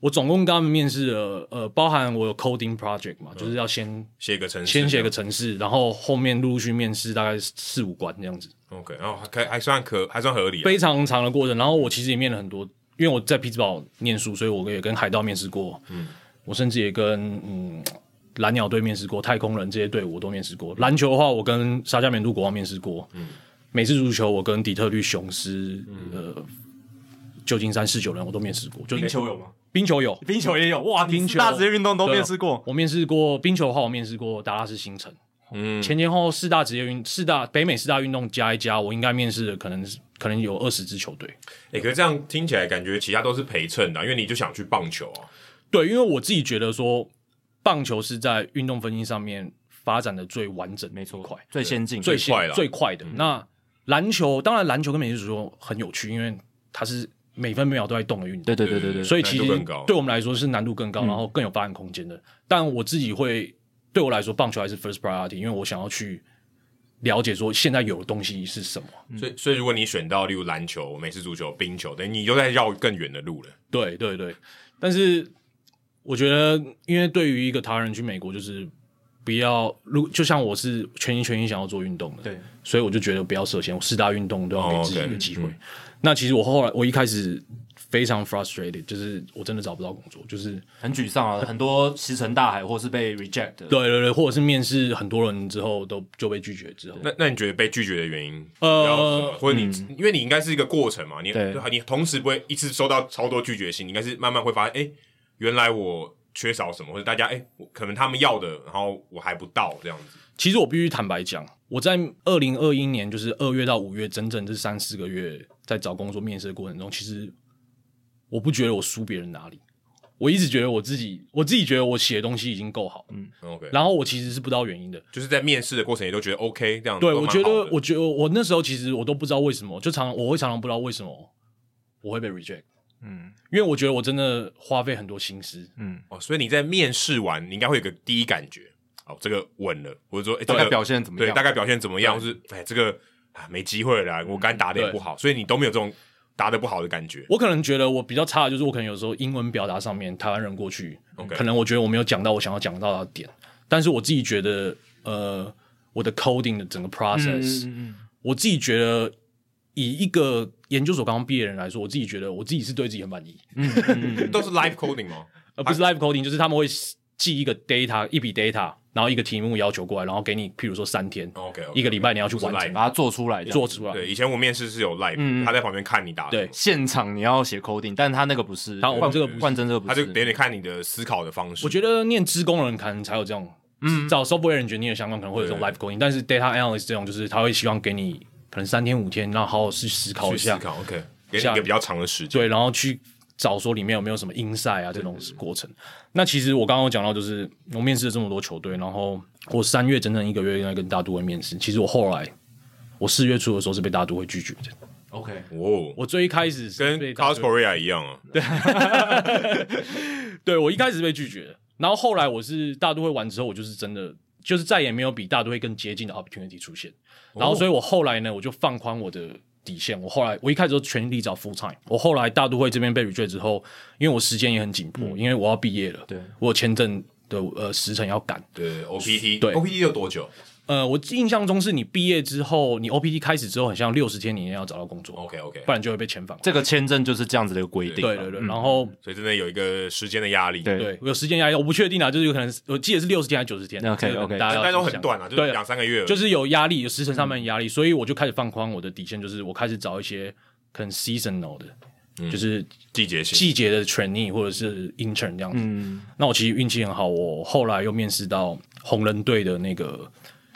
Speaker 3: 我总共跟他们面试了，呃，包含我有 coding project 嘛，就是要先
Speaker 2: 写个程式，
Speaker 3: 先写个城市，然后后面陆陆续续面试，大概四五关这样子，
Speaker 2: OK，然后还可以还算可还算合理啊、
Speaker 3: 非常长的过程。然后我其实也面了很多，因为我在匹兹堡念书，所以我也跟海盗面试过，嗯，我甚至也跟嗯蓝鸟队面试过，太空人这些队伍我都面试过。篮球的话，我跟沙加缅度国王面试过，嗯，美式足球我跟底特律雄狮，呃，旧金山四九人我都面试过，就
Speaker 1: 冰球有吗？
Speaker 3: 冰球有。
Speaker 1: 冰球也有哇，你
Speaker 3: 冰
Speaker 1: 四
Speaker 3: 球
Speaker 1: 大职业运动都
Speaker 3: 对
Speaker 1: 面试过，
Speaker 3: 我面试过冰球的话，我面试过达拉斯星辰。嗯，前前后后四大职业运四大北美四大运动加一加，我应该面试的可能是可能有二十支球队。
Speaker 2: 哎、可是这样听起来感觉其他都是陪衬的啊、因为你就想去棒球啊。
Speaker 3: 对，因为我自己觉得说，棒球是在运动分析上面发展的最完整、
Speaker 1: 没错
Speaker 3: 快、，
Speaker 1: 最先进，
Speaker 3: 最
Speaker 2: 快啦
Speaker 3: 先最快嗯的。那篮球当然，篮球跟美式足球很有趣，因为它是每分每秒都在动的运动。
Speaker 1: 对对对对对，
Speaker 3: 所以其实
Speaker 2: 难度更高
Speaker 3: 对我们来说是难度更高，然后更有发展空间的。但我自己会，对我来说，棒球还是 first priority，因为我想要去了解说现在有的东西是什么。
Speaker 2: 所以，所以如果你选到例如篮球、美式足球、冰球，等于你就在绕更远的路了。
Speaker 3: 对对对，但是我觉得，因为对于一个台湾人去美国，就是不要，如就像我是全心全意想要做运动的，
Speaker 1: 对，
Speaker 3: 所以我就觉得不要设限，我四大运动都要给自己
Speaker 2: 哦
Speaker 3: 一
Speaker 2: ，OK，
Speaker 3: 个机会。那其实我后来，我一开始非常 frustrated，就是我真的找不到工作，就是。
Speaker 1: 很沮丧啊，很多石沉大海或是被 reject 的，
Speaker 3: 对对对，或者是面试很多人之后都就被拒绝之后，
Speaker 2: 那那你觉得被拒绝的原因？
Speaker 3: 呃
Speaker 2: 然后或者你、因为你应该是一个过程嘛，你
Speaker 1: 对
Speaker 2: 你同时不会一次收到超多拒绝信，你应该是慢慢会发现，哎、原来我缺少什么，或者大家哎、诶我可能他们要的，然后我还不到这样子。
Speaker 3: 其实我必须坦白讲，我在二零二一年就是二月到五月整整这三四个月在找工作面试的过程中，其实我不觉得我输别人哪里，我一直觉得我自己，我自己觉得我写的东西已经够好，嗯，
Speaker 2: OK，
Speaker 3: 然后我其实是不知道原因的。
Speaker 2: 就是在面试的过程也都觉得 OK 这样。
Speaker 3: 对，
Speaker 2: 都
Speaker 3: 我
Speaker 2: 蛮
Speaker 3: 觉
Speaker 2: 好
Speaker 3: 得
Speaker 2: 的，
Speaker 3: 我觉得我那时候其实我都不知道为什么，就常我会常常不知道为什么我会被 reject，
Speaker 1: 嗯
Speaker 3: 因为我觉得我真的花费很多心思，
Speaker 1: 嗯，
Speaker 2: 哦，所以你在面试完，你应该会有个第一感觉，哦，这个稳了，或者说，哎、
Speaker 1: 大
Speaker 2: 这个
Speaker 1: 概表现怎么
Speaker 2: 对，
Speaker 1: 样？
Speaker 2: 大概表现怎么样，或是哎，这个啊没机会了啦，我刚答的也
Speaker 3: 对
Speaker 2: 不好，所以你都没有这种答的不好的感觉。
Speaker 3: 我可能觉得我比较差的就是我可能有时候英文表达上面，台湾人过去
Speaker 2: OK
Speaker 3: 可能我觉得我没有讲到我想要讲到的点，但是我自己觉得，呃，我的 coding 的整个 process，、
Speaker 1: 嗯
Speaker 3: 我自己觉得以一个研究所刚刚毕业的人来说，我自己觉得我自己是对自己很满意，
Speaker 2: 都是 live coding 吗？
Speaker 3: 而不是
Speaker 2: 啊
Speaker 3: live coding，就是他们会寄一个 data 一笔 data，然后一个题目要求过来，然后给你，譬如说三天
Speaker 2: OK，OK，
Speaker 3: 一个礼拜你要去
Speaker 2: 哦不是
Speaker 3: 完成
Speaker 2: live
Speaker 1: 把它做出来，
Speaker 3: 做出来，
Speaker 2: 对，以前我面试是有 live，、他在旁边看你答，
Speaker 3: 嗯对
Speaker 1: 现场你要写 coding，但他那个不是，
Speaker 3: 他我
Speaker 1: 冠
Speaker 3: 们这个不是
Speaker 1: 冠真这个不，
Speaker 2: 他就是得得看你的思考的方式。
Speaker 3: 我觉得念资工的人可能才有这种，嗯，找 software engineer 相关可能会有这种
Speaker 2: 对
Speaker 3: live coding，但是 data analyst 这种就是他会希望给你可能三天五天，然后好好去思考一
Speaker 2: 去思
Speaker 3: 下
Speaker 2: 考，OK，给你一
Speaker 3: 下
Speaker 2: 个比较长的时间。
Speaker 3: 对，然后去找说里面有没有什么 inside 啊这种过程。那其实我刚刚有讲到，就是我面试了这么多球队，然后我三月整整一个月在跟大都会面试。其实我后来我四月初的时候是被大都会拒绝的。
Speaker 1: OK，
Speaker 2: 哦，
Speaker 3: 我最一开始是
Speaker 2: 跟
Speaker 3: 被
Speaker 2: c o
Speaker 3: 大
Speaker 2: s
Speaker 3: 都
Speaker 2: p o r e a 一样啊，
Speaker 3: 对我一开始是被拒绝的，然后后来我是大都会完之后，我就是真的就是再也没有比大都会更接近的 opportunity 出现。然
Speaker 1: 哦
Speaker 3: 后所以我后来呢，我就放宽我的底线。我后来我一开始都全力找 full time，我后来大都会这边被 reject 之后，因为我时间也很紧迫，因为我要毕业了，
Speaker 1: 嗯对
Speaker 3: 我有签证的呃时程要赶。
Speaker 2: 对 OPT，
Speaker 3: 对
Speaker 2: OPT 有多久
Speaker 3: 呃，我印象中是你毕业之后，你 OPT 开始之后，很像六十天你一定要找到工作
Speaker 2: ？OK OK，
Speaker 3: 不然就会被遣返。
Speaker 1: 哦这个嗯签证就是这样子的一个规定。
Speaker 3: 对对对，然后
Speaker 2: 所以真的有一个时间的压力，
Speaker 1: 对
Speaker 3: 对，我有时间压力，我不确定啊，就是有可能是，我记得是六十天还是九十天
Speaker 1: OK，
Speaker 3: 这个
Speaker 1: OK
Speaker 3: 大家要
Speaker 2: 但都
Speaker 3: 想
Speaker 2: 很短啊，就
Speaker 3: 对
Speaker 2: 是两三个月而已，
Speaker 3: 就是有压力，有时程上面的压力，所以我就开始放宽我的底线，就是我开始找一些可能 seasonal 的，就是
Speaker 2: 季节性。
Speaker 3: 季节的 trainee 或者是 intern 这样子。那我其实运气很好，我后来又面试到红人队的那个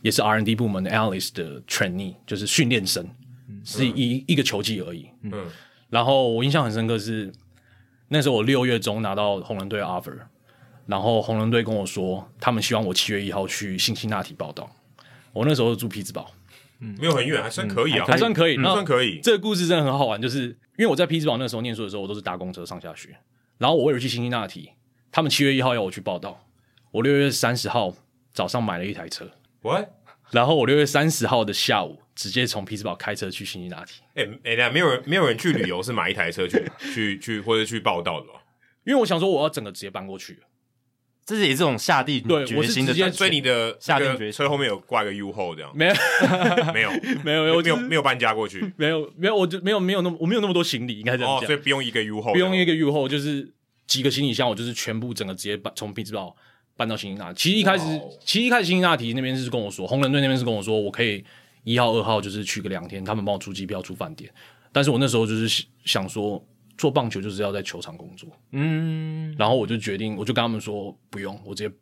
Speaker 3: 也是 R&D 部门的 Alice 的 trainee，就是训练生，是一、一个球季而已。
Speaker 2: 嗯，
Speaker 3: 然后我印象很深刻是那时候我六月中拿到红人队的 offer，然后红人队跟我说他们希望我七月一号去辛辛那提报道。我那时候住匹兹堡，
Speaker 2: 没有很远，还算可以啊，
Speaker 3: 嗯还算可以，
Speaker 2: 还
Speaker 3: 那
Speaker 2: 算可以。
Speaker 3: 这个故事真的很好玩，就是因为我在匹兹堡那时候念书的时候，我都是搭公车上下学。然后我为了去辛辛那提，他们七月一号要我去报道，我六月三十号早上买了一台车，
Speaker 2: 喂，
Speaker 3: 然后我六月三十号的下午直接从匹兹堡开车去辛辛那提，
Speaker 2: 哎哎，等一下没有人没有人去旅游是买一台车去去去或者去报道的吧，
Speaker 3: 因为我想说我要整个直接搬过去。
Speaker 1: 这是也是这种下定
Speaker 3: 对
Speaker 1: 决
Speaker 3: 我是
Speaker 1: 心的
Speaker 3: 直接
Speaker 1: 感觉，
Speaker 2: 所以你的
Speaker 1: 下定
Speaker 2: 那个
Speaker 1: 决心
Speaker 2: 车后面有挂一个 U 后这样，
Speaker 3: 没有，
Speaker 2: 没有
Speaker 3: 没有，没有，
Speaker 2: 没
Speaker 3: 我就
Speaker 2: 有
Speaker 3: 是
Speaker 2: 没有搬家过 去
Speaker 3: 没有，没有，我就没有没有那么我没有那么多行李，应该这样
Speaker 2: 哦，
Speaker 3: 讲，
Speaker 2: 所以不用一个 U 后，
Speaker 3: 不用一个月后就是几个行李箱，我就是全部整个直接搬从匹兹堡搬到辛辛那提。其实一开始
Speaker 2: 哇哦，
Speaker 3: 其实一开始辛辛那提那边是跟我说，红人队那边是跟我说，我可以一号、二号就是去个两天，他们帮我出机票、出饭店。但是我那时候就是想想说，做棒球就是要在球场工作，
Speaker 1: 嗯，
Speaker 3: 然后我就决定，我就跟他们说不用，我直接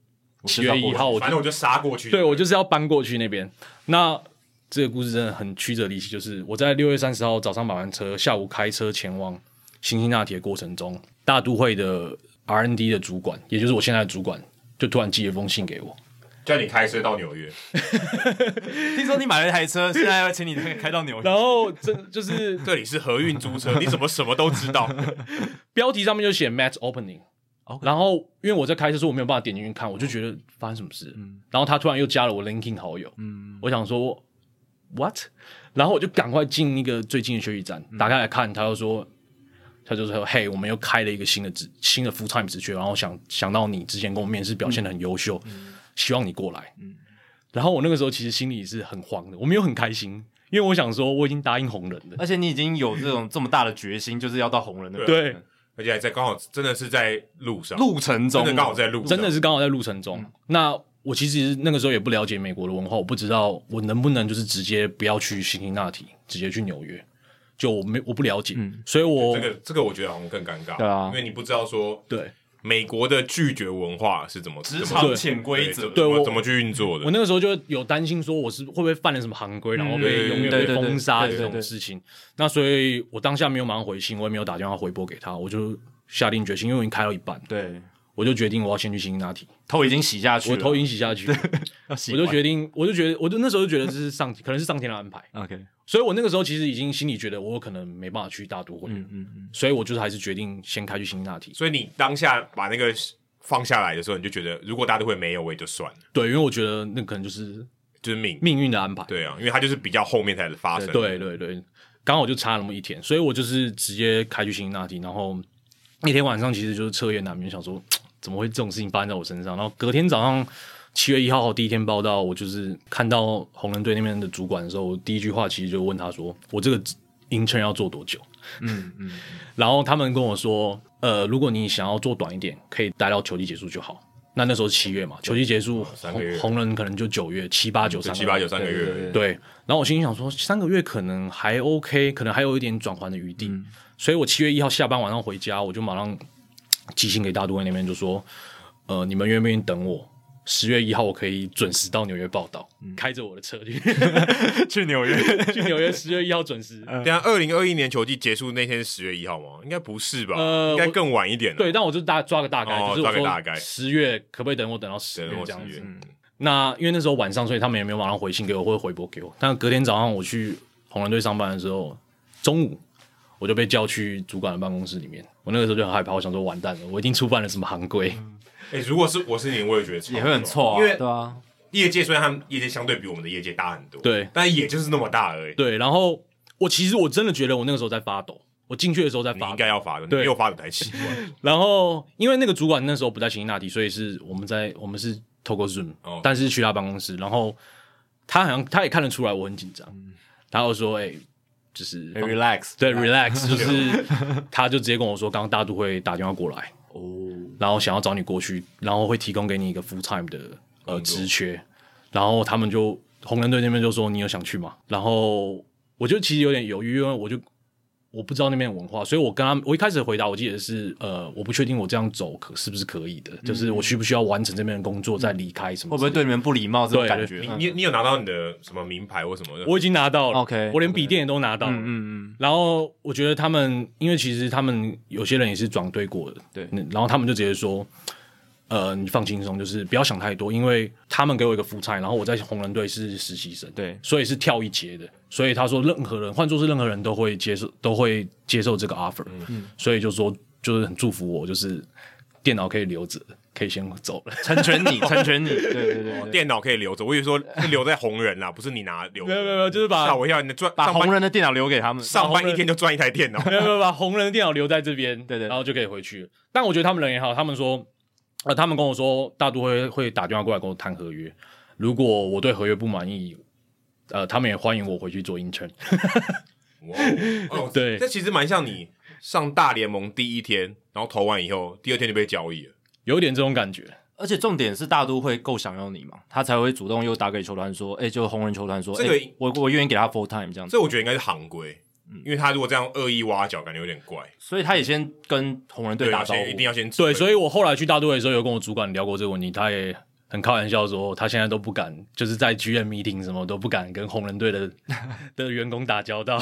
Speaker 3: 七
Speaker 1: 知道
Speaker 3: 月一号我就
Speaker 2: 反正我就杀过去。
Speaker 3: 对我就是要搬过去那边。那这个故事真的很曲折离奇，就是我在六月三十号早上买完车，下午开车前往辛辛那提的过程中，大都会的 R&D 的主管，也就是我现在的主管，就突然寄了封信给我。
Speaker 2: 叫你开车到纽 约，
Speaker 1: 听说你买了一台车，现在要请你开到纽约，
Speaker 3: 然后这就是
Speaker 2: 这里是合运租 车，你怎么什么都知道？
Speaker 3: 标题上面就写 Match Opening。
Speaker 1: OK
Speaker 3: 然后，因为我在开车的时候我没有办法点进去看，我就觉得发生什么事。然后他突然又加了我 LinkedIn 好友，我想说 What？然后我就赶快进那个最近的休息站，打开来看，他就说，他就说，嘿，我们又开了一个新的职新的 full time 职缺，然后想想到你之前跟我面试表现的很优秀，希望你过来。然后我那个时候其实心里是很慌的，我没有很开心，因为我想说我已经答应红人了，
Speaker 1: 而且你已经有这种这么大的决心，就是要到红人的
Speaker 3: 对，
Speaker 2: 而且还在刚好真的是在路上，
Speaker 1: 路程中
Speaker 2: 真，的刚好在路上，
Speaker 3: 真的是刚好在路程中。那我其实那个时候也不了解美国的文化，我不知道我能不能就是直接不要去辛辛那提，直接去纽约，就我没我不了解，所以我
Speaker 2: 这个这个我觉得好像更尴尬，
Speaker 1: 对啊
Speaker 2: 因为你不知道说
Speaker 3: 对
Speaker 2: 美国的拒绝文化是怎么
Speaker 1: 职
Speaker 2: 怎么
Speaker 1: 场潜规则，
Speaker 2: 对怎么
Speaker 3: 对我
Speaker 2: 怎么去运作的
Speaker 3: 我。那个时候就有担心，说我是会不会犯了什么行规，然后
Speaker 2: 对
Speaker 3: 被永远
Speaker 2: 对
Speaker 3: 被
Speaker 1: 对对
Speaker 3: 封杀
Speaker 1: 对
Speaker 3: 这
Speaker 1: 对
Speaker 3: 种
Speaker 1: 对
Speaker 3: 事情。那所以我当下没有马上回信，我也没有打电话回拨给他，我就下定决心，因为我已经开到一半，
Speaker 1: 对，
Speaker 3: 我就决定我要先去辛辛那提，
Speaker 1: 头已经洗下去了，
Speaker 3: 我头已经洗下去了，
Speaker 1: 要洗
Speaker 3: 我
Speaker 1: 完，
Speaker 3: 就决定，我就觉得，我就那时候就觉得这是上可能是上天的安排。
Speaker 1: OK，
Speaker 3: 所以我那个时候其实已经心里觉得我可能没办法去大都会，
Speaker 1: 嗯嗯嗯，
Speaker 3: 所以我就是还是决定先开去辛辛那提。
Speaker 2: 所以你当下把那个放下来的时候，你就觉得如果大家都会没有，我也就算了，
Speaker 3: 对，因为我觉得那可能就是
Speaker 2: 就是命。
Speaker 3: 命运的安排。
Speaker 2: 对啊，因为它就是比较后面才发生。
Speaker 3: 对对对，刚好就差那么一天，所以我就是直接开去辛辛那提，然后那天晚上其实就是彻夜难眠，想说怎么会这种事情发生在我身上。然后隔天早上七月一号第一天报道，我就是看到红人队那边的主管的时候，我第一句话其实就问他说：“我这个 intern 要做多久？”嗯嗯。然后他们跟我说：“呃，如果你想要做短一点，可以待到球季结束就好。”那那时候是七月嘛，球季结束，
Speaker 2: 三个月
Speaker 3: 红红人可能就九月七八九
Speaker 2: 就
Speaker 3: 三个
Speaker 2: 七八
Speaker 3: 月
Speaker 2: 九三个
Speaker 1: 对对
Speaker 2: 月
Speaker 1: 对，
Speaker 3: 对，然后我心里想说，三个月可能还 OK，可能还有一点转圜的余地，
Speaker 2: 嗯
Speaker 3: 所以我七月一号下班晚上回家，我就马上寄信给大都会那边，就说，呃，你们愿不愿意等我？十月一号我可以准时到纽约报道，
Speaker 2: 嗯
Speaker 3: 开着我的车去
Speaker 1: 去纽约，
Speaker 3: 去纽约，十月一号 准时。
Speaker 2: 等一下，二零二一年球季结束那天是十月一号吗？应该不是吧？
Speaker 3: 呃
Speaker 2: 应该
Speaker 3: 我
Speaker 2: 更晚一点。，
Speaker 3: 对，但我就大抓个大概，
Speaker 2: 哦
Speaker 3: 就是
Speaker 2: 抓个大
Speaker 3: 我
Speaker 2: 概
Speaker 3: 说十月可不可以等我等到十
Speaker 2: 等
Speaker 3: 月
Speaker 2: 我
Speaker 3: 这
Speaker 2: 十
Speaker 3: 样
Speaker 2: 月
Speaker 3: 子。。那因为那时候晚上，所以他们也没有马上回信给我，或者回拨给我。但隔天早上我去红人队上班的时候，中午我就被叫去主管的办公室里面。我那个时候就很害怕，我想说完蛋了，我一定触犯了什么行规。
Speaker 2: 哎、如果是我是你，我也觉得超
Speaker 1: 也会很错啊，
Speaker 2: 因为
Speaker 1: 对啊，
Speaker 2: 业界虽然他们业界相对比我们的业界大很多，
Speaker 3: 对
Speaker 2: 但也就是那么大而已。
Speaker 3: 对，然后我其实我真的觉得我那个时候在发抖，我进去的时候在
Speaker 2: 你
Speaker 3: 发
Speaker 2: 应
Speaker 3: 抖。
Speaker 2: 该要罚的，你
Speaker 3: 对
Speaker 2: 没有罚的才奇怪。
Speaker 3: 然后因为那个主管那时候不在辛辛那提，所以是我们在我们是透过 Zoom，、
Speaker 2: 哦
Speaker 3: 但是去他办公室，然后他好像他也看得出来我很紧张，他就说：“哎、就是
Speaker 1: 很 relax，
Speaker 3: 对，relax，就是 他就直接跟我说，刚刚大都会打电话过来，哦，然后想要找你过去，然后会提供给你一个 full time 的呃
Speaker 2: 工作
Speaker 3: 职缺，然后他们就红人队那边就说你有想去吗？然后我就其实有点犹豫，因为我就我不知道那边的文化，所以我跟他们我一开始的回答我记得是呃，我不确定我这样走可是不是可以的，就是我需不需要完成这边的工作再离开什
Speaker 1: 会
Speaker 3: 么
Speaker 1: 不会
Speaker 3: 之类的？
Speaker 1: 对你们不礼貌这种
Speaker 3: 对
Speaker 1: 感
Speaker 3: 对
Speaker 1: 觉？
Speaker 2: 你
Speaker 1: 嗯
Speaker 2: 你你有拿到你的什么名牌或什么的？
Speaker 3: 我已经拿到了
Speaker 1: OK，
Speaker 3: 我连
Speaker 1: OK
Speaker 3: 笔电也都拿到了，
Speaker 1: 嗯嗯
Speaker 3: 然后我觉得他们，因为其实他们有些人也是转队过的，
Speaker 1: 对
Speaker 3: 嗯然后他们就直接说，呃，你放轻松，就是不要想太多，因为他们给我一个副差，然后我在红人队是实习生，
Speaker 1: 对
Speaker 3: 所以是跳一阶的，所以他说任何人换做是任何人都会接受，都会接受这个 offer，嗯，所以就说就是很祝福我，就是电脑可以留着，可以先走了，
Speaker 1: 嗯， 成全 你，成全你，对对对对，
Speaker 2: 电脑可以留着，我以为说是留在红人啦，不是你拿留着。
Speaker 3: 没有没有没有就是把
Speaker 2: 吓我一跳，你赚
Speaker 1: 把
Speaker 2: 上班
Speaker 1: 红人的电脑留给他们，
Speaker 2: 上班一天就赚一台电脑，
Speaker 3: 没有没有把红人的电脑留在这边，
Speaker 1: 对对
Speaker 3: 然后就可以回去了。但我觉得他们人也好，他们说，呃，他们跟我说，大都会会打电话过来跟我谈合约，如果我对合约不满意，呃，他们也欢迎我回去做 intern。
Speaker 2: 哇哦哦，
Speaker 3: 对
Speaker 2: 这其实蛮像你上大联盟第一天，然后投完以后，第二天就被交易了。
Speaker 3: 有点这种感觉，
Speaker 1: 而且重点是大都会够想要你嘛，他才会主动又打给球团说，哎、就红人球团说，
Speaker 2: 这个
Speaker 1: 哎我我愿意给他 full time 这样子，
Speaker 2: 这我觉得应该是行规，因为他如果这样恶意挖角，感觉有点怪。
Speaker 1: 所以他也先跟红人队
Speaker 2: 要
Speaker 1: 打招呼，
Speaker 2: 先一定要先
Speaker 3: 对，所
Speaker 2: 以
Speaker 3: 以我后来去大都会的时候，有跟我主管聊过这个问题，他也。很开玩笑说，他现在都不敢，就是在 GM meeting 什么都不敢跟红人队的 的员工打交道，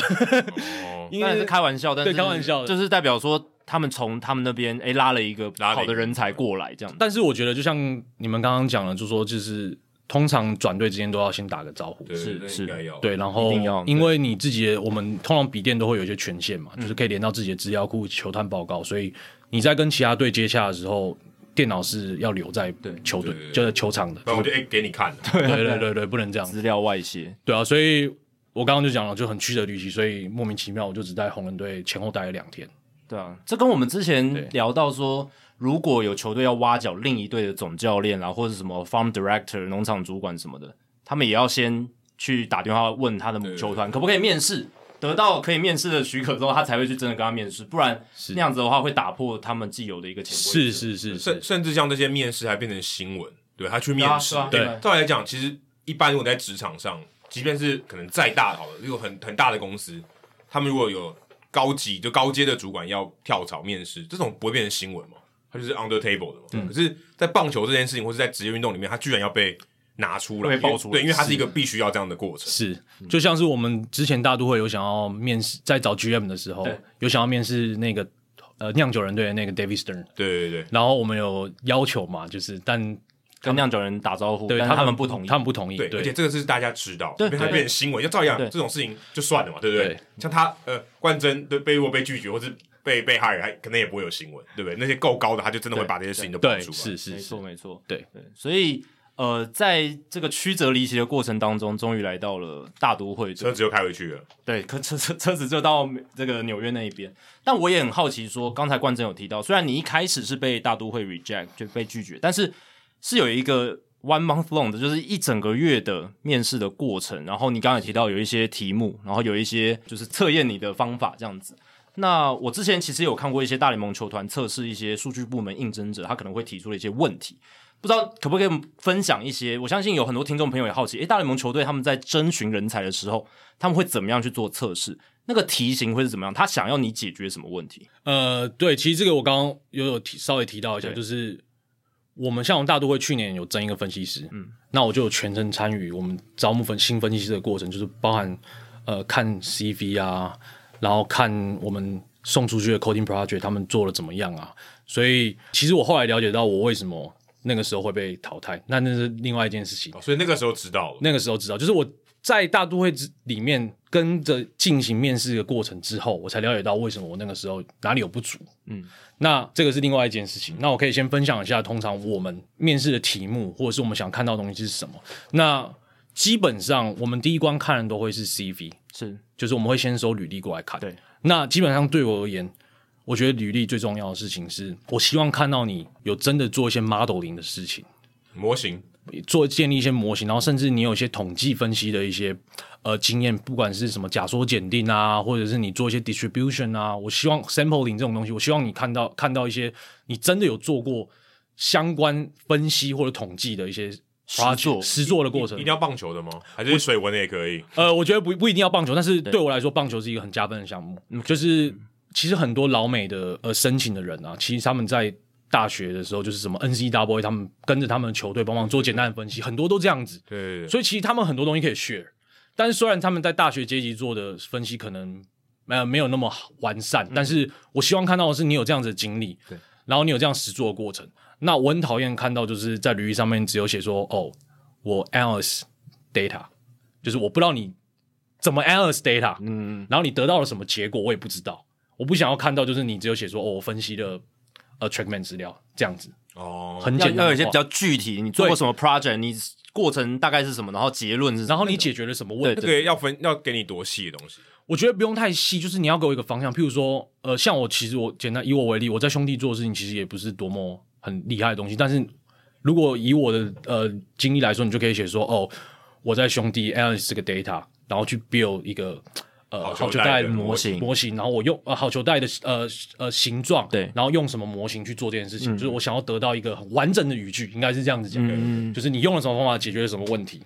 Speaker 3: 因
Speaker 1: 当哦然是
Speaker 3: 为
Speaker 1: 开玩笑，但是
Speaker 3: 对开玩笑的
Speaker 1: 就是代表说他们从他们那边哎、拉了一个
Speaker 2: 拉了一个
Speaker 1: 好的人才过来这样子，
Speaker 3: 但是我觉得，就像你们刚刚讲的，就说就是通常转队之间都要先打个招呼，
Speaker 1: 是是
Speaker 2: 应该要
Speaker 3: 对，然后
Speaker 1: 一定要
Speaker 3: 因为你自己的，我们通常笔电都会有一些权限嘛，就是可以连到自己的资料库、球探报告，所以你在跟其他队接洽的时候，电脑是要留在球队
Speaker 2: 对对，对
Speaker 3: 就是球场的。
Speaker 2: 不然我就哎给你看了，
Speaker 3: 对对对对，不能这样。
Speaker 1: 资料外泄，
Speaker 3: 对啊，所以我刚刚就讲了，就很曲折离奇，所以莫名其妙我就只在红人队前后待了两天。
Speaker 1: 对啊，这跟我们之前聊到说，如果有球队要挖角另一队的总教练啊，或者什么 farm director 农场主管什么的，他们也要先去打电话问他的母球团可不可以面试，得到可以面试的许可之后，他才会去真的跟他面试，不然那样子的话会打破他们既有的一个潜规则。
Speaker 3: 是是是
Speaker 2: 甚
Speaker 3: 是，
Speaker 2: 甚至像这些面试还变成新闻，对他去面试
Speaker 1: 对啊，对啊
Speaker 2: 哎照理来讲，其实一般如果在职场上，即便是可能再大好了，如果很很大的公司，他们如果有高级就高阶的主管要跳槽面试，这种不会变成新闻嘛？它就是 under table 的嘛。可是，在棒球这件事情，或是在职业运动里面，它居然要被拿出来，
Speaker 1: 被爆出来
Speaker 2: 对，因为它是一个必须要这样的过程。
Speaker 3: 是，
Speaker 1: 嗯
Speaker 3: 就像是我们之前大都会有想要面试，在找 GM 的时候
Speaker 1: 对，
Speaker 3: 有想要面试那个呃酿酒人队的那个 David Stern，
Speaker 2: 对对对，
Speaker 3: 然后我们有要求嘛，就是但
Speaker 1: 跟酿酒人打招呼，
Speaker 3: 对
Speaker 1: 但
Speaker 3: 他
Speaker 1: 他们不同意，
Speaker 3: 他们不同意，
Speaker 2: 对，而且
Speaker 3: 对
Speaker 2: 这个是大家知道，
Speaker 1: 对
Speaker 2: 因为它
Speaker 1: 对
Speaker 2: 变成新闻，要照样
Speaker 1: 对
Speaker 2: 这种事情就算了嘛，对不对？
Speaker 3: 对
Speaker 2: 像他呃，冠真对被如果被拒绝或是被被害人，还可能也不会有新闻，对不对？那些够高的，他就真的会把这些事情都爆
Speaker 3: 对
Speaker 2: 出来。
Speaker 3: 是是
Speaker 1: 没
Speaker 3: 是
Speaker 1: 错，，没错，
Speaker 3: 对
Speaker 1: 对，所以呃，在这个曲折离奇的过程当中，终于来到了大都会队
Speaker 2: 车子又开回去了，
Speaker 1: 对，可车车车子就到美这个纽约那一边。但我也很好奇说刚才冠真有提到，虽然你一开始是被大都会 reject 就被拒绝，但是是有一个 one month long 的，就是一整个月的面试的过程。然后你刚才也提到有一些题目，然后有一些就是测验你的方法这样子。那我之前其实有看过一些大联盟球团测试一些数据部门应征者，他可能会提出的一些问题。不知道可不可以跟我们分享一些？我相信有很多听众朋友也好奇，诶，大联盟球队他们在征询人才的时候，他们会怎么样去做测试？那个题型会是怎么样？他想要你解决什么问题？
Speaker 3: 呃，对，其实这个我刚刚有有提稍微提到一下，
Speaker 1: 对
Speaker 3: 就是我们向荣大都会去年有征一个分析师，嗯，那我就有全程参与我们招募分新分析师的过程，就是包含呃看 CV 啊，然后看我们送出去的 coding project 他们做的怎么样啊。所以其实我后来了解到我为什么那个时候会被淘汰，那那是另外一件事情。
Speaker 2: 哦所以那个时候知道了。
Speaker 3: 那个时候知道，就是我在大都会之里面跟着进行面试的过程之后，我才了解到为什么我那个时候哪里有不足。嗯，那这个是另外一件事情。那我可以先分享一下，通常我们面试的题目或者是我们想看到的东西是什么。那基本上我们第一关看的都会是 CV，
Speaker 1: 是
Speaker 3: 就是我们会先收履历过来看。
Speaker 1: 对，
Speaker 3: 那基本上对我而言，我觉得履历最重要的事情是，我希望看到你有真的做一些 modeling 的事情。
Speaker 2: 模型
Speaker 3: 做建立一些模型，然后甚至你有一些统计分析的一些呃经验，不管是什么假说检定啊，或者是你做一些 distribution 啊，我希望 sampling 这种东西，我希望你看到看到一些你真的有做过相关分析或者统计的一些
Speaker 1: 实作
Speaker 3: 实作的过程
Speaker 2: 一定。要棒球的吗？还是水文的也可以？
Speaker 3: 呃，我觉得不不一定要棒球，但是对我来说，棒球是一个很加分的项目。就是其实很多老美的呃申请的人啊，其实他们在大学的时候，就是什么 N C W A，他们跟着他们的球队帮忙做简单的分析，很多都这样子。
Speaker 2: 对，
Speaker 3: 所以其实他们很多东西可以 share，但是虽然他们在大学阶级做的分析可能呃没有那么完善，
Speaker 1: 嗯
Speaker 3: 但是我希望看到的是你有这样子的经历，
Speaker 2: 对，
Speaker 3: 然后你有这样实做的过程。那我很讨厌看到就是在履历上面只有写说哦，我 analyze data，就是我不知道你怎么 analyze data，嗯，然后你得到了什么结果我也不知道，我不想要看到就是你只有写说哦，我分析了呃 treatment 资料这样子，
Speaker 2: 哦，
Speaker 3: 很
Speaker 1: 要
Speaker 3: 简单的
Speaker 1: 要
Speaker 3: 话，
Speaker 1: 有一些比较具体，你做过
Speaker 3: 对
Speaker 1: 什么 project，你过程大概是什么，然后结论是什么，
Speaker 3: 然后你解决了什么
Speaker 1: 对
Speaker 3: 问题
Speaker 2: 那？个要分要给你多细的东西，
Speaker 3: 我觉得不用太细，就是你要给我一个方向。譬如说，呃，像我其实我简单以我为例，我在兄弟做的事情其实也不是多么很厉害的东西，但是如果以我的呃经历来说，你就可以写说，哦，我在兄弟 analyze 这个 data，然后去 build 一个呃
Speaker 2: 好球
Speaker 3: 好球
Speaker 2: 带
Speaker 3: 带
Speaker 2: 的
Speaker 1: 模型
Speaker 3: 模型，然后我用呃好球带的呃呃形状，
Speaker 1: 对嗯
Speaker 3: 然后用什么模型去做这件事情，就是我想要得到一个很完整的语句，应该是这样子讲，
Speaker 1: 嗯
Speaker 3: 就是你用了什么方法解决了什么问题。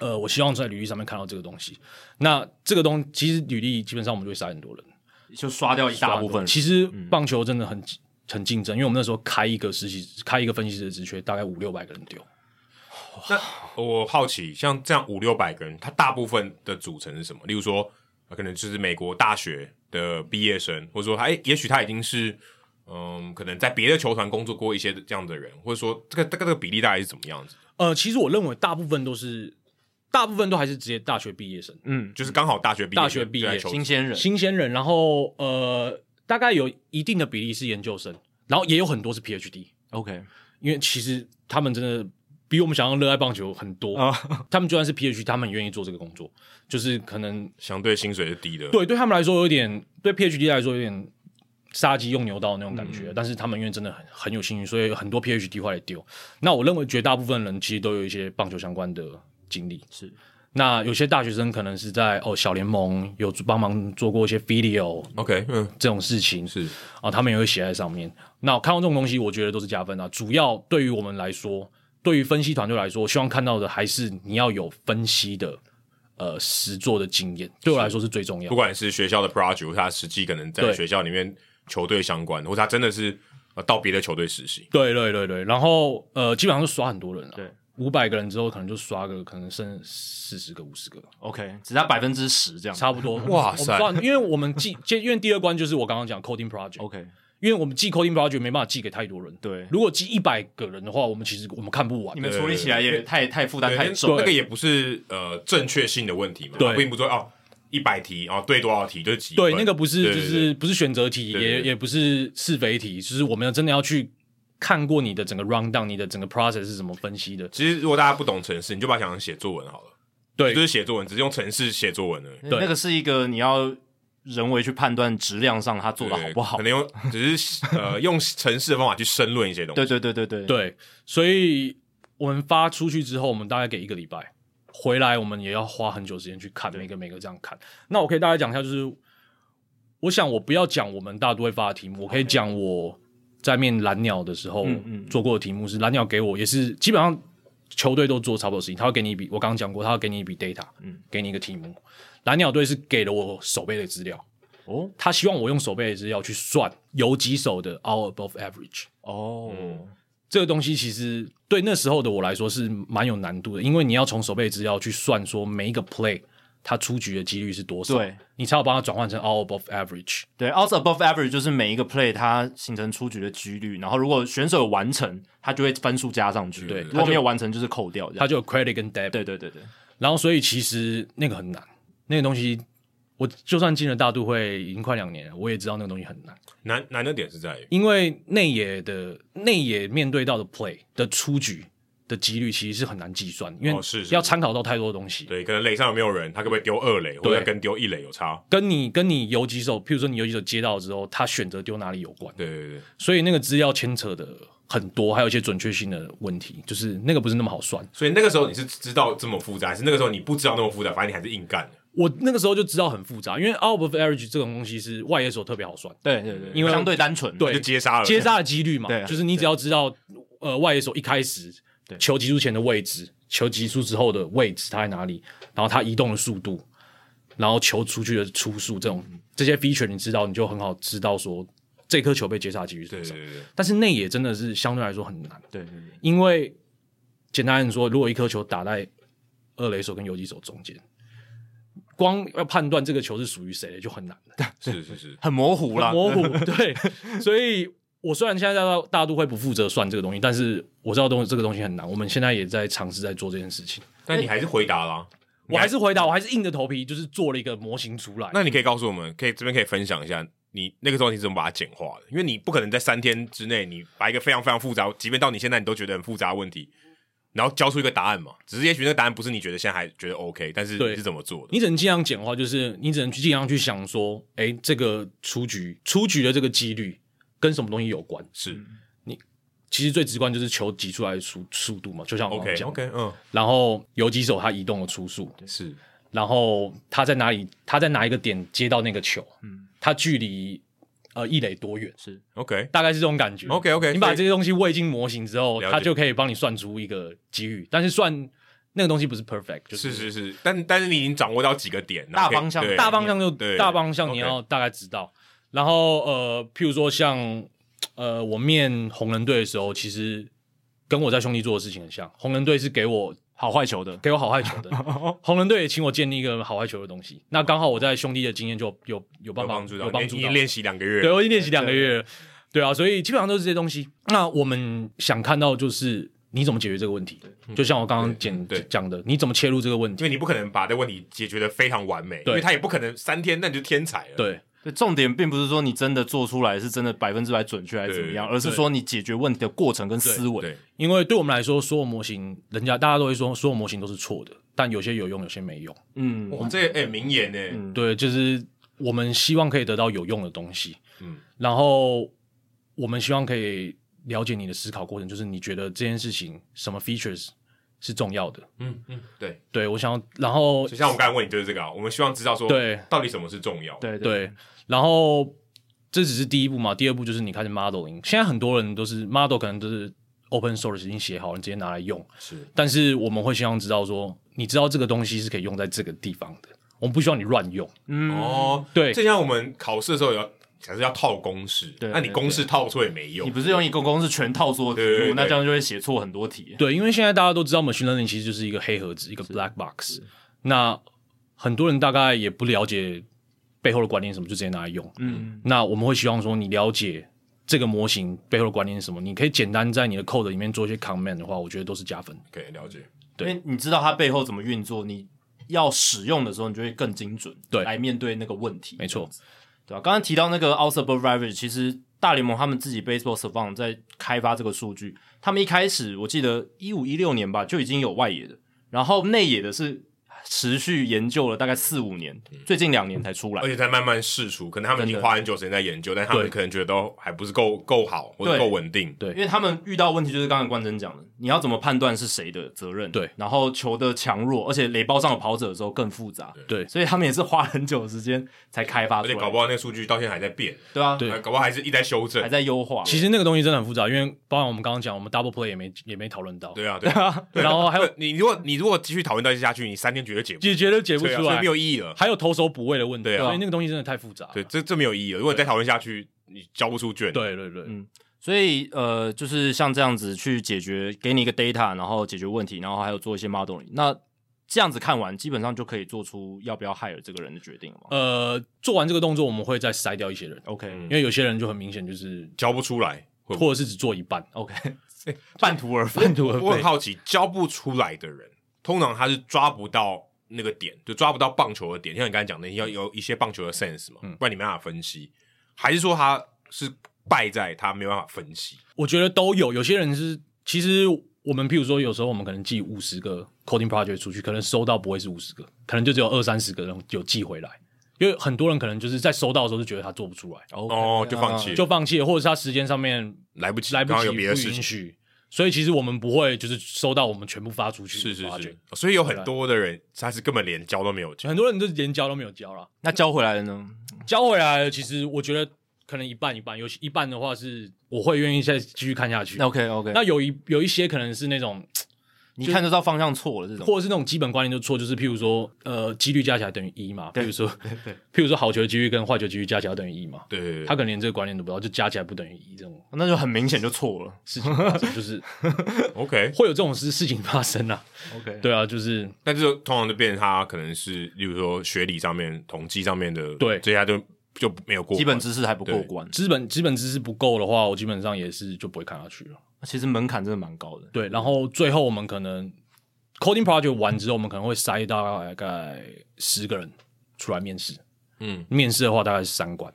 Speaker 3: 呃，我希望在履历上面看到这个东西。那这个东其实履历基本上我们就会筛很多人，
Speaker 1: 就刷掉一大部分人。嗯
Speaker 3: 其实棒球真的很、很竞争，因为我们那时候开一个实习，开一个分析师的职缺，大概五六百个人丢。
Speaker 2: 那我好奇，像这样五六百个人，他大部分的组成是什么？例如说，呃可能就是美国大学的毕业生，或者说他，诶也许他已经是，嗯，可能在别的球团工作过一些这样的人，或者说这个这个这个比例大概是怎么样子？
Speaker 3: 呃，其实我认为大部分都是，大部分都还是直接大学毕业生，
Speaker 2: 就是刚好大学毕业，
Speaker 3: 大学毕业
Speaker 2: 就在球
Speaker 1: 新鲜人，
Speaker 3: 新鲜人，然后呃，大概有一定的比例是研究生，然后也有很多是 PhD，
Speaker 1: OK，
Speaker 3: 因为其实他们真的比我们想象热爱棒球很多，他们就算是 PhD，他们也愿意做这个工作，就是可能
Speaker 2: 相对薪水是低的，
Speaker 3: 对，对他们来说有点，对 PhD 来说有点杀鸡用牛刀那种感觉。但是他们因为真的很很有兴趣，所以很多 PhD 后来丢。那我认为绝大部分人其实都有一些棒球相关的经历。
Speaker 1: 是，
Speaker 3: 那有些大学生可能是在哦小联盟有帮忙做过一些 video
Speaker 2: ，OK，嗯，
Speaker 3: 这种事情，
Speaker 2: 是
Speaker 3: 啊，他们也会写在上面。那我看到这种东西，我觉得都是加分啊。主要对于我们来说，对于分析团队来说，我希望看到的还是你要有分析的呃实做的经验，对我来说是最重要
Speaker 2: 不
Speaker 3: 的。
Speaker 2: 管是学校的 project，或是他实际可能在
Speaker 3: 对
Speaker 2: 学校里面球队相关的，或者他真的是呃到别的球队实习，
Speaker 3: 对对对对，然后呃，基本上就刷很多人了、
Speaker 1: 对，
Speaker 3: 五百个人之后，可能就刷个可能剩四十个、五十个，
Speaker 1: OK，只差百分之十这样。
Speaker 3: 差不多。
Speaker 2: 哇塞
Speaker 3: 我不知道因为我们 记，接因为第二关就是我刚刚讲 coding project，、
Speaker 1: OK，
Speaker 3: 因为我们寄 coding project 没办法寄给太多人。
Speaker 1: 对，
Speaker 3: 如果寄一百个人的话，我们其实我们看不完
Speaker 1: 你。们处理起来也太太负担
Speaker 2: 对
Speaker 1: 太
Speaker 2: 那
Speaker 1: 重
Speaker 2: 那。个也不是呃正确性的问题嘛，
Speaker 3: 对
Speaker 2: 它并不是说哦一百题哦对多少题就是几分
Speaker 3: 对，那个不是
Speaker 2: 对
Speaker 3: 就
Speaker 2: 对
Speaker 3: 是不是选择题，
Speaker 2: 对对
Speaker 3: 也
Speaker 2: 对
Speaker 3: 也不是是非题，就是我们要真的要去看过你的整个 round down，你的整个 process 是怎么分析的。
Speaker 2: 其实如果大家不懂程式，你就把它想成写作文好了，
Speaker 3: 对
Speaker 2: 就，是写作文，只是用程式写作文而已。
Speaker 1: 那那个是一个你要人为去判断质量上它做的好不好
Speaker 2: 可。能用只是呃用程式的方法去申论一些东
Speaker 1: 对
Speaker 2: 西。
Speaker 1: 对对对对，
Speaker 3: 对，所以我们发出去之后，我们大概给一个礼拜，回来我们也要花很久时间去看每个每个这样看。那我可以大概讲一下，就是我想我不要讲我们大都会发的题目，我可以讲我在面蓝鸟的时候
Speaker 1: 嗯嗯
Speaker 3: 做过的题目是蓝鸟给我也是基本上球队都做差不多的事情，他会给你一笔，我刚刚讲过，他会给你一笔 data，嗯，给你一个题目。蓝鸟队是给了我手背的资料，
Speaker 1: 哦
Speaker 3: 他
Speaker 2: 嗯
Speaker 3: 希望我用手背的资料去算有几手的 out above average。
Speaker 1: 哦，
Speaker 3: 这个东西其实对那时候的我来说是蛮有难度的，因为你要从手背资料去算说每一个 play 它出局的几率是多少，
Speaker 1: 对，
Speaker 3: 你才有帮它转换成 all above average。
Speaker 1: 对，out above average 就是每一个 play 它形成出局的几率，然后如果选手有完成，它就会分数加上去；
Speaker 3: 对
Speaker 1: 如果没有完成就是扣掉。这
Speaker 3: 它
Speaker 1: 样，
Speaker 3: 就有 credit 跟 debit，
Speaker 1: 对对对对，
Speaker 3: 然后所以其实那个很难，那个东西我就算进了大都会已经快两年了，我也知道那个东西很难，
Speaker 2: 难难的点是在于，
Speaker 3: 因为内野的内野面对到的 play 的出局的几率其实是很难计算，因为
Speaker 2: 哦是是
Speaker 3: 要参考到太多东西。
Speaker 2: 对，可能垒上有没有人，他可不可以丢二垒，或者跟丢一垒有差？
Speaker 3: 跟你跟你游击手，譬如说你游击手接到之后，他选择丢哪里有关，
Speaker 2: 对对对，
Speaker 3: 所以那个资料牵扯的很多，还有一些准确性的问题，就是那个不是那么好算。
Speaker 2: 所以那个时候你是知道这么复杂，还是那个时候你不知道那么复杂，反正你还是硬干的？
Speaker 3: 我那个时候就知道很复杂，因为 out of average 这种东西是外野手特别好算，
Speaker 1: 对对对，
Speaker 3: 因为
Speaker 1: 相对单纯，
Speaker 3: 对
Speaker 2: 就接杀了，
Speaker 3: 接杀的几率嘛，
Speaker 1: 对啊
Speaker 3: 就是你只要知道呃外野手一开始
Speaker 1: 对
Speaker 3: 球击出前的位置，球击出之后的位置它在哪里，然后它移动的速度，然后球出去的出速，这
Speaker 1: 嗯
Speaker 3: 种这些 feature 你知道，你就很好知道说这颗球被接杀的几率是
Speaker 2: 对对
Speaker 3: 多少。
Speaker 2: 对对，
Speaker 3: 但是内野真的是相对来说很难，
Speaker 1: 对对对，
Speaker 3: 因为简单来说，如果一颗球打在二垒手跟游击手中间，光要判断这个球是属于谁的就很难了。
Speaker 2: 是是是，
Speaker 1: 很模糊啦，
Speaker 3: 模糊，对，所以我虽然现在大家大都会不负责算这个东西，但是我知道东这个东西很难，我们现在也在尝试在做这件事情。
Speaker 2: 但你还是回答啦。
Speaker 3: 我还是回答，我还是硬着头皮，就是做了一个模型出来。
Speaker 2: 那你可以告诉我们，可以这边可以分享一下你那个时候你怎么把它简化的？因为你不可能在三天之内，你把一个非常非常复杂，即便到你现在你都觉得很复杂的问题，然后交出一个答案嘛。只是也许那个答案不是你觉得现在还觉得 OK，但是
Speaker 3: 对
Speaker 2: 你是怎么做的？
Speaker 3: 你只能尽量简化，就是你只能去尽量去想说，哎、这个出局出局的这个几率跟什么东西有关？
Speaker 2: 是
Speaker 3: 其实最直观就是球击出来的速速度嘛，就像我刚
Speaker 2: OK
Speaker 3: 刚讲的
Speaker 2: OK，嗯，
Speaker 3: 然后游击手他移动的出速，
Speaker 2: 是
Speaker 3: 然后他在哪里，他在哪一个点接到那个球，
Speaker 1: 嗯
Speaker 3: 他距离呃一垒多远？
Speaker 1: 是
Speaker 2: OK
Speaker 3: 大概是这种感觉。
Speaker 2: OK OK，
Speaker 3: 你把这些东西喂进模型之后，
Speaker 2: 了解
Speaker 3: 它就可以帮你算出一个机遇，但是算那个东西不是 perfect，就是
Speaker 2: 是是，但但是你已经掌握到几个点，然后可以
Speaker 1: 大方向
Speaker 2: 对
Speaker 3: 大方向就
Speaker 2: 对
Speaker 3: 大方向你要大概知道。然后呃，譬如说像呃，我面红人队的时候，其实跟我在兄弟做的事情很像。红人队是给我
Speaker 1: 好坏球的，
Speaker 3: 给我好 坏球的，红人队也请我建立一个好坏球的东西。那刚好我在兄弟的经验就有有有办
Speaker 2: 有
Speaker 3: 法
Speaker 2: 帮助到，
Speaker 3: 有帮助
Speaker 2: 你已
Speaker 3: 到
Speaker 2: 经练习两个月
Speaker 3: 对，
Speaker 2: 了，
Speaker 3: 我已经练习两个月了，对啊，所以基本上都是这些东西。那我们想看到就是你怎么解决这个问题，就像我刚刚讲
Speaker 2: 对对
Speaker 3: 讲的，你怎么切入这个问
Speaker 2: 因
Speaker 3: 题？
Speaker 2: 为你不可能把这个问题解决的非常完美，因
Speaker 3: 对
Speaker 2: 为他也不可能三天，那你就天才了。
Speaker 3: 对
Speaker 1: 对，重点并不是说你真的做出来是真的百分之百准确还是怎么样，而是说你解决问题的过程跟思维。
Speaker 2: 对，
Speaker 3: 因为对我们来说，所有模型，人家大家都会说所有模型都是错的，但有些有用，有些没用。
Speaker 1: 嗯，
Speaker 2: 哇，这哎名言呢，
Speaker 3: 对，就是我们希望可以得到有用的东西，
Speaker 2: 嗯，
Speaker 3: 然后我们希望可以了解你的思考过程，就是你觉得这件事情什么 features 是重要的。
Speaker 2: 嗯嗯，对。
Speaker 3: 对我想要，然后
Speaker 2: 就像我刚才问你就是这个啊，我们希望知道说，
Speaker 3: 对，
Speaker 2: 到底什么是重要？，
Speaker 1: 对对
Speaker 3: 对，然后这只是第一步嘛，第二步就是你开始 modeling。现在很多人都是 model，可能都是 open source 已经写好，你直接拿来用。
Speaker 2: 是
Speaker 3: 但是我们会希望知道说，你知道这个东西是可以用在这个地方的，我们不希望你乱用。
Speaker 1: 嗯，
Speaker 2: 哦，
Speaker 3: 对
Speaker 2: 就像我们考试的时候要，假设要套公式，
Speaker 1: 对
Speaker 2: 那你公式套错也没用
Speaker 1: 你，不是用一个公式全套做题
Speaker 2: 对对
Speaker 1: 目，
Speaker 2: 对
Speaker 1: 那这样就会写错很多题。
Speaker 3: 对，因为现在大家都知道 machine learning 其实就是一个黑盒子，一个 black box。那很多人大概也不了解背后的观念是什么，就直接拿来用。
Speaker 1: 嗯，
Speaker 3: 那我们会希望说，你了解这个模型背后的观念是什么，你可以简单在你的 code 里面做一些 comment 的话，我觉得都是加分。
Speaker 2: 可以了解。
Speaker 1: 因
Speaker 3: 对
Speaker 1: 为你知道它背后怎么运作，你要使用的时候，你就会更精准，
Speaker 3: 对
Speaker 1: 来面对那个问题。
Speaker 3: 没错
Speaker 1: 这样子，对吧、啊刚刚提到那个 o u t s u b e r average，其实大联盟他们自己 baseball savant 在开发这个数据，他们一开始我记得一五一六年吧就已经有外野的，然后内野的是持续研究了大概四五年，
Speaker 3: 嗯
Speaker 1: 最近两年才出来
Speaker 3: 哎
Speaker 2: 而。且在慢慢试出，可能他们已经
Speaker 1: 真的
Speaker 2: 花很久时间在研究，但他们
Speaker 3: 对
Speaker 2: 可能觉得都还不是够够好或者
Speaker 1: 对
Speaker 2: 够稳定。
Speaker 3: 对
Speaker 1: 因为他们遇到问题就是刚才冠真讲的，你要怎么判断是谁的责任？
Speaker 3: 对
Speaker 1: 然后球的强弱，而且垒包上有跑者的时候更复杂，
Speaker 3: 对
Speaker 1: 所以他们也是花很久的时间才开发
Speaker 2: 而
Speaker 1: 出
Speaker 2: 且
Speaker 1: 来。
Speaker 2: 搞不好那个数据到现在还在变，
Speaker 1: 对啊，
Speaker 3: 对
Speaker 2: 呃搞不好还是一直在修
Speaker 1: 还
Speaker 2: 正。
Speaker 1: 在优化。
Speaker 3: 其实那个东西真的很复杂，因为包含我们刚刚讲，我们 double play 也没也没讨论到，
Speaker 2: 对啊，对啊。
Speaker 3: 然后还有
Speaker 2: 对你如果你如果继续讨论到下去，你三天绝对解不
Speaker 3: 解决都解不
Speaker 2: 对啊
Speaker 3: 出
Speaker 2: 所以
Speaker 3: 来
Speaker 2: 没，有意义了。
Speaker 3: 还有投手补位的问题，
Speaker 2: 对啊
Speaker 3: 所以那个东西真的太复杂了。
Speaker 2: 对，这这没有意义了。如果你再讨论下去，你交不出卷。
Speaker 3: 对对对，
Speaker 1: 嗯所以呃，就是像这样子去解决，给你一个 data，然后解决问题，然后还有做一些 modeling。那这样子看完，基本上就可以做出要不要 hire 这个人的决定了嘛。
Speaker 3: 呃，做完这个动作，我们会再筛掉一些人，
Speaker 1: OK
Speaker 3: 因为有些人就很明显就是，
Speaker 2: 教不出来，嗯会不会
Speaker 3: 或者是只做一半，
Speaker 1: OK，半途而废。
Speaker 3: 半途 而
Speaker 2: 我很
Speaker 3: 废。
Speaker 2: 好奇，教不出来的人，通常他是抓不到那个点，就抓不到棒球的点。像你刚才讲
Speaker 3: 嗯
Speaker 2: 的，要有一些棒球的 sense 嘛，不然你没办法分析。还是说他是败在他没有办法分析？
Speaker 3: 我觉得都有，有些人是其实我们，譬如说，有时候我们可能寄五十个 coding project 出去，可能收到不会是五十个，可能就只有二三十个人有寄回来，因为很多人可能就是在收到的时候就觉得他做不出来，
Speaker 2: 哦就放弃
Speaker 3: 就放弃了，或者是他时间上面
Speaker 2: 来不及，
Speaker 3: 来不
Speaker 2: 刚好
Speaker 3: 及，
Speaker 2: 有
Speaker 3: 不
Speaker 2: 别的事
Speaker 3: 允
Speaker 2: 情。
Speaker 3: 许。所以其实我们不会就是收到我们全部发出去
Speaker 2: 是
Speaker 3: 的
Speaker 2: 是
Speaker 3: project，
Speaker 2: 是，所以有很多的人他是根本连教都没有教。
Speaker 3: 很多人就连交都没有交啦。
Speaker 1: 那交回来的呢？
Speaker 3: 交回来了，其实我觉得可能一半一半，有一半的话是我会愿意再继续看下去。
Speaker 1: 那 OK OK，
Speaker 3: 那有一有一些可能是那种，
Speaker 1: 你看就知道方向错了，这种
Speaker 3: 或者是那种基本观念就错，就是譬如说，呃，几率加起来等于一嘛，譬如说，
Speaker 1: 对
Speaker 3: 譬如说好球的几率跟坏球的几率加起来等于一嘛，
Speaker 2: 对对对，
Speaker 3: 他可能连这个观念都不知道，就加起来不等于一这种
Speaker 1: 那就很明显就错了。
Speaker 3: 事情发生， 就是
Speaker 2: OK，
Speaker 3: 会有这种事事情发生啊。
Speaker 1: OK，
Speaker 3: 对啊，就是
Speaker 2: 但这通常就变成他可能是，例如说学理上面、统计上面的，
Speaker 3: 对
Speaker 2: 这些他就就没有过关
Speaker 1: 基本知识还不过关，
Speaker 3: 基本基本知识不够的话，我基本上也是就不会看下去了。
Speaker 1: 其实门槛真的蛮高的。
Speaker 3: 对，然后最后我们可能 coding project 完之后，我们可能会筛大概十个人出来面试。
Speaker 2: 嗯，
Speaker 3: 面试的话大概是三关，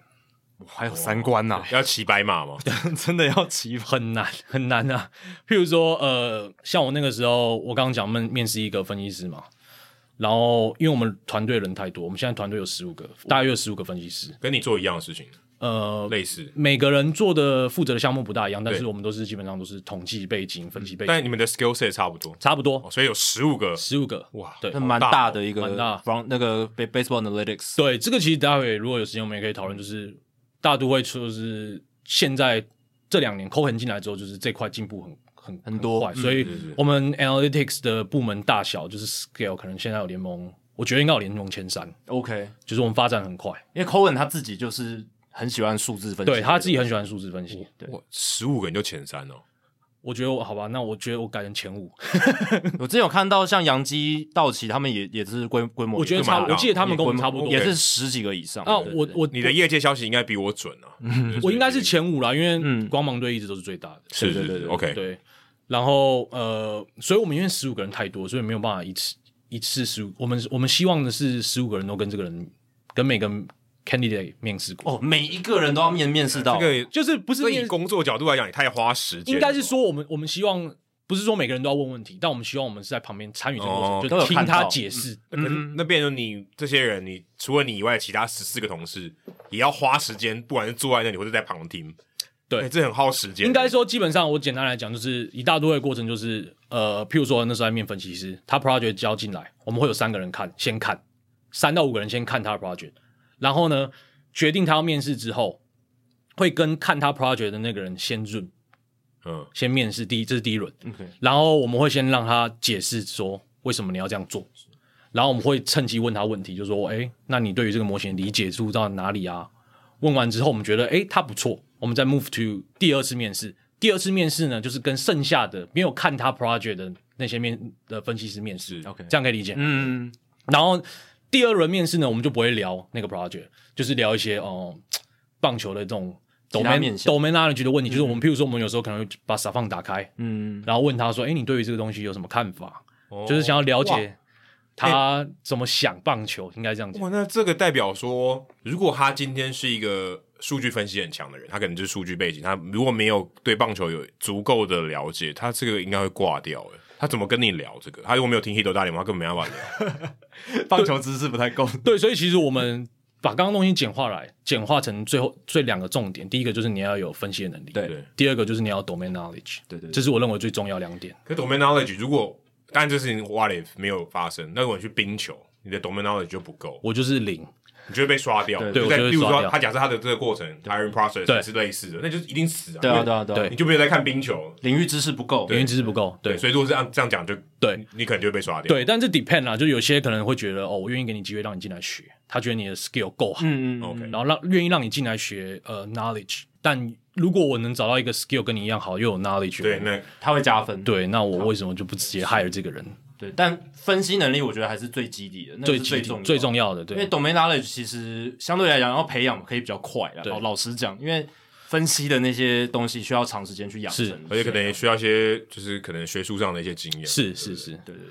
Speaker 1: 还有三关呐、
Speaker 2: 要骑白马嘛，
Speaker 1: 真的要骑
Speaker 3: 很难很难啊。譬如说，呃，像我那个时候，我刚刚讲面面试一个分析师嘛，然后因为我们团队人太多，我们现在团队有十五个，大约有十五个分析师，
Speaker 2: 跟你做一样的事情，
Speaker 3: 呃。
Speaker 2: 类似。
Speaker 3: 每个人做的负责的项目不大一样，但是
Speaker 2: 对嗯
Speaker 3: 我们都是基本上都是统计背景、分析背景，
Speaker 2: 但你们的 skill set 差不多，
Speaker 3: 差不
Speaker 2: 哦
Speaker 3: 多
Speaker 2: 所以有十五个
Speaker 3: 十五个。
Speaker 2: 哇，
Speaker 3: 对
Speaker 1: 那蛮
Speaker 2: 好
Speaker 1: 大
Speaker 2: 大
Speaker 1: 的一个
Speaker 3: 蛮大
Speaker 1: from 那个 ba- baseball analytics，
Speaker 3: 对，这个其实待会如果有时间，我们也可以讨论，就是大都会就是现在这两年 c o h e n 进来之后，就是这块进步很很
Speaker 1: 很多
Speaker 3: 快，所以我们 analytics 的部门大小就是 scale，可能现在有联盟，我觉得应该有联盟前三，
Speaker 1: OK，
Speaker 3: 就是我们发展很快。
Speaker 1: 因为 Cohen 他自己就是很喜欢数字分析，
Speaker 3: 对他自己很喜欢数字分析，
Speaker 2: 哇，十五个人就前三哦，
Speaker 3: 我觉得我好吧，那我觉得我改成前五，
Speaker 1: 我之前有看到像杨基、道奇他们也也是规规模，
Speaker 3: 我觉得
Speaker 2: 这蛮
Speaker 3: 差，
Speaker 2: 大
Speaker 3: 我记得他们跟我们差不多。
Speaker 1: 也是十几个以上。
Speaker 3: 啊，
Speaker 1: 对
Speaker 3: 我
Speaker 1: 对
Speaker 3: 我
Speaker 2: 你的业界消息应该比我准啊，
Speaker 3: 嗯
Speaker 2: 对
Speaker 3: 我应该是，
Speaker 2: 所以
Speaker 3: 前五啦，因
Speaker 1: 嗯
Speaker 3: 为光芒队一直都是最大的。
Speaker 1: 对
Speaker 2: 是是
Speaker 1: 对
Speaker 2: 是
Speaker 1: 对
Speaker 2: 是
Speaker 1: 对
Speaker 2: ，OK，
Speaker 3: 对，然后呃，所以我们因为十五个人太多，所以没有办法一次一次十五。我们我们希望的是十五个人都跟这个人跟每个 candidate 面试过，
Speaker 1: 哦，每一个人都要面面试到
Speaker 2: 这个
Speaker 3: 就是不是
Speaker 2: 这以
Speaker 3: 面，
Speaker 2: 工作角度来讲，也太花时间了，
Speaker 3: 应该是说我们我们希望不是说每个人都要问问题，但我们希望我们是在旁边参与这个过
Speaker 2: 哦
Speaker 3: 程，
Speaker 1: 都有
Speaker 3: 就听
Speaker 1: 看
Speaker 3: 他
Speaker 1: 到
Speaker 3: 解释。
Speaker 2: 那可是那变成你这些人，你除了你以外，其他十四个同事也要花时间，不管是坐在那里或者在旁听，
Speaker 3: 对
Speaker 2: 哎这很耗时间。
Speaker 3: 应该说，基本上我简单来讲，就是一大堆的过程，就是呃，譬如说那时候在面分析师，他 project 交进来，我们会有三个人看，先看三到五个人先看他的 project，然后呢，决定他要面试之后，会跟看他 project 的那个人先 zoom
Speaker 2: 嗯，
Speaker 3: 先面试，第一这是第一轮，
Speaker 1: OK
Speaker 3: 然后我们会先让他解释说为什么你要这样做，然后我们会趁机问他问题，就说：“哎，那你对于这个模型理解度到哪里啊？”问完之后，我们觉得：“哎，他不错。”我们再 move to 第二次面试。第二次面试呢，就是跟剩下的没有看他 project 的那些面的分析师面试
Speaker 2: 是
Speaker 1: OK
Speaker 3: 这样可以理解。
Speaker 1: 嗯，
Speaker 3: 然后第二轮面试呢，我们就不会聊那个 project，就是聊一些哦、棒球的这种
Speaker 1: 其他
Speaker 3: domain
Speaker 1: 面向
Speaker 3: domain knowledge 的问题，就是我们譬如说我们有时候可能会把撒放打开，
Speaker 1: 嗯，
Speaker 3: 然后问他说：“哎，你对于这个东西有什么看法？”
Speaker 2: 哦
Speaker 3: 就是想要了解他怎么想棒球，应该这样讲。
Speaker 2: 哇，那这个代表说，如果他今天是一个数据分析很强的人，他可能就是数据背景，他如果没有对棒球有足够的了解，他这个应该会挂掉。哎，他怎么跟你聊这个？他如果没有听《h i t 大联盟》，他根本没办法聊。
Speaker 1: 棒球知识不太够。
Speaker 3: 对，所以其实我们把刚刚东西简化来，简化成最后最两个重点。第一个就是你要有分析的能力，
Speaker 1: 对
Speaker 2: 对
Speaker 3: 第二个就是你要有 domain knowledge，
Speaker 1: 对对对
Speaker 3: 这是我认为最重要两点。
Speaker 2: 可 domain knowledge 如果，当然这事情 what if 没有发生，那如果你去冰球，你的 domain knowledge 就不够，
Speaker 3: 我就是零。
Speaker 2: 你就会被刷掉。
Speaker 3: 对
Speaker 2: 就在
Speaker 3: 我就会
Speaker 2: 例如
Speaker 3: 刷
Speaker 2: 说，
Speaker 3: 掉
Speaker 2: 他假设他的这个过程 hiring process
Speaker 3: 对
Speaker 2: 是类似的，那就是一定死啊。
Speaker 1: 对啊，
Speaker 2: 因为
Speaker 1: 对啊，对啊
Speaker 3: 对，
Speaker 2: 你就没有在看冰球，
Speaker 1: 领域知识不够，
Speaker 3: 因为知识不够，对
Speaker 2: 所以如果这样这样讲，就
Speaker 3: 对
Speaker 2: 你你可能就会被刷掉。
Speaker 3: 对，但是 depend 啦，就有些可能会觉得哦，我愿意给你机会让你进来学，他觉得你的 skill 够好，
Speaker 1: 嗯嗯嗯，
Speaker 2: ，OK，
Speaker 3: 然后让愿意让你进来学呃 knowledge，但如果我能找到一个 skill 跟你一样好又有 knowledge，
Speaker 2: 对，那
Speaker 1: 他会加分，
Speaker 3: 对，那我为什么就不直接 hire 这个人？
Speaker 1: 对，但分析能力我觉得还是最基底的，那个是最
Speaker 3: 最
Speaker 1: 重要的
Speaker 3: 最重要的，
Speaker 1: 因为
Speaker 3: 对
Speaker 1: domain knowledge 其实相对来讲要培养可以比较快啦。
Speaker 3: 对
Speaker 1: 老老实讲，因为分析的那些东西需要长时间去养成
Speaker 3: 是，啊
Speaker 2: 而且可能也需要一些就是可能学术上的一些经验。
Speaker 3: 是是是，
Speaker 1: 对对对，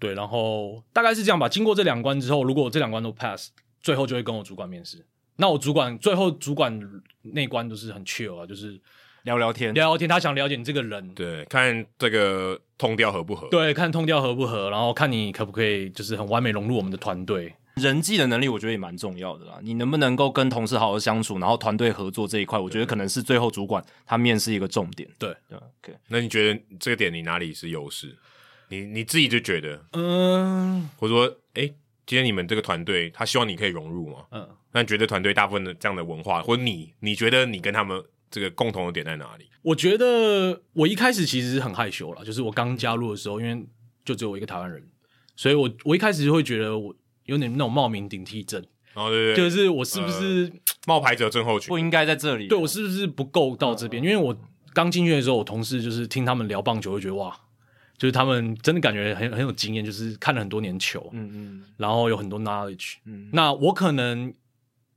Speaker 3: 对，然后大概是这样吧。经过这两关之后，如果我这两关都 pass，最后就会跟我主管面试。那我主管最后主管那关都是很 chill 啊，就是
Speaker 1: 聊聊天，
Speaker 3: 聊聊天，他想了解你这个人，
Speaker 2: 对，看这个痛调合不合。
Speaker 3: 对，看痛调合不合，然后看你可不可以就是很完美融入我们的团队。
Speaker 1: 人际的能力我觉得也蛮重要的啦。你能不能够跟同事好好相处，然后团队合作这一块，我觉得可能是最后主管他面试一个重点。
Speaker 3: 对
Speaker 1: 对，OK，
Speaker 2: 那你觉得这个点你哪里是优势？你你自己就觉得，
Speaker 3: 嗯
Speaker 2: 或者说，哎、今天你们这个团队，他希望你可以融入吗？
Speaker 3: 嗯，
Speaker 2: 那你觉得团队大部分的这样的文化，或者你你觉得你跟他们这个共同的点在哪里？
Speaker 3: 我觉得我一开始其实很害羞了，就是我刚加入的时候，因为就只有我一个台湾人，所以我我一开始就会觉得我有点那种冒名顶替症，
Speaker 2: 然后对不对？
Speaker 3: 就是我是不是、
Speaker 2: 冒牌者症候群
Speaker 1: 不，应该在这里。啊
Speaker 3: 对我是不是不够到这边？因为我刚进去的时候，我同事就是听他们聊棒球，会觉得哇，就是他们真的感觉很很有经验，就是看了很多年球，
Speaker 1: 嗯嗯
Speaker 3: 然后有很多 knowledge。
Speaker 1: 嗯，
Speaker 3: 那我可能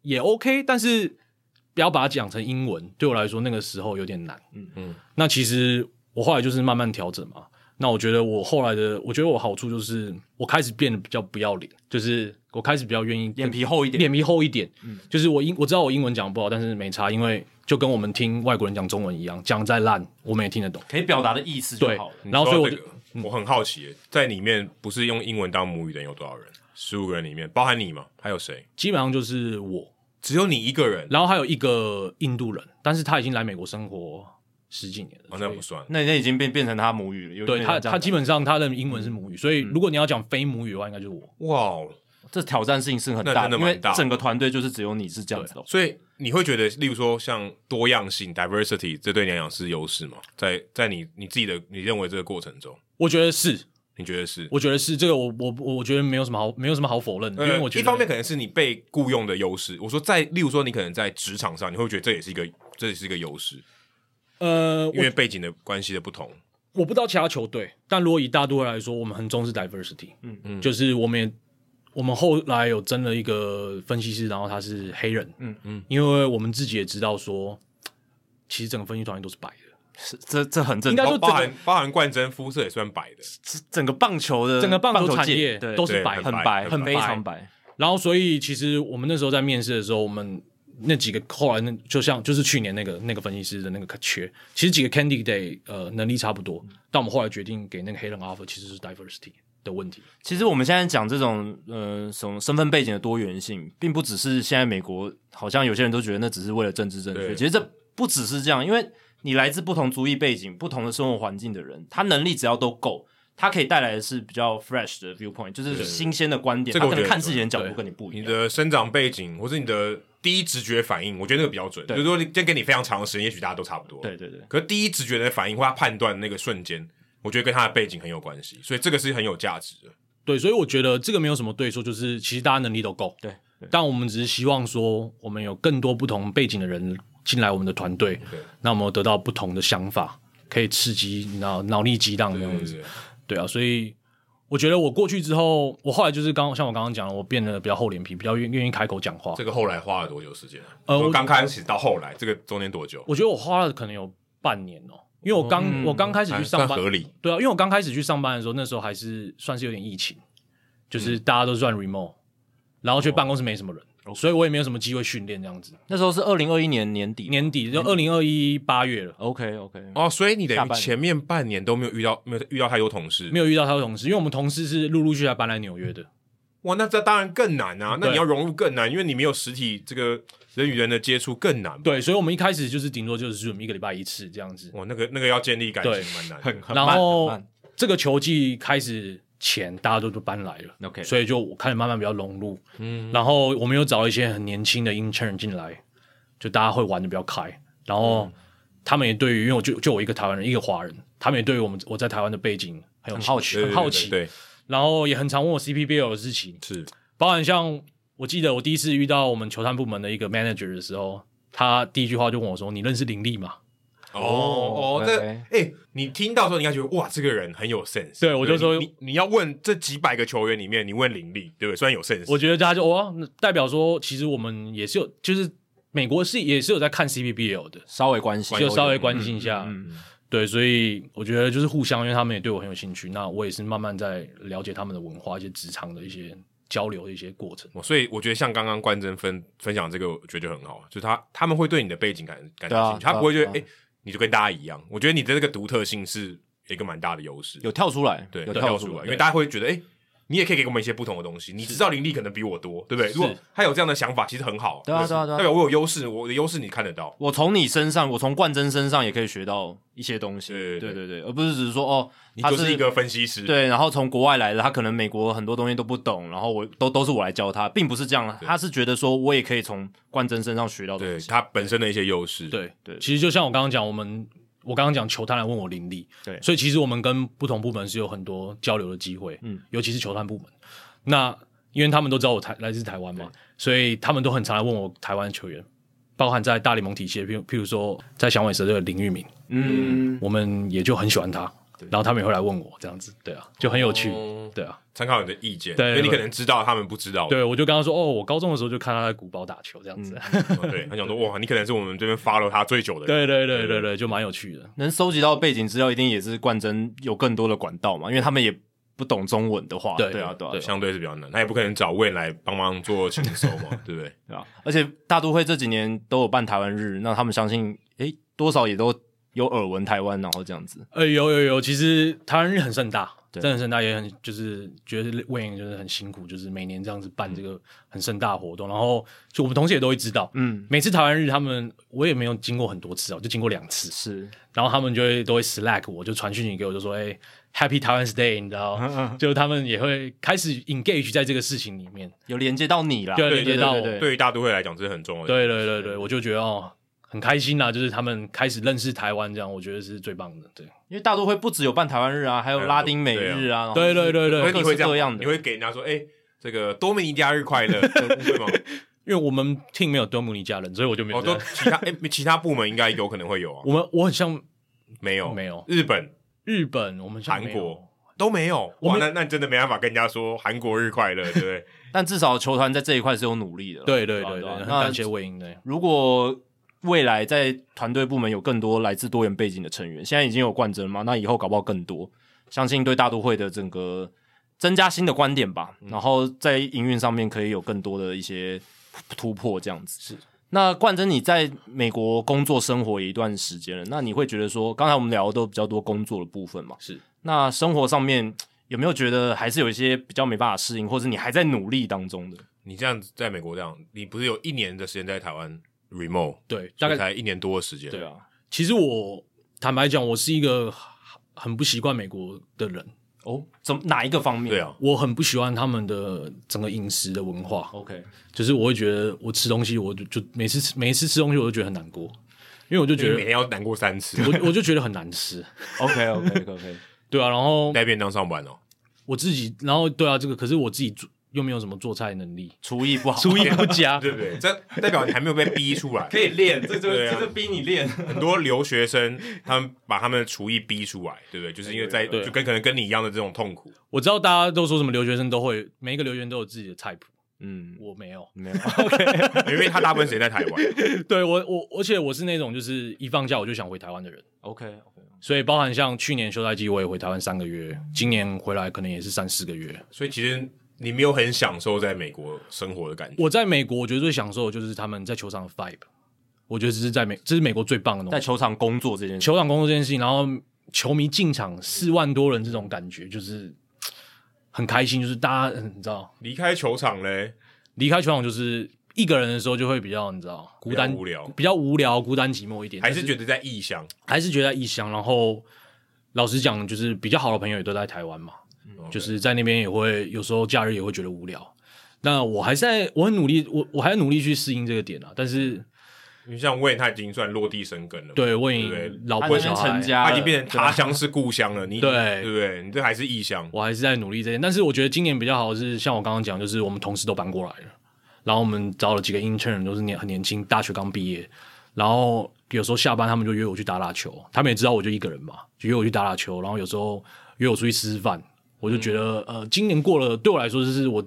Speaker 3: 也 OK，但是不要把它讲成英文，对我来说那个时候有点难。
Speaker 1: 嗯
Speaker 2: 嗯
Speaker 3: 嗯，那其实我后来就是慢慢调整嘛。那我觉得我后来的，我觉得我好处就是我开始变得比较不要脸，就是我开始比较愿意
Speaker 1: 脸皮厚一点。嗯
Speaker 3: 脸皮厚一点，就是我英我知道我英文讲不好，但是没差，因为就跟我们听外国人讲中文一样，讲再烂我们也听得懂。
Speaker 1: 可以表达的意思就
Speaker 3: 对
Speaker 1: 好了，。
Speaker 2: 你
Speaker 3: 然后所以
Speaker 2: 说
Speaker 3: 我
Speaker 2: 到
Speaker 3: 就嗯
Speaker 2: 这个我很好奇，在里面不是用英文当母语的人有多少人？十五个人里面，包含你吗？还有谁？
Speaker 3: 基本上就是我，
Speaker 2: 只有你一个人，
Speaker 3: 然后还有一个印度人，但是他已经来美国生活十几年
Speaker 2: 哦那
Speaker 3: 了，，所以
Speaker 2: 不算。
Speaker 1: 那那已经变变成他母语了。有
Speaker 3: 对
Speaker 1: 有点
Speaker 3: 他
Speaker 1: 这样
Speaker 3: 他基本上他的英文是母语，所以如果你要讲非母语的话，应该就是我。
Speaker 2: 哇哦，
Speaker 1: 这挑战性是很
Speaker 2: 那
Speaker 1: 大，
Speaker 2: 真的
Speaker 1: 的，因
Speaker 2: 蛮
Speaker 1: 为
Speaker 2: 大的
Speaker 1: 整个团队就是只有你是这样子的。
Speaker 2: 所以你会觉得，例如说像多样性 （diversity） 这对你来讲是优势吗？在在你你自己的你认为这个过程中，
Speaker 3: 我觉得是，
Speaker 2: 你觉得是？
Speaker 3: 我觉得是这个我我我觉得没有什么好没有什么好否认的，
Speaker 2: 呃
Speaker 3: 因为我觉得
Speaker 2: 一方面可能是你被雇佣的优势。我说在，例如说你可能在职场上，你会觉得这也是一个这也是一个优势，
Speaker 3: 呃，
Speaker 2: 因
Speaker 3: 我
Speaker 2: 为背景的关系的不同。
Speaker 3: 我不知道其他球队，但如果以大都会来说，我们很重视 diversity，嗯嗯，就是我们也我们后来有争了一个分析师，然后他是黑人，嗯嗯，因为我们自己也知道说，其实整个分析团队都是白的，
Speaker 1: 是这这很正
Speaker 3: 应该
Speaker 1: 常，
Speaker 3: 说
Speaker 2: 包
Speaker 3: 这个
Speaker 2: 包含包含冠真肤色也算白的，
Speaker 1: 整整个棒球的
Speaker 3: 整个棒球
Speaker 1: 球
Speaker 3: 产
Speaker 1: 界
Speaker 3: 业
Speaker 1: 对
Speaker 3: 都是白
Speaker 2: 对
Speaker 1: 很
Speaker 3: 的，
Speaker 2: 白
Speaker 1: 白，
Speaker 2: 很
Speaker 1: 很
Speaker 2: 白
Speaker 1: 非常白。
Speaker 3: 然后所以其实我们那时候在面试的时候，我们那几个后来那就像就是去年那个那个分析师的那个缺，其实几个 Candy Day 呃能力差不多，但我们后来决定给那个黑人 offer 其实是 diversity 的问题，
Speaker 1: 其实我们现在讲这种呃，什么身份背景的多元性，并不只是现在美国，好像有些人都觉得那只是为了政治正
Speaker 2: 对
Speaker 1: 确。其实这不只是这样，因为你来自不同族裔背景、不同的生活环境的人，他能力只要都够，他可以带来的是比较 fresh 的 viewpoint，就是新鲜的观点。
Speaker 2: 这个我
Speaker 1: 他可
Speaker 2: 觉
Speaker 1: 能
Speaker 2: 得
Speaker 1: 看
Speaker 2: 很
Speaker 1: 事情的角度
Speaker 3: 对
Speaker 1: 跟你不一
Speaker 2: 你
Speaker 1: 样。
Speaker 2: 的生长背景或者你的第一直觉反应，我觉得那个比较准。就
Speaker 1: 对
Speaker 2: 是说，今天给你非常长的时间，也许大家都差不多。
Speaker 1: 对对对，
Speaker 2: 可是第一直觉的反应或他判断的那个瞬间，我觉得跟他的背景很有关系，所以这个是很有价值的。
Speaker 3: 对，所以我觉得这个没有什么对错，就是其实大家能力都够，
Speaker 1: 对对
Speaker 3: 但我们只是希望说，我们有更多不同背景的人进来我们的团队
Speaker 2: 对，
Speaker 3: 那我们得到不同的想法，可以刺激脑脑力激荡
Speaker 2: 嗯
Speaker 3: 这样子，对啊，所以我觉得我过去之后，我后来就是刚像我刚刚讲的，我变得比较厚脸皮，比较愿愿意开口讲话。
Speaker 2: 这个后来花了多久时间啊？
Speaker 3: 呃
Speaker 2: 从
Speaker 3: 我
Speaker 2: 刚开始到后来，这个中间多久？
Speaker 3: 我觉得我花了可能有半年哦、因为我刚、我刚开始去上
Speaker 2: 嗯还
Speaker 3: 班
Speaker 2: 算，合理。
Speaker 3: 对啊，因为我刚开始去上班的时候，那时候还是算是有点疫情，就是
Speaker 2: 嗯
Speaker 3: 大家都算 remote，、然后去办公室没什么人，
Speaker 2: 哦
Speaker 3: 所以我也没有什么机会训练这样子。
Speaker 1: 那时候是二零二一年年底。
Speaker 3: 年底就二零二一八月了，
Speaker 1: OK OK，
Speaker 2: 哦，所以你等
Speaker 1: 下
Speaker 2: 于
Speaker 1: 半年
Speaker 2: 前面半年都没有遇到，没有遇到太多同事，
Speaker 3: 没有遇到他的同事，因为我们同事是陆陆续续搬来纽约的，
Speaker 2: 哇，那这当然更难啊！那
Speaker 3: 对
Speaker 2: 你要融入更难，因为你没有实体这个人与人的接触更难。，
Speaker 3: 对，所以我们一开始就是顶多就是 Zoom 一个礼拜一次这样子。
Speaker 2: 哇，那个那个要建立感情
Speaker 3: 对
Speaker 2: 蛮难的。
Speaker 1: 很很
Speaker 3: 然
Speaker 1: 慢
Speaker 3: 后
Speaker 1: 很慢
Speaker 3: 这个球季开始前，大家都都搬来了
Speaker 1: OK
Speaker 3: 所以就我开始慢慢比较融入。嗯，然后我们有找一些很年轻的 intern 进来，就大家会玩的比较开，然后
Speaker 1: 嗯
Speaker 3: 他们也对于，因为我就就我一个台湾人，一个华人，他们也对于我们我在台湾的背景很有
Speaker 1: 很好奇
Speaker 2: 对
Speaker 3: 很好奇，
Speaker 2: 对，对
Speaker 3: 然后也很常问我 CPBL 的事情，
Speaker 2: 对是
Speaker 3: 包含像我记得我第一次遇到我们球探部门的一个 manager 的时候，他第一句话就问我说：“你认识林立吗
Speaker 2: 哦哦，这
Speaker 1: 对
Speaker 2: 哎，你听到的时候，你应该觉得哇，这个人很有 sense。
Speaker 3: 对我就说
Speaker 2: 你你你要问这几百个球员里面，你问林立，对不对？虽然有 sense，？”
Speaker 3: 我觉得他就哇，那代表说其实我们也是有，就是美国是也是有在看 CPBL 的，
Speaker 1: 稍微关心嗯
Speaker 3: 就稍微关心一下。嗯对，所以我觉得就是互相，因为他们也对我很有兴趣，那我也是慢慢在了解他们的文化、一些职场的一些交流的一些过程。
Speaker 2: 哦所以我觉得像刚刚关真分分享这个，我觉得很好，就是他他们会对你的背景感感
Speaker 1: 对啊
Speaker 2: 兴趣，他不会觉得哎、
Speaker 1: 对啊
Speaker 2: 诶你就跟大家一样。我觉得你的这个独特性是一个蛮大的优势，
Speaker 1: 有跳出来，
Speaker 2: 对
Speaker 1: 有
Speaker 2: 跳
Speaker 1: 出
Speaker 2: 出来，
Speaker 1: 来，
Speaker 2: 因为大家会觉得哎、诶你也可以给我们一些不同的东西。你知道林立可能比我多，对不对？如果他有这样的想法，其实很好。
Speaker 1: 对啊
Speaker 2: 就是
Speaker 1: 对啊对啊
Speaker 2: 代表我有优势，我的优势你看得到。
Speaker 1: 我从你身上，我从冠真身上也可以学到一些东西，
Speaker 2: 对
Speaker 1: 对
Speaker 2: 对
Speaker 1: 对对，而不是只是说哦，
Speaker 2: 你
Speaker 1: 他
Speaker 2: 就是一个分析师，
Speaker 1: 对，然后从国外来的，他可能美国很多东西都不懂，然后我都都是我来教他，并不是这样，他是觉得说我也可以从冠真身上学到
Speaker 2: 对
Speaker 1: 东西，
Speaker 2: 他本身的一些优势。
Speaker 3: 对
Speaker 1: 对
Speaker 3: 其实就像我刚刚讲，我们我刚刚讲球探来问我林立，
Speaker 1: 对
Speaker 3: 所以其实我们跟不同部门是有很多交流的机会，
Speaker 1: 嗯，
Speaker 3: 尤其是球探部门。那因为他们都知道我台来自台湾嘛，所以他们都很常来问我台湾球员，包含在大联盟体系，譬如譬如说在响尾蛇队的林玉明，
Speaker 1: 嗯，
Speaker 3: 我们也就很喜欢他，然后他们也会来问我这样子，对啊，就很有趣，
Speaker 2: 哦
Speaker 3: 对啊，
Speaker 2: 参考你的意见，
Speaker 3: 对
Speaker 2: 因为你
Speaker 3: 对
Speaker 2: 可能知道他们不知道的。
Speaker 3: 对我就刚刚说哦，我高中的时候就看他在古堡打球这样子，
Speaker 1: 嗯
Speaker 2: 哦对，他想说哇，你可能是我们这边 follow 他最久的人。
Speaker 3: 对对对对对，就蛮有趣的，
Speaker 1: 能收集到背景资料，一定也是冠真有更多的管道嘛，因为他们也不懂中文的话，
Speaker 3: 对
Speaker 1: 对啊，对啊，
Speaker 3: 对
Speaker 2: 相对是比较难，他也不可能找魏来帮忙做情收嘛，对不对？
Speaker 1: 对啊，而且大都会这几年都有办台湾日，那他们相信，诶，多少也都有耳闻台湾，然后这样子，
Speaker 3: 呃，有有有，其实台湾日很盛大，
Speaker 1: 对
Speaker 3: 真的很盛大，也很就是觉得魏营就是很辛苦，就是每年这样子办这个很盛大的活动，然后就我们同事也都会知道，
Speaker 1: 嗯，
Speaker 3: 每次台湾日他们我也没有经过很多次啊，我就经过两次，
Speaker 1: 是，
Speaker 3: 然后他们就会都会 Slack 我，就传讯息给我，就说哎、Happy Taiwan's Day，你知道，就他们也会开始 engage 在这个事情里面，
Speaker 1: 有连接到你啦，
Speaker 3: 对
Speaker 1: 对
Speaker 3: 连接到
Speaker 1: 对
Speaker 3: 我
Speaker 1: 对对
Speaker 2: 对于大都会来讲，这是很重要的。
Speaker 3: 对对对对，我就觉得哦很开心啦，就是他们开始认识台湾，这样我觉得是最棒的，对。
Speaker 1: 因为大都会不只有办台湾日啊，还有
Speaker 2: 还有
Speaker 1: 拉丁美日啊，然后
Speaker 3: 对对对对，
Speaker 2: 哦所以你会
Speaker 1: 各式各
Speaker 2: 这
Speaker 1: 样
Speaker 2: 样，
Speaker 1: 的
Speaker 2: 你会给人家说，哎，这个多米尼加日快乐，对吗？
Speaker 3: 因为我们 team 没有多姆尼加人，所以我就没有
Speaker 2: 哦，
Speaker 3: 这样。
Speaker 2: 都其他哎，其他部门应该有可能会有啊，
Speaker 3: 我们我很像
Speaker 2: 没有
Speaker 3: 没有
Speaker 2: 日本
Speaker 3: 日本，我们
Speaker 2: 哦
Speaker 3: 像
Speaker 2: 韩
Speaker 3: 没有
Speaker 2: 国，都没有，
Speaker 3: 我
Speaker 2: 哇，
Speaker 3: 们
Speaker 2: 那那你真的没办法跟人家说韩国日快乐，对不对？
Speaker 1: 但至少球团在这一块是有努力的啦，
Speaker 3: 对对
Speaker 1: 对
Speaker 3: 对对，
Speaker 1: 吧
Speaker 3: 很
Speaker 1: 那
Speaker 3: 感谢魏英的。
Speaker 1: 如果未来在团队部门有更多来自多元背景的成员，现在已经有冠真嘛，那以后搞不好更多，相信对大都会的整个增加新的观点吧，
Speaker 3: 嗯
Speaker 1: 然后在营运上面可以有更多的一些突破，这样子是。那冠真，你在美国工作生活也一段时间了，那你会觉得说，刚才我们聊的都比较多工作的部分嘛？
Speaker 3: 是。
Speaker 1: 那生活上面有没有觉得还是有一些比较没办法适应，或者你还在努力当中的？
Speaker 2: 你这样子在美国这样，你不是有一年的时间在台湾 remote，
Speaker 3: 对，
Speaker 2: 大
Speaker 3: 大
Speaker 2: 概
Speaker 3: 概
Speaker 2: 才一年多的时间，
Speaker 1: 对啊，
Speaker 3: 其实我坦白讲，我是一个很不习惯美国的人，
Speaker 1: 哦，怎么哪一个方面？
Speaker 2: 对啊，
Speaker 3: 我很不喜欢他们的整个饮食的文化，
Speaker 1: ，OK，
Speaker 3: 就是我会觉得我吃东西，我就就每次吃每一次吃东西我都觉得很难过，因为我就
Speaker 2: 就是
Speaker 3: 觉
Speaker 2: 每
Speaker 3: 得
Speaker 2: 天要难过三次，
Speaker 3: 我我就觉得很难吃，
Speaker 1: OK OK OK，
Speaker 3: 对啊，然后
Speaker 2: 带便当上班哦，
Speaker 3: 我自己，然后对啊，这个可是我自己做又没有什么做菜能力，
Speaker 1: 厨艺不好，
Speaker 3: 厨艺不佳，
Speaker 2: 对不对？这代表你还没有被逼出来，
Speaker 1: 以练，这 就
Speaker 2: 对啊这就
Speaker 1: 逼你练。
Speaker 2: 很多留学生，他们把他们的厨艺逼出来，对不对？就是因为在
Speaker 3: 对
Speaker 2: 就跟可能跟你一样的这种痛苦，
Speaker 3: 我知道大家都说什么留学生都会，每一个留学生都有自己的菜谱，
Speaker 1: 嗯，。
Speaker 3: 我没有
Speaker 1: 没有，
Speaker 2: 因为他大部分时间在台湾，
Speaker 3: 对我我，而且我是那种就是一放假我就想回台湾的人，
Speaker 1: OK OK，
Speaker 3: 所以包含像去年休赛季我也回台湾三个月，今年回来可能也是三四个月。
Speaker 2: 所以其实你没有很享受在美国生活的感觉。
Speaker 3: 我在美国，我觉得最享受的就是他们在球场的 vibe，我觉得这是在美这是美国最棒的东
Speaker 1: 在
Speaker 3: 西，
Speaker 1: 球场工作这件事，
Speaker 3: 球场工作这件事情，然后球迷进场四万多人这种感觉就是嘖很开心，就是大家嗯你知道
Speaker 2: 离开球场嘞，
Speaker 3: 离开球场就是一个人的时候就会比较你知道孤单
Speaker 2: 比较无聊
Speaker 3: 比较无聊孤单寂寞一点，
Speaker 2: 还
Speaker 3: 但
Speaker 2: 是觉得在异乡，
Speaker 3: 还是觉得在异乡。然后老实讲，就是比较好的朋友也都在台湾嘛，
Speaker 2: 嗯
Speaker 3: 就是在那边也会有时候假日也会觉得无聊。那我还是在我很努力，我我还在努力去适应这个点啊。但是
Speaker 2: 因为像魏他已经算落地生根了嘛，
Speaker 3: 对我
Speaker 2: 对不对
Speaker 3: 也老
Speaker 1: 他
Speaker 3: 婆
Speaker 1: 已经
Speaker 3: 小孩
Speaker 1: 成家了，
Speaker 2: 他
Speaker 1: 啊
Speaker 2: 已经变成他乡是故乡了，你
Speaker 3: 对
Speaker 2: 对不对？你这还是异乡，
Speaker 3: 我还是在努力这件，但是我觉得今年比较好的是，像我刚刚讲，就是我们同事都搬过来了，然后我们找了几个 intern，都是年很年轻，大学刚毕业，然后有时候下班他们就约我去打打球，他们也知道我就一个人嘛，就约我去打打球，然后有时候约我出去吃吃饭，我就觉得、呃，今年过了对我来说就是我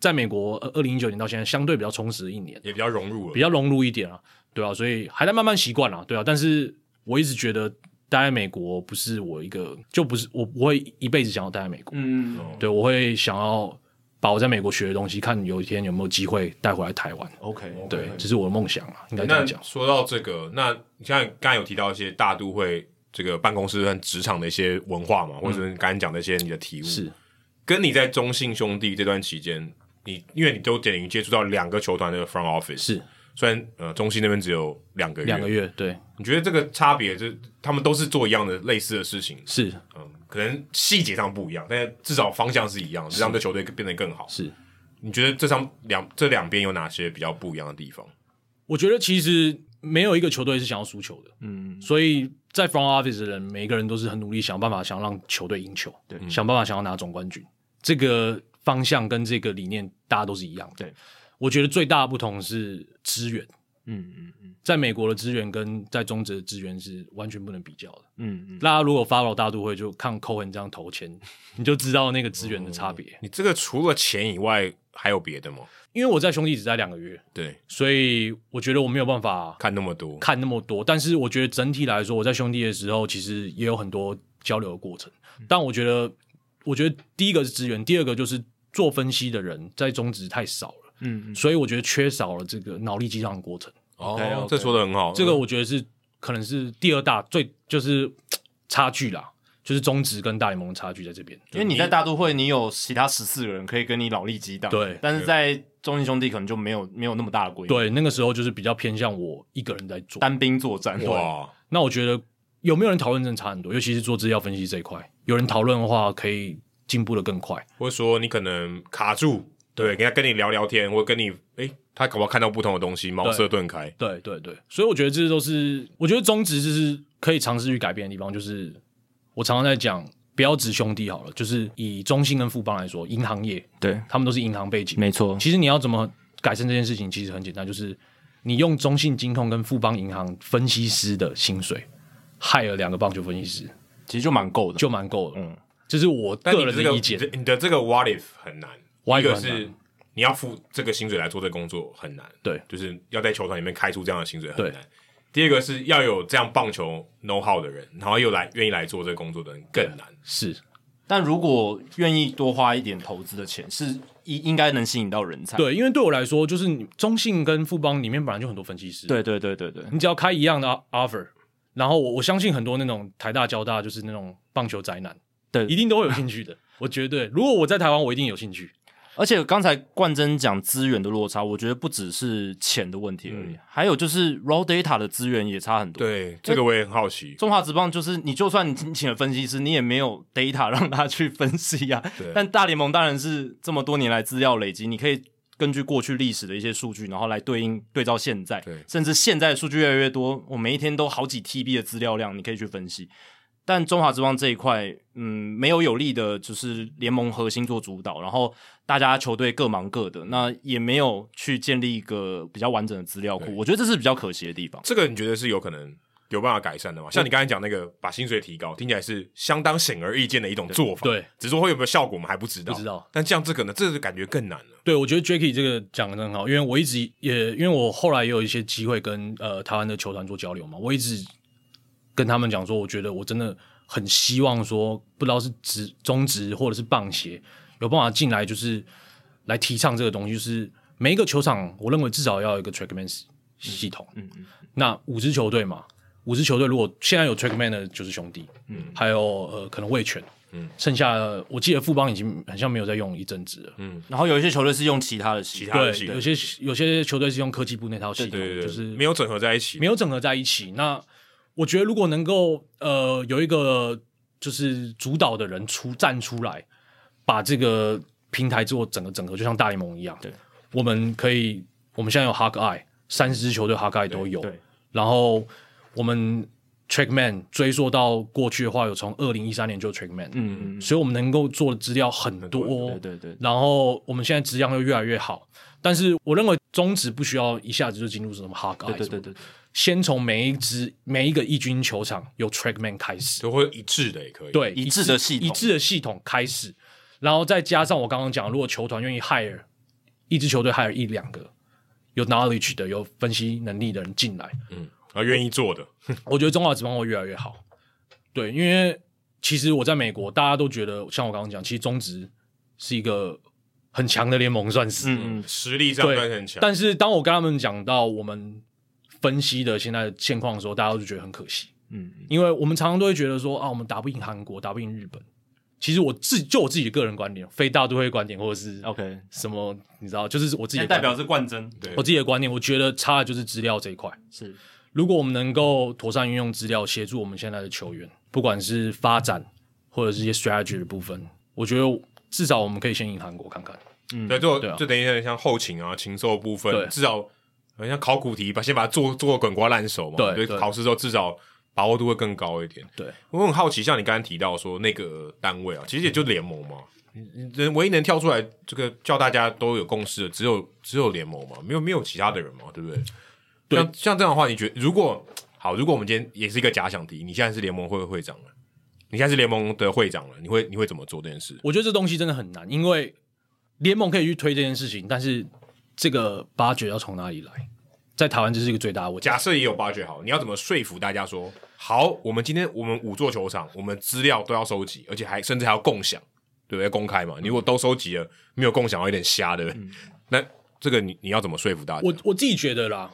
Speaker 3: 在美国二零一九年到现在相对比较充实的一年。
Speaker 2: 也比较融入
Speaker 3: 比
Speaker 2: 了。
Speaker 3: 较融入一点啊，对啊，所以还在慢慢习惯啊，对啊，但是我一直觉得待在美国不是我一个，就不是我不会一辈子想要待在美国，
Speaker 1: 嗯，
Speaker 2: 哦
Speaker 3: 对我会想要把我在美国学的东西，看有一天有没有机会带回来台湾，
Speaker 1: OK，
Speaker 3: 对，这是我的梦想啊，应该这
Speaker 2: 那
Speaker 3: 样讲。
Speaker 2: 说到这个，那你像刚才有提到一些大都会这个办公室和职场的一些文化嘛，或者是刚才讲的一些你的体悟，
Speaker 3: 嗯是
Speaker 2: 跟你在中信兄弟这段期间，你因为你都等于接触到两个球团的 front office，
Speaker 3: 是
Speaker 2: 虽然呃中信那边只有两个月，
Speaker 3: 两个月，对，
Speaker 2: 你觉得这个差别就是他们都是做一样的类似的事情，
Speaker 3: 是
Speaker 2: 嗯，可能细节上不一样，但是至少方向是一样，是让这球队变得更好。
Speaker 3: 是。
Speaker 2: 你觉得这上两这两边有哪些比较不一样的地方？
Speaker 3: 我觉得其实没有一个球队是想要输球的，嗯，所以在 front office 的人，每一个人都是很努力想办法想让球队赢球，对，想办法想要拿总冠军，这个方向跟这个理念大家都是一样的。
Speaker 1: 对，
Speaker 3: 我觉得最大的不同是资源，
Speaker 1: 嗯嗯嗯
Speaker 3: 在美国的资源跟在中职的资源是完全不能比较的。
Speaker 1: 嗯嗯，
Speaker 3: 大家如果 follow 大都会，就看 Cohen 这样投钱， 你就知道那个资源的
Speaker 2: 哦
Speaker 3: 差别。
Speaker 2: 嗯你这个除了钱以外还有别的吗？
Speaker 3: 因为我在兄弟只待两个月，
Speaker 2: 对，
Speaker 3: 所以我觉得我没有办法
Speaker 2: 看那么多，
Speaker 3: 看那么多，但是我觉得整体来说，我在兄弟的时候其实也有很多交流的过程。但我觉得，我觉得第一个是资源，第二个就是做分析的人在中职太少了，
Speaker 1: 嗯
Speaker 3: 所以我觉得缺少了这个脑力激荡的过程。
Speaker 2: 哦，这说的很好。
Speaker 3: 这个我觉得是可能是第二大最就是嘖差距啦，就是中职跟大联盟的差距在这边。
Speaker 1: 因为你在大都会，你有其他十四个人可以跟你脑力激荡，
Speaker 3: 对
Speaker 1: 但是在中信兄弟可能就没有没有那么大的规模，，
Speaker 3: 对，那个时候就是比较偏向我一个人在做。
Speaker 1: 单兵作战，对，
Speaker 2: 嗯哇，
Speaker 3: 那我觉得有没有人讨论真的差很多，尤其是做资料分析这一块，有人讨论的话可以进步的更快。
Speaker 2: 或者说你可能卡住，对，跟他跟你聊聊天，或跟你诶，他搞不好看到不同的东西，茅塞顿开。
Speaker 3: 对对对，所以我觉得这都是，我觉得中职就是可以尝试去改变的地方，就是我常常在讲，不要指兄弟好了，就是以中信跟富邦来说，银行业
Speaker 1: 对，
Speaker 3: 他们都是银行背景，
Speaker 1: 没错，
Speaker 3: 其实你要怎么改善这件事情，其实很简单，就是你用中信金控跟富邦银行分析师的薪水，害了两个棒球分析师
Speaker 1: 其实就蛮够的，
Speaker 3: 就蛮够了，
Speaker 1: 嗯
Speaker 3: 嗯，这是我
Speaker 2: 但
Speaker 3: 个
Speaker 2: 你
Speaker 3: 人
Speaker 2: 这
Speaker 3: 的
Speaker 2: 个
Speaker 3: 意见，
Speaker 2: 你的你的这个 what if 很难，
Speaker 3: What
Speaker 2: 一个
Speaker 3: if 很难
Speaker 2: 是你要付这个薪水来做这个工作很难，
Speaker 3: 对，
Speaker 2: 就是要在球团里面开出这样的薪水很
Speaker 3: 对
Speaker 2: 难。第二个是要有这样棒球 know how 的人，然后又来愿意来做这个工作的人更难。
Speaker 3: 是
Speaker 1: 但如果愿意多花一点投资的钱，是应应该能吸引到人才，
Speaker 3: 对，因为对我来说，就是你中信跟富邦里面本来就很多分析师，
Speaker 1: 对对对对对，
Speaker 3: 你只要开一样的 offer，然后我我相信很多那种台大、交大就是那种棒球宅男，
Speaker 1: 对
Speaker 3: 一定都会有兴趣的。我绝对，如果我在台湾，我一定有兴趣。
Speaker 1: 而且刚才冠真讲资源的落差，我觉得不只是钱的问题而已，还有就是 raw data 的资源也差很多。，
Speaker 2: 对，这个我也很好奇。
Speaker 1: 中华职棒就是你就算你请请了分析师，你也没有 data 让他去分析啊
Speaker 2: 对。
Speaker 1: 但大联盟当然是这么多年来资料累积，你可以根据过去历史的一些数据，然后来对应对照现在
Speaker 2: 对，
Speaker 1: 甚至现在数据越来越多，我每一天都好几 TB 的资料量，你可以去分析。但中华之邦这一块，嗯，没有有力的，就是联盟核心做主导，然后大家球队各忙各的，那也没有去建立一个比较完整的资料库，我觉得这是比较可惜的地方。
Speaker 2: 这个你觉得是有可能有办法改善的吗？像你刚才讲那个把薪水提高，听起来是相当显而易见的一种做法。
Speaker 3: 对，
Speaker 2: 只是说会有没有效果，我们还不知道。
Speaker 3: 不知道。
Speaker 2: 但像这个呢，这个感觉更难了。
Speaker 3: 对，我觉得 Jacky 这个讲的很好，因为我一直也，因为我后来也有一些机会跟呃台湾的球团做交流嘛，我一直跟他们讲说，我觉得我真的很希望说，不知道是职中职或者是棒协有办法进来，就是来提倡这个东西，就是每一个球场，我认为至少要有一个 trackman 系统。嗯嗯。那五支球队嘛，五支球队如果现在有 trackman 的就是兄弟，嗯，还有呃可能卫权，嗯，剩下的我记得富邦已经很像没有在用一阵子了。
Speaker 1: 然后有一些球队是用其他的其
Speaker 2: 他的
Speaker 3: 对
Speaker 2: 系，统
Speaker 3: 有些有些球队是用科技部那套系统，
Speaker 2: 对对对，
Speaker 3: 就是
Speaker 2: 没有整合在一起。
Speaker 3: 没有整合在一起。那我觉得如果能够呃有一个就是主导的人出站出来，把这个平台做整个整合，就像大联盟一样。
Speaker 1: 对，
Speaker 3: 我们可以，我们现在有 Hawk Eye，三十支球队 Hawk Eye 都有。
Speaker 1: 对，
Speaker 3: 然后我们 Trackman 追溯到过去的话，有从二零一三年就 Trackman，
Speaker 1: 嗯嗯，
Speaker 3: 所以我们能够做的资料很多。
Speaker 1: 对对对，
Speaker 3: 然后我们现在质量又越来越好，但是我认为中职不需要一下子就进入什么 Hawk Eye，
Speaker 1: 对对
Speaker 3: 什么
Speaker 1: 对对，
Speaker 3: 先从每一支每一个一军球场有 Trackman 开始，
Speaker 2: 就会有一致的也可以。，
Speaker 3: 对
Speaker 1: 一致的系统
Speaker 3: 一致的系统开始，然后再加上我刚刚讲，如果球团愿意 hire 一支球队 hire 一两个有 knowledge 的、有分析能力的人进来，
Speaker 2: 嗯，啊，愿意做的，
Speaker 3: 我觉得中华职棒会越来越好。对，因为其实我在美国，大家都觉得像我刚刚讲，其实中职是一个很强的联盟，算是。
Speaker 1: 嗯嗯，
Speaker 2: 实力上
Speaker 3: 对，
Speaker 2: 算很
Speaker 1: 啊
Speaker 2: 强。
Speaker 3: 但是当我跟他们讲到我们分析的现在的现况的时候，大家都觉得很可惜。
Speaker 1: 嗯，
Speaker 3: 因为我们常常都会觉得说啊，我们打不赢韩国，打不赢日本。其实我自就我自己的个人观点，非大都会观点或者是
Speaker 1: OK，
Speaker 3: 什么，你知道，就是我自己
Speaker 1: 现在嗯
Speaker 3: 的
Speaker 1: 代
Speaker 3: 观
Speaker 1: 表是冠真，
Speaker 2: 对
Speaker 3: 我自己的观点，我觉得差的就是资料这一块。
Speaker 1: 是
Speaker 3: 如果我们能够妥善运用资料，协助我们现在的球员，不管是发展或者是一些 strategy 的部分，我觉得至少我们可以先赢韩国看看。
Speaker 2: 对，就
Speaker 3: 对啊
Speaker 2: 就等于有点像后勤啊、禽兽部
Speaker 3: 对
Speaker 2: 分，至少好像考古题吧，先把它做做个滚瓜烂熟嘛。
Speaker 3: 对
Speaker 2: 所以
Speaker 3: 对
Speaker 2: 考试之后至少把握度会更高一点。
Speaker 3: 对，
Speaker 2: 我很好奇，像你刚才提到说那个单位啊，其实也就联盟嘛，人唯一能跳出来这个叫大家都有共识的，只有只有联盟嘛，没有没有其他的人嘛，对不对？
Speaker 3: 对
Speaker 2: 像像这样的话，你觉得如果好，如果我们今天也是一个假想题，你现在是联盟会会长了，你现在是联盟的会长了，你会你会怎么做这件事？
Speaker 3: 我觉得这东西真的很难，因为联盟可以去推这件事情，但是这个八掘要从哪里来，在台湾这是一个最大的问题。
Speaker 2: 假设也有八掘好，你要怎么说服大家说好？我们今天我们五座球场，我们资料都要收集，而且还甚至还要共享，对不对？公开嘛，你如果都收集了，没有共享，有点瞎，对不对？那这个你你要怎么说服大家？
Speaker 3: 我我自己觉得啦，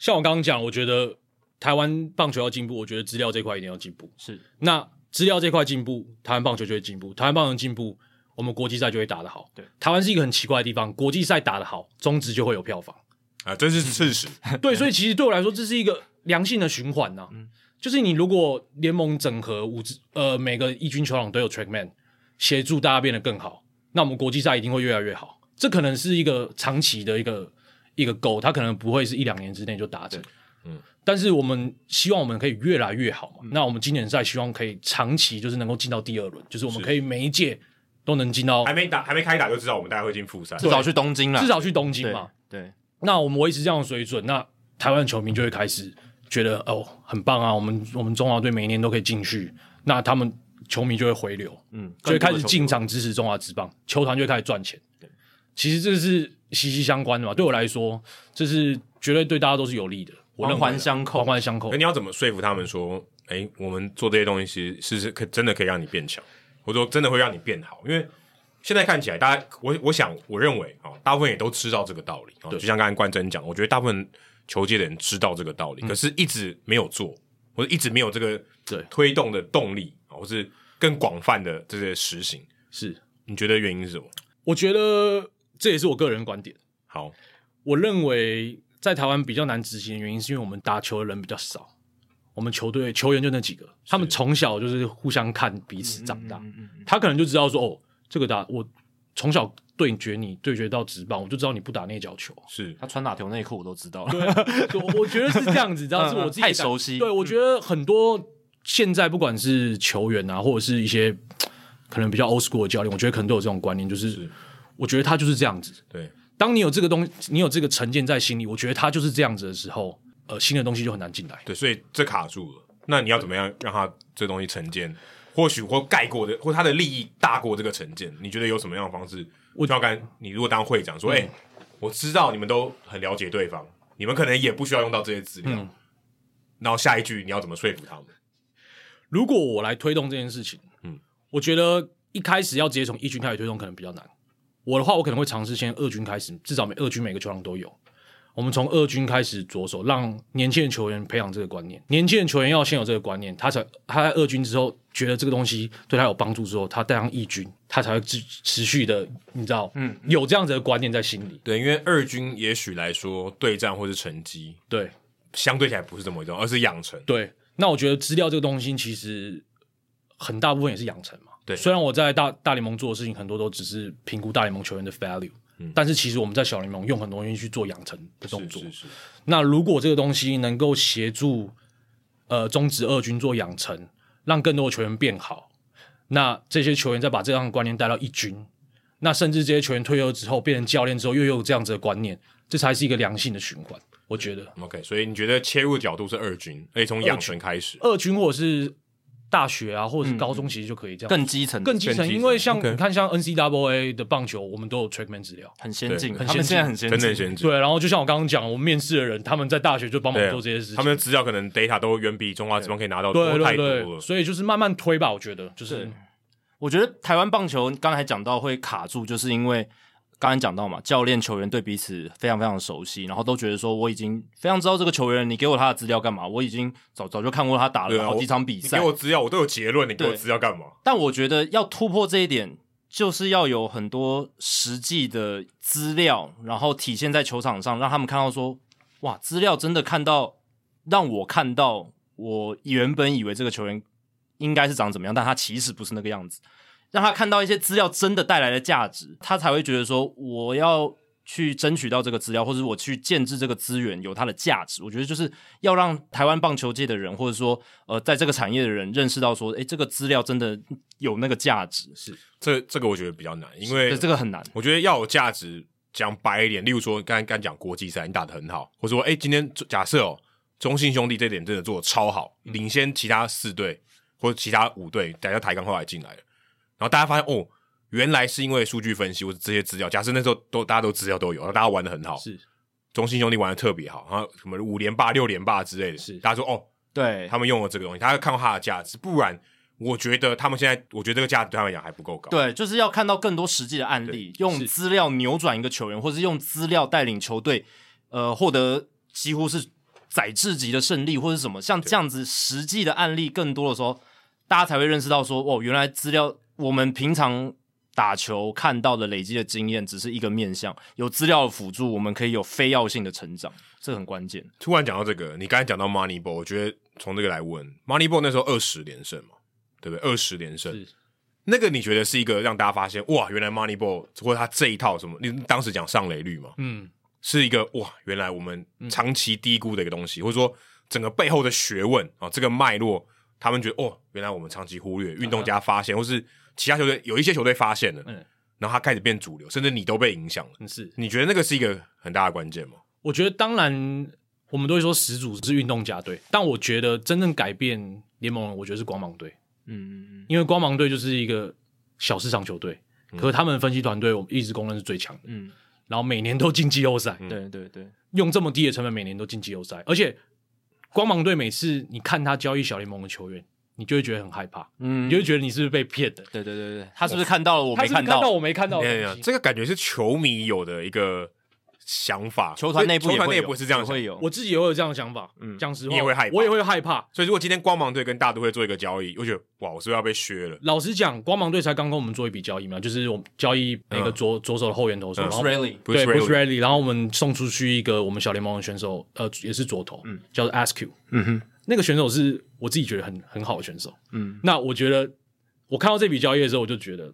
Speaker 3: 像我刚刚讲，我觉得台湾棒球要进步，我觉得资料这块一定要进步。
Speaker 1: 是，
Speaker 3: 那资料这块进步，台湾棒球就会进步；台湾棒球进步，我们国际赛就会打得好。
Speaker 1: 对，
Speaker 3: 台湾是一个很奇怪的地方，国际赛打得好，中职就会有票房。
Speaker 2: 啊，这是事实，
Speaker 3: 对，所以其实对我来说，这是一个良性的循环呐、
Speaker 2: 嗯
Speaker 3: 就是你如果联盟整合五支，呃，每个一军球场都有 trackman 协助大家变得更好，那我们国际赛一定会越来越好。这可能是一个长期的一个一个 goal，它可能不会是一两年之内就达成。
Speaker 2: 嗯，
Speaker 3: 但是我们希望我们可以越来越好嘛。那我们今年赛希望可以长期就是能够进到第二轮，就是我们
Speaker 2: 是
Speaker 3: 可以每一届都能进到
Speaker 2: 还没打还没开打就知道我们大概会进复赛，
Speaker 1: 至少去东京了，
Speaker 3: 至少去东京
Speaker 1: 对
Speaker 3: 嘛。
Speaker 1: 对，
Speaker 3: 那我们维持这样的水准，那台湾的球迷就会开始觉得哦，很棒啊！我们我们中华队每一年都可以进去，那他们球迷就会回流，
Speaker 1: 嗯，
Speaker 3: 就会开始
Speaker 1: 更多的球
Speaker 3: 进场支持中华职棒，球团就会开始赚钱。其实这是息息相关的嘛。对我来说，这是绝对对大家都是有利的，我认为
Speaker 1: 环环相扣
Speaker 3: 环环相扣
Speaker 2: 那。你要怎么说服他们说，哎、我们做这些东西其实是是可真的可以让你变强，或者说真的会让你变好？因为现在看起来，大家我我想我认为啊、大部分也都知道这个道理啊、就像刚才冠真讲，我觉得大部分球界的人知道这个道理，可是一直没有做，或者一直没有这个
Speaker 3: 对
Speaker 2: 推动的动力啊、或是更广泛的这些实行，
Speaker 3: 是，
Speaker 2: 你觉得原因是什么？
Speaker 3: 我觉得这也是我个人观点。
Speaker 2: 好，
Speaker 3: 我认为在台湾比较难执行的原因，是因为我们打球的人比较少，我们球队球员就那几个，他们从小就是互相看彼
Speaker 1: 嗯
Speaker 3: 此长大，他可能就知道说，哦，这个打我从小对决你对决到直棒，我就知道你不打内 角球。
Speaker 2: 是
Speaker 1: 他穿哪条内裤我都知道了，
Speaker 3: 啊我我觉得是这样子，知道
Speaker 1: 嗯
Speaker 3: 是我自己
Speaker 1: 太
Speaker 3: 感
Speaker 1: 熟悉嗯
Speaker 3: 对，我觉得很多现在不管是球员啊，或者是一些可能比较 old school 的教练，我觉得可能都有这种观念，就是我觉得他就是这样子，
Speaker 2: 对，
Speaker 3: 当你有这个东你有这个成见在心里，我觉得它就是这样子的时候，呃，新的东西就很难进来。
Speaker 2: 对，所以这卡住了。那你要怎么样让他这东西成见？或许或盖过的，或他的利益大过这个成见，你觉得有什么样的方式？
Speaker 3: 我嗯
Speaker 2: 就要跟你如果当会长说，哎、我知道你们都很了解对方，你们可能也不需要用到这些资料。
Speaker 3: 嗯
Speaker 2: 然后下一句你要怎么说服他们？
Speaker 3: 如果我来推动这件事情，嗯
Speaker 2: 嗯，
Speaker 3: 我觉得一开始要直接从一军开始推动可能比较难。我的话，我可能会尝试先二军开始，至少每二军每个球场都有。我们从二军开始着手，让年轻人球员培养这个观念。年轻人球员要先有这个观念，他才他在二军之后觉得这个东西对他有帮助之后，他带上一军，他才会持持续的，你知道，嗯，有这样子的观念在心里。
Speaker 2: 对，因为二军也许来说对战或是成绩
Speaker 3: 对，
Speaker 2: 相对起来不是这么一种，而是养成。
Speaker 3: 对，那我觉得资料这个东西其实很大部分也是养成嘛。
Speaker 2: 对
Speaker 3: 虽然我在大大联盟做的事情很多都只是评估大联盟球员的 value，、但是其实我们在小联盟用很多东西去做养成的动作。
Speaker 2: 嗯是是，
Speaker 3: 那如果这个东西能够协助呃中职二军做养成，让更多的球员变好，那这些球员再把这样的观念带到一军，那甚至这些球员退休之后变成教练之后又有这样子的观念，这才是一个良性的循环。我觉得
Speaker 2: OK，所以你觉得切入角度是二军，而且从养成开始，
Speaker 3: 二军或者是大学啊，或者是高中，其实就可以这样、
Speaker 1: 更基层的、
Speaker 3: 更
Speaker 2: 嗯
Speaker 3: 基
Speaker 2: 更
Speaker 3: 层，
Speaker 2: 基层
Speaker 3: 因为像
Speaker 2: OK 嗯
Speaker 3: 你看，像 NCAA 的棒球，我们都有 trackman 资料。
Speaker 1: 很先进，
Speaker 2: 对
Speaker 1: 他们现在很先
Speaker 2: 真的
Speaker 1: 进，
Speaker 2: 先知。
Speaker 3: 对，然后就像我刚刚讲，我面试的人，他们在大学就帮忙
Speaker 2: 对
Speaker 3: 做这些事情，
Speaker 2: 他们的资料可能 data 都远比中华职棒可以拿到多
Speaker 3: 对
Speaker 2: 太
Speaker 3: 对
Speaker 2: 多
Speaker 3: 对，
Speaker 2: 了。
Speaker 3: 所以就是慢慢推吧，我觉得就是
Speaker 1: 对我觉得台湾棒球刚才讲到会卡住，就是因为刚才讲到嘛，教练、球员对彼此非常非常熟悉，然后都觉得说我已经非常知道这个球员，你给我他的资料干嘛？我已经早早就看过他打
Speaker 2: 对
Speaker 1: 了
Speaker 2: 啊
Speaker 1: 好几场比
Speaker 2: 你
Speaker 1: 赛
Speaker 2: 给，我资料，我都有结论，你给我
Speaker 1: 对
Speaker 2: 资料干嘛？
Speaker 1: 但我觉得要突破这一点，就是要有很多实际的资料，然后体现在球场上，让他们看到说，哇，资料真的看到，让我看到我原本以为这个球员应该是长怎么样，但他其实不是那个样子，让他看到一些资料真的带来的价值，他才会觉得说，我要。去争取到这个资料，或者我去建制这个资源有它的价值，我觉得就是要让台湾棒球界的人，或者说呃，在这个产业的人认识到说，诶，哎这个资料真的有那个价值，是
Speaker 2: 这这个我觉得比较难，因为
Speaker 1: 这个很难。
Speaker 2: 我觉得要有价值，讲白一点，例如说刚才刚才讲国际赛，你打得很好，或者说哎、诶今天假设哦，中信兄弟这点真的做的超好，
Speaker 1: 嗯
Speaker 2: 领先其他四队或者其他五队，等下台钢后来进来了，然后大家发现哦，原来是因为数据分析或者这些资料，假设那时候都大家都资料都有，然后大家玩的很好，
Speaker 3: 是
Speaker 2: 中信兄弟玩的特别好，然后什么五连霸、六连霸之类的，
Speaker 3: 是
Speaker 2: 大家说哦，
Speaker 1: 对，
Speaker 2: 他们用了这个东西，大家看到它的价值，不然我觉得他们现在，我觉得这个价值对他们来讲还不够高，
Speaker 1: 对，就是要看到更多实际的案例，用
Speaker 3: 是
Speaker 1: 资料扭转一个球员，或是用资料带领球队，呃，获得几乎是宰制级的胜利，或是什么，像这样子实际的案例更多的时候，大家才会认识到说，哦，原来资料我们平常打球看到的累积的经验只是一个面向，有资料的辅助，我们可以有非要性的成长，这很关键。
Speaker 2: 突然讲到这个，你刚才讲到 Moneyball，我觉得从这个来问，Moneyball 那时候二十连胜嘛，对不对？二十连胜
Speaker 3: 是，
Speaker 2: 那个你觉得是一个让大家发现哇，原来 Moneyball 或者他这一套什么？你当时讲上垒率嘛，
Speaker 3: 嗯，
Speaker 2: 是一个哇，原来我们
Speaker 1: 嗯
Speaker 2: 长期低估的一个东西，或者说整个背后的学问啊、这个脉络，他们觉得哦，原来我们长期忽略，运动家发现，或是其他球队有一些球队发现了，
Speaker 3: 嗯
Speaker 2: 然后他开始变主流，甚至你都被影响了。
Speaker 3: 是。
Speaker 2: 你觉得那个是一个很大的关键吗？
Speaker 3: 我觉得当然我们都会说始祖是运动家队，但我觉得真正改变联盟，我觉得是光芒队，
Speaker 1: 嗯，
Speaker 3: 因为光芒队就是一个小市场球队，
Speaker 2: 嗯
Speaker 3: 可是他们分析团队我们一直公认是最强的，
Speaker 1: 嗯，
Speaker 3: 然后每年都进季后赛，
Speaker 1: 对对对，
Speaker 3: 用这么低的成本每年都进季后赛，而且光芒队每次你看他交易小联盟的球员，你就会觉得很害怕，
Speaker 1: 嗯
Speaker 3: 你就会觉得你是不是被骗的？
Speaker 1: 对对对对，他是不是看到了我
Speaker 3: 他
Speaker 1: 没
Speaker 3: 是不是
Speaker 1: 看
Speaker 3: 看
Speaker 1: 到？
Speaker 3: 到我没看到的
Speaker 2: 没
Speaker 3: 东
Speaker 2: 有
Speaker 3: 西，
Speaker 2: 没有，这个感觉是球迷有的一个想法，
Speaker 1: 球团内部
Speaker 2: 球
Speaker 1: 也
Speaker 2: 团
Speaker 1: 会
Speaker 2: 内
Speaker 1: 有
Speaker 2: 部是这样想
Speaker 1: 会。有，
Speaker 3: 我自己也会有这样的想法，嗯，讲实话，
Speaker 2: 你也会害怕
Speaker 3: 我也会害怕。
Speaker 2: 所以如果今天光芒队跟大都会做一个交易，我觉得哇，我是不是要被削了？
Speaker 3: 老实讲，光芒队才刚跟我们做一笔交易嘛，就是我们交易那
Speaker 2: 嗯
Speaker 3: 个左、左手的后援投手，然后
Speaker 1: Rally
Speaker 2: 不
Speaker 3: 对 b r u c
Speaker 2: Raley
Speaker 3: e Riley，然后我们送出去一个我们小联盟的选手，呃，也是左投，嗯，叫做 Askew，嗯
Speaker 1: 哼，
Speaker 3: 那个选手是我自己觉得很很好的选手，嗯，那我觉得我看到这笔交易的时候，我就觉得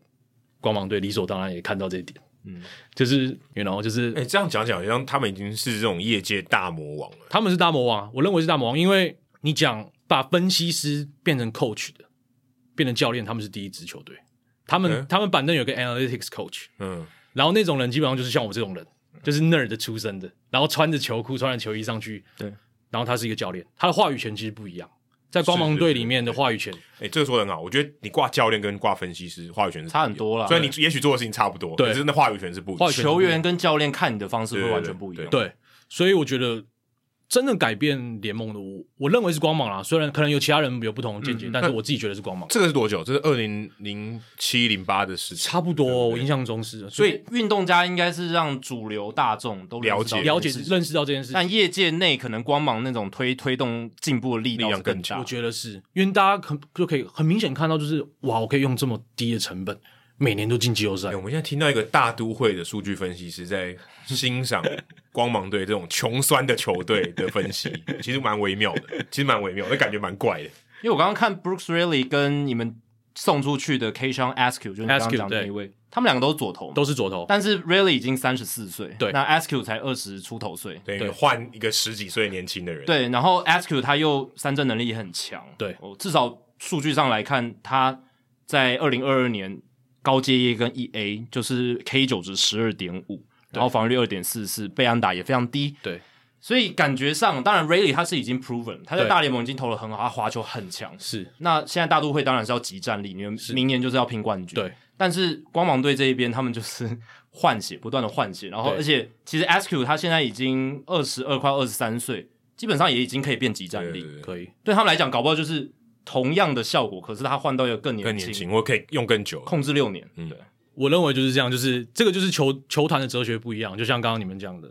Speaker 3: 光芒队理所当然也看到这一点，嗯，就是然后就是、
Speaker 2: 哎、这样讲讲，好像他们已经是这种业界大魔王了。
Speaker 3: 他们是大魔王啊，我认为是大魔王，因为你讲把分析师变成 coach 的，变成教练，他们是第一支球队，他们、
Speaker 2: 嗯
Speaker 3: 他们板凳有个 analytics coach，
Speaker 2: 嗯，
Speaker 3: 然后那种人基本上就是像我这种人，就是 nerd 出身的，然后穿着球裤、穿着球衣上去，
Speaker 1: 对，
Speaker 3: 然后他是一个教练，他的话语权其实不一样，在光芒队里面的话语权，
Speaker 2: 哎、这个说的很好，我觉得你挂教练跟挂分析师话语权是
Speaker 1: 差很多啦
Speaker 2: 虽然你也许做的事情差不多，
Speaker 3: 对
Speaker 2: 可是那话语权是不一
Speaker 3: 话
Speaker 2: 样
Speaker 3: 语。权
Speaker 1: 球员跟教练看你的方式会完全不一样。
Speaker 2: 对
Speaker 3: 对，所以我觉得真正改变联盟的，我我认为是光芒啦，虽然可能有其他人有不同的见解，但是我自己觉得是光芒，
Speaker 2: 这个是多久？这是二零零七零八的事情，
Speaker 3: 差不多，我印象中是，所
Speaker 1: 所以运动家应该是让主流大众都认识到
Speaker 2: 了解
Speaker 3: 了解
Speaker 1: 这件事情
Speaker 3: 认识到这件事情。
Speaker 1: 但业界内可能光芒那种推推动进步的力道
Speaker 2: 力
Speaker 1: 是
Speaker 2: 量更
Speaker 1: 更大。
Speaker 2: 强
Speaker 3: 我觉得是因为大家可就可以很明显看到，就是哇，我可以用这么低的成本，每年都进季后赛
Speaker 2: 哎，我们现在听到一个大都会的数据分析师在 欣赏光芒队这种穷酸的球队的分析，其实蛮微妙的，其实蛮微妙，那感觉蛮怪的。
Speaker 1: 因为我刚刚看 Brooks Riley 跟你们送出去的 K. s h a n Askew，就是你刚刚
Speaker 3: Askew，
Speaker 1: 讲的那
Speaker 3: 对
Speaker 1: 一位，他们两个都是左投嘛，
Speaker 3: 都是左投。
Speaker 1: 但是 Really 已经三十四岁，
Speaker 3: 对
Speaker 1: 那 Askew 才二十出头岁，
Speaker 2: 对，你换一个十几岁年轻的人，，
Speaker 1: 对，然后 Askew 他又三振能力也很强，
Speaker 3: 对
Speaker 1: 哦，至少数据上来看，他在二零二二年高阶业跟 EA 就是 K 九值十二点五，然后防御率二点四四，被安打也非常低，
Speaker 3: 对，
Speaker 1: 所以感觉上，当然 Really 他是已经 proven，他在
Speaker 3: 对
Speaker 1: 大联盟已经投的很好，他滑球很强。
Speaker 3: 是
Speaker 1: 那现在大都会当然是要集战力，你们明年就是要拼冠军。
Speaker 3: 对，
Speaker 1: 但是光芒队这一边，他们就是换血，不断的换血，然后
Speaker 3: 对
Speaker 1: 而且其实 SQ 他现在已经二十二快二十三岁，基本上也已经可以变集战力。
Speaker 2: 对
Speaker 3: 可以，
Speaker 1: 对他们来讲，搞不好就是同样的效果，可是他换到一个更
Speaker 2: 更
Speaker 1: 年
Speaker 2: 年
Speaker 1: 轻，
Speaker 2: 轻，我可以用更久。
Speaker 1: 控制六年。
Speaker 2: 嗯
Speaker 1: 对，
Speaker 3: 我认为就是这样，就是这个就是球球团的哲学不一样，就像刚刚你们讲的，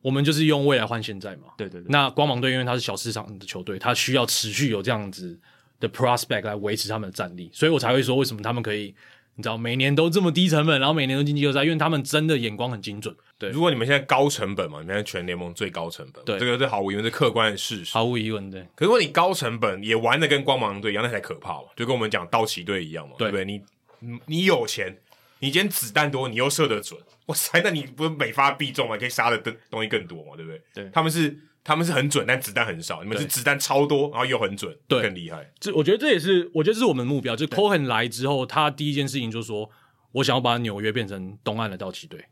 Speaker 3: 我们就是用未来换现在嘛。
Speaker 1: 对对对，
Speaker 3: 那光芒队因为它是小市场的球队，它需要持续有这样子的 prospect 来维持他们的战力，所以我才会说为什么他们可以，你知道每年都这么低成本，然后每年都进季后赛，因为他们真的眼光很精准，对
Speaker 2: 如果你们现在高成本嘛，你们现在全联盟最高成本，
Speaker 3: 对
Speaker 2: 这个是毫无疑问是客观的事实。
Speaker 3: 毫无疑问的。
Speaker 2: 可是如果你高成本也玩的跟光芒队一样，那才可怕嘛，就跟我们讲道奇队一样嘛，对
Speaker 3: 对
Speaker 2: 不对？你你你有钱，你今天子弹多，你又射得准，哇塞，那你不是每发必中嘛？你可以杀的东东西更多嘛，对不对？
Speaker 1: 对
Speaker 2: 他们是他们是很准，但子弹很少，你们是
Speaker 3: 对
Speaker 2: 子弹超多，然后又很准，
Speaker 3: 对
Speaker 2: 更厉害。
Speaker 3: 这我觉得这也是，我觉得这是我们的目标。就是 Cohen 来之后，他第一件事情就说，我想要把纽约变成东岸的道奇队。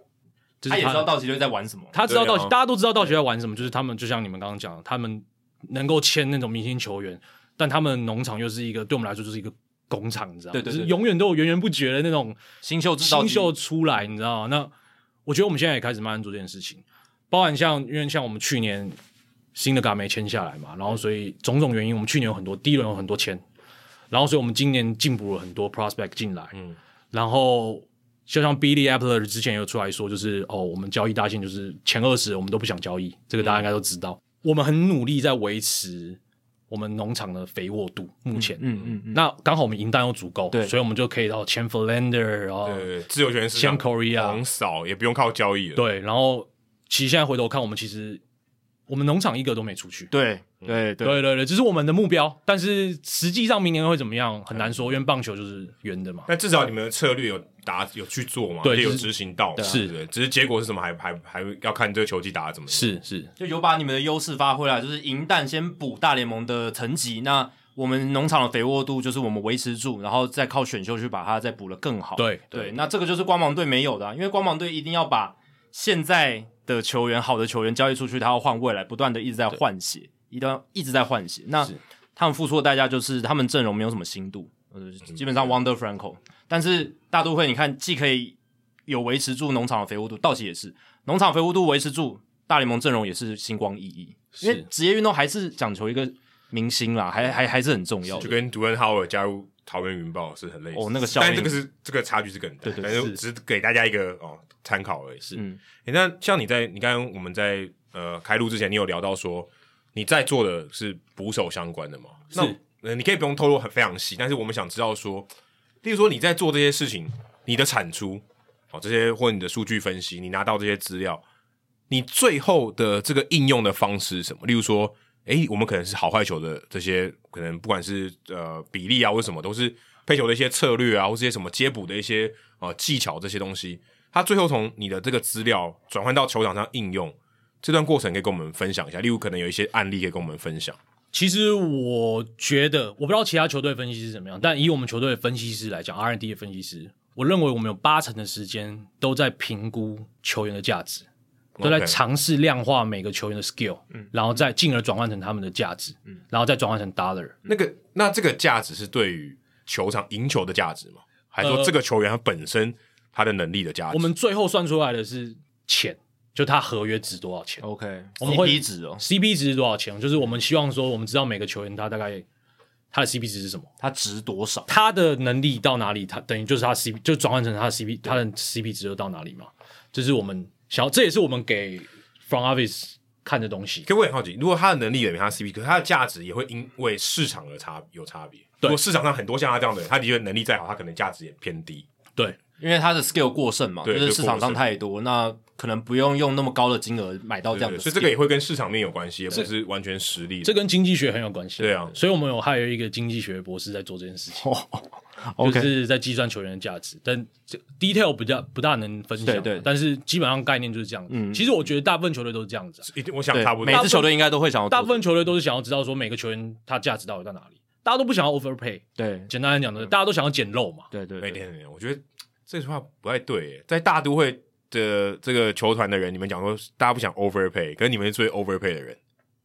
Speaker 3: 这
Speaker 1: 他
Speaker 3: 是
Speaker 1: 也
Speaker 3: 他
Speaker 1: 知道
Speaker 3: 的
Speaker 1: 道奇队在玩什么。
Speaker 3: 他知道
Speaker 2: 对啊
Speaker 3: 道奇，大家都知道道奇在玩什么，就是他们就像你们刚刚讲的，他们能够签那种明星球员，但他们农场又是一个对我们来说就是一个工厂，你知道吗？
Speaker 1: 对对对
Speaker 3: 就是永远都有源源不绝的那种
Speaker 1: 新秀制造
Speaker 3: 新
Speaker 1: 机
Speaker 3: 秀出来，你知道吗？那我觉得我们现在也开始慢慢做这件事情，包含像因为像我们去年新的嘎没签下来嘛，然后所以种种原因，我们去年有很多第一轮有很多签，然后所以我们今年进补了很多 prospect 进来，嗯，然后就像 Billy Apple 之前有出来说，就是哦，我们交易大限就是前二十我们都不想交易，这个大家应该都知道，我们很努力在维持我们农场的肥沃度，目前，
Speaker 1: 嗯嗯嗯，
Speaker 3: 那刚好我们银弹又足够，
Speaker 1: 对
Speaker 3: 所以我们就可以到签 Flander，然后
Speaker 2: 对，自由球员市场
Speaker 3: 签
Speaker 1: 啊
Speaker 3: Korea
Speaker 2: 狂扫，也不用靠交易了。
Speaker 3: 啊对，然后其实现在回头看，我们其实我们农场一个都没出去。
Speaker 1: 对对对，
Speaker 3: 对对对，这是我们的目标，但是实际上明年会怎么样很难说，因为棒球就是圆的嘛。
Speaker 2: 但至少你们的策略有达有去做嘛，
Speaker 3: 对啊
Speaker 2: 也有
Speaker 3: 就是
Speaker 2: 执行到嘛，
Speaker 3: 是
Speaker 2: 对不对，只是结果是什么还还还要看这个球季打得怎么样。
Speaker 3: 是是，
Speaker 1: 就有把你们的优势发挥了，就是银弹先补大联盟的层级，那我们农场的肥沃度就是我们维持住，然后再靠选秀去把它再补的更好。
Speaker 3: 对
Speaker 1: 对，那这个就是光芒队没有的啊、因为光芒队一定要把现在的球员、好的球员交易出去，他要换未来，不断的一直在换血，一定要一直在换血。那
Speaker 3: 是
Speaker 1: 他们付出的代价就是他们阵容没有什么新度，呃，基本上 Wonder Franco，但是大都会你看既可以有维持住农场的肥沃度，道奇也是农场肥沃度维持住，大联盟阵容也是星光熠熠，因为
Speaker 3: 是
Speaker 1: 职业运动还是讲求一个明星啦，还还还是很重要
Speaker 2: 就
Speaker 1: 的。
Speaker 2: 跟杜恩哈尔加入桃园云豹是很类似
Speaker 1: 哦那个效应
Speaker 2: 但这个是这个差距是更大，
Speaker 1: 对对
Speaker 2: 但是
Speaker 3: 是
Speaker 2: 只给大家一个哦参考而已。是
Speaker 1: 嗯，
Speaker 2: 诶那像你在你刚刚我们在呃开录之前，你有聊到说你在做的是捕手相关的嘛？
Speaker 3: 是
Speaker 2: 那呃你可以不用透露很非常细，但是我们想知道说，例如说你在做这些事情，你的产出哦这些或你的数据分析，你拿到这些资料，你最后的这个应用的方式是什么？例如说，诶、我们可能是好坏球的这些，可能不管是呃比例啊，或者什么，都是配球的一些策略啊，或是一些什么接补的一些呃技巧这些东西，它最后从你的这个资料转换到球场上应用，这段过程可以跟我们分享一下。例如，可能有一些案例可以跟我们分享。
Speaker 3: 其实我觉得，我不知道其他球队分析师怎么样，但以我们球队的分析师来讲，R&D 的分析师，我认为我们有八成的时间都在评估球员的价值，都在
Speaker 2: OK
Speaker 3: 尝试量化每个球员的 skill，然后再进而转换成他们的价值，然后再转换成 dollar。
Speaker 2: 那个，那这个价值是对于球场赢球的价值吗？还是说
Speaker 3: 呃
Speaker 2: 这个球员他本身他的能力的价值？
Speaker 3: 我们最后算出来的是钱，就他合约值多少钱、
Speaker 1: OK，
Speaker 3: 我们会
Speaker 1: CP 值哦，
Speaker 3: c p 值是多少钱，就是我们希望说，我们知道每个球员他大概他的 CP 值是什么，
Speaker 1: 它值多少？
Speaker 3: 他的能力到哪里，他等于就是他 CP 就转换成他的 CP，他的 CP 值就到哪里嘛，这、是我们想要，这也是我们给 From Office 看的东西。
Speaker 2: 可我也好奇，如果他的能力也没他 CP，可是他的价值也会因为市场而差有差别。如果市场上很多像他这样的人，他的确能力再好，他可能价值也偏低。
Speaker 3: 对，
Speaker 1: 因为它的 skill 过剩嘛，就
Speaker 2: 对
Speaker 1: 是
Speaker 2: 就
Speaker 1: 市场上太多，那可能不用用那么高的金额买哦到这样的 skill，
Speaker 2: 所以这个也会跟市场面有关系，也不是完全实力的。
Speaker 3: 这跟经济学很有关系。
Speaker 2: 对啊
Speaker 3: 所以我们有还有一个经济学博士在做这件事情。
Speaker 1: 哦 OK
Speaker 3: 就是在计算球员的价值，但这 detail 比较不大能分享啊，
Speaker 1: 对对嗯
Speaker 3: 但是基本上概念就是这样子。其实我觉得大部分球队都是这样子啊、
Speaker 2: 一定我想
Speaker 1: 对
Speaker 2: 差不，多
Speaker 1: 每。支球队应该都会想要
Speaker 3: 大
Speaker 1: 做
Speaker 3: 部分球队都是想要知道说每个球员他价值到底在哪里，大家都不想要 overpay。
Speaker 1: 对
Speaker 3: 简单来讲呢，大家都想要捡漏嘛。
Speaker 1: 对对
Speaker 2: 对
Speaker 1: 对，
Speaker 2: 对对，我觉得这句话不太对耶。在大都会的这个球团的人，你们讲说大家不想 overpay，可是你们是最 overpay 的人。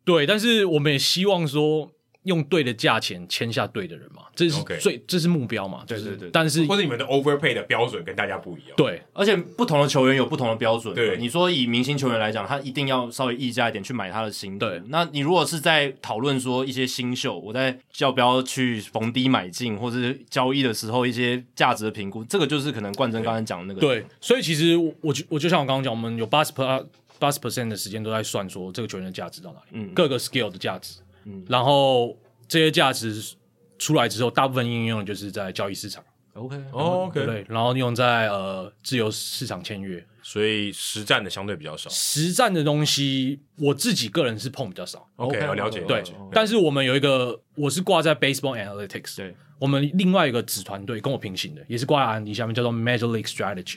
Speaker 3: 对，但是我们也希望说用对的价钱签下对的人嘛，这是
Speaker 2: OK
Speaker 3: 最这是目标嘛。就是
Speaker 1: 对对对
Speaker 3: 但是
Speaker 2: 或者你们的 overpay 的标准跟大家不一样。
Speaker 3: 对
Speaker 1: 而且不同的球员有不同的标准。
Speaker 2: 对
Speaker 1: 你说以明星球员来讲，他一定要稍微溢价一点去买他的薪。
Speaker 3: 对，
Speaker 1: 那你如果是在讨论说一些新秀，我在要不要去逢低买进，或者是交易的时候一些价值的评估，这个就是可能冠真刚才讲的那个。
Speaker 3: 对，所以其实我我就我就像我刚刚讲，我们有八十 per 八十 percent 的时间都在算说这个球员的价值到哪里，
Speaker 1: 嗯
Speaker 3: 各个 skill 的价值，嗯，然后这些价值出来之后，大部分应用就是在交易市场，
Speaker 1: ，OK，
Speaker 2: 哦，OK，
Speaker 3: 对，然后用在呃自由市场签约，
Speaker 2: 所以实战的相对比较少。
Speaker 3: 实战的东西，我自己个人是碰比较少。
Speaker 2: OK，
Speaker 1: OK，
Speaker 2: 我了解，
Speaker 1: 哦 OK，
Speaker 3: 对
Speaker 2: 了解，
Speaker 3: 但是我们有一个，我是挂在 Baseball Analytics，
Speaker 1: 对，
Speaker 3: 我们另外一个子团队跟我平行的，也是挂在 R&D 下面，叫做 Major League Strategy，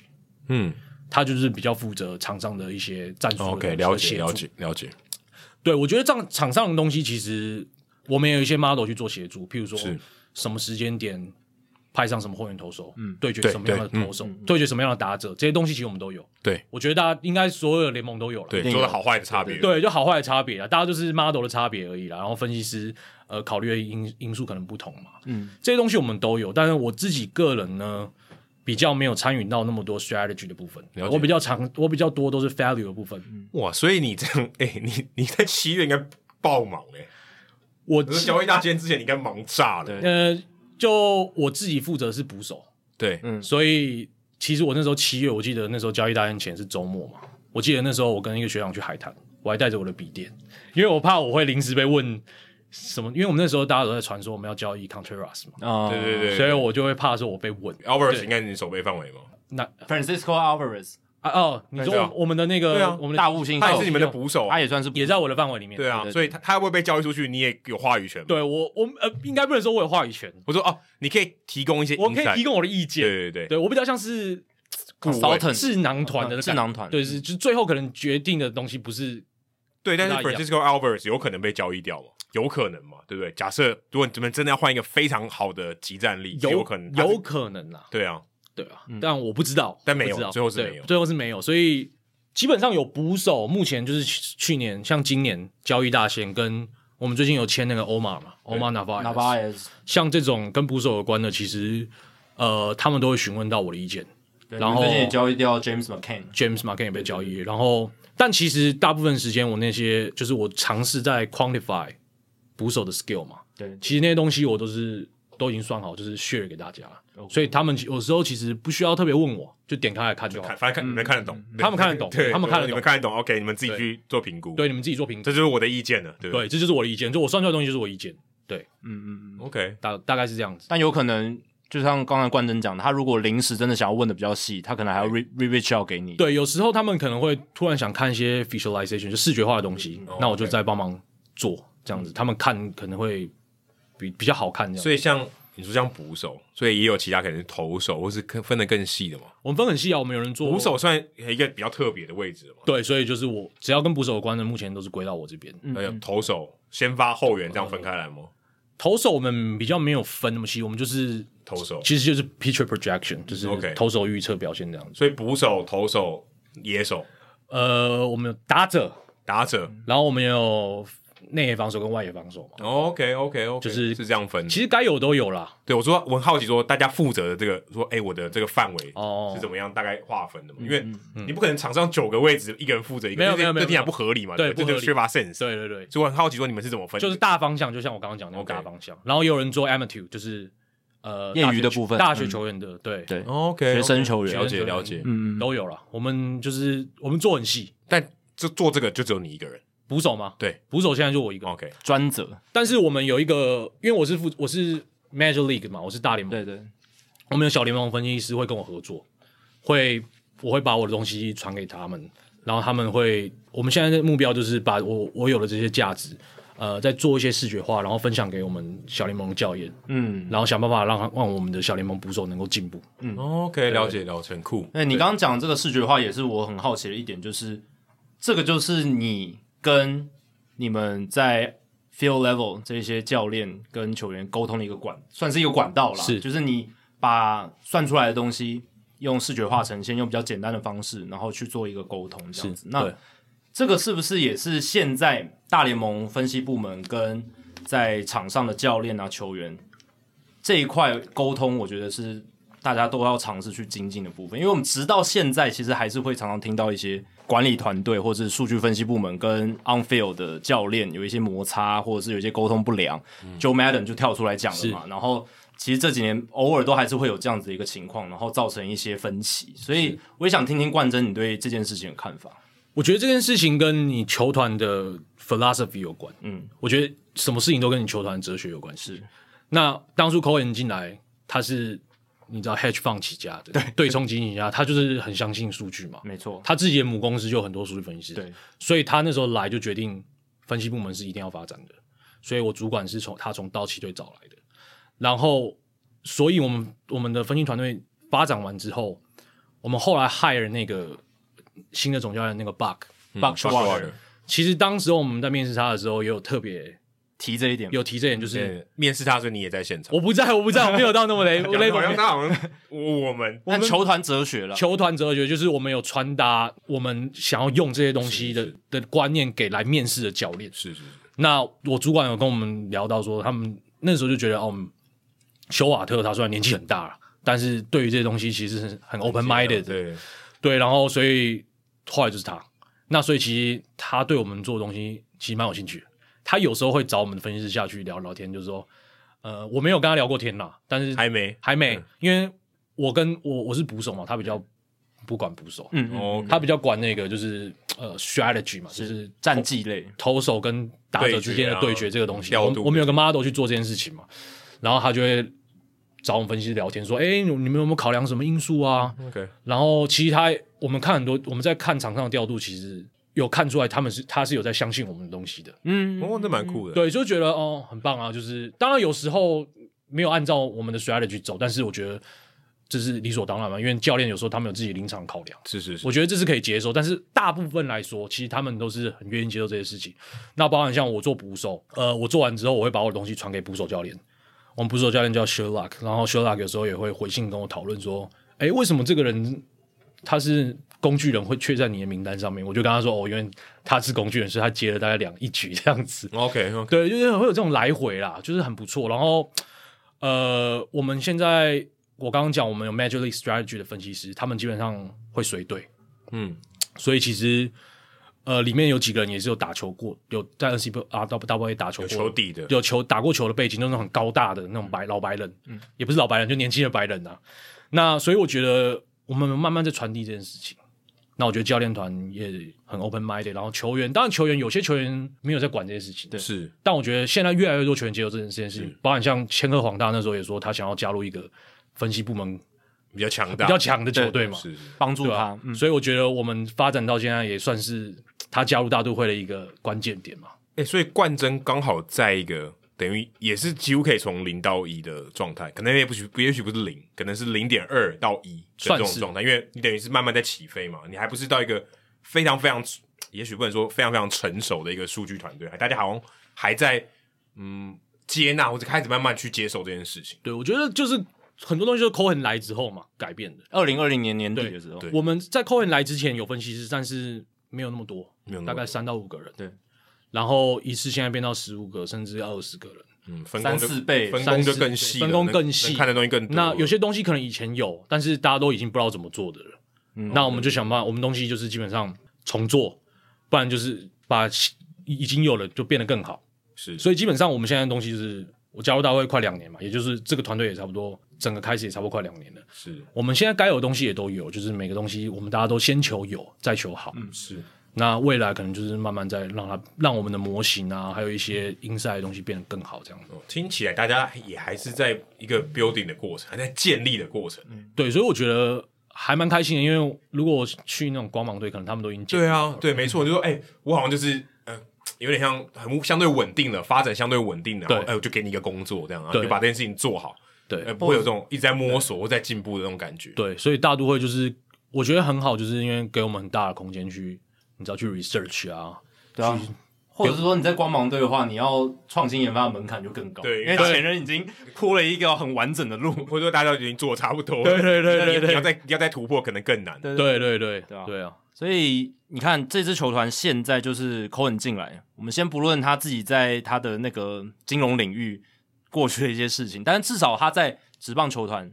Speaker 2: 嗯
Speaker 3: 他就是比较负责场上的一些战术的东西
Speaker 2: 哦，OK，
Speaker 3: 的
Speaker 2: 了
Speaker 3: 协
Speaker 2: 解，
Speaker 3: 助
Speaker 2: 了。解，了解。
Speaker 3: 对，我觉得这样场上的东西，其实我们也有一些 model 去做协助，譬如说
Speaker 2: 是
Speaker 3: 什么时间点派上什么后援投手，嗯，对决
Speaker 2: 对
Speaker 3: 什么样的
Speaker 2: 对嗯
Speaker 3: 投手，对决什么样的打者，这些东西其实我们都有。
Speaker 2: 对
Speaker 3: 我觉得大家应该所有的联盟都有了。
Speaker 2: 啊对，
Speaker 1: 定
Speaker 2: 做的
Speaker 1: 有
Speaker 2: 好坏的差别。
Speaker 3: 对，就好坏的差别啊啦，大家就是 model 的差别而已啦。然后分析师呃考虑的因因素可能不同嘛，嗯，这些东西我们都有，但是我自己个人呢。比较没有参与到那么多 strategy 的部分，
Speaker 2: 了解嗯
Speaker 3: 我比较常，我比较多都是 value 的部分。
Speaker 2: 哇，所以你这样，哎、你你在七月应该爆忙哎、欸，
Speaker 3: 我
Speaker 2: 可 是交易大间之前你应该忙炸了。
Speaker 1: 对
Speaker 3: 呃，就我自己负责是捕手，
Speaker 2: 对，
Speaker 1: 嗯
Speaker 3: 所以其实我那时候七月，我记得那时候交易大限前是周末嘛，我记得那时候我跟一个学长去海滩，我还带着我的笔电，因为我怕我会临时被问什么，因为我们那时候大家都在传说我们要交易 Contreras 嘛，
Speaker 1: 啊，
Speaker 2: 对对对，
Speaker 3: 所以我就会怕说我被问。
Speaker 2: Albert
Speaker 3: 对
Speaker 2: 应该是你手背范围吗？
Speaker 3: 那
Speaker 1: ，Francisco Alvarez
Speaker 3: 啊哦，你说
Speaker 2: 对啊
Speaker 3: 我我们的那
Speaker 2: 对
Speaker 3: 个
Speaker 2: 啊
Speaker 3: 我们的
Speaker 1: 大物新秀，
Speaker 2: 他也是你们的捕手啊
Speaker 1: 他，也算是捕
Speaker 3: 也在我的范围里面。
Speaker 2: 对啊，
Speaker 1: 对对
Speaker 2: 所以他他会不会被交易出去，你也有话语权嘛？
Speaker 3: 对我我呃应该不能说我有话语权，
Speaker 2: 我说哦，你可以提供一些 insight，
Speaker 3: 我可以提供我的意见。
Speaker 2: 对对对，呃
Speaker 3: 对我比较像是
Speaker 2: 位
Speaker 1: consultant
Speaker 3: 智囊团的
Speaker 1: 智囊团
Speaker 3: 对，
Speaker 2: 嗯
Speaker 3: 是就最后可能决定的东西不是
Speaker 2: 对，但是
Speaker 3: 那一样
Speaker 2: Francisco Alvarez 有可能被交易掉嘛？有可能嘛？对不对？假设如果你们真的要换一个非常好的集战力，是有可能，他
Speaker 3: 有
Speaker 2: 是
Speaker 3: 可能啦，
Speaker 2: 对啊，
Speaker 3: 对啊，但我不知道，
Speaker 2: 但没有
Speaker 3: 不知道
Speaker 2: 最后是没有
Speaker 3: 对最后是没有，所以基本上有捕手，目前就是去去年像今年交易大限跟我们最近有签那个欧马嘛，欧马 n a v
Speaker 1: 啊
Speaker 3: a r
Speaker 1: Narvaez，
Speaker 3: 像这种跟捕手有关的，其实呃，他们都会询问到我的意见。
Speaker 1: 对
Speaker 3: 然后
Speaker 1: 你们最近也交易掉 James McCann，
Speaker 3: James m a r k a n 也被交易，然后但其实大部分时间我那些就是我尝试在 quantify 捕手的 skill 嘛，
Speaker 1: 对
Speaker 3: 其实那些东西我都是都已经算好，就是 share 给大家了所以他们有时候其实不需要特别问我，就点开来看就好
Speaker 2: 看，，反正看你们看得懂，对
Speaker 3: 他们看得懂
Speaker 2: 对，
Speaker 3: 嗯他们看得懂
Speaker 2: 你们看得懂，OK，你们自己去做评估，
Speaker 3: 对，你们自己做评
Speaker 2: 这
Speaker 3: 估，
Speaker 2: 就是我的意见了，对不
Speaker 3: 对，这就是我的意见，就我算出来的东西就是我意见，对，
Speaker 1: 嗯嗯嗯，
Speaker 2: ？OK，
Speaker 3: 大大概是这样子，
Speaker 1: 但有可能就像刚才冠真讲的，他如果临时真的想要问的比较细，他可能还要 re re reach out 给你。
Speaker 3: 对，有时候他们可能会突然想看一些 visualization，就视觉化的东西，
Speaker 2: 嗯
Speaker 3: 那
Speaker 2: 哦
Speaker 3: 我就再帮忙做这样子，他们看可能会比比较好看这样子。
Speaker 2: 所以像你说像捕手，所以也有其他可能是投手，或是更分得更细的嘛。
Speaker 3: 我们分很细啊，我们有人做
Speaker 2: 捕手算一个比较特别的位置嘛，
Speaker 3: 对，所以就是我只要跟捕手有关的，目前都是归到我这边。
Speaker 2: 还有呃投手、先发、后援这样分开来吗？
Speaker 3: 投手我们比较没有分那么细，我们就是
Speaker 2: 投手，
Speaker 3: 其实就是 pitcher projection，就是
Speaker 2: 嗯 OK
Speaker 3: 投手预测表现这样子。
Speaker 2: 所以捕手、投手、野手、
Speaker 3: 呃，我们有打者，
Speaker 2: 打者。
Speaker 3: 然后我们也有内野防守跟外野防守嘛，
Speaker 2: OK OK OK，
Speaker 3: 就是
Speaker 2: 是这样分的。
Speaker 3: 其实该有都有啦。
Speaker 2: 对，我说我很好奇，说大家负责的这个，说哎、我的这个范围
Speaker 3: 哦嗯
Speaker 2: 是怎么样大概划分的嘛？因为你不可能场上九个位置一个人负责一个，
Speaker 3: 没有
Speaker 2: 这
Speaker 3: 没有没有
Speaker 2: 这听起来不合理嘛？
Speaker 3: 对
Speaker 2: 不对
Speaker 3: 不
Speaker 2: 这
Speaker 3: 合
Speaker 2: 就
Speaker 3: 理
Speaker 2: 缺乏 sense。
Speaker 3: 对对对，
Speaker 2: 所以我很好奇，说你们是怎么分的？
Speaker 3: 就是大方向，就像我刚刚讲的那种
Speaker 2: OK
Speaker 3: 大方向。然后也有人做 amateur，就是呃
Speaker 1: 业余的
Speaker 3: 大学
Speaker 1: 部分
Speaker 3: 大学球员的，对
Speaker 1: 对
Speaker 2: OK
Speaker 1: 学生球员
Speaker 2: 了解了
Speaker 3: 学
Speaker 2: 解
Speaker 3: 生。
Speaker 1: 嗯，嗯
Speaker 3: 都有了。我们就是我们做很细，
Speaker 2: 但就做这个就只有你一个人。
Speaker 3: 捕手吗？
Speaker 2: 对，
Speaker 3: 捕手现在就我一个。
Speaker 2: OK，
Speaker 1: 专责，
Speaker 3: 但是我们有一个，因为我是负我是 Major League 嘛，我是大联盟，
Speaker 1: 对对，
Speaker 3: 我们有小联盟分析师会跟我合作，会我会把我的东西传给他们，然后他们会，我们现在的目标就是把我我有的这些价值，呃在做一些视觉化，然后分享给我们小联盟的教研，
Speaker 1: 嗯，
Speaker 3: 然后想办法让让我们的小联盟捕手能够进步。
Speaker 2: 嗯 OK，了解了解，很酷。
Speaker 1: 那你刚刚讲这个视觉化也是我很好奇的一点，就是这个就是你跟你们在 field level 这些教练跟球员沟通的一个管，算是一个管道啦。
Speaker 3: 是
Speaker 1: 就是你把算出来的东西用视觉化呈现，用比较简单的方式，然后去做一个沟通这样子。那
Speaker 3: 对
Speaker 1: 这个是不是也是现在大联盟分析部门跟在场上的教练啊、球员这一块沟通，我觉得是大家都要尝试去精进的部分，因为我们直到现在其实还是会常常听到一些管理团队或者是数据分析部门跟 on field 的教练有一些摩擦，或者是有一些沟通不良、j o e Madden 就跳出来讲了嘛，然后。其实这几年偶尔都还是会有这样子的一个情况，然后造成一些分歧，所以我也想听听冠真你对这件事情的看法。
Speaker 3: 我觉得这件事情跟你球团的 philosophy 有关。
Speaker 1: 嗯，
Speaker 3: 我觉得什么事情都跟你球团的哲学有关系。那当初 Cohen 进来，他是你知道 hedge fund 起家的，对对冲基金起家，他就是很相信数据嘛。
Speaker 1: 没错，
Speaker 3: 他自己的母公司就有很多数据分析师，
Speaker 1: 对，
Speaker 3: 所以他那时候来就决定分析部门是一定要发展的，所以我主管是从他从道奇队找来的，然后，所以我们我们的分析团队发展完之后，我们后来 hire 那个新的总教练那个 Buck、Buck s c h
Speaker 2: 嗯
Speaker 3: w a r
Speaker 2: Buck Showalter
Speaker 3: t 其实当时候我们在面试他的时候，也有特别
Speaker 1: 提这一点，
Speaker 3: 有提这点，就是
Speaker 2: 对，嗯面试他，所以你也在现场。
Speaker 3: 我不在，我不在，我没有到那么 雷
Speaker 2: 讲得好
Speaker 3: label
Speaker 2: 像他好像我我们
Speaker 1: 但球团哲学了，
Speaker 3: 球团哲学就是我们有传达我们想要用这些东西的的观念给来面试的教练。
Speaker 2: 是是是，
Speaker 3: 那我主管有跟我们聊到说，他们那时候就觉得，哦，休瓦特他虽然年纪很大了，但是对于这些东西其实是很 open minded 的，
Speaker 2: 对，
Speaker 3: 对，然后所以后来就是他，那所以其实他对我们做的东西其实蛮有兴趣的。他有时候会找我们的分析师下去聊聊天，就是说，呃，我没有跟他聊过天啦，但是
Speaker 2: 还没
Speaker 3: 还没，因为我跟我我是捕手嘛，他比
Speaker 2: 嗯
Speaker 3: 较不管捕手，啊
Speaker 1: 嗯，嗯
Speaker 2: 哦，
Speaker 3: 他比较管那个就是呃 strategy 嘛，就是
Speaker 1: 战绩类，
Speaker 3: 投手跟打者之间的对决这个东西，
Speaker 2: 对决啊
Speaker 3: 我
Speaker 2: 调
Speaker 3: 们
Speaker 2: 度
Speaker 3: 我们有个 model 去做这件事情嘛，然后他就会找我们分析师聊天说，哎、你们有没有考量什么因素啊？
Speaker 2: OK，
Speaker 3: 然后其实他我们看很多，我们在看场上的调度，其实有看出来他们是他是有在相信我们的东西的，
Speaker 1: 嗯
Speaker 2: 哦，那蛮酷的。
Speaker 3: 对，就觉得哦很棒啊，就是当然有时候没有按照我们的 strategy 走，但是我觉得这是理所当然嘛，因为教练有时候他们有自己临场考量。
Speaker 2: 是是是
Speaker 3: 我，觉得这是可以接受，但是大部分来说，其实他们都是很愿意接受这些事情。那包含像我做捕手，呃，我做完之后，我会把我的东西传给捕手教练。我们捕手教练叫 Sherlock，然后 Sherlock 有时候也会回信跟我讨论说，诶，为什么这个人他是工具人会却在你的名单上面？我就跟他说，哦，因为他是工具人，所以他接了大概两一局这样子。
Speaker 2: OK 嗯 OK，
Speaker 3: 对，就是会有这种来回啦，就是很不错。然后，呃，我们现在我刚刚讲，我们有 Major League Strategy 的分析师，他们基本上会随队，
Speaker 2: 嗯，
Speaker 3: 所以其实呃，里面有几个人也是有打球过，有在 NCAA 啊 W A 打球
Speaker 2: 有
Speaker 3: 过，
Speaker 2: 球底的，
Speaker 3: 有球打过球的背景，都是那种很高大的那种白老白人，
Speaker 2: 嗯
Speaker 3: 也不是老白人，就年轻的白人啊。那所以我觉得我们慢慢在传递这件事情。那我觉得教练团也很 open minded，然后球员当然球员有些球员没有在管这些事情，对
Speaker 2: 是
Speaker 3: 但我觉得现在越来越多球员接受这件这件事情，包含像千鹤黄大那时候也说他想要加入一个分析部门
Speaker 2: 比较强
Speaker 3: 比
Speaker 2: 大，
Speaker 3: 较强的球队嘛，
Speaker 2: 是是
Speaker 1: 帮助
Speaker 3: 啊对啊
Speaker 1: 他
Speaker 3: 吧，？
Speaker 1: 嗯，
Speaker 3: 所以我觉得我们发展到现在也算是他加入大都会的一个关键点嘛。
Speaker 2: 哎、所以冠真刚好在一个等于也是几乎可以从零到一的状态，可能也不许，也许不是零，可能是零点二到一的这
Speaker 3: 算
Speaker 2: 种
Speaker 3: 是
Speaker 2: 状态，因为你等于是慢慢在起飞嘛，你还不是到一个非常非常，也许不能说非常非常成熟的一个数据团队，大家好像还在嗯接纳或者开始慢慢去接受这件事情。
Speaker 3: 对，我觉得就是很多东西就是 Cohen 来之后嘛改变的。
Speaker 1: 二零二零年年底
Speaker 3: 对
Speaker 1: 的时候，
Speaker 2: 对
Speaker 3: 我们在 Cohen 来之前有分析师，但是没有那么多，
Speaker 2: 没有那么
Speaker 3: 大
Speaker 2: 多
Speaker 3: 概三到五个人。
Speaker 1: 对，
Speaker 3: 然后一次现在变到十五个，甚至二十个人。
Speaker 2: 嗯，分工就
Speaker 1: 三四倍
Speaker 2: 分工就更
Speaker 3: 三四
Speaker 2: 细
Speaker 3: 倍
Speaker 2: 了，
Speaker 3: 分工
Speaker 2: 能
Speaker 3: 更细
Speaker 2: 能看的东西更多了。
Speaker 3: 那有些东西可能以前有，但是大家都已经不知道怎么做的了。那我们就想办法，我们东西就是基本上重做，不然就是把已经有了就变得更好。
Speaker 2: 是
Speaker 3: 所以基本上我们现在的东西就是，我加入大会快两年嘛，也就是这个团队也差不多，整个开始也差不多快两年了。
Speaker 2: 是
Speaker 3: 我们现在该有的东西也都有，就是每个东西我们大家都先求有，再求好。
Speaker 2: 嗯是
Speaker 3: 那未来可能就是慢慢再让它让我们的模型啊，还有一些 inside 的东西变得更好，这样子。
Speaker 2: 哦听起来大家也还是在一个 building 的过程，还在建立的过程。
Speaker 3: 对，所以我觉得还蛮开心的，因为如果我去那种光芒队，可能他们都已经建
Speaker 2: 对啊，对，没错，就说哎、我好像就是呃有点像很相对稳定的发展，相对稳定的，然后
Speaker 3: 对
Speaker 2: 哎，我就给你一个工作这样，然后
Speaker 3: 对
Speaker 2: 就把这件事情做好，
Speaker 3: 对
Speaker 2: 哎，不会有这种一直在摸索或在进步的那种感觉。
Speaker 3: 对，所以大都会就是我觉得很好，就是因为给我们很大的空间去，你知道去 research 啊，
Speaker 1: 对啊。或者是说你在光芒队的话，你要创新研发的门槛就更高，
Speaker 2: 对
Speaker 1: 因为
Speaker 2: 对
Speaker 1: 前人已经铺了一个很完整的路，
Speaker 2: 或者说大家都已经做的差不多了，
Speaker 3: 对对对
Speaker 2: 那
Speaker 3: 对
Speaker 2: 你
Speaker 3: 对
Speaker 2: 你要再你要再突破可能更难。
Speaker 1: 对
Speaker 3: 对对对
Speaker 1: 对啊
Speaker 3: 对啊，
Speaker 1: 所以你看，这支球团现在就是口很进来，我们先不论他自己在他的那个金融领域过去的一些事情，但是至少他在职棒球团，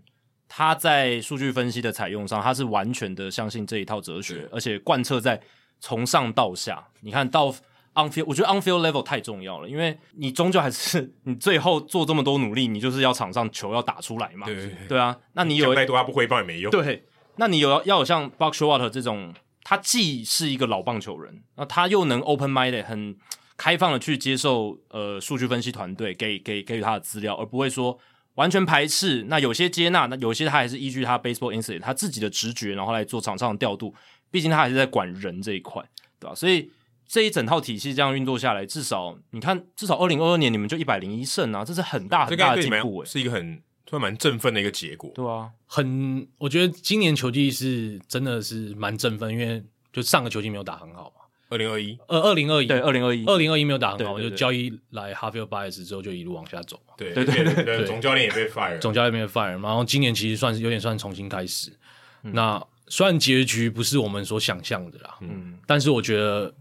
Speaker 1: 他在数据分析的采用上，他是完全的相信这一套哲学
Speaker 2: 是，
Speaker 1: 而且贯彻在从上到下。你看到 on field，我觉得 on field level 太重要了，因为你终究还是 你最后做这么多努力，你就是要场上球要打出来嘛。
Speaker 2: 对对对，
Speaker 1: 对啊，那你有
Speaker 2: 讲再多他不汇报也没用。
Speaker 1: 对，那你有要有像 Buck Showalter 这种，他既是一个老棒球人，那他又能 open minded 很开放的去接受呃数据分析团队给给给予他的资料，而不会说完全排斥。那有些接纳，那有些他还是依据他 baseball insight 他自己的直觉，然后来做场上的调度。毕竟他还是在管人这一块，对吧、所以这一整套体系这样运作下来，至少你看，至少二零二二年你们就一百零一胜啊，这是很大
Speaker 2: 这
Speaker 1: 很
Speaker 2: 个
Speaker 1: 大的
Speaker 2: 对你
Speaker 1: 进
Speaker 2: 们来
Speaker 1: 步欸诶、
Speaker 2: 讲是一个很突然蛮振奋的一个结果。
Speaker 1: 对啊，
Speaker 3: 很我觉得今年球季是真的是蛮振奋，因为就上个球季没有打很好嘛，
Speaker 2: 二零二一，
Speaker 3: 呃，二零二一
Speaker 1: 对，二零二一，
Speaker 3: 二零二一没有打很好，
Speaker 1: 对对对
Speaker 3: 就交易来 h a r v e y Bias 之后就一路往下走嘛。
Speaker 2: 对
Speaker 1: 对对
Speaker 2: 对对，总教练也被 fire，
Speaker 3: 总教练没 fire，然后今年其实算是有点算重新开始。那虽然结局不是我们所想象的啦，
Speaker 1: 嗯，
Speaker 3: 但是我觉得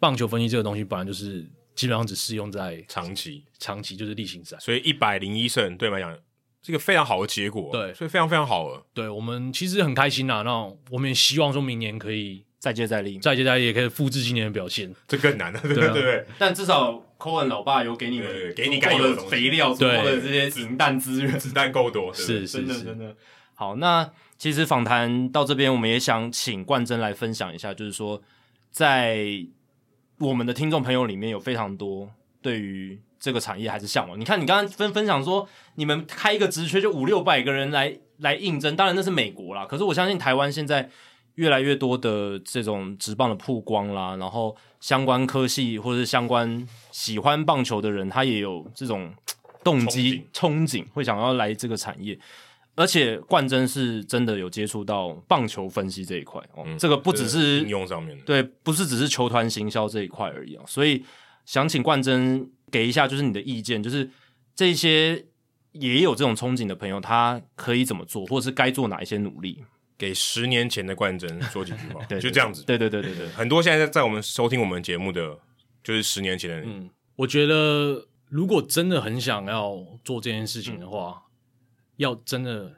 Speaker 3: 棒球分析这个东西本来就是基本上只适用在
Speaker 2: 长期，
Speaker 3: 长期，就是例行赛。
Speaker 2: 所以一百零一胜对你们来讲是一个非常好的结果，
Speaker 3: 对
Speaker 2: 所以非常非常好了。
Speaker 3: 对我们其实很开心啦，那我们也希望说明年可以
Speaker 1: 再接再厉。
Speaker 3: 再接再厉，也可以复制今年的表现。
Speaker 2: 这更难了，对对对，
Speaker 1: 但至少 Cohen 老爸有给你
Speaker 2: 对
Speaker 1: 们
Speaker 2: 给你
Speaker 1: 足够
Speaker 2: 该有的
Speaker 1: 的
Speaker 2: 东西
Speaker 1: 肥料，足够
Speaker 3: 对
Speaker 1: 的这些银弹资源，
Speaker 2: 子弹够多，对不对
Speaker 3: 是
Speaker 1: 真
Speaker 3: 是
Speaker 1: 的
Speaker 3: 是
Speaker 1: 真，的。好，那其实访谈到这边，我们也想请冠真来分享一下，就是说在我们的听众朋友里面有非常多对于这个产业还是向往。你看，你刚刚分分享说，你们开一个职缺就五六百个人来来应征，当然那是美国啦，可是我相信台湾现在。越来越多的这种职棒的曝光啦，然后相关科系或者是相关喜欢棒球的人，他也有这种动机憧憬，会想要来这个产业。而且冠真是真的有接触到棒球分析这一块哦，
Speaker 2: 嗯
Speaker 1: 这个不只
Speaker 2: 这
Speaker 1: 是
Speaker 2: 应用上面的，
Speaker 1: 对，不是只是球团行销这一块而已啊。所以想请冠真给一下，就是你的意见，就是这些也有这种憧憬的朋友，他可以怎么做，或者是该做哪一些努力？
Speaker 2: 给十年前的冠真说几句话，
Speaker 1: 对，
Speaker 2: 就
Speaker 1: 对
Speaker 2: 这样子。
Speaker 1: 对对对对对，
Speaker 2: 很多现在在我们收听我们节目的，就是十年前的人，
Speaker 3: 嗯，我觉得如果真的很想要做这件事情的话，要真的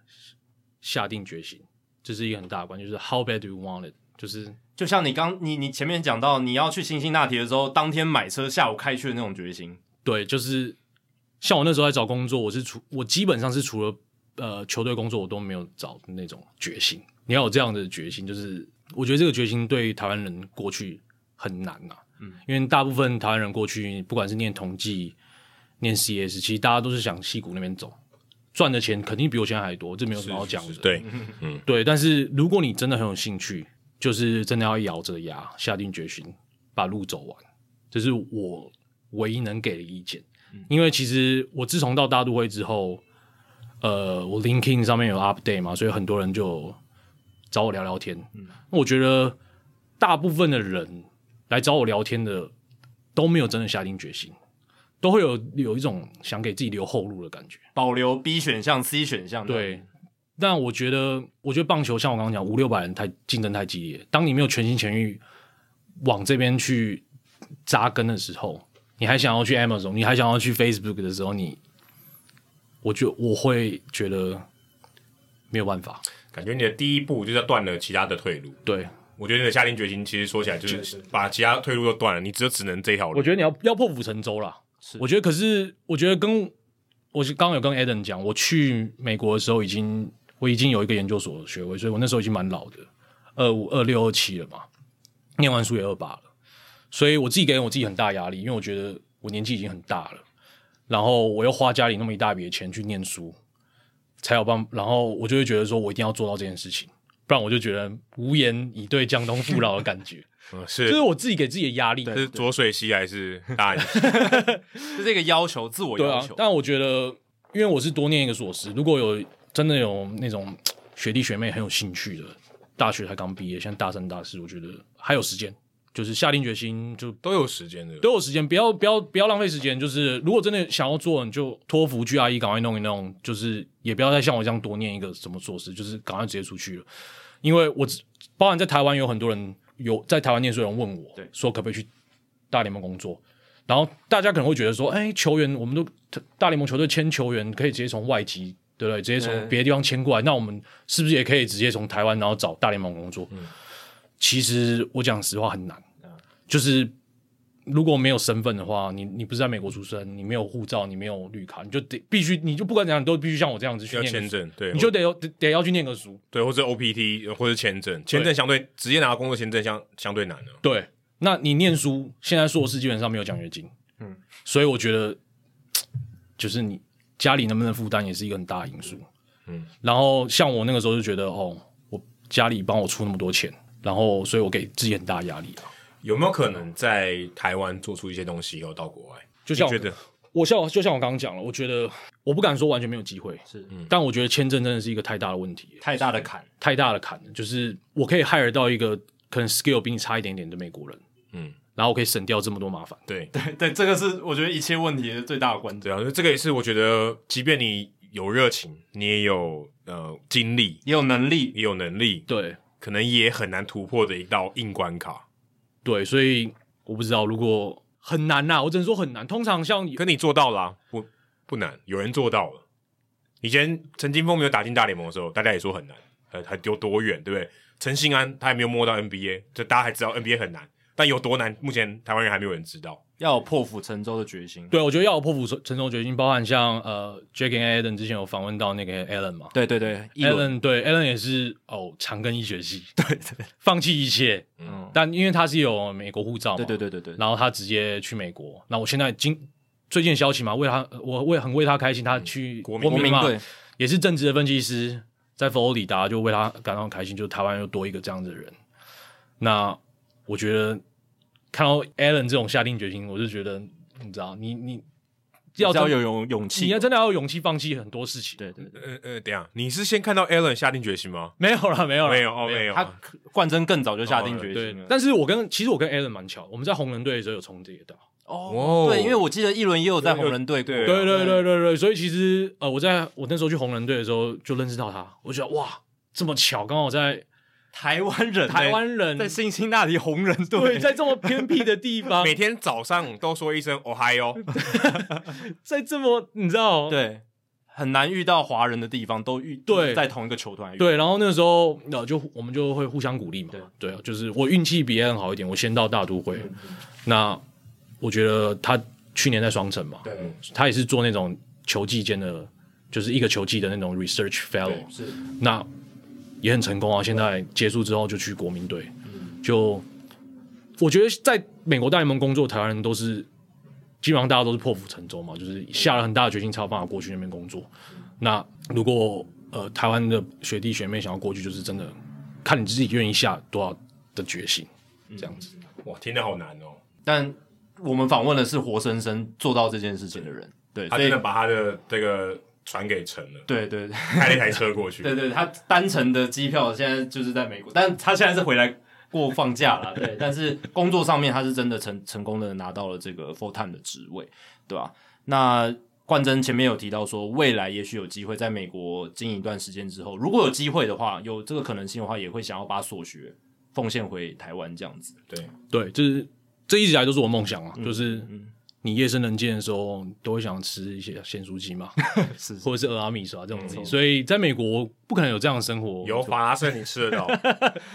Speaker 3: 下定决心，这是一个很大的关键，就是 how bad do you want it，就是
Speaker 1: 就像你刚你你前面讲到你要去辛辛那提的时候，当天买车，下午开去的那种决心，
Speaker 3: 对，就是像我那时候在找工作，我是除我基本上是除了呃球队工作，我都没有找那种决心。你要有这样的决心，就是我觉得这个决心对台湾人过去很难呐、嗯，因为大部分台湾人过去不管是念统计、念 CS，其实大家都是想戏谷那边走，赚的钱肯定比我现在还多，这没有什么好讲的。
Speaker 2: 是对，
Speaker 3: 对，但是如果你真的很有兴趣，就是真的要咬着牙下定决心把路走完，这是我唯一能给的意见。因为其实我自从到大都会之后，呃，我 LinkedIn 上面有 update 嘛，所以很多人就找我聊聊天。那我觉得大部分的人来找我聊天的都没有真的下定决心，都会有有一种想给自己留后路的感觉。
Speaker 1: 保留 B 选项、C 选项。
Speaker 3: 对，但我觉得，我觉得棒球像我刚刚讲，五六百人太竞争太激烈。当你没有全心全意往这边去扎根的时候，你还想要去 Amazon，你还想要去 Facebook 的时候，你，我就我会觉得没有办法。
Speaker 2: 感觉你的第一步就是断了其他的退路。
Speaker 3: 对，
Speaker 2: 我觉得你的下定决心，其实说起来就是把其他退路都断了，你只有只能这条路。
Speaker 3: 我觉得你要要破釜沉舟啦。
Speaker 1: 是
Speaker 3: 我觉得可是我觉得跟我是刚刚有跟 Adam 讲，我去美国的时候已经我已经有一个研究所的学位，所以我那时候已经蛮老的，二五、二六、二七了嘛，念完书也二八了，所以我自己给我自己很大压力，因为我觉得我年纪已经很大了，然后我又花家里那么一大笔的钱去念书，才有办，然后我就会觉得说我一定要做到这件事情，不然我就觉得无言以对江东父老的感觉，
Speaker 2: 嗯
Speaker 3: 就是是我自己给自己的压力。
Speaker 2: 是浊水溪还 是大安溪？
Speaker 1: 就是一个要求，自我
Speaker 3: 对
Speaker 1: 要
Speaker 3: 啊
Speaker 1: 求，。
Speaker 3: 但我觉得，因为我是多念一个硕士，如果有真的有那种学弟学妹很有兴趣的，大学才刚毕业，现在大三大四，我觉得还有时间，就是下定决心就
Speaker 2: 都有时间的，
Speaker 3: 都有时间，不要不要不要浪费时间。就是如果真的想要做，你就托福 GRE 赶快弄一弄，就是也不要再像我这样多念一个什么硕士，就是赶快直接出去了。因为我只包含在台湾有很多人有在台湾念书的人问我，
Speaker 1: 对
Speaker 3: 说可不可以去大联盟工作。然后大家可能会觉得说，哎，球员我们都大联盟球队签球员可以直接从外籍，对不对？直接从
Speaker 1: 嗯
Speaker 3: 别的地方签过来，那我们是不是也可以直接从台湾然后找大联盟工作？
Speaker 2: 嗯
Speaker 3: 其实我讲实话很难，就是如果没有身份的话，你你不是在美国出生，你没有护照，你没有绿卡，你就得必须，你就不管怎样，你都必须像我这样子去
Speaker 2: 要
Speaker 3: 念个
Speaker 2: 签
Speaker 3: 书，
Speaker 2: 证，对，
Speaker 3: 你就得要得得要去念个书。
Speaker 2: 对，或者 OPT 呃或者签证，签证相对直接拿到工作签证相相对难了。啊
Speaker 3: 对，那你念书，现在硕士基本上没有奖学金，嗯
Speaker 1: 嗯，
Speaker 3: 所以我觉得就是你家里能不能负担也是一个很大的因素，嗯
Speaker 2: 嗯。
Speaker 3: 然后像我那个时候就觉得，哦，我家里帮我出那么多钱，然后所以我给自己很大压力啊。
Speaker 2: 有没有可能在台湾做出一些东西以后到国外？
Speaker 3: 就
Speaker 2: 你
Speaker 3: 像我
Speaker 2: 觉得
Speaker 3: 我像我就像我刚刚讲了，我觉得我不敢说完全没有机会，
Speaker 1: 是
Speaker 2: 嗯
Speaker 3: 但我觉得签证真的是一个太大的问题，
Speaker 1: 太大的坎，
Speaker 3: 太大的坎了。就是我可以 hire 到一个可能 skill 比你差一点点的美国人，
Speaker 2: 嗯，
Speaker 3: 然后我可以省掉这么多麻烦。
Speaker 2: 对
Speaker 1: 对对，这个是我觉得一切问题的最大的关键，
Speaker 2: 对啊，这个也是我觉得，即便你有热情，你也有呃精力，
Speaker 1: 也有能力，
Speaker 2: 也有能力，
Speaker 3: 对
Speaker 2: 可能也很难突破的一道硬关卡。
Speaker 3: 对，所以我不知道，如果很难呐、我只能说很难。通常像
Speaker 2: 可你做到啦、不不难，有人做到了。以前陈金峰没有打进大联盟的时候，大家也说很难，很很有多远，对不对？陈信安他还没有摸到 NBA，就大家还知道 NBA 很难，但有多难，目前台湾人还没有人知道。
Speaker 1: 要有破釜沉舟的决心。
Speaker 3: 对我觉得要有破釜沉舟决心，包含像呃 j a c k and Allen 之前有访问到那个 Allen 嘛
Speaker 1: 对对对，一轮
Speaker 3: ，Allen 对 Allen 也是哦长庚医学系，对对，放弃一切，嗯，但因为他是有美国护照嘛，
Speaker 1: 对对对对对，
Speaker 3: 然后他直接去美国。那我现在今最近的消息嘛，为他我为很为他开心，他去
Speaker 2: 国民
Speaker 3: 民
Speaker 1: 国民
Speaker 3: 嘛，
Speaker 1: 队
Speaker 3: 也是正直的分析师，在佛罗里达就为他感到很开心，就台湾又多一个这样子的人。那我觉得看到 Allen 这种下定决心，我就觉得你知道，你你要
Speaker 1: 要
Speaker 3: 真
Speaker 1: 有勇勇气，
Speaker 3: 你要真的要有勇气放弃很多事情。
Speaker 1: 对对对，
Speaker 2: 呃呃，等一下，你是先看到 Allen 下定决心吗？
Speaker 3: 没有了，没有了，
Speaker 2: 没有，哦，没有。
Speaker 1: 他冠真更早就下定决
Speaker 3: 对
Speaker 1: 心啊了，。
Speaker 3: 但是我跟其实我跟 Allen 蛮巧，我们在红人队的时候有重叠到。
Speaker 1: 哦，对，因为我记得一轮也有在红人队过，
Speaker 2: 对
Speaker 3: 对对对对对，所以其实呃，我在我那时候去红人队的时候就认识到他，我就觉得哇，这么巧，刚好在
Speaker 1: 台湾人，
Speaker 3: 台湾人
Speaker 1: 在辛辛那提红人
Speaker 3: 对，
Speaker 1: 队，
Speaker 3: 在这么偏僻的地方
Speaker 2: 每，天早上都说一声 “Ohio”，
Speaker 3: 在这么你知道
Speaker 1: 对，很难遇到华人的地方都遇，
Speaker 3: 对
Speaker 1: 在同一个球团遇，
Speaker 3: 对，然后那时候呃，就我们就会互相鼓励嘛，对嗯啊，就是我运气比 Allen 好一点，我先到大都会，那我觉得他去年在双城嘛，
Speaker 1: 对，
Speaker 3: 他也是做那种球技间的，就是一个球技的那种 research fellow，
Speaker 1: 是
Speaker 3: 那也很成功啊。现在结束之后就去国民队，就我觉得在美国大联盟工作，台湾人都是基本上大家都是破釜沉舟嘛，就是下了很大的决心才有办法过去那边工作。那如果呃台湾的学弟学妹想要过去，就是真的看你自己愿意下多少的决心，这样子。
Speaker 2: 哇，听得好难哦。
Speaker 1: 但我们访问的是活生生做到这件事情的人，对，
Speaker 2: 他
Speaker 1: 所
Speaker 2: 真
Speaker 1: 以
Speaker 2: 的把他的这个船给沉了，
Speaker 1: 对对对
Speaker 2: 开了一台车过去。
Speaker 1: 对对，他单程的机票现在就是在美国，但他现在是回来过放假了，对，但是工作上面他是真的成成功的拿到了这个 full time 的职位，对吧、那冠真前面有提到说，未来也许有机会在美国经营一段时间之后，如果有机会的话，有这个可能性的话，也会想要把所学奉献回台湾这样子。
Speaker 2: 对，
Speaker 3: 对，就是这一直以来都是我梦想啊，就是。你夜深人静的时候，都会想吃一些咸酥鸡嘛，
Speaker 1: 是
Speaker 3: 或者是俄阿米刷这种东西，所以在美国不可能有这样的生活。
Speaker 2: 有法拉盛你吃得到，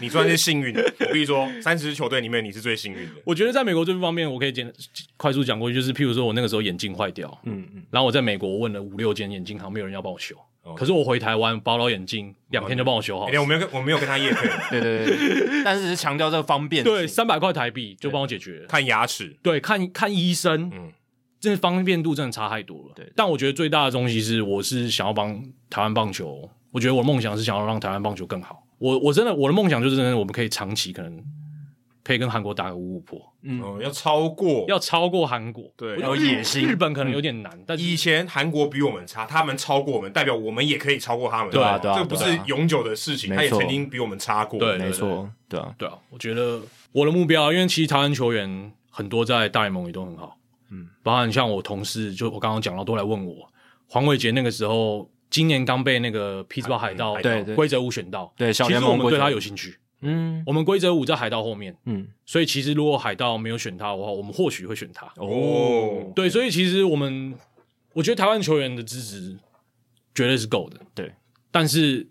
Speaker 2: 你算是幸运的。我必须说，三十支球队里面你是最幸运的。
Speaker 3: 我觉得在美国这方面，我可以简快速讲过去，就是譬如说我那个时候眼镜坏掉，
Speaker 1: 嗯嗯，
Speaker 3: 然后我在美国问了五六间眼镜行，没有人要帮我修。
Speaker 2: 哦
Speaker 3: 可是我回台湾包老眼镜，两天就帮我修好
Speaker 1: 哦
Speaker 2: 哎、。我没有跟我没有跟他夜配，
Speaker 1: 对对对， 但是只是强调这个方便性。
Speaker 3: 对，三百块台币就帮我解决。
Speaker 2: 看牙齿，
Speaker 3: 对，看看医生，
Speaker 2: 嗯，
Speaker 3: 这方便度真的差太多了。
Speaker 1: 对
Speaker 3: 但我觉得最大的东西是，我是想要帮台湾棒球，我觉得我的梦想是想要让台湾棒球更好。我我真的我的梦想就是真的，我们可以长期可能可以跟韩国打个五五破，
Speaker 2: 嗯，要超过。
Speaker 3: 要超过韩国。
Speaker 2: 对
Speaker 3: 我觉得
Speaker 1: 要有
Speaker 3: 日
Speaker 1: 野心
Speaker 3: 日本可能有点
Speaker 1: 嗯
Speaker 3: 难，但是
Speaker 2: 以前韩国比我们差，他们超过我们，代表我们也可以超过他们。
Speaker 1: 对啊对啊
Speaker 2: 这不
Speaker 1: 对
Speaker 2: 是
Speaker 1: 啊
Speaker 2: 永久的事情，
Speaker 1: 没
Speaker 2: 他也
Speaker 1: 错
Speaker 2: 曾经比我们差过。
Speaker 3: 对
Speaker 1: 没错，对啊，
Speaker 3: 对啊，我觉得我的目标，因为其实台湾球员很多在大联盟也都很好，嗯，包含像我同事，就我刚刚讲到，都来问我，黄伟杰那个时候今年刚被那个匹兹堡海盗
Speaker 2: 海
Speaker 1: 盗对对
Speaker 3: 规则五选到，
Speaker 1: 对小联
Speaker 3: 其实我
Speaker 1: 盟
Speaker 3: 们对他
Speaker 1: 规则
Speaker 3: 有兴趣，
Speaker 1: 嗯
Speaker 3: 我们规则五在海盗后面，
Speaker 1: 嗯，
Speaker 3: 所以其实如果海盗没有选他的话，我们或许会选他。
Speaker 2: 哦，
Speaker 3: 对，所以其实我们，我觉得台湾球员的支持绝对是够的，
Speaker 1: 对
Speaker 3: 但是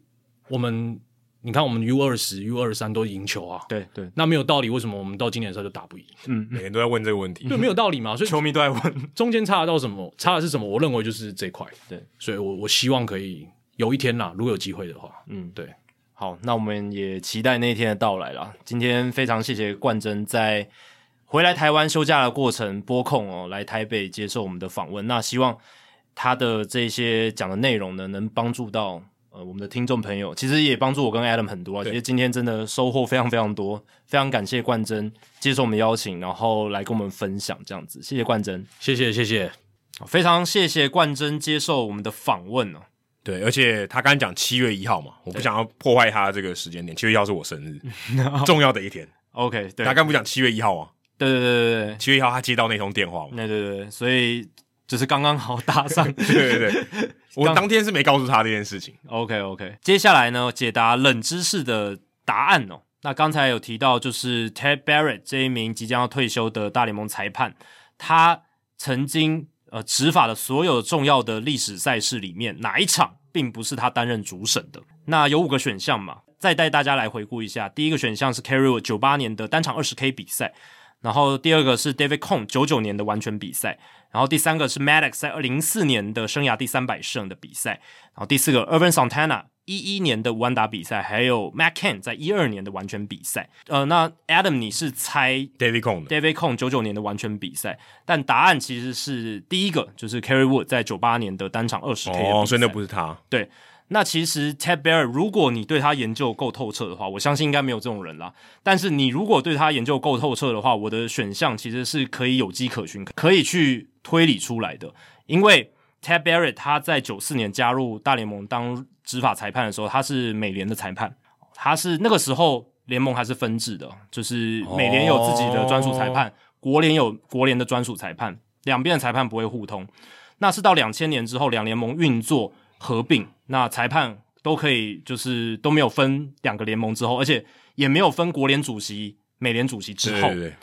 Speaker 3: 我们，你看我们 U 二十、U 二三都赢球啊，
Speaker 1: 对对，嗯
Speaker 3: 那没有道理，为什么我们到今年的时候就打 不赢？
Speaker 2: 每个人都在问这个问题
Speaker 3: 对，。没有道理嘛。所以
Speaker 1: 球迷都在问，
Speaker 3: 中间差得到什么？差的是什么？我认为就是这一块。
Speaker 1: 对，
Speaker 3: 所以我我希望可以有一天啦，如果有机会的话，
Speaker 1: 嗯，
Speaker 3: 对，
Speaker 1: 好，那我们也期待那一天的到来啦。今天非常谢谢冠真在回来台湾休假的过程播控哦，来台北接受我们的访问。那希望他的这些讲的内容呢，能帮助到呃我们的听众朋友，其实也帮助我跟 Adam 很多啊。其
Speaker 2: 对
Speaker 1: 实今天真的收获非常非常多，非常感谢冠真接受我们的邀请，然后来跟我们分享这样子，谢谢冠真，
Speaker 3: 谢谢谢谢，
Speaker 1: 非常谢谢冠真接受我们的访问哦。
Speaker 2: 对，而且他刚刚讲七月一号嘛，我不想要破坏他这个时间点。七月一号是我 生日，重要的一天。
Speaker 1: OK，对，
Speaker 2: 他刚不讲七月一号啊？
Speaker 1: 对对对对对，
Speaker 2: 七月一号他接到那通电话嘛？
Speaker 1: 那对对对，所以就是刚刚好搭上。
Speaker 2: 对 对对，我当天是没告诉他这件事情。
Speaker 1: OK OK，接下来呢，解答冷知识的答案哦。那刚才有提到，就是 Ted Barrett 这一名即将要退休的大联盟裁判，他曾经呃执法的所有重要的历史赛事里面，哪一场并不是他担任主审的？那有五个选项嘛，再带大家来回顾一下。第一个选项是 Carry 九八年的单场二十 K 比赛，然后第二个是 David Cohn 九九年的完全比赛，然后第三个是 Maddox 在二零四年的生涯第三百胜的比赛，然后第四个 Irvin Santana 一一年的弯打比赛，还有 Matt Ken 在一二年的完全比赛。呃，那 Adam 你是猜
Speaker 2: David Cone 的，
Speaker 1: David Cone 九九年的完全比赛，但答案其实是第一个，就是 Kerry Wood 在九八年的单场二十 K 的比赛。
Speaker 2: 哦，所以那不是他。
Speaker 1: 对。那其实 Ted Bear，如果你对他研究够透彻的话，我相信应该没有这种人啦。但是你如果对他研究够透彻的话，我的选项其实是可以有迹可循，可以去推理出来的。因为 Ted Barrett 他在九四年加入大联盟当执法裁判的时候，他是美联的裁判，他是那个时候联盟还是分制的，就是美联有自己的专属裁判，国联有国联的专属裁判，两边的裁判不会互通。那是到两千年之后，两联盟运作合并，那裁判都可以就是都没有分两个联盟之后，而且也没有分国联主席、美联主席之
Speaker 2: 对
Speaker 1: 后
Speaker 2: 对对，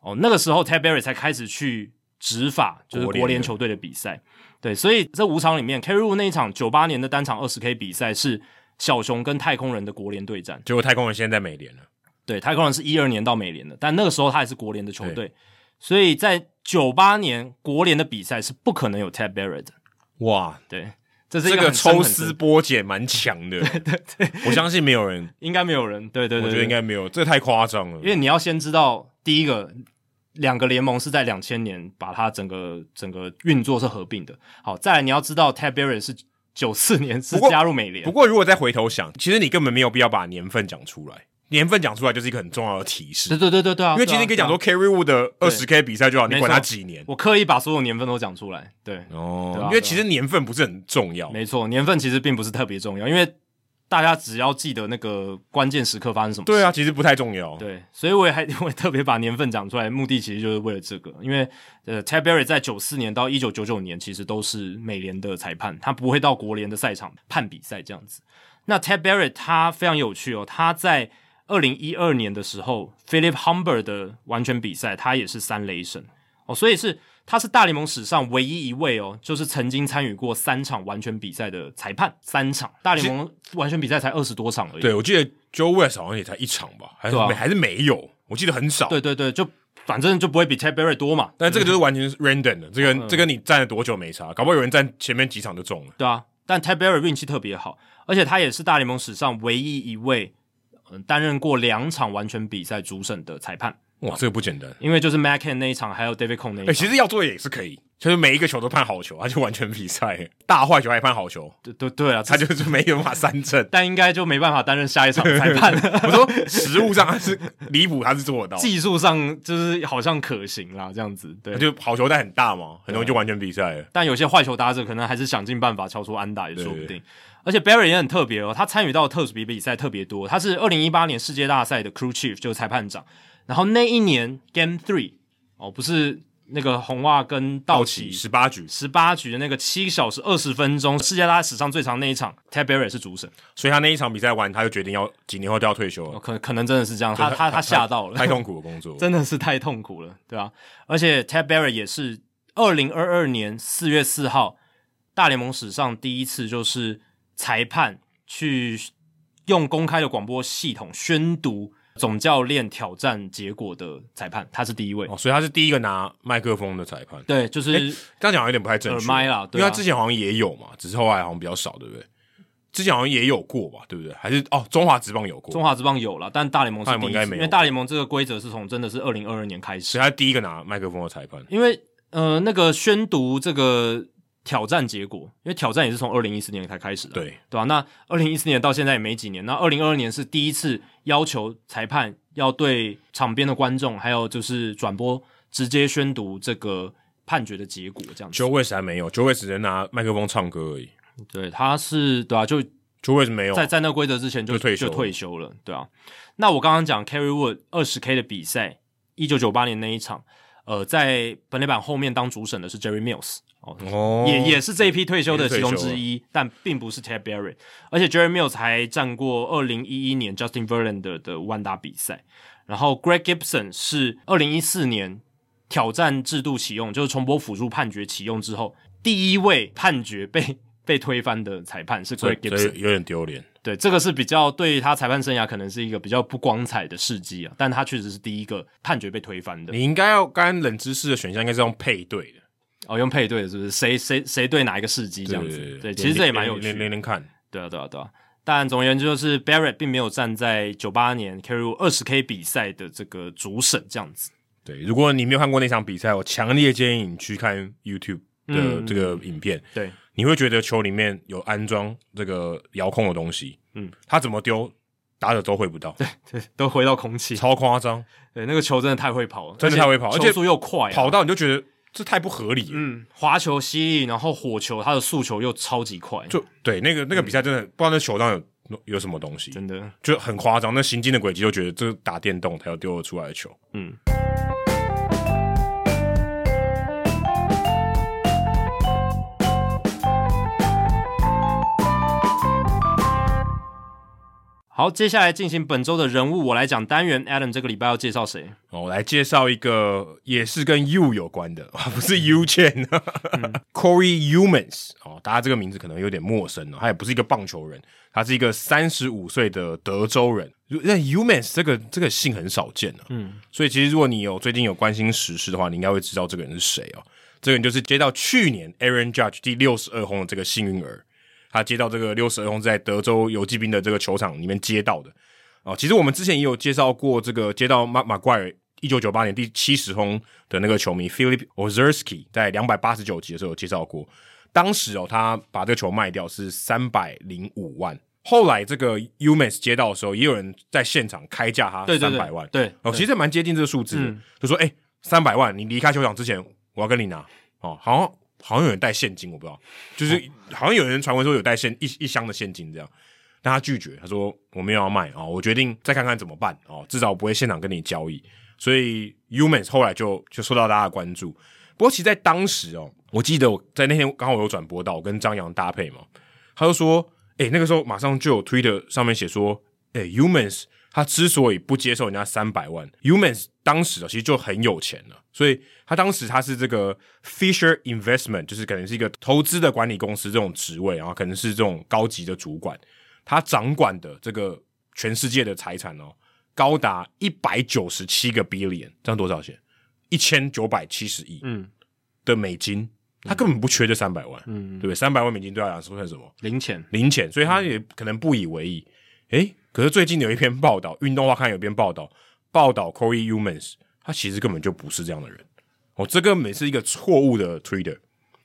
Speaker 1: 哦，那个时候 Ted Barry 才开始去执法，就是
Speaker 2: 国联的
Speaker 1: 国联球队的比赛。对，所以这五场里面 k a r r 那一场九八年的单场二十 K 比赛是小熊跟太空人的国联对战。
Speaker 2: 结果太空人现在在美联了。
Speaker 1: 对，太空人是一二年到美联的，但那个时候他还是国联的球队，所以在九八年国联的比赛是不可能有 Ted Barry 的。
Speaker 2: 哇，
Speaker 1: 对，这是一
Speaker 2: 这个
Speaker 1: 很深
Speaker 2: 抽
Speaker 1: 很
Speaker 2: 丝
Speaker 1: 深，
Speaker 2: 剥茧蛮强 的。对对对，我相信没有人，
Speaker 1: 应该没有人。对对
Speaker 2: 我
Speaker 1: 对
Speaker 2: 觉得应，该没有，这太夸张了。
Speaker 1: 对因为你要先知道第一个。两个联盟是在两千年把它整个整个运作是合并的。好，再来你要知道 t a b e r r y 是九四年是
Speaker 2: 不过
Speaker 1: 加入美联
Speaker 2: 不，过如果再回头想，其实你根本没有必要把年份讲出来，年份讲出来就是一个很重要的提示
Speaker 1: 对。对对对对啊！
Speaker 2: 因为其
Speaker 1: 对
Speaker 2: 实
Speaker 1: 啊
Speaker 2: 你可以讲
Speaker 1: 对啊
Speaker 2: 说 Carry Wood 的二十 K 比赛就好，
Speaker 1: 没
Speaker 2: 你
Speaker 1: 错
Speaker 2: 管他几年
Speaker 1: 我刻意把所有年份都讲出来，对，
Speaker 2: 哦
Speaker 1: 对啊
Speaker 2: 因为其实年份不是很重要。
Speaker 1: 没错，年份其实并不是特别重要，因为大家只要记得那个关键时刻发生什么事。
Speaker 2: 对啊，其实不太重要。
Speaker 1: 对，所以我也还 我也特别把年份讲出来，目的其实就是为了这个，因为呃 t a b e r r y 在九四年到一九九九年其实都是美联的裁判，他不会到国联的赛场判比赛这样子。那 t a b e r r y 他非常有趣哦，他在二零一二年的时候，Philip Humber 的完全比赛，他也是三雷神哦，所以是他是大联盟史上唯一一位哦，就是曾经参与过三场完全比赛的裁判，三场大联盟完全比赛才二十多场而已。
Speaker 2: 对，我记得 Joe West 好像也才一场吧，还是
Speaker 1: 对啊
Speaker 2: 没还是没有，我记得很少。
Speaker 1: 对对对，就反正就不会比 t a b e r r y 多嘛，
Speaker 2: 但这个就是完全是 random 的，这
Speaker 1: 嗯
Speaker 2: 个这跟你站了多久没差，搞不好有人站前面几场就中了。
Speaker 1: 对啊，但 t a b e r r y 运气特别好，而且他也是大联盟史上唯一一位嗯担、任过两场完全比赛主审的裁判，
Speaker 2: 哇，这个不简单。
Speaker 1: 啊因为就是 m a c k e n 那一场，还有 David Cone 那一
Speaker 2: 哎，
Speaker 1: 场。
Speaker 2: 其实要做也是可以，就是每一个球都判好球，他就完全比赛，大坏球还判好球，
Speaker 1: 对对对啊，
Speaker 2: 他
Speaker 1: 他就。
Speaker 2: 就是没有把三振
Speaker 1: 但应该就没办法担任下一场裁 判了。
Speaker 2: 我说实物上他是离谱，他是做得到，
Speaker 1: 技术上就是好像可行啦，这样子对。
Speaker 2: 就好球带很大嘛，
Speaker 1: 啊
Speaker 2: 很容易就完全比赛了。
Speaker 1: 但有些坏球打者可能还是想尽办法敲出安打也说不定。
Speaker 2: 对
Speaker 1: 而且 Barry 也很特别哦，他参与到特殊比比赛特别多，他是二零一八年世界大赛的 Crew Chief 就是裁判长，然后那一年 Game Three 哦，不是那个红袜跟道
Speaker 2: 道
Speaker 1: 奇
Speaker 2: 奇十八局，
Speaker 1: 十八局的那个七小时二十分钟世界大赛史上最长那一场，Ted Barry 是主审，
Speaker 2: 所以他那一场比赛完，他就决定要几年后就要退休
Speaker 1: 哦、
Speaker 2: 了。
Speaker 1: 可可能真的是这样，他他他吓到了，
Speaker 2: 太痛苦的工 作。
Speaker 1: 真的是太痛苦了，对吧、而且 Ted Barry 也是二零二二年四月四号大联盟史上第一次，就是裁判去用公开的广播系统宣读总教练挑战结果的裁判，他是第一位。
Speaker 2: 哦，所以他是第一个拿麦克风的裁判。
Speaker 1: 对，就是、
Speaker 2: 这样讲有点不太正确，
Speaker 1: 耳麦啦对啊
Speaker 2: 因为他之前好像也有嘛，只是后来好像比较少，对不对？之前好像也有过吧，对不对？还是哦，中华职棒有过，
Speaker 1: 中华之棒有了，但大联盟是
Speaker 2: 大
Speaker 1: 第
Speaker 2: 联盟
Speaker 1: 一
Speaker 2: 应该
Speaker 1: 次，
Speaker 2: 没有
Speaker 1: 因为大联盟这个规则是从真的是二零二二年开始
Speaker 2: 所以，他是第啊一个拿麦克风的裁判。
Speaker 1: 因为呃那个宣读这个挑战结果，因为挑战也是从二零一四年才开始的，
Speaker 2: 对，
Speaker 1: 对吧、那二零一四年到现在也没几年，那二零二二年是第一次要求裁判要对场边的观众，还有就是转播直接宣读这个判决的结果，这样子。
Speaker 2: Joe West 还没有，Joe West 只能拿麦克风唱歌而已。
Speaker 1: 对，他是对啊，就
Speaker 2: Joe West 没有，
Speaker 1: 在在那规则之前就
Speaker 2: 就退休
Speaker 1: 就退休了，对啊。那我刚刚讲 Carry Wood 二十 K 的比赛，一九九八年那一场，呃，在本垒板后面当主审的是 Jerry Mills 哦，
Speaker 2: 哦，
Speaker 1: 也也是这一批退休的
Speaker 2: 也是
Speaker 1: 其
Speaker 2: 退休
Speaker 1: 中之一，但并不是 Ted Barry，而且 Jerry Mills 还战过二零一一年 Justin Verlander 的万达比赛，然后 Greg Gibson 是二零一四年挑战制度启用，就是重播辅助判决启用之后第一位判决被被推翻的裁判是
Speaker 2: 所
Speaker 1: Greg
Speaker 2: 以所以
Speaker 1: Gibson，
Speaker 2: 有点丢脸。
Speaker 1: 对，这个是比较对他裁判生涯可能是一个比较不光彩的事迹啊，但他确实是第一个判决被推翻的。
Speaker 2: 你应该要刚刚冷知识的选项应该是用配对的，
Speaker 1: 哦，用配对的是不是？谁谁谁对哪一个事迹这样子？对，其实这也蛮有趣的
Speaker 2: 连连连看，
Speaker 1: 对啊，对啊，对啊。但总而言之，就是 Barrett 并没有站在九八年 c a r r y 二十 K 比赛的这个主审这样子。
Speaker 2: 对，如果你没有看过那场比赛，我强烈建议你去看 YouTube 的
Speaker 1: 嗯
Speaker 2: 这个影片，
Speaker 1: 对，
Speaker 2: 你会觉得球里面有安装这个遥控的东西，
Speaker 1: 嗯
Speaker 2: 嗯，他怎么丢，打者都会不到，
Speaker 1: 对，都回到空气。
Speaker 2: 超夸张，
Speaker 1: 对，那个球真的太会跑了，
Speaker 2: 真的太会跑而且
Speaker 1: 球速又快、啊，
Speaker 2: 跑到你就觉得这太不合理了，
Speaker 1: 嗯，滑球犀利，然后火球它的速球又超级快，
Speaker 2: 就对那个那个比赛真的、不知道那球上有有什么东西，
Speaker 1: 嗯真的。
Speaker 2: 就很夸张，那行进的轨迹就觉得这是打电动才要丢得出来的球。
Speaker 1: 嗯。好，接下来进行本周的人物我来讲单元。Adam 这个礼拜要介绍谁？
Speaker 2: 哦，我来介绍一个也是跟 U 有关的， 啊不是 U Chain、Corey Humans 哦，大家这个名字可能有点陌生哦，他也不是一个棒球人，他是一个三十五岁的德州人。如那 Humans 这个这个姓很少见啊，嗯，所以其实如果你有最近有关心时事的话，你应该会知道这个人是谁哦。这个人就是接到去年 Aaron Judge 第六十二轰的这个幸运儿，他接到这个六十二轰是在德州游骑兵的这个球场里面接到的。哦，其实我们之前也有介绍过这个接到马马怪尔一九九八年第七十轰的那个球迷 Philip Ozersky 在两百八十九集的时候有介绍过，当时哦他把这个球卖掉是三百零五万，后来这个 Umas 接到的时候，也有人在现场开价他
Speaker 1: 对对
Speaker 2: 三
Speaker 1: 对
Speaker 2: 百万，
Speaker 1: 对对
Speaker 2: 哦，其实这蛮接近这个数字的，
Speaker 1: 嗯
Speaker 2: 就说哎三百万你离开球场之前我要跟你拿哦，好像好像有人带现金，我不知道，就是、
Speaker 1: 哦
Speaker 2: 好像有人传闻说有带现一一箱的现金这样。但他拒绝，他说我没有要卖哦，我决定再看看怎么办哦，至少我不会现场跟你交易。所以 Humans 后来就就受到大家的关注。不过其实在当时哦，我记得我在那天刚好有转播到，我跟张扬搭配嘛，他就说，诶、那个时候马上就有 Twitter 上面写说，诶、h u m a n s 他之所以不接受人家三百万，Humans 当时哦其实就很有钱了，所以他当时他是这个 Fisher Investment，就是可能是一个投资的管理公司这种职位，然后可能是这种高级的主管。他掌管的这个全世界的财产哦，高达一百九十七个 billion，这样多少钱？一千九百七十亿
Speaker 1: 嗯
Speaker 2: 的美金，他根本不缺这三百万，对
Speaker 1: 嗯，
Speaker 2: 不对？三百万美金对他来说算什么？
Speaker 1: 零钱。
Speaker 2: 零钱，所以他也可能不以为意。诶、可是最近有一篇报道，《运动画刊》有一篇报道，报道 Corey Humans，他其实根本就不是这样的人，哦，这个每是一个错误的 Twitter，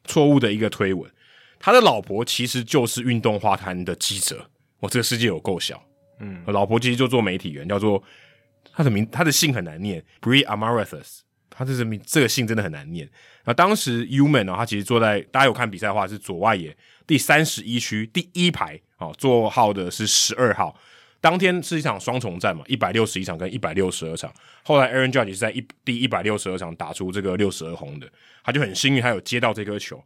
Speaker 2: 错误的一个推文。他的老婆其实就是运动画坛的记者，哇，这个世界有够小。嗯，老婆其实就做媒体人，叫做他的名，他的姓很难念，Bree Amarathus。他这名这个姓真的很难念。那当时 Human 哦呢、他其实坐在大家有看比赛的话是左外野第三十一区第一排哦，座号的是十二号。当天是一场双重战嘛，一百六十一场跟一百六十二场。后来 Aaron Judge 也是在一第一百六十二场打出这个六十二红的，他就很幸运，他有接到这颗球。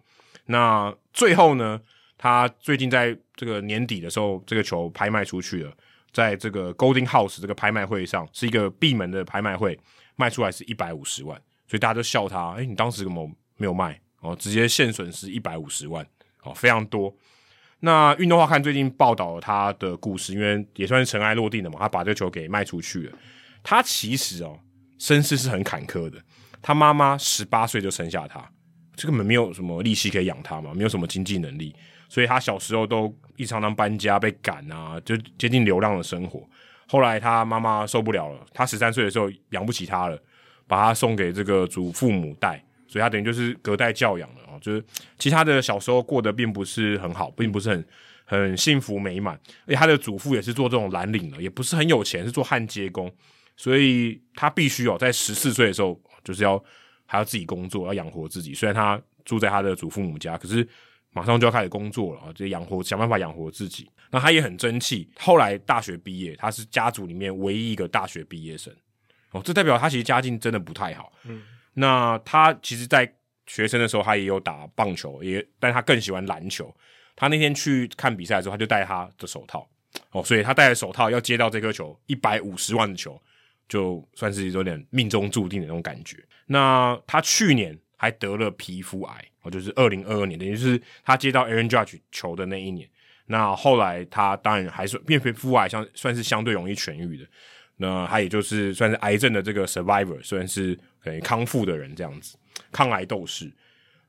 Speaker 2: 那最后呢，他最近在这个年底的时候，这个球拍卖出去了，在这个 Golden House 这个拍卖会上，是一个闭门的拍卖会，卖出来是一百五十万，所以大家都笑他，哎、你当时怎么没有卖？哦，直接现损失一百五十万，哦，非常多。那运动画看最近报道了他的故事，因为也算是尘埃落定了嘛，他把这个球给卖出去了。他其实哦，身世是很坎坷的。他妈妈十八岁就生下他，这根本没有什么力气可以养他嘛，没有什么经济能力，所以他小时候都一常常搬家、被赶啊，就接近流浪的生活。后来他妈妈受不了了，他十三岁的时候养不起他了，把他送给这个祖父母带，所以他等于就是隔代教养了哦。就是其实他的小时候过得并不是很好，并不是很很幸福美满，而且他的祖父也是做这种蓝领的，也不是很有钱，是做焊接工，所以他必须哦，在十四岁的时候哦就是要还要自己工作，要养活自己。虽然他住在他的祖父母家，可是马上就要开始工作了，哦就养活想办法养活自己。那他也很争气，后来大学毕业，他是家族里面唯一一个大学毕业生。哦，这代表他其实家境真的不太好。嗯，那他其实，在学生的时候，他也有打棒球，也，但他更喜欢篮球。他那天去看比赛的时候，他就戴他的手套。哦，所以他戴了手套要接到这颗球，一百五十万的球，就算是有点命中注定的那种感觉。那他去年还得了皮肤癌，哦，就是二零二二年，等于是他接到 Aaron Judge 球的那一年。那后来他当然还是变皮肤癌相算是相对容易痊愈的，那他也就是算是癌症的这个 survivor，算是等于康复的人这样子，抗癌斗士。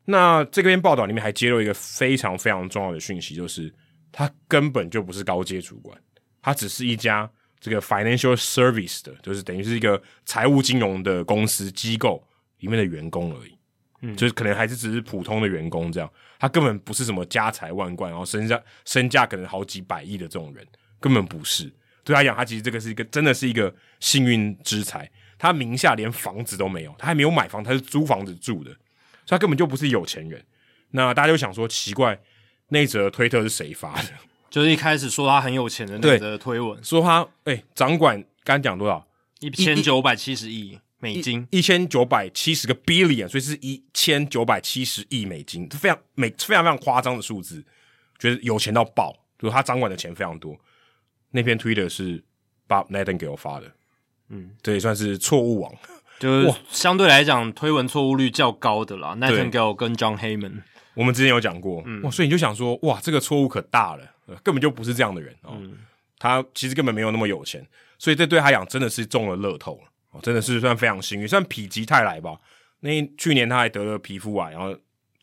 Speaker 2: 那这篇报道里面还揭露一个非常非常重要的讯息，就是他根本就不是高阶主管，他只是一家这个 financial service 的，就是等于是一个财务金融的公司机构里面的员工而已。嗯，就是可能还是只是普通的员工这样，他根本不是什么家财万贯，然后身价身价可能好几百亿的这种人，根本不是。对他来讲，他其实这个是一个真的是一个幸运之财。他名下连房子都没有，他还没有买房，他是租房子住的，所以他根本就不是有钱人。那大家就想说，奇怪，那则推特是谁发的？
Speaker 1: 就是一开始说他很有钱的那个推文，
Speaker 2: 说他哎、掌管刚讲多少？
Speaker 1: 一千九百七十亿美金，
Speaker 2: 一千九百七十个 billion，所以是一千九百七十亿美金，非常美非常非常夸张的数字，觉得有钱到爆，就是他掌管的钱非常多。那篇 Twitter 是 Bob Nathan 给我发的，嗯，这也算是错误网。
Speaker 1: 就是相对来讲推文错误率较高的啦。Nathan Gill 跟 John Heyman，
Speaker 2: 我们之前有讲过，哇，所以你就想说，哇，这个错误可大了，呃根本就不是这样的人哦。他其实根本没有那么有钱，所以这对他来讲真的是中了乐透了，哦，真的是算非常幸运，算否极泰来吧。那一去年他还得了皮肤癌，然后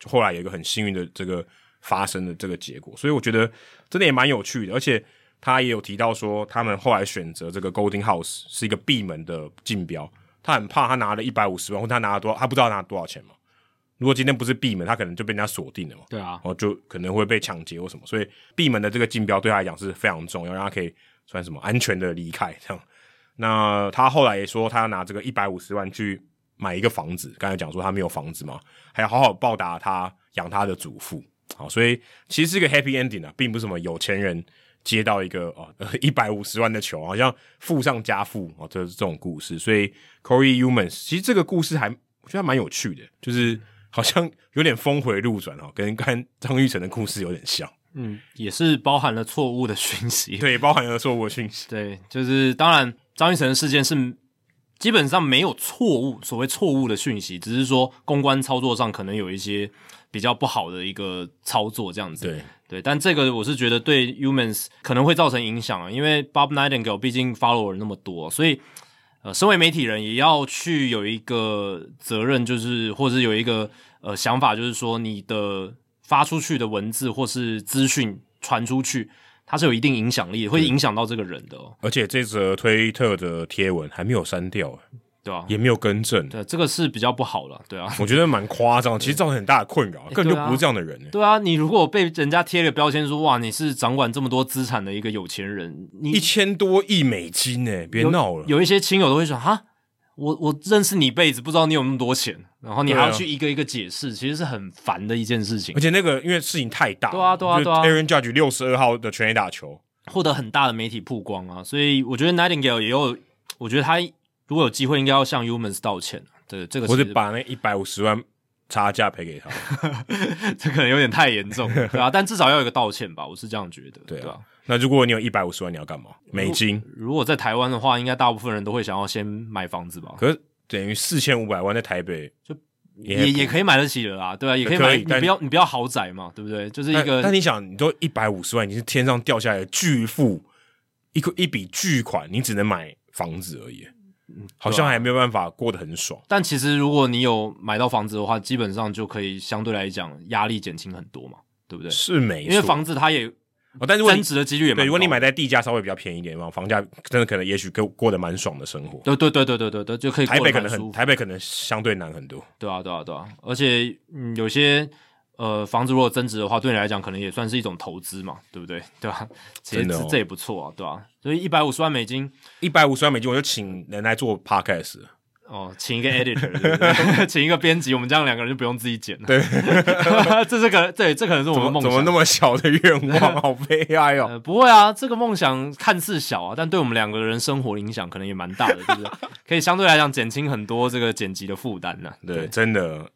Speaker 2: 后来有一个很幸运的这个发生的这个结果，所以我觉得真的也蛮有趣的，而且他也有提到说，他们后来选择这个 Golden House 是一个闭门的竞标，他很怕他拿了一百五十万，或他拿了多少，他不知道他拿了多少钱嘛。如果今天不是闭门，他可能就被人家锁定了嘛。
Speaker 1: 对啊，
Speaker 2: 哦，就可能会被抢劫或什么，所以闭门的这个竞标对他来讲是非常重要，让他可以算什么安全的离开这样。那他后来也说，他要拿这个一百五十万去买一个房子，刚才讲说他没有房子嘛，还要好好报答他养他的祖父。好，所以其实是一个 happy ending 啊，并不是什么有钱人接到一个哦 一百五十万的球，好像富上加富哦，这是这种故事。所以 Corey Humans 其实这个故事还我觉得还蛮有趣的，就是好像有点峰回路转哦，跟跟张玉成的故事有点像，
Speaker 1: 嗯，也是包含了错误的讯息。
Speaker 2: 对，包含了错误的讯息。
Speaker 1: 对，就是当然张玉成的事件是基本上没有错误，所谓错误的讯息，只是说公关操作上可能有一些比较不好的一个操作这样子。
Speaker 2: 对，
Speaker 1: 对，但这个我是觉得对 humans 可能会造成影响啊，因为 Bob Nightingale 毕竟 follower 那么多，所以呃，身为媒体人也要去有一个责任，就是或者是有一个呃想法，就是说你的发出去的文字或是资讯传出去，它是有一定影响力，会影响到这个人的、哦。
Speaker 2: 而且这则推特的贴文还没有删掉，
Speaker 1: 对啊，
Speaker 2: 也没有更正，
Speaker 1: 对，这个是比较不好了，对啊，
Speaker 2: 我觉得蛮夸张的，其实造成很大的困扰，根本就
Speaker 1: 对啊
Speaker 2: 不是这样的人欸。
Speaker 1: 对啊，你如果被人家贴了标签说哇你是掌管这么多资产的一个有钱人，你
Speaker 2: 一千多亿美金呢，别
Speaker 1: 有
Speaker 2: 闹了。
Speaker 1: 有一些亲友都会说哈，我我认识你一辈子，不知道你有那么多钱，然后你还
Speaker 2: 对
Speaker 1: 要
Speaker 2: 啊
Speaker 1: 去一个一个解释，其实是很烦的一件事情
Speaker 2: 而，且那个因为事情太大，
Speaker 1: 对啊对啊对啊
Speaker 2: a a r o n Judge 六十二号的全垒打球，
Speaker 1: 获得很大的媒体曝光啊。所以我觉得 Nightingale 也有，我觉得他如果有机会，应该要向 Humans 道歉。啊对，这个
Speaker 2: 我
Speaker 1: 是
Speaker 2: 是把那一百五十万差价赔给他。
Speaker 1: 这可能有点太严 重了，对啊，但至少要有一个道歉吧，我是这样觉得。
Speaker 2: 对
Speaker 1: 对
Speaker 2: 啊，那如果你有一百五十万，你要干嘛？美金，
Speaker 1: 如果在台湾的话，应该大部分人都会想要先买房子吧，
Speaker 2: 可是等于四千五百万在台北
Speaker 1: 就
Speaker 2: 也
Speaker 1: 也也可以买得起了啦，对啊，也可以
Speaker 2: 可
Speaker 1: 买，
Speaker 2: 以
Speaker 1: 你
Speaker 2: 但
Speaker 1: 不要你不要豪宅嘛，对不对？就是一
Speaker 2: 但
Speaker 1: 个
Speaker 2: 但你想，你都一百五十万，你是天上掉下来的巨富，一个一笔巨款，你只能买房子而已，
Speaker 1: 嗯
Speaker 2: 好
Speaker 1: 啊
Speaker 2: 像还没有办法过得很爽。
Speaker 1: 但其实如果你有买到房子的话，基本上就可以相对来讲压力减轻很多嘛，对不对？
Speaker 2: 是没错，
Speaker 1: 因为房子它也
Speaker 2: 哦，但是如果你
Speaker 1: 增值的几率也蛮高
Speaker 2: 对，如果你买在地价稍微比较便宜一点的地方，房价真的可能也许过过得蛮爽的生活。
Speaker 1: 对对对对对对对，就 可以过
Speaker 2: 台
Speaker 1: 得
Speaker 2: 北可
Speaker 1: 蛮
Speaker 2: 能
Speaker 1: 舒
Speaker 2: 很，
Speaker 1: 服
Speaker 2: 台北可能相对难很多。
Speaker 1: 对啊对啊对啊，而且、嗯、有些呃房子如果增值的话，对你来讲可能也算是一种投资嘛，对不对？ 对吧、其实
Speaker 2: 真的哦
Speaker 1: 这这也不错啊，对吧、所以一百五十万美金
Speaker 2: 一百五十万美金，我就请人来做 podcast，了
Speaker 1: 哦，请一个 editor，对不对 请一个编辑，我们这样两个人就不用自己剪了。对， 这是可对，这可能是我
Speaker 2: 怎
Speaker 1: 们的
Speaker 2: 么
Speaker 1: 梦想。
Speaker 2: 怎
Speaker 1: 啊
Speaker 2: 么那么小的愿 望，好悲哀哦！
Speaker 1: 呃，不会啊，这个梦想看似小啊，但对我们两个人生活影响可能也蛮大的，对不对？ 可以相对来讲减轻很多这个剪辑的负担啊呢、
Speaker 2: 对，真的，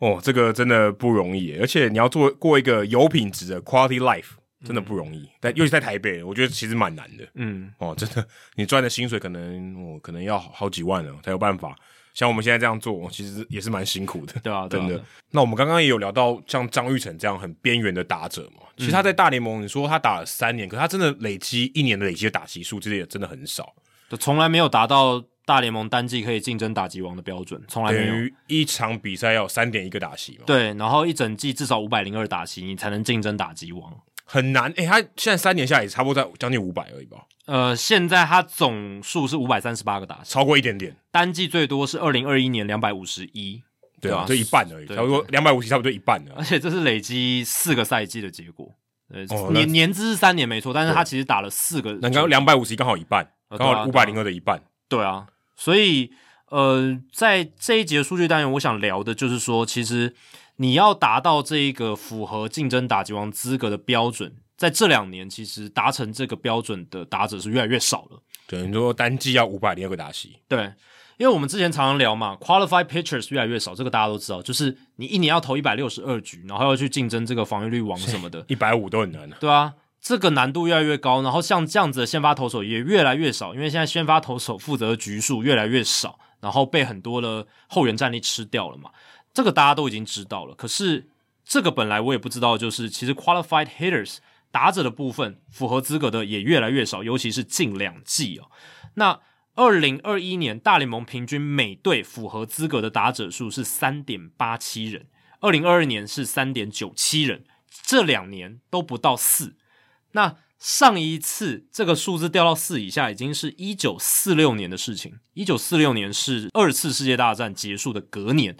Speaker 2: 哦，这个真的不容易，而且你要做过一个有品质的 quality life，真的不容易。但尤其在台北，我觉得其实蛮难的。
Speaker 1: 嗯，
Speaker 2: 哦， 真的，你赚的薪水可能我、哦可能要好几万哦了才有办法。像我们现在这样做，哦其实也是蛮辛苦的。
Speaker 1: 对啊，对啊
Speaker 2: 真
Speaker 1: 对
Speaker 2: 的
Speaker 1: 啊。
Speaker 2: 那我们刚刚也有聊到像张玉成这样很边缘的打者嘛，
Speaker 1: 嗯
Speaker 2: 其实他在大联盟，你说他打了三年，可他真的累积一年的累积的打席数，其实也真的很少，
Speaker 1: 就从来没有达到大联盟单季可以竞争打击王的标准，从来
Speaker 2: 等
Speaker 1: 没有。
Speaker 2: 于一场比赛要有三点一个打席嘛，
Speaker 1: 对，然后一整季至少五百零二打席，你才能竞争打击王。
Speaker 2: 很难。诶、他现在三年下来也差不多在将近五百而已吧，
Speaker 1: 呃，现在他总数是五百三十八个打席，
Speaker 2: 超过一点点，
Speaker 1: 单季最多是二零二一年两百五十一，
Speaker 2: 对
Speaker 1: 对
Speaker 2: 啊，
Speaker 1: 啊
Speaker 2: 就一半而已，
Speaker 1: 对
Speaker 2: 差不多两百五十，差不多一 半
Speaker 1: 而
Speaker 2: 了。
Speaker 1: 且这是累积四个赛季的结果。呃，
Speaker 2: 哦那
Speaker 1: 年年资是三年没错，但是他其实打了四个。
Speaker 2: 那刚刚两百五十刚好一半，
Speaker 1: 啊对啊
Speaker 2: 刚好五百零二的一半。
Speaker 1: 对啊，所以呃，在这一节数据单元，我想聊的就是说，其实你要达到这一个符合竞争打击王资格的标准，在这两年其实达成这个标准的打者是越来越少了。
Speaker 2: 等于说单季要五百零二个打席，
Speaker 1: 对，因为我们之前常常聊嘛，qualified pitchers 越来越少，这个大家都知道，就是你一年要投一百六十二局，然后要去竞争这个防御率王什么的，
Speaker 2: 一百五都很难啊。
Speaker 1: 对啊，这个难度越来越高，然后像这样子的先发投手也越来越少，因为现在先发投手负责的局数越来越少，然后被很多的后援战力吃掉了嘛，这个大家都已经知道了。可是这个本来我也不知道，就是其实 qualified hitters 打者的部分符合资格的也越来越少，尤其是近两季哦。那二零二一年大联盟平均每队符合资格的打者数是三点八七人，二零二二年是三点九七人，这两年都不到四。那上一次这个数字掉到四以下，已经是一九四六年的事情。一九四六年是二次世界大战结束的隔年。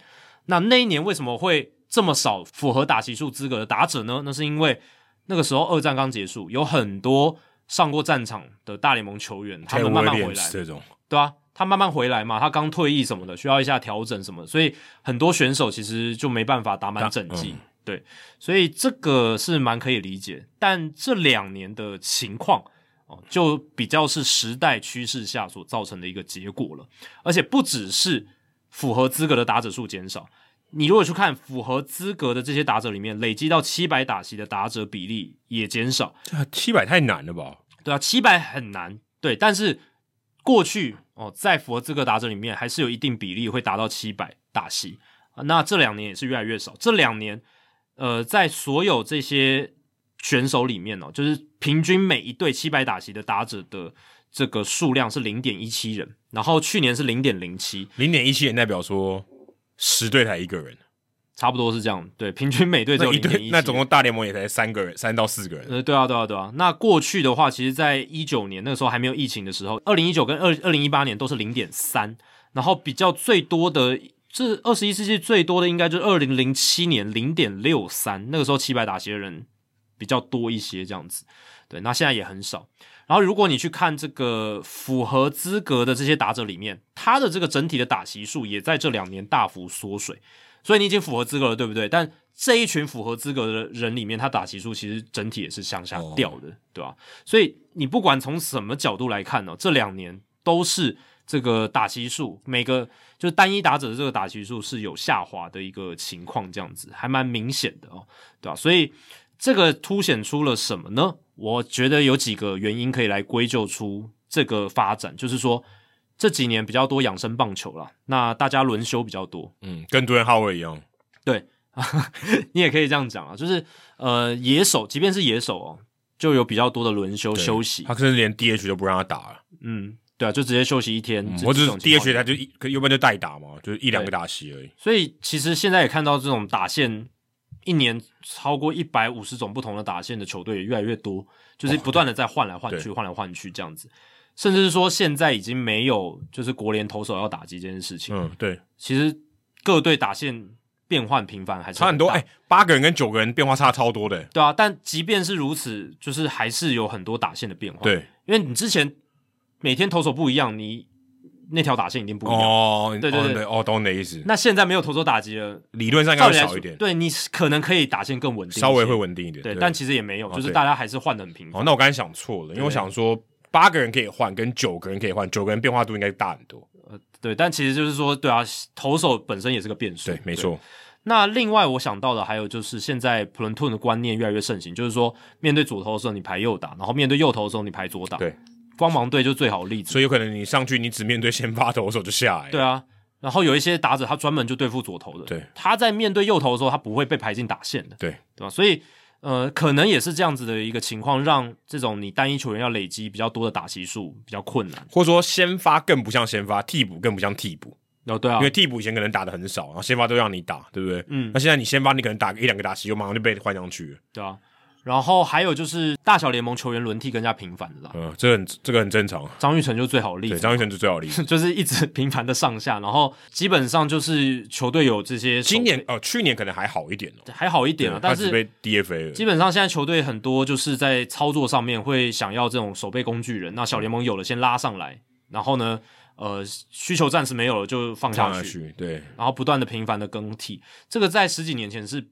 Speaker 1: 那那一年为什么会这么少符合打席数资格的打者呢？那是因为那个时候二战刚结束，有很多上过战场的大联盟球员，他们慢慢回
Speaker 2: Taylor
Speaker 1: 来
Speaker 2: Williams，这种，
Speaker 1: 对啊，他慢慢回来嘛，他刚退役什么的，需要一下调整什么的，所以很多选手其实就没办法打满整季。
Speaker 2: 嗯
Speaker 1: 对，所以这个是蛮可以理解，但这两年的情况哦，就比较是时代趋势下所造成的一个结果了。而且不只是符合资格的打者数减少，你如果去看符合资格的这些打者里面，累积到七百打席的打者比例也减少，
Speaker 2: 七百太难了吧？
Speaker 1: 对啊，七百很难，对，但是过去哦，在符合资格打者里面，还是有一定比例会达到七百打席。啊那这两年也是越来越少，这两年呃，在所有这些选手里面哦，就是平均每一队七百打席的打者的这个数量是零点一七人，然后去年是零点零七，
Speaker 2: 零点一七也代表说十队才一个人，
Speaker 1: 差不多是这样。对，平均每队只
Speaker 2: 那
Speaker 1: 有
Speaker 2: 一
Speaker 1: 零点一
Speaker 2: 队
Speaker 1: 七，
Speaker 2: 那总共大联盟也才三个人，三到四个人。
Speaker 1: 呃，对啊，对啊，对啊。那过去的话，其实在一九年那个时候还没有疫情的时候，二零一九跟二二零一八年都是零点三，然后比较最多的这二十一世纪最多的应该就是二零零七年零点六三，那个时候七百打斜人比较多一些这样子。对，那现在也很少。然后如果你去看这个符合资格的这些打者里面，他的这个整体的打席数也在这两年大幅缩水，所以你已经符合资格了，对不对？但这一群符合资格的人里面，他打席数其实整体也是向下掉的，对吧、所以你不管从什么角度来看呢、哦这两年都是这个打席数，每个就是单一打者的这个打席数是有下滑的一个情况，这样子还蛮明显的哦，对吧、所以这个凸显出了什么呢？我觉得有几个原因可以来归咎出这个发展，就是说这几年比较多养生棒球啦，那大家轮休比较多，
Speaker 2: 嗯，跟杜兰浩威一样，
Speaker 1: 对， 你也可以这样讲啊，就是呃野手，即便是野手哦，就有比较多的轮休
Speaker 2: 对
Speaker 1: 休息
Speaker 2: 他，甚至连 DH 都不让他打了，
Speaker 1: 嗯，对啊，就直接休息一天，
Speaker 2: 嗯
Speaker 1: 这
Speaker 2: 我只
Speaker 1: 这
Speaker 2: 是
Speaker 1: 种情况
Speaker 2: DH 他就一，可要不然就代打嘛，就是一两个打席而已。
Speaker 1: 所以其实现在也看到这种打线，一年超过一百五十种不同的打线的球队也越来越多，就是不断的在换来换去、换来换去这样子，甚至是说现在已经没有就是国联投手要打击这件事情，
Speaker 2: 嗯，对，
Speaker 1: 其实各队打线变换频繁还是
Speaker 2: 差很多，
Speaker 1: 大
Speaker 2: 哎、八个人跟九个人变化差超多的、
Speaker 1: 对啊，但即便是如此，就是还是有很多打线的变化，，
Speaker 2: 对，
Speaker 1: 因为你之前每天投手不一样，你那条打线一定不一样。
Speaker 2: 哦，
Speaker 1: 对对对
Speaker 2: 哦，哦，懂你的意思。
Speaker 1: 那现在没有投手打击了，
Speaker 2: 理论上应
Speaker 1: 照
Speaker 2: 该会
Speaker 1: 理来
Speaker 2: 少
Speaker 1: 说
Speaker 2: 一点，
Speaker 1: 对你可能可以打线更稳定一些，
Speaker 2: 稍微会稳定一点。
Speaker 1: 对，
Speaker 2: 对，哦
Speaker 1: 但其实也没有，就是
Speaker 2: 对
Speaker 1: 大家还是换的很频繁。
Speaker 2: 哦，那我刚才想错了，因为我想说八个人可以换，跟九个人可以换，九个人变化度应该大很多。
Speaker 1: 对，但其实就是说，对啊，投手本身也是个变数。
Speaker 2: 对，没。错，
Speaker 1: 那另外我想到的还有就是，现在普伦顿的观念越来越盛行，就是说，面对左投的时候你排右打，然后面对右投的时候你排左打。
Speaker 2: 对，
Speaker 1: 光芒队就最好的例子。
Speaker 2: 所以有可能你上去，你只面对先发投手就下来。
Speaker 1: 对，啊，然后有一些打者他专门就对付左投的，
Speaker 2: 对，
Speaker 1: 他在面对右投的时候，他不会被排进打线的。
Speaker 2: 对，
Speaker 1: 对吧？所以呃，可能也是这样子的一个情况，让这种你单一球员要累积比较多的打席数比较困难。
Speaker 2: 或者说先发更不像先发，替补更不像替补，
Speaker 1: 哦，对啊
Speaker 2: 因为，替补以前可能打的很少，然后先发都让你打，对不对？
Speaker 1: 嗯
Speaker 2: 那现在你先发，你可能打个一两个打席，就马上就被换上去了。
Speaker 1: 对啊。然后还有就是大小联盟球员轮替更加频繁的啦，
Speaker 2: 嗯，这很这个很正常。
Speaker 1: 张玉成就是最好的例
Speaker 2: 对，
Speaker 1: 子，
Speaker 2: 张玉成是最好的例子。
Speaker 1: 就是一直频繁的上下，然后基本上就是球队有这些手
Speaker 2: 今年哦，去年可能还好一点哦，
Speaker 1: 还好一点啊，
Speaker 2: 对他
Speaker 1: 但
Speaker 2: 只
Speaker 1: 是
Speaker 2: 被 DFA 了。
Speaker 1: 基本上现在球队很多就是在操作上面会想要这种守备工具人，那小联盟有了先拉上来，然后呢，呃，需求暂时没有了就放
Speaker 2: 上
Speaker 1: 下
Speaker 2: 下
Speaker 1: 去，
Speaker 2: 去，对，
Speaker 1: 然后不断的频繁的更替，这个在十几年前是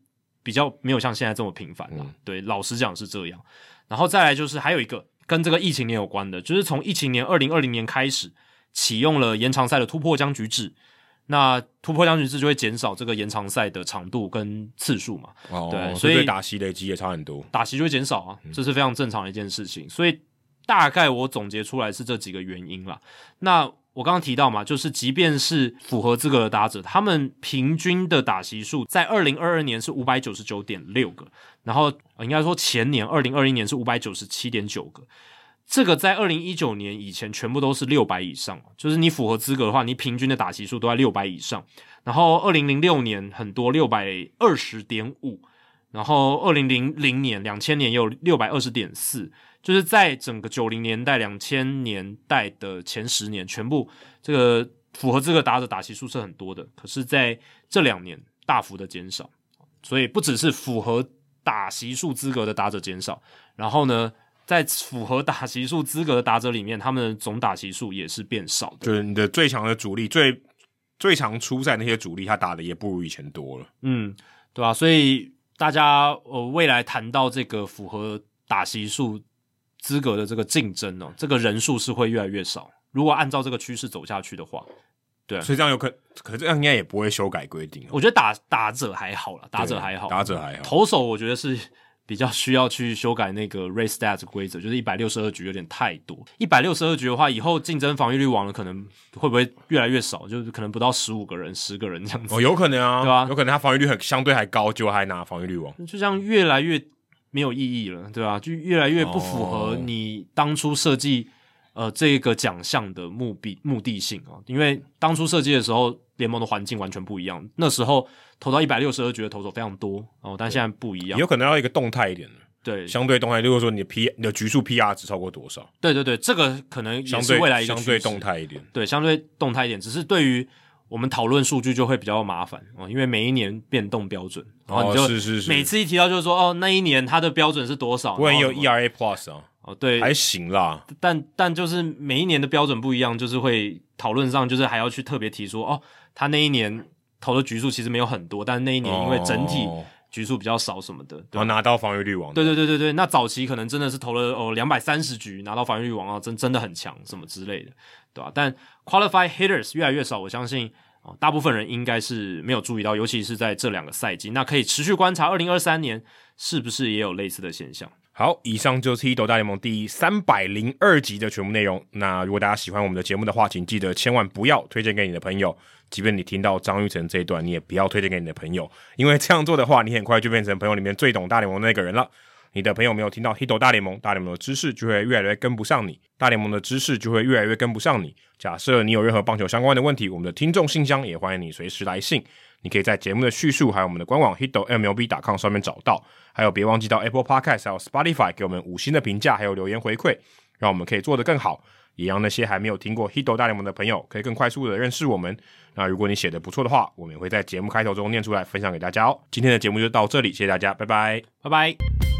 Speaker 1: 比较没有像现在这么频繁的、对，老实讲是这样。然后再来就是还有一个跟这个疫情年有关的，就是从疫情年二零二零年开始启用了延长赛的突破僵局制。那突破僵局制就会减少这个延长赛的长度跟次数嘛，
Speaker 2: 哦
Speaker 1: 对
Speaker 2: 这
Speaker 1: 所以
Speaker 2: 对打席累积也差很多。
Speaker 1: 打席就会减少啊，这是非常正常的一件事情。所以大概我总结出来是这几个原因啦。那我刚刚提到嘛，就是即便是符合资格的打者，他们平均的打席数在二零二二年是五百九十九点六个，然后呃应该说前年二零二一年是五百九十七点九个。这个在二零一九年以前全部都是六百以上，啊就是你符合资格的话，你平均的打席数都在六百以上。然后二零零六年很多六百二十点五，然后二零零零年、两千年也有六百二十点四，就是在整个九零年代、两千年代的前十年，全部这个符合资格打者打席数是很多的，可是在这两年大幅的减少，所以不只是符合打席数资格的打者减少，然后呢，在符合打席数资格的打者里面，他们的总打席数也是变少的。
Speaker 2: 就是你的最强的主力，最最常出赛那些主力，他打的也不如以前多了。
Speaker 1: 嗯，对吧、所以大家呃，未来谈到这个符合打席数资格的这个竞争哦，这个人数是会越来越少。如果按照这个趋势走下去的话，对
Speaker 2: 所以这样有可，可是这样应该也不会修改规定哦。
Speaker 1: 我觉得打打者还好啦，打者还好，
Speaker 2: 打者还好。
Speaker 1: 投手我觉得是比较需要去修改那个 race stats 规则，就是一百六十二局有点太多。一百六十二局的话，以后竞争防御率网了可能会不会越来越少？就是可能不到十五个人、十个人这样子。
Speaker 2: 哦，有可能啊，
Speaker 1: 对啊
Speaker 2: 有可能他防御率很相对还高，结果还拿防御率王。
Speaker 1: 就这样越来越没有意义了，对吧、就越来越不符合
Speaker 2: 哦
Speaker 1: 你当初设计、呃这个奖项的目的目的性啊、因为当初设计的时候，联盟的环境完全不一样，那时候投到一百六十二局的投手非常多哦，但现在不一样
Speaker 2: 有。可能要一个动态一点的，
Speaker 1: 对
Speaker 2: 相对动态，例如说你的 P 你的局数 PR 值超过多少，
Speaker 1: 对对对，这个可能也
Speaker 2: 相
Speaker 1: 是
Speaker 2: 对
Speaker 1: 未来一个
Speaker 2: 相对
Speaker 1: 趋势
Speaker 2: 动态一点。
Speaker 1: 对，相对动态一点。只是对于我们讨论数据就会比较麻烦哦，因为每一年变动标准，然后你就、
Speaker 2: 哦是是是
Speaker 1: 每次一提到就是说哦，那一年它的标准是多少？
Speaker 2: 不然也有
Speaker 1: 然后什么
Speaker 2: ERA Plus 啊，
Speaker 1: 哦，对，
Speaker 2: 还行啦。
Speaker 1: 但但就是每一年的标准不一样，就是会讨论上就是还要去特别提说哦，他那一年投的局数其实没有很多，但那一年因为整体
Speaker 2: 哦
Speaker 1: 局数比较少什么的，对
Speaker 2: 然后拿到防御率王，
Speaker 1: 对对对对对，那早期可能真的是投了哦两百三十局拿到防御率王啊，真真的很强什么之类的，对吧、但 qualified hitters 越来越少，我相信哦，大部分人应该是没有注意到，尤其是在这两个赛季，那可以持续观察二零二三年是不是也有类似的现象。
Speaker 2: 好，以上就是《h i d 大联盟》第三百零二集的全部内容。那如果大家喜欢我们的节目的话，请记得千万不要推荐给你的朋友。即便你听到张玉成这一段，你也不要推荐给你的朋友，因为这样做的话，你很快就变成朋友里面最懂大联盟的那个人了。你的朋友没有听到《h i d 大联盟》，大联盟的知识就会越来越跟不上你，大联盟的知识就会越来越跟不上你。假设你有任何棒球相关的问题，我们的听众信箱也欢迎你随时来信。你可以在节目的叙述，还有我们的官网 hito mlb.com 上面找到。还有，别忘记到 Apple Podcast 还有 Spotify 给我们五星的评价，还有留言回馈，让我们可以做得更好，也让那些还没有听过 Hito 大联盟的朋友可以更快速的认识我们。那如果你写的不错的话，我们也会在节目开头中念出来，分享给大家哦。今天的节目就到这里，谢谢大家，拜拜。
Speaker 1: 拜拜。